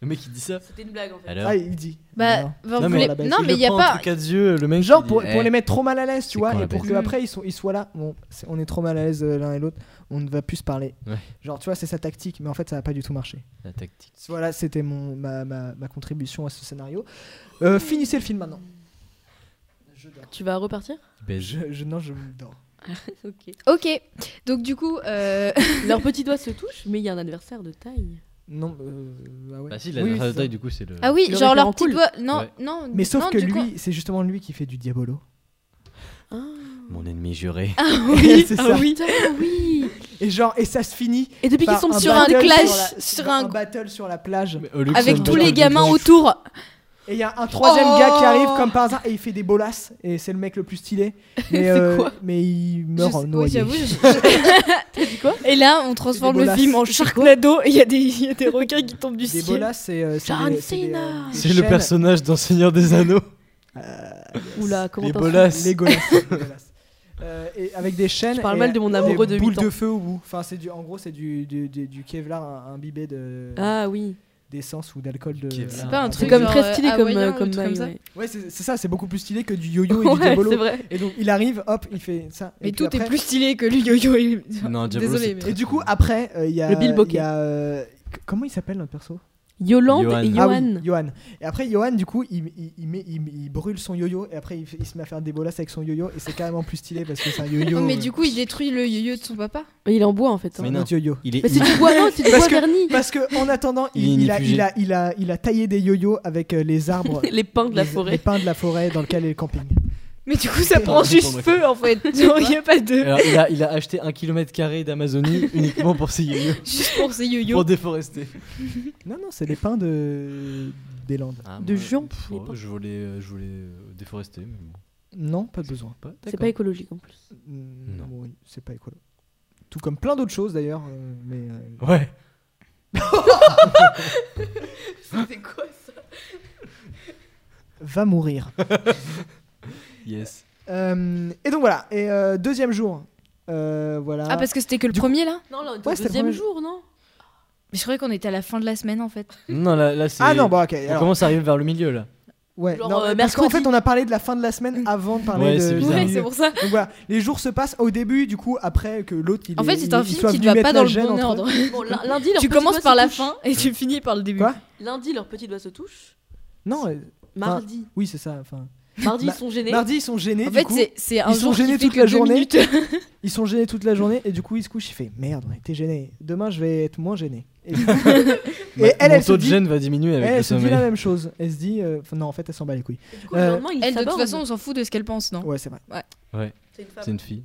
Speaker 2: le mec il dit ça.
Speaker 4: C'était une blague en fait.
Speaker 2: Alors.
Speaker 1: ah il dit
Speaker 3: Bah,
Speaker 1: Alors.
Speaker 3: bah,
Speaker 1: Non,
Speaker 3: vous
Speaker 1: mais-
Speaker 3: voulez-
Speaker 1: la base.
Speaker 3: non,
Speaker 2: il
Speaker 3: mais
Speaker 2: le
Speaker 3: il y a
Speaker 2: prend
Speaker 3: pas.
Speaker 2: entre quatre yeux, le mec.
Speaker 1: genre
Speaker 2: il
Speaker 1: pour,
Speaker 2: dit,
Speaker 1: pour
Speaker 2: eh,
Speaker 1: les mettre trop mal à l'aise
Speaker 2: C'est
Speaker 1: tu vois
Speaker 2: con, la
Speaker 1: et pour
Speaker 2: baise.
Speaker 1: que après ils sont ils soient là bon c'est- on est trop mal à l'aise euh, l'un et l'autre on ne va plus se parler
Speaker 2: Ouais.
Speaker 1: genre tu vois c'est sa tactique mais en fait ça n'a pas du tout marché
Speaker 2: La tactique.
Speaker 1: voilà c'était mon ma, ma, ma contribution à ce scénario Euh, finissez le film maintenant je dors
Speaker 4: Tu vas repartir
Speaker 2: Baise.
Speaker 1: je, je- non je dors
Speaker 4: Ok.
Speaker 3: Ok. Donc, du coup, euh,
Speaker 4: Leurs petits doigts se touchent, mais il y a un adversaire de taille.
Speaker 1: non euh, ah ouais.
Speaker 2: Bah si,
Speaker 1: Oui,
Speaker 2: la
Speaker 1: oui,
Speaker 2: dernière
Speaker 1: c'est
Speaker 2: taille
Speaker 1: ça.
Speaker 2: du coup c'est le.
Speaker 3: ah oui,
Speaker 4: Le
Speaker 3: genre leur
Speaker 4: référent
Speaker 3: petit
Speaker 4: cool.
Speaker 3: doigt. Non,
Speaker 2: Ouais.
Speaker 3: non.
Speaker 1: mais sauf
Speaker 3: non,
Speaker 1: que
Speaker 3: du coup-
Speaker 1: lui c'est justement lui qui fait du diabolo
Speaker 2: Mon ennemi juré.
Speaker 3: Ah,
Speaker 1: oui c'est ça
Speaker 4: Ah. oui, ah oui.
Speaker 1: et genre et ça se finit
Speaker 4: Et depuis qu'ils
Speaker 1: par
Speaker 4: sont
Speaker 3: sur un
Speaker 1: battle
Speaker 3: clash,
Speaker 1: la-
Speaker 3: sur un-
Speaker 1: battle sur la plage
Speaker 3: Avec
Speaker 1: Luxembourg,
Speaker 3: tous les
Speaker 1: Luxembourg.
Speaker 3: gamins autour.
Speaker 1: Et il y a un troisième
Speaker 3: Oh
Speaker 1: gars qui arrive comme par hasard et il fait des bolasses et c'est le mec le plus stylé. Mais,
Speaker 4: C'est
Speaker 1: euh,
Speaker 4: quoi
Speaker 1: mais il meurt
Speaker 3: Je-
Speaker 1: en
Speaker 3: oui,
Speaker 1: noyé.
Speaker 3: j'avoue, je- Et là, on transforme le
Speaker 1: bolas.
Speaker 3: film en Sharknado. et Il y, a des- il y a des requins qui tombent du
Speaker 1: Des
Speaker 3: ciel.
Speaker 1: bolasses, c'est euh, c'est
Speaker 4: John
Speaker 1: des- c'est des,
Speaker 4: Cena.
Speaker 1: euh, des
Speaker 2: C'est le
Speaker 1: chaînes.
Speaker 2: personnage dans Seigneur des Anneaux.
Speaker 4: Oula, comment
Speaker 2: Les
Speaker 4: t'insultes
Speaker 2: bolasses.
Speaker 1: Les golasses, les golasses. Euh, et avec des chaînes.
Speaker 4: Je parle
Speaker 1: et,
Speaker 4: mal de mon
Speaker 1: des
Speaker 4: amoureux de
Speaker 1: boules
Speaker 4: 8 ans.
Speaker 1: de feu au bout. Enfin, c'est du, en gros, c'est du, du, du- du Kevlar un- imbibé de
Speaker 4: Ah oui.
Speaker 1: d'essence ou d'alcool de. Ah,
Speaker 2: Kevlar. C'est
Speaker 3: pas un
Speaker 4: C'est
Speaker 3: truc
Speaker 4: comme
Speaker 3: genre,
Speaker 4: très stylé
Speaker 3: euh,
Speaker 4: comme,
Speaker 3: hawaïen
Speaker 4: euh,
Speaker 3: ou
Speaker 4: comme
Speaker 3: des trucs
Speaker 4: taille,
Speaker 3: comme ça.
Speaker 4: ouais.
Speaker 1: Ouais, c'est c'est ça. C'est beaucoup plus stylé que du yo-yo et du
Speaker 4: Ouais,
Speaker 1: diabolo.
Speaker 4: c'est vrai.
Speaker 1: Et donc il arrive, hop, il fait ça. et
Speaker 3: Mais
Speaker 1: puis
Speaker 3: tout est
Speaker 1: après-
Speaker 3: plus stylé que le yo-yo. et-
Speaker 2: Non, Diablo,
Speaker 3: Désolé,
Speaker 2: c'est
Speaker 3: mais-
Speaker 1: Et du coup, après, euh, il y a.
Speaker 4: Le Bill Bocquet.
Speaker 1: il y a, euh, c- Comment il s'appelle notre perso
Speaker 4: Yolande et
Speaker 2: Johan.
Speaker 1: Ah oui,
Speaker 4: Johan.
Speaker 1: Johan. Et après, Johan, du coup, il, il, il met- il- il brûle son yo-yo et après, il, fait- il se met à faire des bolasses avec son yo-yo et c'est carrément plus stylé parce que c'est un yo-yo.
Speaker 3: Non, mais
Speaker 1: euh,
Speaker 3: du coup, il détruit le yo-yo de son papa.
Speaker 4: Mais il est en bois en fait. hein.
Speaker 2: Mais
Speaker 1: un
Speaker 2: non.
Speaker 1: autre yo-yo.
Speaker 2: Il
Speaker 4: Mais
Speaker 2: est
Speaker 4: c'est du bois, non, c'est du
Speaker 1: Parce
Speaker 4: bois
Speaker 1: que-
Speaker 4: verni.
Speaker 1: Parce que en attendant, il,
Speaker 2: Il est
Speaker 1: il a,
Speaker 2: inifugé.
Speaker 1: il, a, il, a, il a taillé des yo-yo avec euh, les arbres,
Speaker 4: Les pins de la
Speaker 1: les-
Speaker 4: forêt.
Speaker 1: les pins de la forêt dans lequel est le camping.
Speaker 3: Mais du coup, ça
Speaker 2: prend
Speaker 3: prend
Speaker 2: Pardon, juste
Speaker 3: juste
Speaker 2: pardon,
Speaker 3: feu en fait. Il n'y a pas de.
Speaker 2: Alors, il, a, il a acheté un kilomètre carré d'Amazonie uniquement pour ses yo
Speaker 3: Juste pour ces yo-yo.
Speaker 2: pour déforester.
Speaker 1: Non, non, c'est les pins de des Landes.
Speaker 2: Ah
Speaker 4: De Juan,
Speaker 2: pff,
Speaker 4: les
Speaker 2: ouais,
Speaker 4: pins.
Speaker 2: Je voulais, euh, je voulais euh, déforester, mais bon.
Speaker 1: Non, pas besoin.
Speaker 2: Pas,
Speaker 4: C'est pas écologique en plus.
Speaker 1: Mm,
Speaker 2: Non.
Speaker 1: oui, c'est pas écolo. Tout comme plein d'autres choses d'ailleurs, euh, mais euh,
Speaker 2: Ouais.
Speaker 4: C'est quoi
Speaker 1: va mourir.
Speaker 2: Yes.
Speaker 1: Euh, et donc voilà. Et euh, deuxième jour, euh, voilà.
Speaker 3: Ah, parce que c'était que le premier là
Speaker 4: Non, là, on était
Speaker 1: Ouais,
Speaker 4: au
Speaker 1: c'était le
Speaker 4: deuxième
Speaker 1: premier-
Speaker 4: jour, non
Speaker 3: Mais je croyais qu'on était à la fin de la semaine en fait.
Speaker 2: Non, là, là c'est.
Speaker 1: Ah non, bon, ok.
Speaker 2: On
Speaker 1: alors,
Speaker 2: commence à arriver vers le milieu là.
Speaker 1: ouais,
Speaker 4: Genre,
Speaker 1: non,
Speaker 4: euh,
Speaker 1: parce qu'en
Speaker 4: mercredi.
Speaker 1: fait, on a parlé de la fin de la
Speaker 3: Mm.
Speaker 1: semaine avant de parler
Speaker 2: Ouais, c'est
Speaker 1: de.
Speaker 2: bizarre.
Speaker 1: du
Speaker 2: Ouais,
Speaker 1: milieu.
Speaker 3: pour ça.
Speaker 1: Donc voilà, les jours se passent au début, du coup, après que l'autre. il
Speaker 3: En fait,
Speaker 1: est-
Speaker 3: c'est un
Speaker 1: il- il
Speaker 3: film
Speaker 1: soit
Speaker 3: qui ne
Speaker 1: venu
Speaker 3: va
Speaker 1: mettre
Speaker 3: pas
Speaker 1: la
Speaker 3: dans le
Speaker 1: gêne
Speaker 3: bon
Speaker 1: entre eux.
Speaker 3: ordre.
Speaker 4: Bon, lin- lundi, leurs
Speaker 3: Tu
Speaker 4: petits
Speaker 3: commences
Speaker 4: doigts
Speaker 3: par
Speaker 4: se
Speaker 3: la
Speaker 4: touchent.
Speaker 3: fin et tu finis par le début.
Speaker 1: Quoi
Speaker 4: Lundi, leurs petits doigts se touchent.
Speaker 1: Non, euh,
Speaker 4: Mardi.
Speaker 1: oui, c'est ça. Enfin,
Speaker 4: Mardi, ils
Speaker 1: Ma-
Speaker 4: sont gênés.
Speaker 1: mardi, ils sont gênés.
Speaker 3: En
Speaker 1: du
Speaker 3: fait,
Speaker 1: coup,
Speaker 3: c'est- c'est un
Speaker 1: ils sont
Speaker 3: jour qui
Speaker 1: gênés
Speaker 3: fait
Speaker 1: toute
Speaker 3: que
Speaker 1: la
Speaker 3: deux
Speaker 1: journée.
Speaker 3: minutes.
Speaker 1: ils sont gênés toute la journée et du coup, ils se couchent. Il fait merde, on était gênés. Demain, je vais être moins gêné. Et, du coup-
Speaker 2: Ma-
Speaker 1: et elle,
Speaker 2: Mon
Speaker 1: elle se
Speaker 2: taux de
Speaker 1: dit, Eh,
Speaker 2: gêne va diminuer avec
Speaker 1: elle,
Speaker 2: le
Speaker 1: elle se dit la
Speaker 2: sommeil.
Speaker 1: même chose. Elle se dit, euh, enfin, non, en fait, elle s'en bat les couilles.
Speaker 4: Du coup, le
Speaker 1: Euh,
Speaker 4: lendemain, ils
Speaker 3: Elle, de toute
Speaker 4: s'abordent.
Speaker 3: façon, on s'en fout de ce qu'elle pense, non
Speaker 1: Ouais, c'est vrai.
Speaker 4: C'est une femme.
Speaker 2: C'est une fille.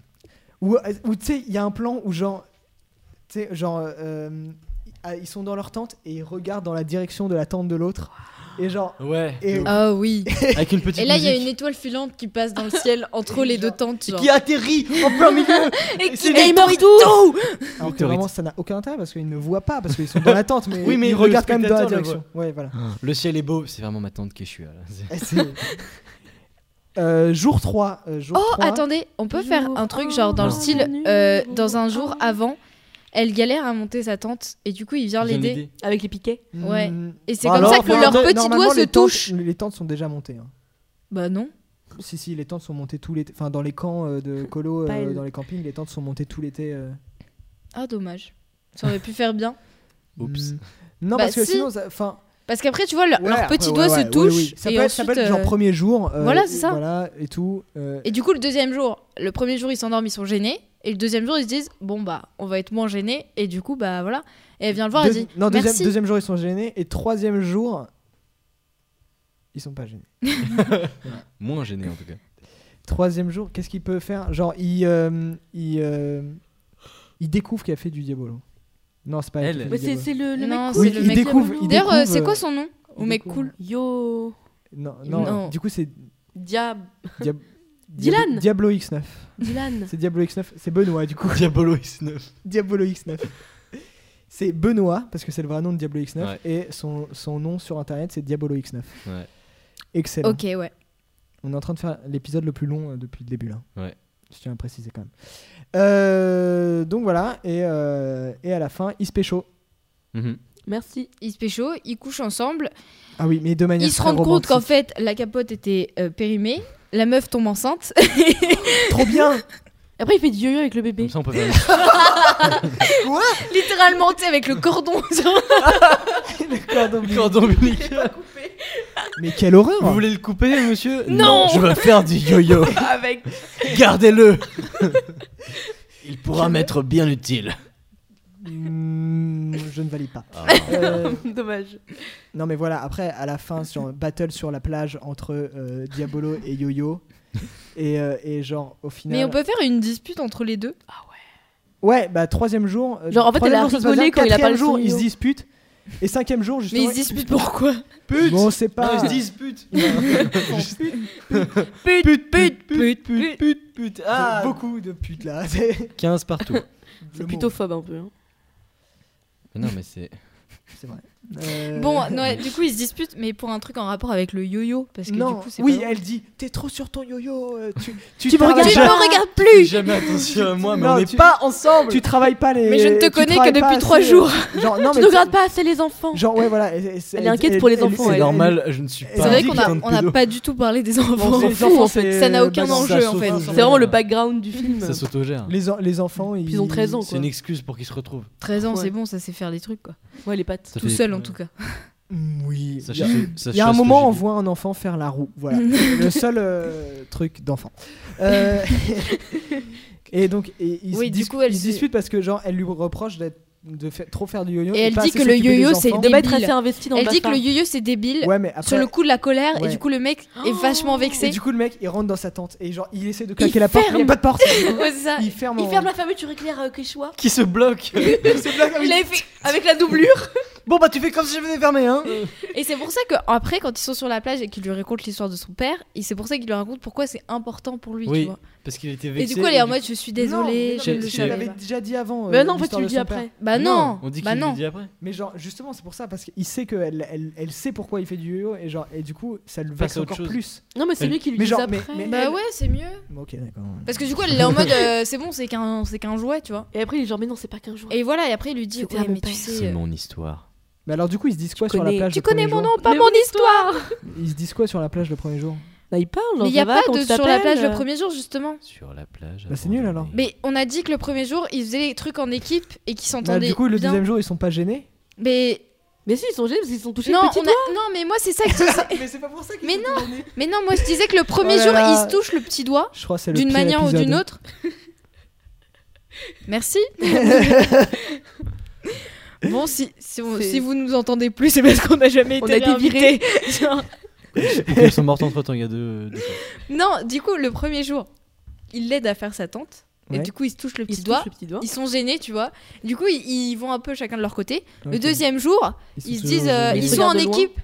Speaker 1: Ou euh, ou, tu sais, il y a un plan où genre, tu sais, genre, euh, ah, ils sont dans leur tente et ils regardent dans la direction de la tente de l'autre et genre.
Speaker 2: Ouais.
Speaker 1: Et,
Speaker 3: Ah oui.
Speaker 2: Avec une petite.
Speaker 3: Et là, il y a une hein.
Speaker 2: musique.
Speaker 3: étoile filante qui passe dans le ciel entre les deux tentes.
Speaker 2: Et
Speaker 3: genre.
Speaker 2: qui atterrit en plein milieu.
Speaker 3: Et
Speaker 2: C'est
Speaker 3: qui
Speaker 2: une
Speaker 3: est
Speaker 2: météorite.
Speaker 3: tout
Speaker 1: alors que
Speaker 2: Théorite.
Speaker 1: vraiment, ça n'a aucun intérêt parce qu'ils ne voient pas parce qu'ils sont dans la tente, mais,
Speaker 2: Oui, mais
Speaker 1: ils
Speaker 2: le
Speaker 1: regardent quand même dans la
Speaker 2: spectateur le Ah.
Speaker 1: direction. Ouais, voilà.
Speaker 2: Le ciel est beau. C'est vraiment ma tante Keshua là. C'est-
Speaker 1: Et c'est- Euh, jour 3. euh, jour
Speaker 3: Oh,
Speaker 1: 3.
Speaker 3: attendez, on peut faire
Speaker 4: Jour
Speaker 3: un truc genre dans le
Speaker 2: un,
Speaker 3: style
Speaker 4: numéro
Speaker 3: euh, dans un jour
Speaker 4: un.
Speaker 3: avant, elle galère à monter sa tente et du coup il vient
Speaker 2: J'ai une
Speaker 3: l'aider.
Speaker 2: idée.
Speaker 4: Avec les piquets.
Speaker 1: Mm.
Speaker 3: ouais. Et c'est
Speaker 1: Bah
Speaker 3: comme
Speaker 1: alors,
Speaker 3: ça que
Speaker 1: normalement,
Speaker 3: leurs petits
Speaker 1: normalement,
Speaker 3: doigts se
Speaker 1: les tentes-
Speaker 3: touchent.
Speaker 1: Les tentes sont déjà montées. hein.
Speaker 3: Bah non.
Speaker 1: Si, si, les tentes sont montées tout l'été. Enfin, dans les camps euh, de colo,
Speaker 4: Pas
Speaker 1: euh,
Speaker 4: elle.
Speaker 1: dans les campings, les tentes sont montées tout l'été. euh.
Speaker 3: Ah dommage. Ça aurait pu faire bien.
Speaker 2: Oups.
Speaker 1: Mm. Non,
Speaker 3: Bah,
Speaker 1: parce que
Speaker 3: si.
Speaker 1: sinon, ça- enfin.
Speaker 3: Parce qu'après tu vois le-
Speaker 1: Ouais,
Speaker 3: leurs
Speaker 1: après,
Speaker 3: petits
Speaker 1: ouais,
Speaker 3: doigts
Speaker 1: ouais,
Speaker 3: se
Speaker 1: oui,
Speaker 3: touchent
Speaker 1: oui. Ça
Speaker 3: et
Speaker 1: peut, être- ça
Speaker 3: ensuite.
Speaker 1: peut être genre
Speaker 3: euh,
Speaker 1: premier jour. euh,
Speaker 3: voilà, c'est ça.
Speaker 1: Voilà, et tout. euh,
Speaker 3: Et du coup le deuxième jour, le premier jour ils s'endorment, ils sont gênés. Et le deuxième jour, ils se disent, bon, bah, on va être moins gênés. Et du coup, bah, voilà. Et elle vient le voir, elle
Speaker 1: deux-
Speaker 3: dit,
Speaker 1: non, deuxième,
Speaker 3: merci.
Speaker 1: deuxième jour, ils sont gênés. Et troisième jour, ils sont pas gênés.
Speaker 2: Moins gêné en tout cas.
Speaker 1: Troisième jour, qu'est-ce qu'il peut faire Genre, il, euh, il, euh, il découvre qu'il a fait du diabolo. Non, c'est pas
Speaker 2: Elle.
Speaker 1: Olivia
Speaker 4: Mais c'est
Speaker 1: Wilde.
Speaker 4: c'est le, le
Speaker 3: Non,
Speaker 4: mec
Speaker 3: c'est
Speaker 1: Oui,
Speaker 3: le
Speaker 1: il
Speaker 3: mec là-bas.
Speaker 1: découvre. il
Speaker 3: D'ailleurs, euh,
Speaker 1: découvre,
Speaker 3: c'est
Speaker 1: euh,
Speaker 3: quoi son nom Au
Speaker 1: il
Speaker 3: mec
Speaker 1: découvre.
Speaker 3: cool.
Speaker 4: Yo.
Speaker 1: Non, non,
Speaker 3: Non.
Speaker 1: Du coup, c'est
Speaker 4: Diab.
Speaker 1: Diab-
Speaker 4: Dylan.
Speaker 1: Diablo X9.
Speaker 4: Dylan.
Speaker 1: C'est Diablo X9. C'est Benoît, du coup.
Speaker 2: Diabolo X9.
Speaker 1: Diablo X9. C'est Benoît, parce que c'est le vrai nom de Diablo X9,
Speaker 2: Ouais.
Speaker 1: et son, son nom sur internet c'est Diablo X9.
Speaker 2: Ouais.
Speaker 1: Excellent.
Speaker 3: Ok, ouais.
Speaker 1: On est en train de faire l'épisode le plus long euh, depuis le début là.
Speaker 2: Ouais.
Speaker 1: Je tiens à préciser quand même. Euh, donc voilà, et, euh, et à la fin, ils se pécho.
Speaker 2: Mhm.
Speaker 4: Merci.
Speaker 3: Ils se pécho, ils couchent ensemble.
Speaker 1: Ah oui, mais de manière.
Speaker 3: Ils se
Speaker 1: très
Speaker 3: rendent compte
Speaker 1: romantique.
Speaker 3: qu'en fait, la capote était euh, périmée. La meuf tombe enceinte.
Speaker 1: Trop bien
Speaker 4: Après, il fait du yo-yo avec le
Speaker 2: Comme
Speaker 4: bébé.
Speaker 2: ça, on peut faire une-
Speaker 3: Littéralement, tu sais, avec le cordon. genre,
Speaker 1: Le cordon bleu.
Speaker 2: cordon ombilical.
Speaker 1: Mais quelle horreur
Speaker 2: Vous voulez le couper, monsieur
Speaker 3: Non
Speaker 2: Je vais faire du yo-yo.
Speaker 4: Avec.
Speaker 2: Gardez-le Il pourra m'être bien utile.
Speaker 1: Mm, Je ne valide pas.
Speaker 2: Ah.
Speaker 1: Euh,
Speaker 4: Dommage.
Speaker 1: Non mais voilà, après à la fin sur battle sur la plage entre euh, Diabolo et Yo-Yo et, euh, et genre au final
Speaker 3: Mais on peut faire une dispute entre les deux.
Speaker 1: Ouais, bah troisième jour euh,
Speaker 4: Genre, en fait,
Speaker 1: troisième
Speaker 4: elle a
Speaker 1: jour, ça se passe
Speaker 4: rigolé
Speaker 1: bien,
Speaker 4: quand il a
Speaker 1: quatrième
Speaker 4: parlé de
Speaker 1: jour,
Speaker 4: son
Speaker 1: ils se
Speaker 4: yo.
Speaker 1: disputent et cinquième jour
Speaker 3: Mais
Speaker 1: justement
Speaker 3: ils se disputent pourquoi
Speaker 2: Pute
Speaker 1: Bon, c'est pas
Speaker 2: Non, ils se disent pute
Speaker 3: Pute, pute, pute, pute,
Speaker 2: pute, pute Ah
Speaker 1: beaucoup de putes là. C'est
Speaker 2: 15 partout.
Speaker 1: le
Speaker 4: C'est plutôt
Speaker 1: mot,
Speaker 4: phobe un peu. hein.
Speaker 2: Mais non, mais c'est.
Speaker 1: c'est vrai. Euh,
Speaker 3: Bon, non, ouais, du coup, ils se disputent, mais pour un truc en rapport avec le yo-yo. Parce que
Speaker 1: non,
Speaker 3: du coup, c'est
Speaker 1: oui,
Speaker 3: pas-
Speaker 1: elle dit "T'es trop sur ton yo-yo, euh, tu tu,
Speaker 4: Tu me
Speaker 1: parles
Speaker 4: regardes
Speaker 3: Tu ne
Speaker 1: jamais-
Speaker 3: me regardes
Speaker 2: Fais
Speaker 3: plus
Speaker 2: Jamais attention à Euh, moi, mais
Speaker 1: Non,
Speaker 2: on n'est
Speaker 1: tu-
Speaker 2: pas ensemble
Speaker 1: Tu travailles pas les
Speaker 3: Mais je ne te
Speaker 1: tu
Speaker 3: connais que
Speaker 1: travailles pas
Speaker 3: depuis trois
Speaker 1: assez,
Speaker 3: jours.
Speaker 1: euh, Genre non
Speaker 4: Tu
Speaker 1: mais
Speaker 4: ne regardes pas assez les enfants.
Speaker 1: Genre ouais voilà, et- et-
Speaker 4: Elle est inquiète pour les enfants,
Speaker 2: C'est
Speaker 4: elle-
Speaker 2: normal, je ne suis pas.
Speaker 1: C'est
Speaker 3: C'est
Speaker 1: un
Speaker 3: vrai
Speaker 1: dit
Speaker 3: qu'on a- on n'a
Speaker 2: pédo.
Speaker 3: pas du tout parlé des enfants.
Speaker 1: les
Speaker 3: On s'en
Speaker 1: enfants,
Speaker 3: fout, en fait.
Speaker 1: c'est-
Speaker 3: Ça n'a aucun
Speaker 1: bah, non,
Speaker 3: enjeu
Speaker 2: ça
Speaker 3: en fait.
Speaker 2: s'offre.
Speaker 4: C'est vraiment le background du film.
Speaker 2: Ça s'autogère.
Speaker 1: Les, en- les enfants, ils...
Speaker 4: Puis ils ont 13 ans,
Speaker 2: C'est
Speaker 4: quoi.
Speaker 2: une excuse pour qu'ils se retrouvent.
Speaker 3: 13 ans,
Speaker 4: Ouais.
Speaker 3: c'est bon, ça sait faire des trucs quoi.
Speaker 4: Ouais, les pattes.
Speaker 2: Ça
Speaker 3: Tout
Speaker 2: fait-
Speaker 3: seul en tout cas.
Speaker 1: Mm, Oui.
Speaker 2: Ça
Speaker 1: Il y a-
Speaker 2: chasse- ça
Speaker 1: il y a un
Speaker 2: chasse le
Speaker 1: moment, on
Speaker 2: gibier.
Speaker 1: voit un enfant faire la roue. Voilà. C'est le seul euh, truc d'enfant. Euh, et donc, et ils, se
Speaker 3: Oui, du
Speaker 1: dis-
Speaker 3: coup, elle
Speaker 1: ils
Speaker 3: se-
Speaker 1: se disputent parce que, genre, elle lui reproche d'être de fa- trop faire du yo-yo
Speaker 3: Et elle
Speaker 1: pas
Speaker 3: dit
Speaker 1: assez
Speaker 3: que le
Speaker 1: s'occuper des
Speaker 3: yo-yo, c'est
Speaker 1: enfants.
Speaker 4: De pas être
Speaker 3: Débile.
Speaker 4: assez investi dans
Speaker 3: Elle
Speaker 4: le
Speaker 3: dit que
Speaker 4: bassin.
Speaker 3: le yo-yo c'est débile
Speaker 1: bah, ouais mais après
Speaker 3: sur le coup de la colère et
Speaker 1: Ouais. Oh.
Speaker 3: du coup le mec est vachement
Speaker 1: et
Speaker 3: vexé.
Speaker 1: du coup le mec il rentre dans sa tente et genre il essaie de claquer
Speaker 4: Il
Speaker 1: la porte mais il y a
Speaker 4: ferme.
Speaker 1: pas de porte
Speaker 3: Ouais, c'est ça.
Speaker 1: il ferme en-
Speaker 4: Il ferme la fermeture éclair euh, Quechua.
Speaker 2: Qui se bloque
Speaker 1: C'est blague, ah oui.
Speaker 3: Il avait fait avec la doublure.
Speaker 1: bon bah tu fais comme si je venais fermer hein
Speaker 3: Et c'est pour ça que après quand ils sont sur la plage et qu'il lui raconte l'histoire de son père, et c'est pour ça qu'il lui raconte pourquoi c'est important pour lui, tu
Speaker 2: Oui,
Speaker 3: vois.
Speaker 2: parce qu'il était
Speaker 3: Et
Speaker 2: vexé.
Speaker 3: du coup elle est en
Speaker 2: et
Speaker 3: mode je suis
Speaker 1: Non, mais
Speaker 3: désolée,
Speaker 1: non,
Speaker 3: je
Speaker 1: mais
Speaker 3: le
Speaker 1: tu
Speaker 2: savais
Speaker 1: l'avais
Speaker 3: savais. pas.
Speaker 1: déjà dit avant
Speaker 4: Mais
Speaker 1: euh,
Speaker 4: non, en fait,
Speaker 1: l'histoire
Speaker 4: tu le
Speaker 1: de
Speaker 4: dis
Speaker 1: son père.
Speaker 4: après.
Speaker 2: ah
Speaker 3: Bah non,
Speaker 2: On dit qu'il
Speaker 3: bah
Speaker 2: lui
Speaker 3: non.
Speaker 2: dit après.
Speaker 1: Mais genre justement c'est pour ça parce qu'il sait qu'elle elle, elle sait pourquoi il fait du yo et genre et du coup ça le
Speaker 2: Passe
Speaker 1: vexe
Speaker 2: à autre
Speaker 1: encore
Speaker 2: chose.
Speaker 1: plus.
Speaker 4: Non, mais c'est
Speaker 2: Mais-
Speaker 4: lui qui lui
Speaker 1: mais
Speaker 4: dit
Speaker 1: genre,
Speaker 4: après.
Speaker 1: mais- mais-
Speaker 3: Bah ouais, c'est mieux.
Speaker 1: Ok d'accord.
Speaker 3: Parce que du coup elle est en mode euh, c'est bon, c'est qu'un c'est qu'un jouet, tu vois.
Speaker 4: Et après, il est genre, mais non, c'est pas qu'un jour.
Speaker 3: Et voilà, et après il lui dit
Speaker 4: C'était
Speaker 3: ouais,
Speaker 4: à
Speaker 3: mais
Speaker 4: mon
Speaker 3: tu
Speaker 4: père.
Speaker 3: sais euh,
Speaker 2: mon histoire.
Speaker 1: Mais alors du coup ils se disent quoi
Speaker 4: Tu
Speaker 1: sur la
Speaker 4: connais-
Speaker 1: plage
Speaker 3: tu
Speaker 1: le premier
Speaker 3: connais mon
Speaker 1: jour
Speaker 3: nom, pas
Speaker 4: Mais
Speaker 3: mon
Speaker 4: oui.
Speaker 3: histoire.
Speaker 1: Ils se disent quoi sur la plage le premier jour Bah,
Speaker 4: Là, il parle. genre,
Speaker 3: Mais il y a
Speaker 4: ça va,
Speaker 3: pas
Speaker 4: quand
Speaker 3: de
Speaker 4: tu
Speaker 3: sur la
Speaker 4: t'appelles,
Speaker 3: plage le
Speaker 4: euh,
Speaker 3: premier jour justement.
Speaker 2: Sur la plage.
Speaker 1: Bah, c'est nul, alors.
Speaker 2: abandonnée.
Speaker 3: Mais on a dit que le premier jour, ils faisaient les trucs en équipe et qu'ils
Speaker 1: Bah,
Speaker 3: s'entendaient.
Speaker 1: Du coup le
Speaker 3: bien.
Speaker 1: deuxième jour ils sont pas gênés
Speaker 3: Mais
Speaker 4: Mais si, ils sont gênés parce qu'ils sont touchés
Speaker 3: non,
Speaker 4: le
Speaker 3: on
Speaker 4: petit
Speaker 3: a-
Speaker 4: doigt.
Speaker 3: non, mais moi c'est ça que je disais.
Speaker 1: Mais c'est pas pour ça qu'ils
Speaker 3: Mais
Speaker 1: sont pas gênés.
Speaker 3: mais non, moi je disais que le premier
Speaker 1: Oh là
Speaker 3: jour,
Speaker 1: là.
Speaker 3: ils se touchent le petit doigt
Speaker 1: Je crois que c'est le
Speaker 3: d'une
Speaker 1: pire
Speaker 3: manière ou
Speaker 1: épisode.
Speaker 3: d'une autre. Merci. bon, si si, on-
Speaker 4: C'est-
Speaker 3: si vous nous entendez plus, c'est parce qu'on n'a jamais
Speaker 4: On
Speaker 3: été,
Speaker 4: a été
Speaker 3: réinvités. Genre-
Speaker 2: Ok, Ils sont morts entre temps, il y a deux. deux fois.
Speaker 3: non, du coup, le premier jour, il l'aide à faire sa tente. Et
Speaker 1: Ouais.
Speaker 3: du coup, ils se touchent le
Speaker 4: Ils se
Speaker 3: petit
Speaker 4: touchent
Speaker 3: doigt.
Speaker 4: le petit doigt.
Speaker 3: Ils sont gênés, tu vois. Du coup, ils, ils vont un peu chacun de leur côté. Le
Speaker 1: Ok.
Speaker 3: deuxième jour,
Speaker 1: sont
Speaker 3: ils se
Speaker 1: toujours
Speaker 3: disent, euh,
Speaker 1: gênés.
Speaker 3: ils
Speaker 4: se
Speaker 3: sont en
Speaker 4: regardent de loin.
Speaker 3: équipe.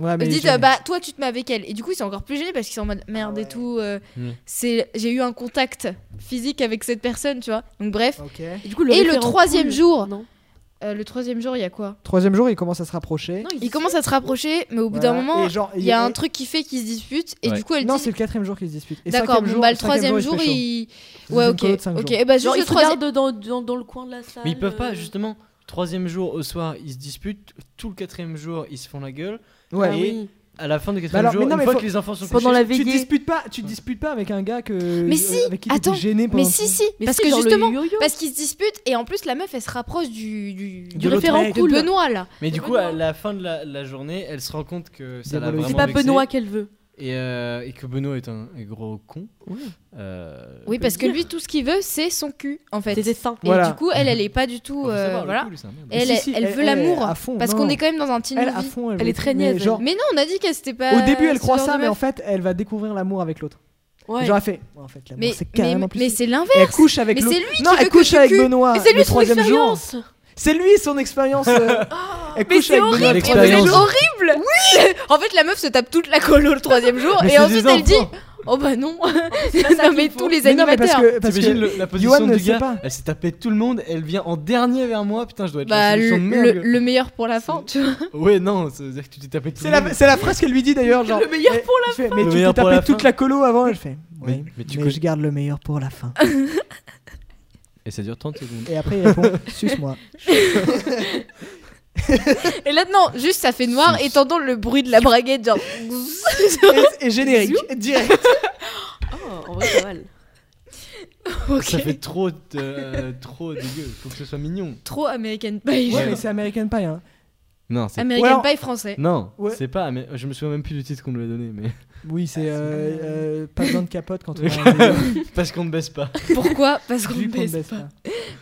Speaker 1: Ouais, Ah, mais
Speaker 3: Ils se disent,
Speaker 1: gênés.
Speaker 3: euh, bah toi tu te mets avec elle. Et du coup, ils sont encore plus gênés parce qu'ils sont en
Speaker 4: Ah
Speaker 3: mode merde et tout. euh,
Speaker 1: Hmm.
Speaker 2: Mm.
Speaker 3: c'est J'ai eu un contact physique avec cette personne, tu vois. Donc, bref.
Speaker 1: Ok.
Speaker 4: Et, du coup,
Speaker 3: Et le
Speaker 4: référent
Speaker 3: troisième
Speaker 4: cool,
Speaker 3: jour.
Speaker 4: Non.
Speaker 3: Euh, le troisième jour, il y a quoi
Speaker 1: Troisième jour ils commencent à se rapprocher.
Speaker 4: Non,
Speaker 3: Ils commencent à se rapprocher, mais au bout d'un
Speaker 1: Voilà.
Speaker 3: moment,
Speaker 1: Et genre,
Speaker 3: il y a un truc qui fait qu'ils se disputent. Et
Speaker 2: Ouais.
Speaker 3: du coup, elle
Speaker 1: Non
Speaker 3: dit,
Speaker 1: c'est le quatrième jour qu'ils se disputent. Et
Speaker 3: d'accord,
Speaker 1: cinquième
Speaker 3: bon,
Speaker 1: jour-
Speaker 3: bah le
Speaker 1: cinquième
Speaker 3: troisième
Speaker 1: jour,
Speaker 3: jour,
Speaker 1: ils se
Speaker 3: il.
Speaker 1: pécho. Deuxième
Speaker 3: Ouais, ok.
Speaker 1: colo de cinq
Speaker 3: Ok,
Speaker 1: jours.
Speaker 3: et bah
Speaker 4: Genre,
Speaker 3: juste
Speaker 4: ils
Speaker 3: le
Speaker 4: se
Speaker 3: troisième.
Speaker 4: regardent dans, dans, dans le coin de la salle.
Speaker 2: Mais ils peuvent pas,
Speaker 4: euh,
Speaker 2: justement. Troisième jour au soir, ils se disputent. Tout le quatrième jour, ils se font la gueule.
Speaker 1: Ouais.
Speaker 4: Ah
Speaker 2: Et
Speaker 4: oui.
Speaker 2: à la fin du
Speaker 1: Bah
Speaker 2: quatrième
Speaker 1: alors,
Speaker 2: jour,
Speaker 1: mais non,
Speaker 2: une
Speaker 1: mais
Speaker 2: fois
Speaker 1: faut-
Speaker 2: que les enfants sont
Speaker 4: pendant
Speaker 2: couchés,
Speaker 1: Tu
Speaker 4: la
Speaker 1: te
Speaker 4: veillée.
Speaker 1: disputes pas, tu te disputes pas avec un gars que
Speaker 3: Mais si,
Speaker 1: avec qui t'étais
Speaker 3: attends,
Speaker 1: gêné
Speaker 3: Mais
Speaker 1: pendant
Speaker 3: si, si.
Speaker 4: hein. Mais
Speaker 3: Parce
Speaker 4: si,
Speaker 3: que
Speaker 4: genre, le
Speaker 3: justement,
Speaker 4: yo-yo.
Speaker 3: parce qu'ils se disputent. Et en plus, la meuf, elle se rapproche du. Du,
Speaker 1: De l'autre
Speaker 4: référent
Speaker 1: mec.
Speaker 3: de
Speaker 4: cool.
Speaker 3: Benoît, là.
Speaker 2: Mais du
Speaker 4: Mais
Speaker 2: coup,
Speaker 4: Benoît.
Speaker 2: à la fin de la, la journée, elle se rend compte que ça
Speaker 1: C'est
Speaker 2: l'a
Speaker 1: pas
Speaker 2: vraiment
Speaker 4: C'est pas
Speaker 2: vexée
Speaker 4: Benoît qu'elle veut.
Speaker 2: et, euh, et que Benoît est un, un gros con.
Speaker 4: Ouais.
Speaker 2: Euh,
Speaker 3: Oui, parce que lui, tout ce qu'il veut, c'est son cul, en fait.
Speaker 4: C'est
Speaker 3: Et
Speaker 4: des seins.
Speaker 1: Voilà.
Speaker 3: du coup, elle, elle est pas du tout.
Speaker 2: faut
Speaker 3: euh,
Speaker 2: savoir, le
Speaker 3: voilà.
Speaker 2: cul, c'est un merde.
Speaker 3: Et elle,
Speaker 1: Si,
Speaker 3: elle-
Speaker 1: si,
Speaker 3: elle
Speaker 1: elle-
Speaker 3: veut
Speaker 1: elle est
Speaker 3: l'amour.
Speaker 1: à fond,
Speaker 3: Parce
Speaker 1: non.
Speaker 3: qu'on est quand même dans un teen
Speaker 1: Elle à
Speaker 3: movie.
Speaker 1: fond,
Speaker 4: Elle est
Speaker 1: veut-
Speaker 4: très
Speaker 1: mais
Speaker 4: niaise, elle.
Speaker 1: genre,
Speaker 3: Mais non, on a dit qu'elle c'était pas.
Speaker 1: au début, elle
Speaker 3: ce
Speaker 1: croit
Speaker 3: genre
Speaker 1: ça,
Speaker 3: de
Speaker 1: mais en
Speaker 3: meuf.
Speaker 1: fait, elle va découvrir l'amour avec l'autre.
Speaker 4: Ouais.
Speaker 1: Genre, elle fait. En fait, l'amour,
Speaker 3: Mais
Speaker 1: c'est
Speaker 3: mais,
Speaker 1: carrément plus.
Speaker 3: mais
Speaker 1: simple.
Speaker 3: c'est l'inverse.
Speaker 1: elle couche avec
Speaker 3: mais c'est
Speaker 1: l'autre.
Speaker 3: lui
Speaker 1: Non,
Speaker 3: qui
Speaker 1: elle
Speaker 3: veut que
Speaker 1: couche
Speaker 3: tu
Speaker 1: avec
Speaker 3: cues.
Speaker 1: Benoît.
Speaker 4: Et c'est
Speaker 1: le
Speaker 4: lui son
Speaker 1: troisième jour.
Speaker 4: expérience.
Speaker 1: C'est C'est lui son expérience. euh, elle
Speaker 3: Mais
Speaker 1: couche
Speaker 3: c'est
Speaker 1: avec Bruno.
Speaker 3: horrible, Oh, mais
Speaker 2: l'expérience.
Speaker 3: vous êtes horrible Oui En fait, la meuf se tape toute la colo le troisième jour
Speaker 2: Mais
Speaker 3: et
Speaker 2: c'est
Speaker 3: ensuite
Speaker 2: des
Speaker 3: elle dit
Speaker 2: enfants.
Speaker 3: Oh bah non
Speaker 4: ça
Speaker 3: Non, mais
Speaker 4: qu'il
Speaker 3: tous les
Speaker 1: Mais non, mais parce
Speaker 3: animateurs
Speaker 1: que, parce
Speaker 2: T'imagines
Speaker 1: que
Speaker 2: le- la position
Speaker 1: Johan ne
Speaker 2: du
Speaker 1: sait
Speaker 2: gars
Speaker 1: pas.
Speaker 2: Elle s'est tapée tout le monde, elle vient en dernier vers moi. Putain, je dois être
Speaker 3: Bah,
Speaker 2: la
Speaker 3: le,
Speaker 2: solution de merde.
Speaker 3: le- le meilleur pour la fin, tu vois.
Speaker 2: Ouais, non, ça veut dire que tu t'es tapé tout
Speaker 1: c'est
Speaker 2: le
Speaker 1: la,
Speaker 2: monde.
Speaker 1: c'est la phrase qu'elle lui dit d'ailleurs, genre.
Speaker 4: Le meilleur
Speaker 1: pour la fin. Mais
Speaker 2: Le
Speaker 1: tu t'es
Speaker 2: meilleur pour
Speaker 1: tapé
Speaker 2: la
Speaker 1: toute
Speaker 2: fin.
Speaker 1: la colo avant. Elle fait.
Speaker 2: Mais-
Speaker 1: Oui.
Speaker 2: mais
Speaker 1: Mais,
Speaker 2: tu
Speaker 1: je
Speaker 2: connais-
Speaker 1: garde le meilleur pour la fin.
Speaker 2: Et ça dure 30 secondes.
Speaker 1: Et après il répond, suce-moi.
Speaker 3: Et là, non, juste ça fait noir et t'entends le bruit de la braguette, genre.
Speaker 1: Et, et générique direct.
Speaker 4: Oh, en vrai, pas mal.
Speaker 3: ok.
Speaker 2: Ça fait trop, euh, trop dégueu. Faut que ce soit mignon.
Speaker 3: Trop American Pie.
Speaker 1: Ouais,
Speaker 3: genre.
Speaker 1: mais c'est American Pie. Hein.
Speaker 4: Ah,
Speaker 2: Non, c'est
Speaker 3: American
Speaker 1: Ou alors-
Speaker 3: Pie français.
Speaker 2: non,
Speaker 1: Ouais.
Speaker 2: c'est pas. Mais je me souviens même plus du titre qu'on me l'a donné, mais
Speaker 1: Oui, c'est
Speaker 3: Ah,
Speaker 1: euh, euh, pas besoin de capote quand on a un délire.
Speaker 2: parce qu'on ne baisse pas.
Speaker 3: Pourquoi Parce qu'on
Speaker 1: Vu qu'on
Speaker 3: baisse
Speaker 1: baisse
Speaker 3: pas.
Speaker 1: pas.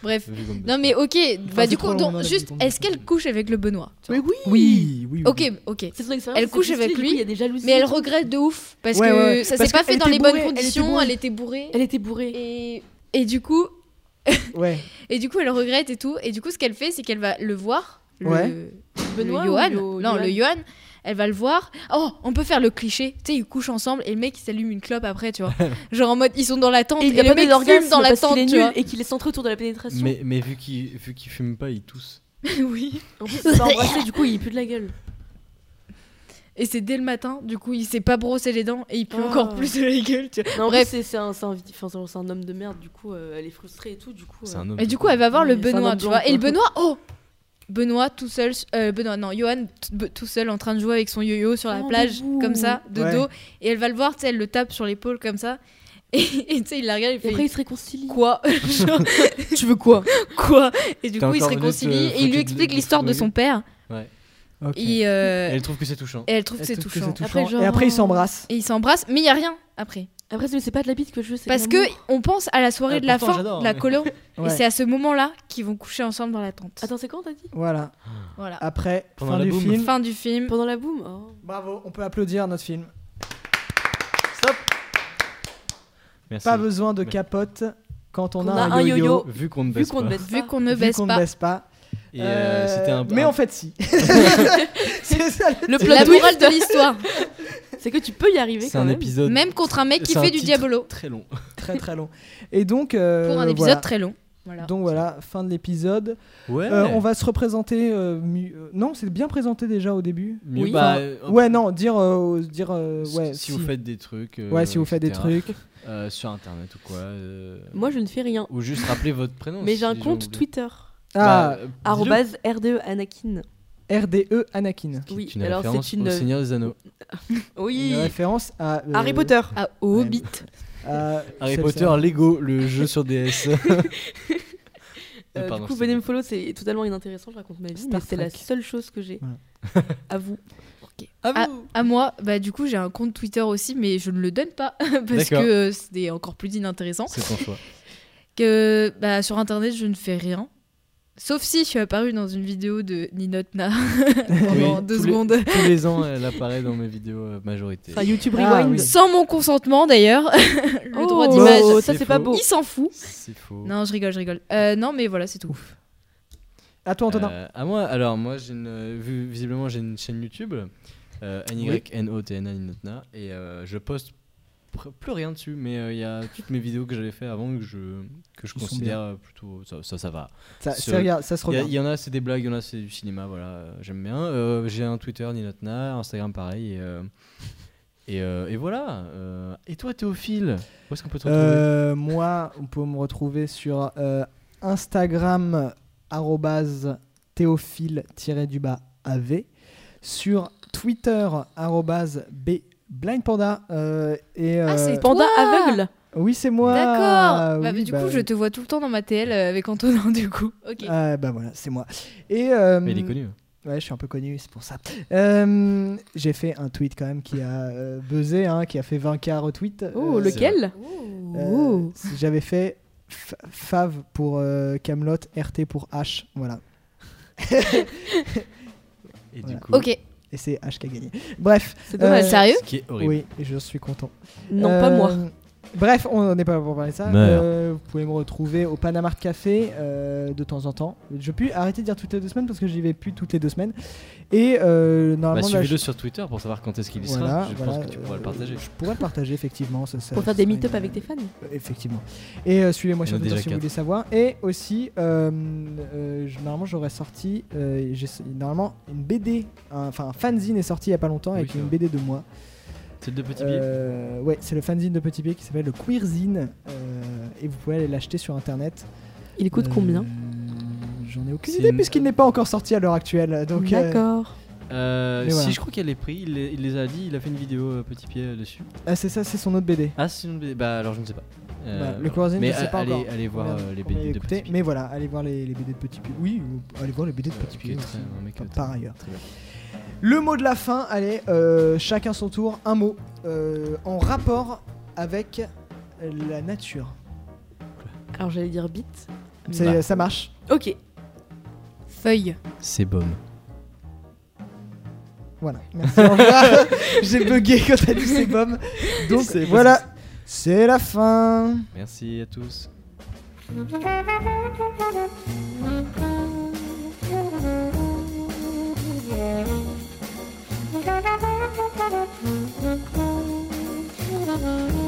Speaker 3: Bref.
Speaker 2: Vu qu'on ne baisse
Speaker 3: Non, mais ok, bah
Speaker 1: c'est
Speaker 3: du
Speaker 1: trop
Speaker 3: coup,
Speaker 1: long,
Speaker 3: donc,
Speaker 1: on en a
Speaker 3: juste,
Speaker 1: dit, on en a
Speaker 3: est-ce
Speaker 1: dit.
Speaker 3: qu'elle couche avec le Benoît tu vois
Speaker 4: Mais oui
Speaker 1: Oui, oui. oui.
Speaker 3: Ok, ok.
Speaker 4: C'est son expérience,
Speaker 3: Elle
Speaker 4: c'est
Speaker 3: couche
Speaker 4: plus
Speaker 3: avec
Speaker 4: triste,
Speaker 3: lui,
Speaker 4: Il y a des jalousies.
Speaker 3: Mais elle regrette de ouf parce
Speaker 1: Ouais,
Speaker 3: que
Speaker 1: ouais, ouais.
Speaker 3: ça s'est
Speaker 1: Parce
Speaker 3: pas
Speaker 1: qu'elle
Speaker 3: fait dans
Speaker 1: était
Speaker 3: les bonnes
Speaker 1: bourrée, elle était
Speaker 3: conditions,
Speaker 1: bourrée.
Speaker 3: elle était bourrée.
Speaker 4: Elle était bourrée.
Speaker 3: Et, et du coup,
Speaker 1: Ouais.
Speaker 3: et du coup, elle regrette et tout. Et du coup, ce qu'elle fait, c'est qu'elle va le voir. Le,
Speaker 1: Ouais.
Speaker 3: Benoît
Speaker 4: Benoît ou
Speaker 3: Johan.
Speaker 4: le-
Speaker 3: non,
Speaker 4: Johan
Speaker 3: le Johan. Elle va le voir. Oh, on peut faire le cliché. Tu sais, ils couchent ensemble et le mec, il s'allume une clope après, tu vois. Genre en mode, ils sont dans la tente et,
Speaker 4: Et il y a
Speaker 3: le
Speaker 4: pas
Speaker 3: mec
Speaker 4: d'orgasme
Speaker 3: fume dans la
Speaker 4: parce qu'il est
Speaker 3: tente, tu
Speaker 4: nul
Speaker 3: vois.
Speaker 4: et qu'il est centré autour de la
Speaker 2: pas.
Speaker 4: pénétration.
Speaker 2: Mais, mais vu qu'ils vu qu'ils fument pas, ils toussent.
Speaker 3: oui.
Speaker 4: En plus, il s'est pas embrassé, du coup, il pue de la gueule.
Speaker 3: Et c'est dès le matin, du coup, il s'est pas brossé les dents et il pue
Speaker 4: Oh.
Speaker 3: encore plus de la gueule, tu vois.
Speaker 4: Non, en
Speaker 3: Bref.
Speaker 4: plus, c'est- c'est un, c'est un, vi- enfin, c'est un- c'est un homme de merde, du coup, euh, elle est frustrée et tout, du coup.
Speaker 2: C'est
Speaker 4: euh,
Speaker 2: un homme.
Speaker 3: Et du coup, elle va voir
Speaker 4: Oui,
Speaker 3: le
Speaker 4: c'est un
Speaker 3: Benoît,
Speaker 4: homme
Speaker 3: tu
Speaker 4: blanc,
Speaker 3: vois. Et le
Speaker 4: quoi.
Speaker 3: Benoît, oh Benoît tout seul, euh, Benoît, non, Johan t- be- tout seul en train de jouer avec son yo-yo sur la
Speaker 4: Oh,
Speaker 3: plage,
Speaker 4: bébou.
Speaker 3: comme ça, de
Speaker 1: Ouais.
Speaker 3: dos. Et elle va le voir, tu sais, elle le tape sur l'épaule, comme ça. Et et tu sais, il la regarde, il
Speaker 4: Et
Speaker 3: fait
Speaker 4: après, ils se réconcilient.
Speaker 3: Quoi Genre, Tu veux quoi Quoi Et du
Speaker 2: T'as
Speaker 3: coup, il se
Speaker 2: encore une autre, euh,
Speaker 3: réconcilie et il
Speaker 2: photo
Speaker 3: lui
Speaker 2: de-
Speaker 3: explique
Speaker 2: de
Speaker 3: l'histoire de
Speaker 2: Frodo.
Speaker 3: son père.
Speaker 1: ok.
Speaker 3: Et, euh,
Speaker 2: Et Elle trouve que c'est touchant.
Speaker 3: et elle trouve que
Speaker 1: Elle
Speaker 3: c'est
Speaker 1: trouve que
Speaker 3: touchant.
Speaker 4: Après,
Speaker 1: touchant.
Speaker 4: genre,
Speaker 1: Et après, ils
Speaker 4: euh,
Speaker 1: s'embrassent.
Speaker 3: Et ils s'embrassent, mais il y a rien après.
Speaker 4: Après, c'est c'est pas de la bite que je veux, c'est
Speaker 3: Parce
Speaker 4: de
Speaker 3: que
Speaker 4: l'amour.
Speaker 3: on pense à la soirée
Speaker 2: Ah,
Speaker 3: de la
Speaker 2: pourtant,
Speaker 3: fin,
Speaker 2: j'adore,
Speaker 3: de la
Speaker 2: mais-
Speaker 3: colo. Et
Speaker 1: Ouais.
Speaker 3: c'est à ce moment-là qu'ils vont coucher ensemble dans la tente.
Speaker 4: Attends, Ah. c'est quand t'as dit
Speaker 1: Voilà.
Speaker 3: Voilà.
Speaker 1: Après,
Speaker 2: Pendant
Speaker 1: fin
Speaker 2: la
Speaker 1: du
Speaker 2: boum.
Speaker 1: film.
Speaker 3: Fin du film.
Speaker 4: Pendant la boum oh.
Speaker 1: Bravo, on peut applaudir notre film.
Speaker 2: Merci.
Speaker 1: Pas besoin de
Speaker 2: Ouais.
Speaker 1: capote quand on
Speaker 4: Qu'on
Speaker 1: a, un yo-yo.
Speaker 2: Vu qu'on ne
Speaker 4: Vu
Speaker 2: baisse Bah,
Speaker 4: qu'on
Speaker 2: pas.
Speaker 4: ne baisse
Speaker 3: Vu
Speaker 4: pas.
Speaker 3: qu'on ne
Speaker 1: Vu
Speaker 3: baisse
Speaker 1: qu'on ne
Speaker 3: pas.
Speaker 1: baisse pas.
Speaker 2: Et euh, c'était un.
Speaker 1: Mais
Speaker 2: un-
Speaker 1: en fait, si. c'est ça le
Speaker 4: Le
Speaker 3: La
Speaker 4: plot twist,
Speaker 3: morale de l'histoire.
Speaker 4: c'est que tu peux y arriver
Speaker 2: c'est
Speaker 4: quand
Speaker 2: un
Speaker 4: même.
Speaker 2: épisode
Speaker 3: Euh, Même contre un mec qui
Speaker 2: C'est un
Speaker 3: fait du
Speaker 2: titre
Speaker 3: diabolo.
Speaker 2: très long.
Speaker 1: très très long. Et donc, euh,
Speaker 3: Pour un épisode
Speaker 1: voilà.
Speaker 3: très long. Voilà.
Speaker 1: Donc voilà, fin de l'épisode.
Speaker 2: Ouais.
Speaker 1: Euh, on va se représenter. euh, mi- euh, non, c'est bien présenté déjà au début.
Speaker 2: Mieux,
Speaker 4: Oui.
Speaker 2: bah,
Speaker 1: Enfin,
Speaker 2: euh,
Speaker 1: ouais, non, dire. euh, dire euh,
Speaker 2: si-
Speaker 1: ouais,
Speaker 2: si, vous faites des trucs. euh,
Speaker 1: Ouais, si vous faites des
Speaker 2: etc.,
Speaker 1: trucs.
Speaker 2: euh, sur internet ou quoi. euh,
Speaker 4: Moi, je ne fais rien.
Speaker 2: Ou juste rappeler votre prénom.
Speaker 4: Mais
Speaker 2: si
Speaker 4: j'ai un
Speaker 2: les gens
Speaker 4: compte
Speaker 2: oublient.
Speaker 4: Twitter.
Speaker 1: Ah,
Speaker 2: Bah, euh, dis-le.
Speaker 4: Arrobase RDE Anakin.
Speaker 1: RDE Anakin.
Speaker 2: Qui est
Speaker 4: Oui,
Speaker 2: une
Speaker 4: alors
Speaker 2: référence
Speaker 4: c'est une-
Speaker 2: au Seigneur des Anneaux.
Speaker 4: Oui.
Speaker 1: Une référence à. euh,
Speaker 4: Harry Potter.
Speaker 3: À Ah, Hobbit.
Speaker 1: à-
Speaker 2: Harry
Speaker 1: c'est-
Speaker 2: Potter Lego, le jeu sur DS.
Speaker 4: Euh,
Speaker 2: Pardon,
Speaker 4: du coup,
Speaker 2: je t'ai
Speaker 4: venez me
Speaker 2: dit.
Speaker 4: follow, c'est totalement inintéressant, je raconte ma vie,
Speaker 1: Star
Speaker 4: mais c'est la
Speaker 1: Trek.
Speaker 4: seule chose que j'ai. à vous.
Speaker 3: À, à moi, bah du coup j'ai un compte Twitter aussi, mais je ne le donne pas parce que
Speaker 2: D'accord.
Speaker 3: euh, c'est encore plus inintéressant.
Speaker 2: C'est ton choix.
Speaker 3: Que bah, sur internet je ne fais rien. Sauf si je suis apparue dans une vidéo de Ninotna
Speaker 4: Ah.
Speaker 3: pendant
Speaker 2: Oui,
Speaker 3: deux
Speaker 2: tous les-
Speaker 3: secondes.
Speaker 2: Tous les ans, elle apparaît dans mes vidéos euh, majorité.
Speaker 4: Enfin, YouTube
Speaker 1: Ah,
Speaker 4: Rewind.
Speaker 1: oui.
Speaker 3: Sans mon consentement d'ailleurs. le droit
Speaker 4: Oh,
Speaker 3: d'image.
Speaker 4: oh, ça c'est pas
Speaker 2: faux.
Speaker 4: beau.
Speaker 3: Il s'en fout.
Speaker 2: C'est faux.
Speaker 3: Non, je rigole, je rigole. Euh, non, mais voilà, c'est tout.
Speaker 1: À toi, Antonin.
Speaker 2: Euh, à moi, alors moi, j'ai une, euh, vu- visiblement, j'ai une chaîne YouTube, euh, NYNOTNA Ninotna, et euh, je poste pr- plus rien dessus, mais euh, il y a toutes mes vidéos que j'avais fait avant que je, que je
Speaker 1: Ils sont
Speaker 2: considère euh, plutôt. Ça, ça, ça va.
Speaker 1: ça,
Speaker 2: sur-
Speaker 1: c'est- regarde, ça se
Speaker 2: Il y a- il
Speaker 1: regarde.
Speaker 2: y, en a, c'est des blagues, il y en a, c'est du cinéma, voilà, euh, j'aime bien. Euh, j'ai un Twitter Ninotna, Instagram pareil, et, euh, et, euh, et voilà. euh. et toi, Théophile, où est-ce qu'on peut te retrouver
Speaker 1: Euh, moi, on peut me retrouver sur euh, Instagram arrobase théophile-du-bas AV, sur Twitter arrobase B blindpanda euh, et
Speaker 3: Ah, c'est
Speaker 1: euh,
Speaker 4: Panda
Speaker 3: Toi
Speaker 4: aveugle.
Speaker 1: oui c'est moi
Speaker 3: D'accord. Bah,
Speaker 1: Oui,
Speaker 3: mais du
Speaker 1: bah,
Speaker 3: coup, je te vois tout le temps dans ma TL euh, avec Antonin, du coup. Ok.
Speaker 1: ah, bah voilà c'est moi et euh,
Speaker 2: Mais il est connu.
Speaker 1: Ouais, je suis un peu connu, c'est pour ça. Euh, j'ai fait un tweet quand même qui a euh, buzzé, hein, qui a fait 20K retweets.
Speaker 4: Oh,
Speaker 1: Euh,
Speaker 4: lequel
Speaker 1: euh, si J'avais fait f- Fav pour euh, Camelot, RT pour H, voilà.
Speaker 2: Et
Speaker 1: Voilà.
Speaker 2: du coup,
Speaker 3: Ok.
Speaker 1: Et c'est H qui a gagné. Bref,
Speaker 4: C'est dommage.
Speaker 1: Euh,
Speaker 3: Sérieux
Speaker 2: ce qui est horrible.
Speaker 1: oui, je suis content.
Speaker 4: Non, pas
Speaker 1: Euh,
Speaker 4: moi.
Speaker 1: Bref, on n'est pas pour parler de ça.
Speaker 8: Merde.
Speaker 1: Euh, vous pouvez me retrouver au Panama Café euh, de temps en temps. Je peux arrêter de dire toutes les deux semaines parce que j'y vais plus toutes les deux semaines. Et euh,
Speaker 2: Bah,
Speaker 1: normalement, là,
Speaker 2: Suivez-le
Speaker 1: je-
Speaker 2: sur Twitter pour savoir quand est-ce qu'il y
Speaker 1: Voilà,
Speaker 2: sera. Je
Speaker 1: voilà,
Speaker 2: pense que tu pourras le
Speaker 1: euh,
Speaker 2: partager.
Speaker 1: Je pourrais le partager effectivement. Ça, ça-
Speaker 4: Pour faire des
Speaker 1: ça-
Speaker 4: meet-up avec tes fans.
Speaker 1: Euh, Effectivement. Et euh, suivez-moi
Speaker 2: Il y
Speaker 1: sur
Speaker 2: en a
Speaker 1: Twitter
Speaker 2: déjà
Speaker 1: si vous voulez savoir. Et aussi, euh, euh, je- normalement, j'aurais sorti. euh, j'ai- normalement, une BD, un- enfin, un, fanzine est sorti il y a pas longtemps
Speaker 2: Oui, euh,
Speaker 1: avec
Speaker 2: c'est
Speaker 1: une
Speaker 2: vrai.
Speaker 1: BD de moi.
Speaker 2: C'est deux petits billets.
Speaker 1: Euh, ouais, c'est le fanzine de Petit Pied qui s'appelle le Queerzine. euh, et vous pouvez aller l'acheter sur internet.
Speaker 4: Il coûte
Speaker 1: Euh,
Speaker 4: combien
Speaker 1: J'en ai aucune
Speaker 2: C'est
Speaker 1: idée
Speaker 2: une-
Speaker 1: puisqu'il n'est pas encore sorti à l'heure actuelle. Donc, euh,
Speaker 4: D'accord.
Speaker 2: Euh,
Speaker 1: mais voilà.
Speaker 2: Si je crois qu'il y a les prix, il les, il les a dit, il a fait une vidéo euh, petit pied euh, dessus.
Speaker 1: ah, c'est ça, c'est son autre BD.
Speaker 2: Ah, sinon, le BD- bah alors je ne sais pas. Euh,
Speaker 1: Bah, le
Speaker 2: voilà.
Speaker 1: Corazine,
Speaker 2: mais
Speaker 1: je sais
Speaker 2: a-
Speaker 1: pas
Speaker 2: allez,
Speaker 1: encore.
Speaker 2: allez voir
Speaker 1: Combien-
Speaker 2: euh, les
Speaker 1: combien
Speaker 2: BD de
Speaker 1: écouter,
Speaker 2: Petit Pied.
Speaker 1: Mais voilà, allez voir les, les BD de Petit Pied. Oui, ou- allez voir les BD de
Speaker 2: Euh,
Speaker 1: Petit
Speaker 2: qui est
Speaker 1: Pied.
Speaker 2: très-
Speaker 1: aussi,
Speaker 2: un mec,
Speaker 1: par-
Speaker 2: euh,
Speaker 1: par
Speaker 2: très-
Speaker 1: ailleurs.
Speaker 2: très bien.
Speaker 1: Le mot de la fin, allez, euh, chacun son tour, un mot euh, en rapport avec la nature.
Speaker 4: Alors j'allais dire bit.
Speaker 1: C'est-
Speaker 2: Bah.
Speaker 1: Ça marche.
Speaker 4: Ok.
Speaker 3: Feuille.
Speaker 2: C'est baume.
Speaker 1: Voilà. Merci. au revoir. J'ai bugué quand t'as dit sébum. Donc
Speaker 2: C'est-
Speaker 1: voilà, c'est la fin.
Speaker 2: Merci à tous.
Speaker 5: Thank you.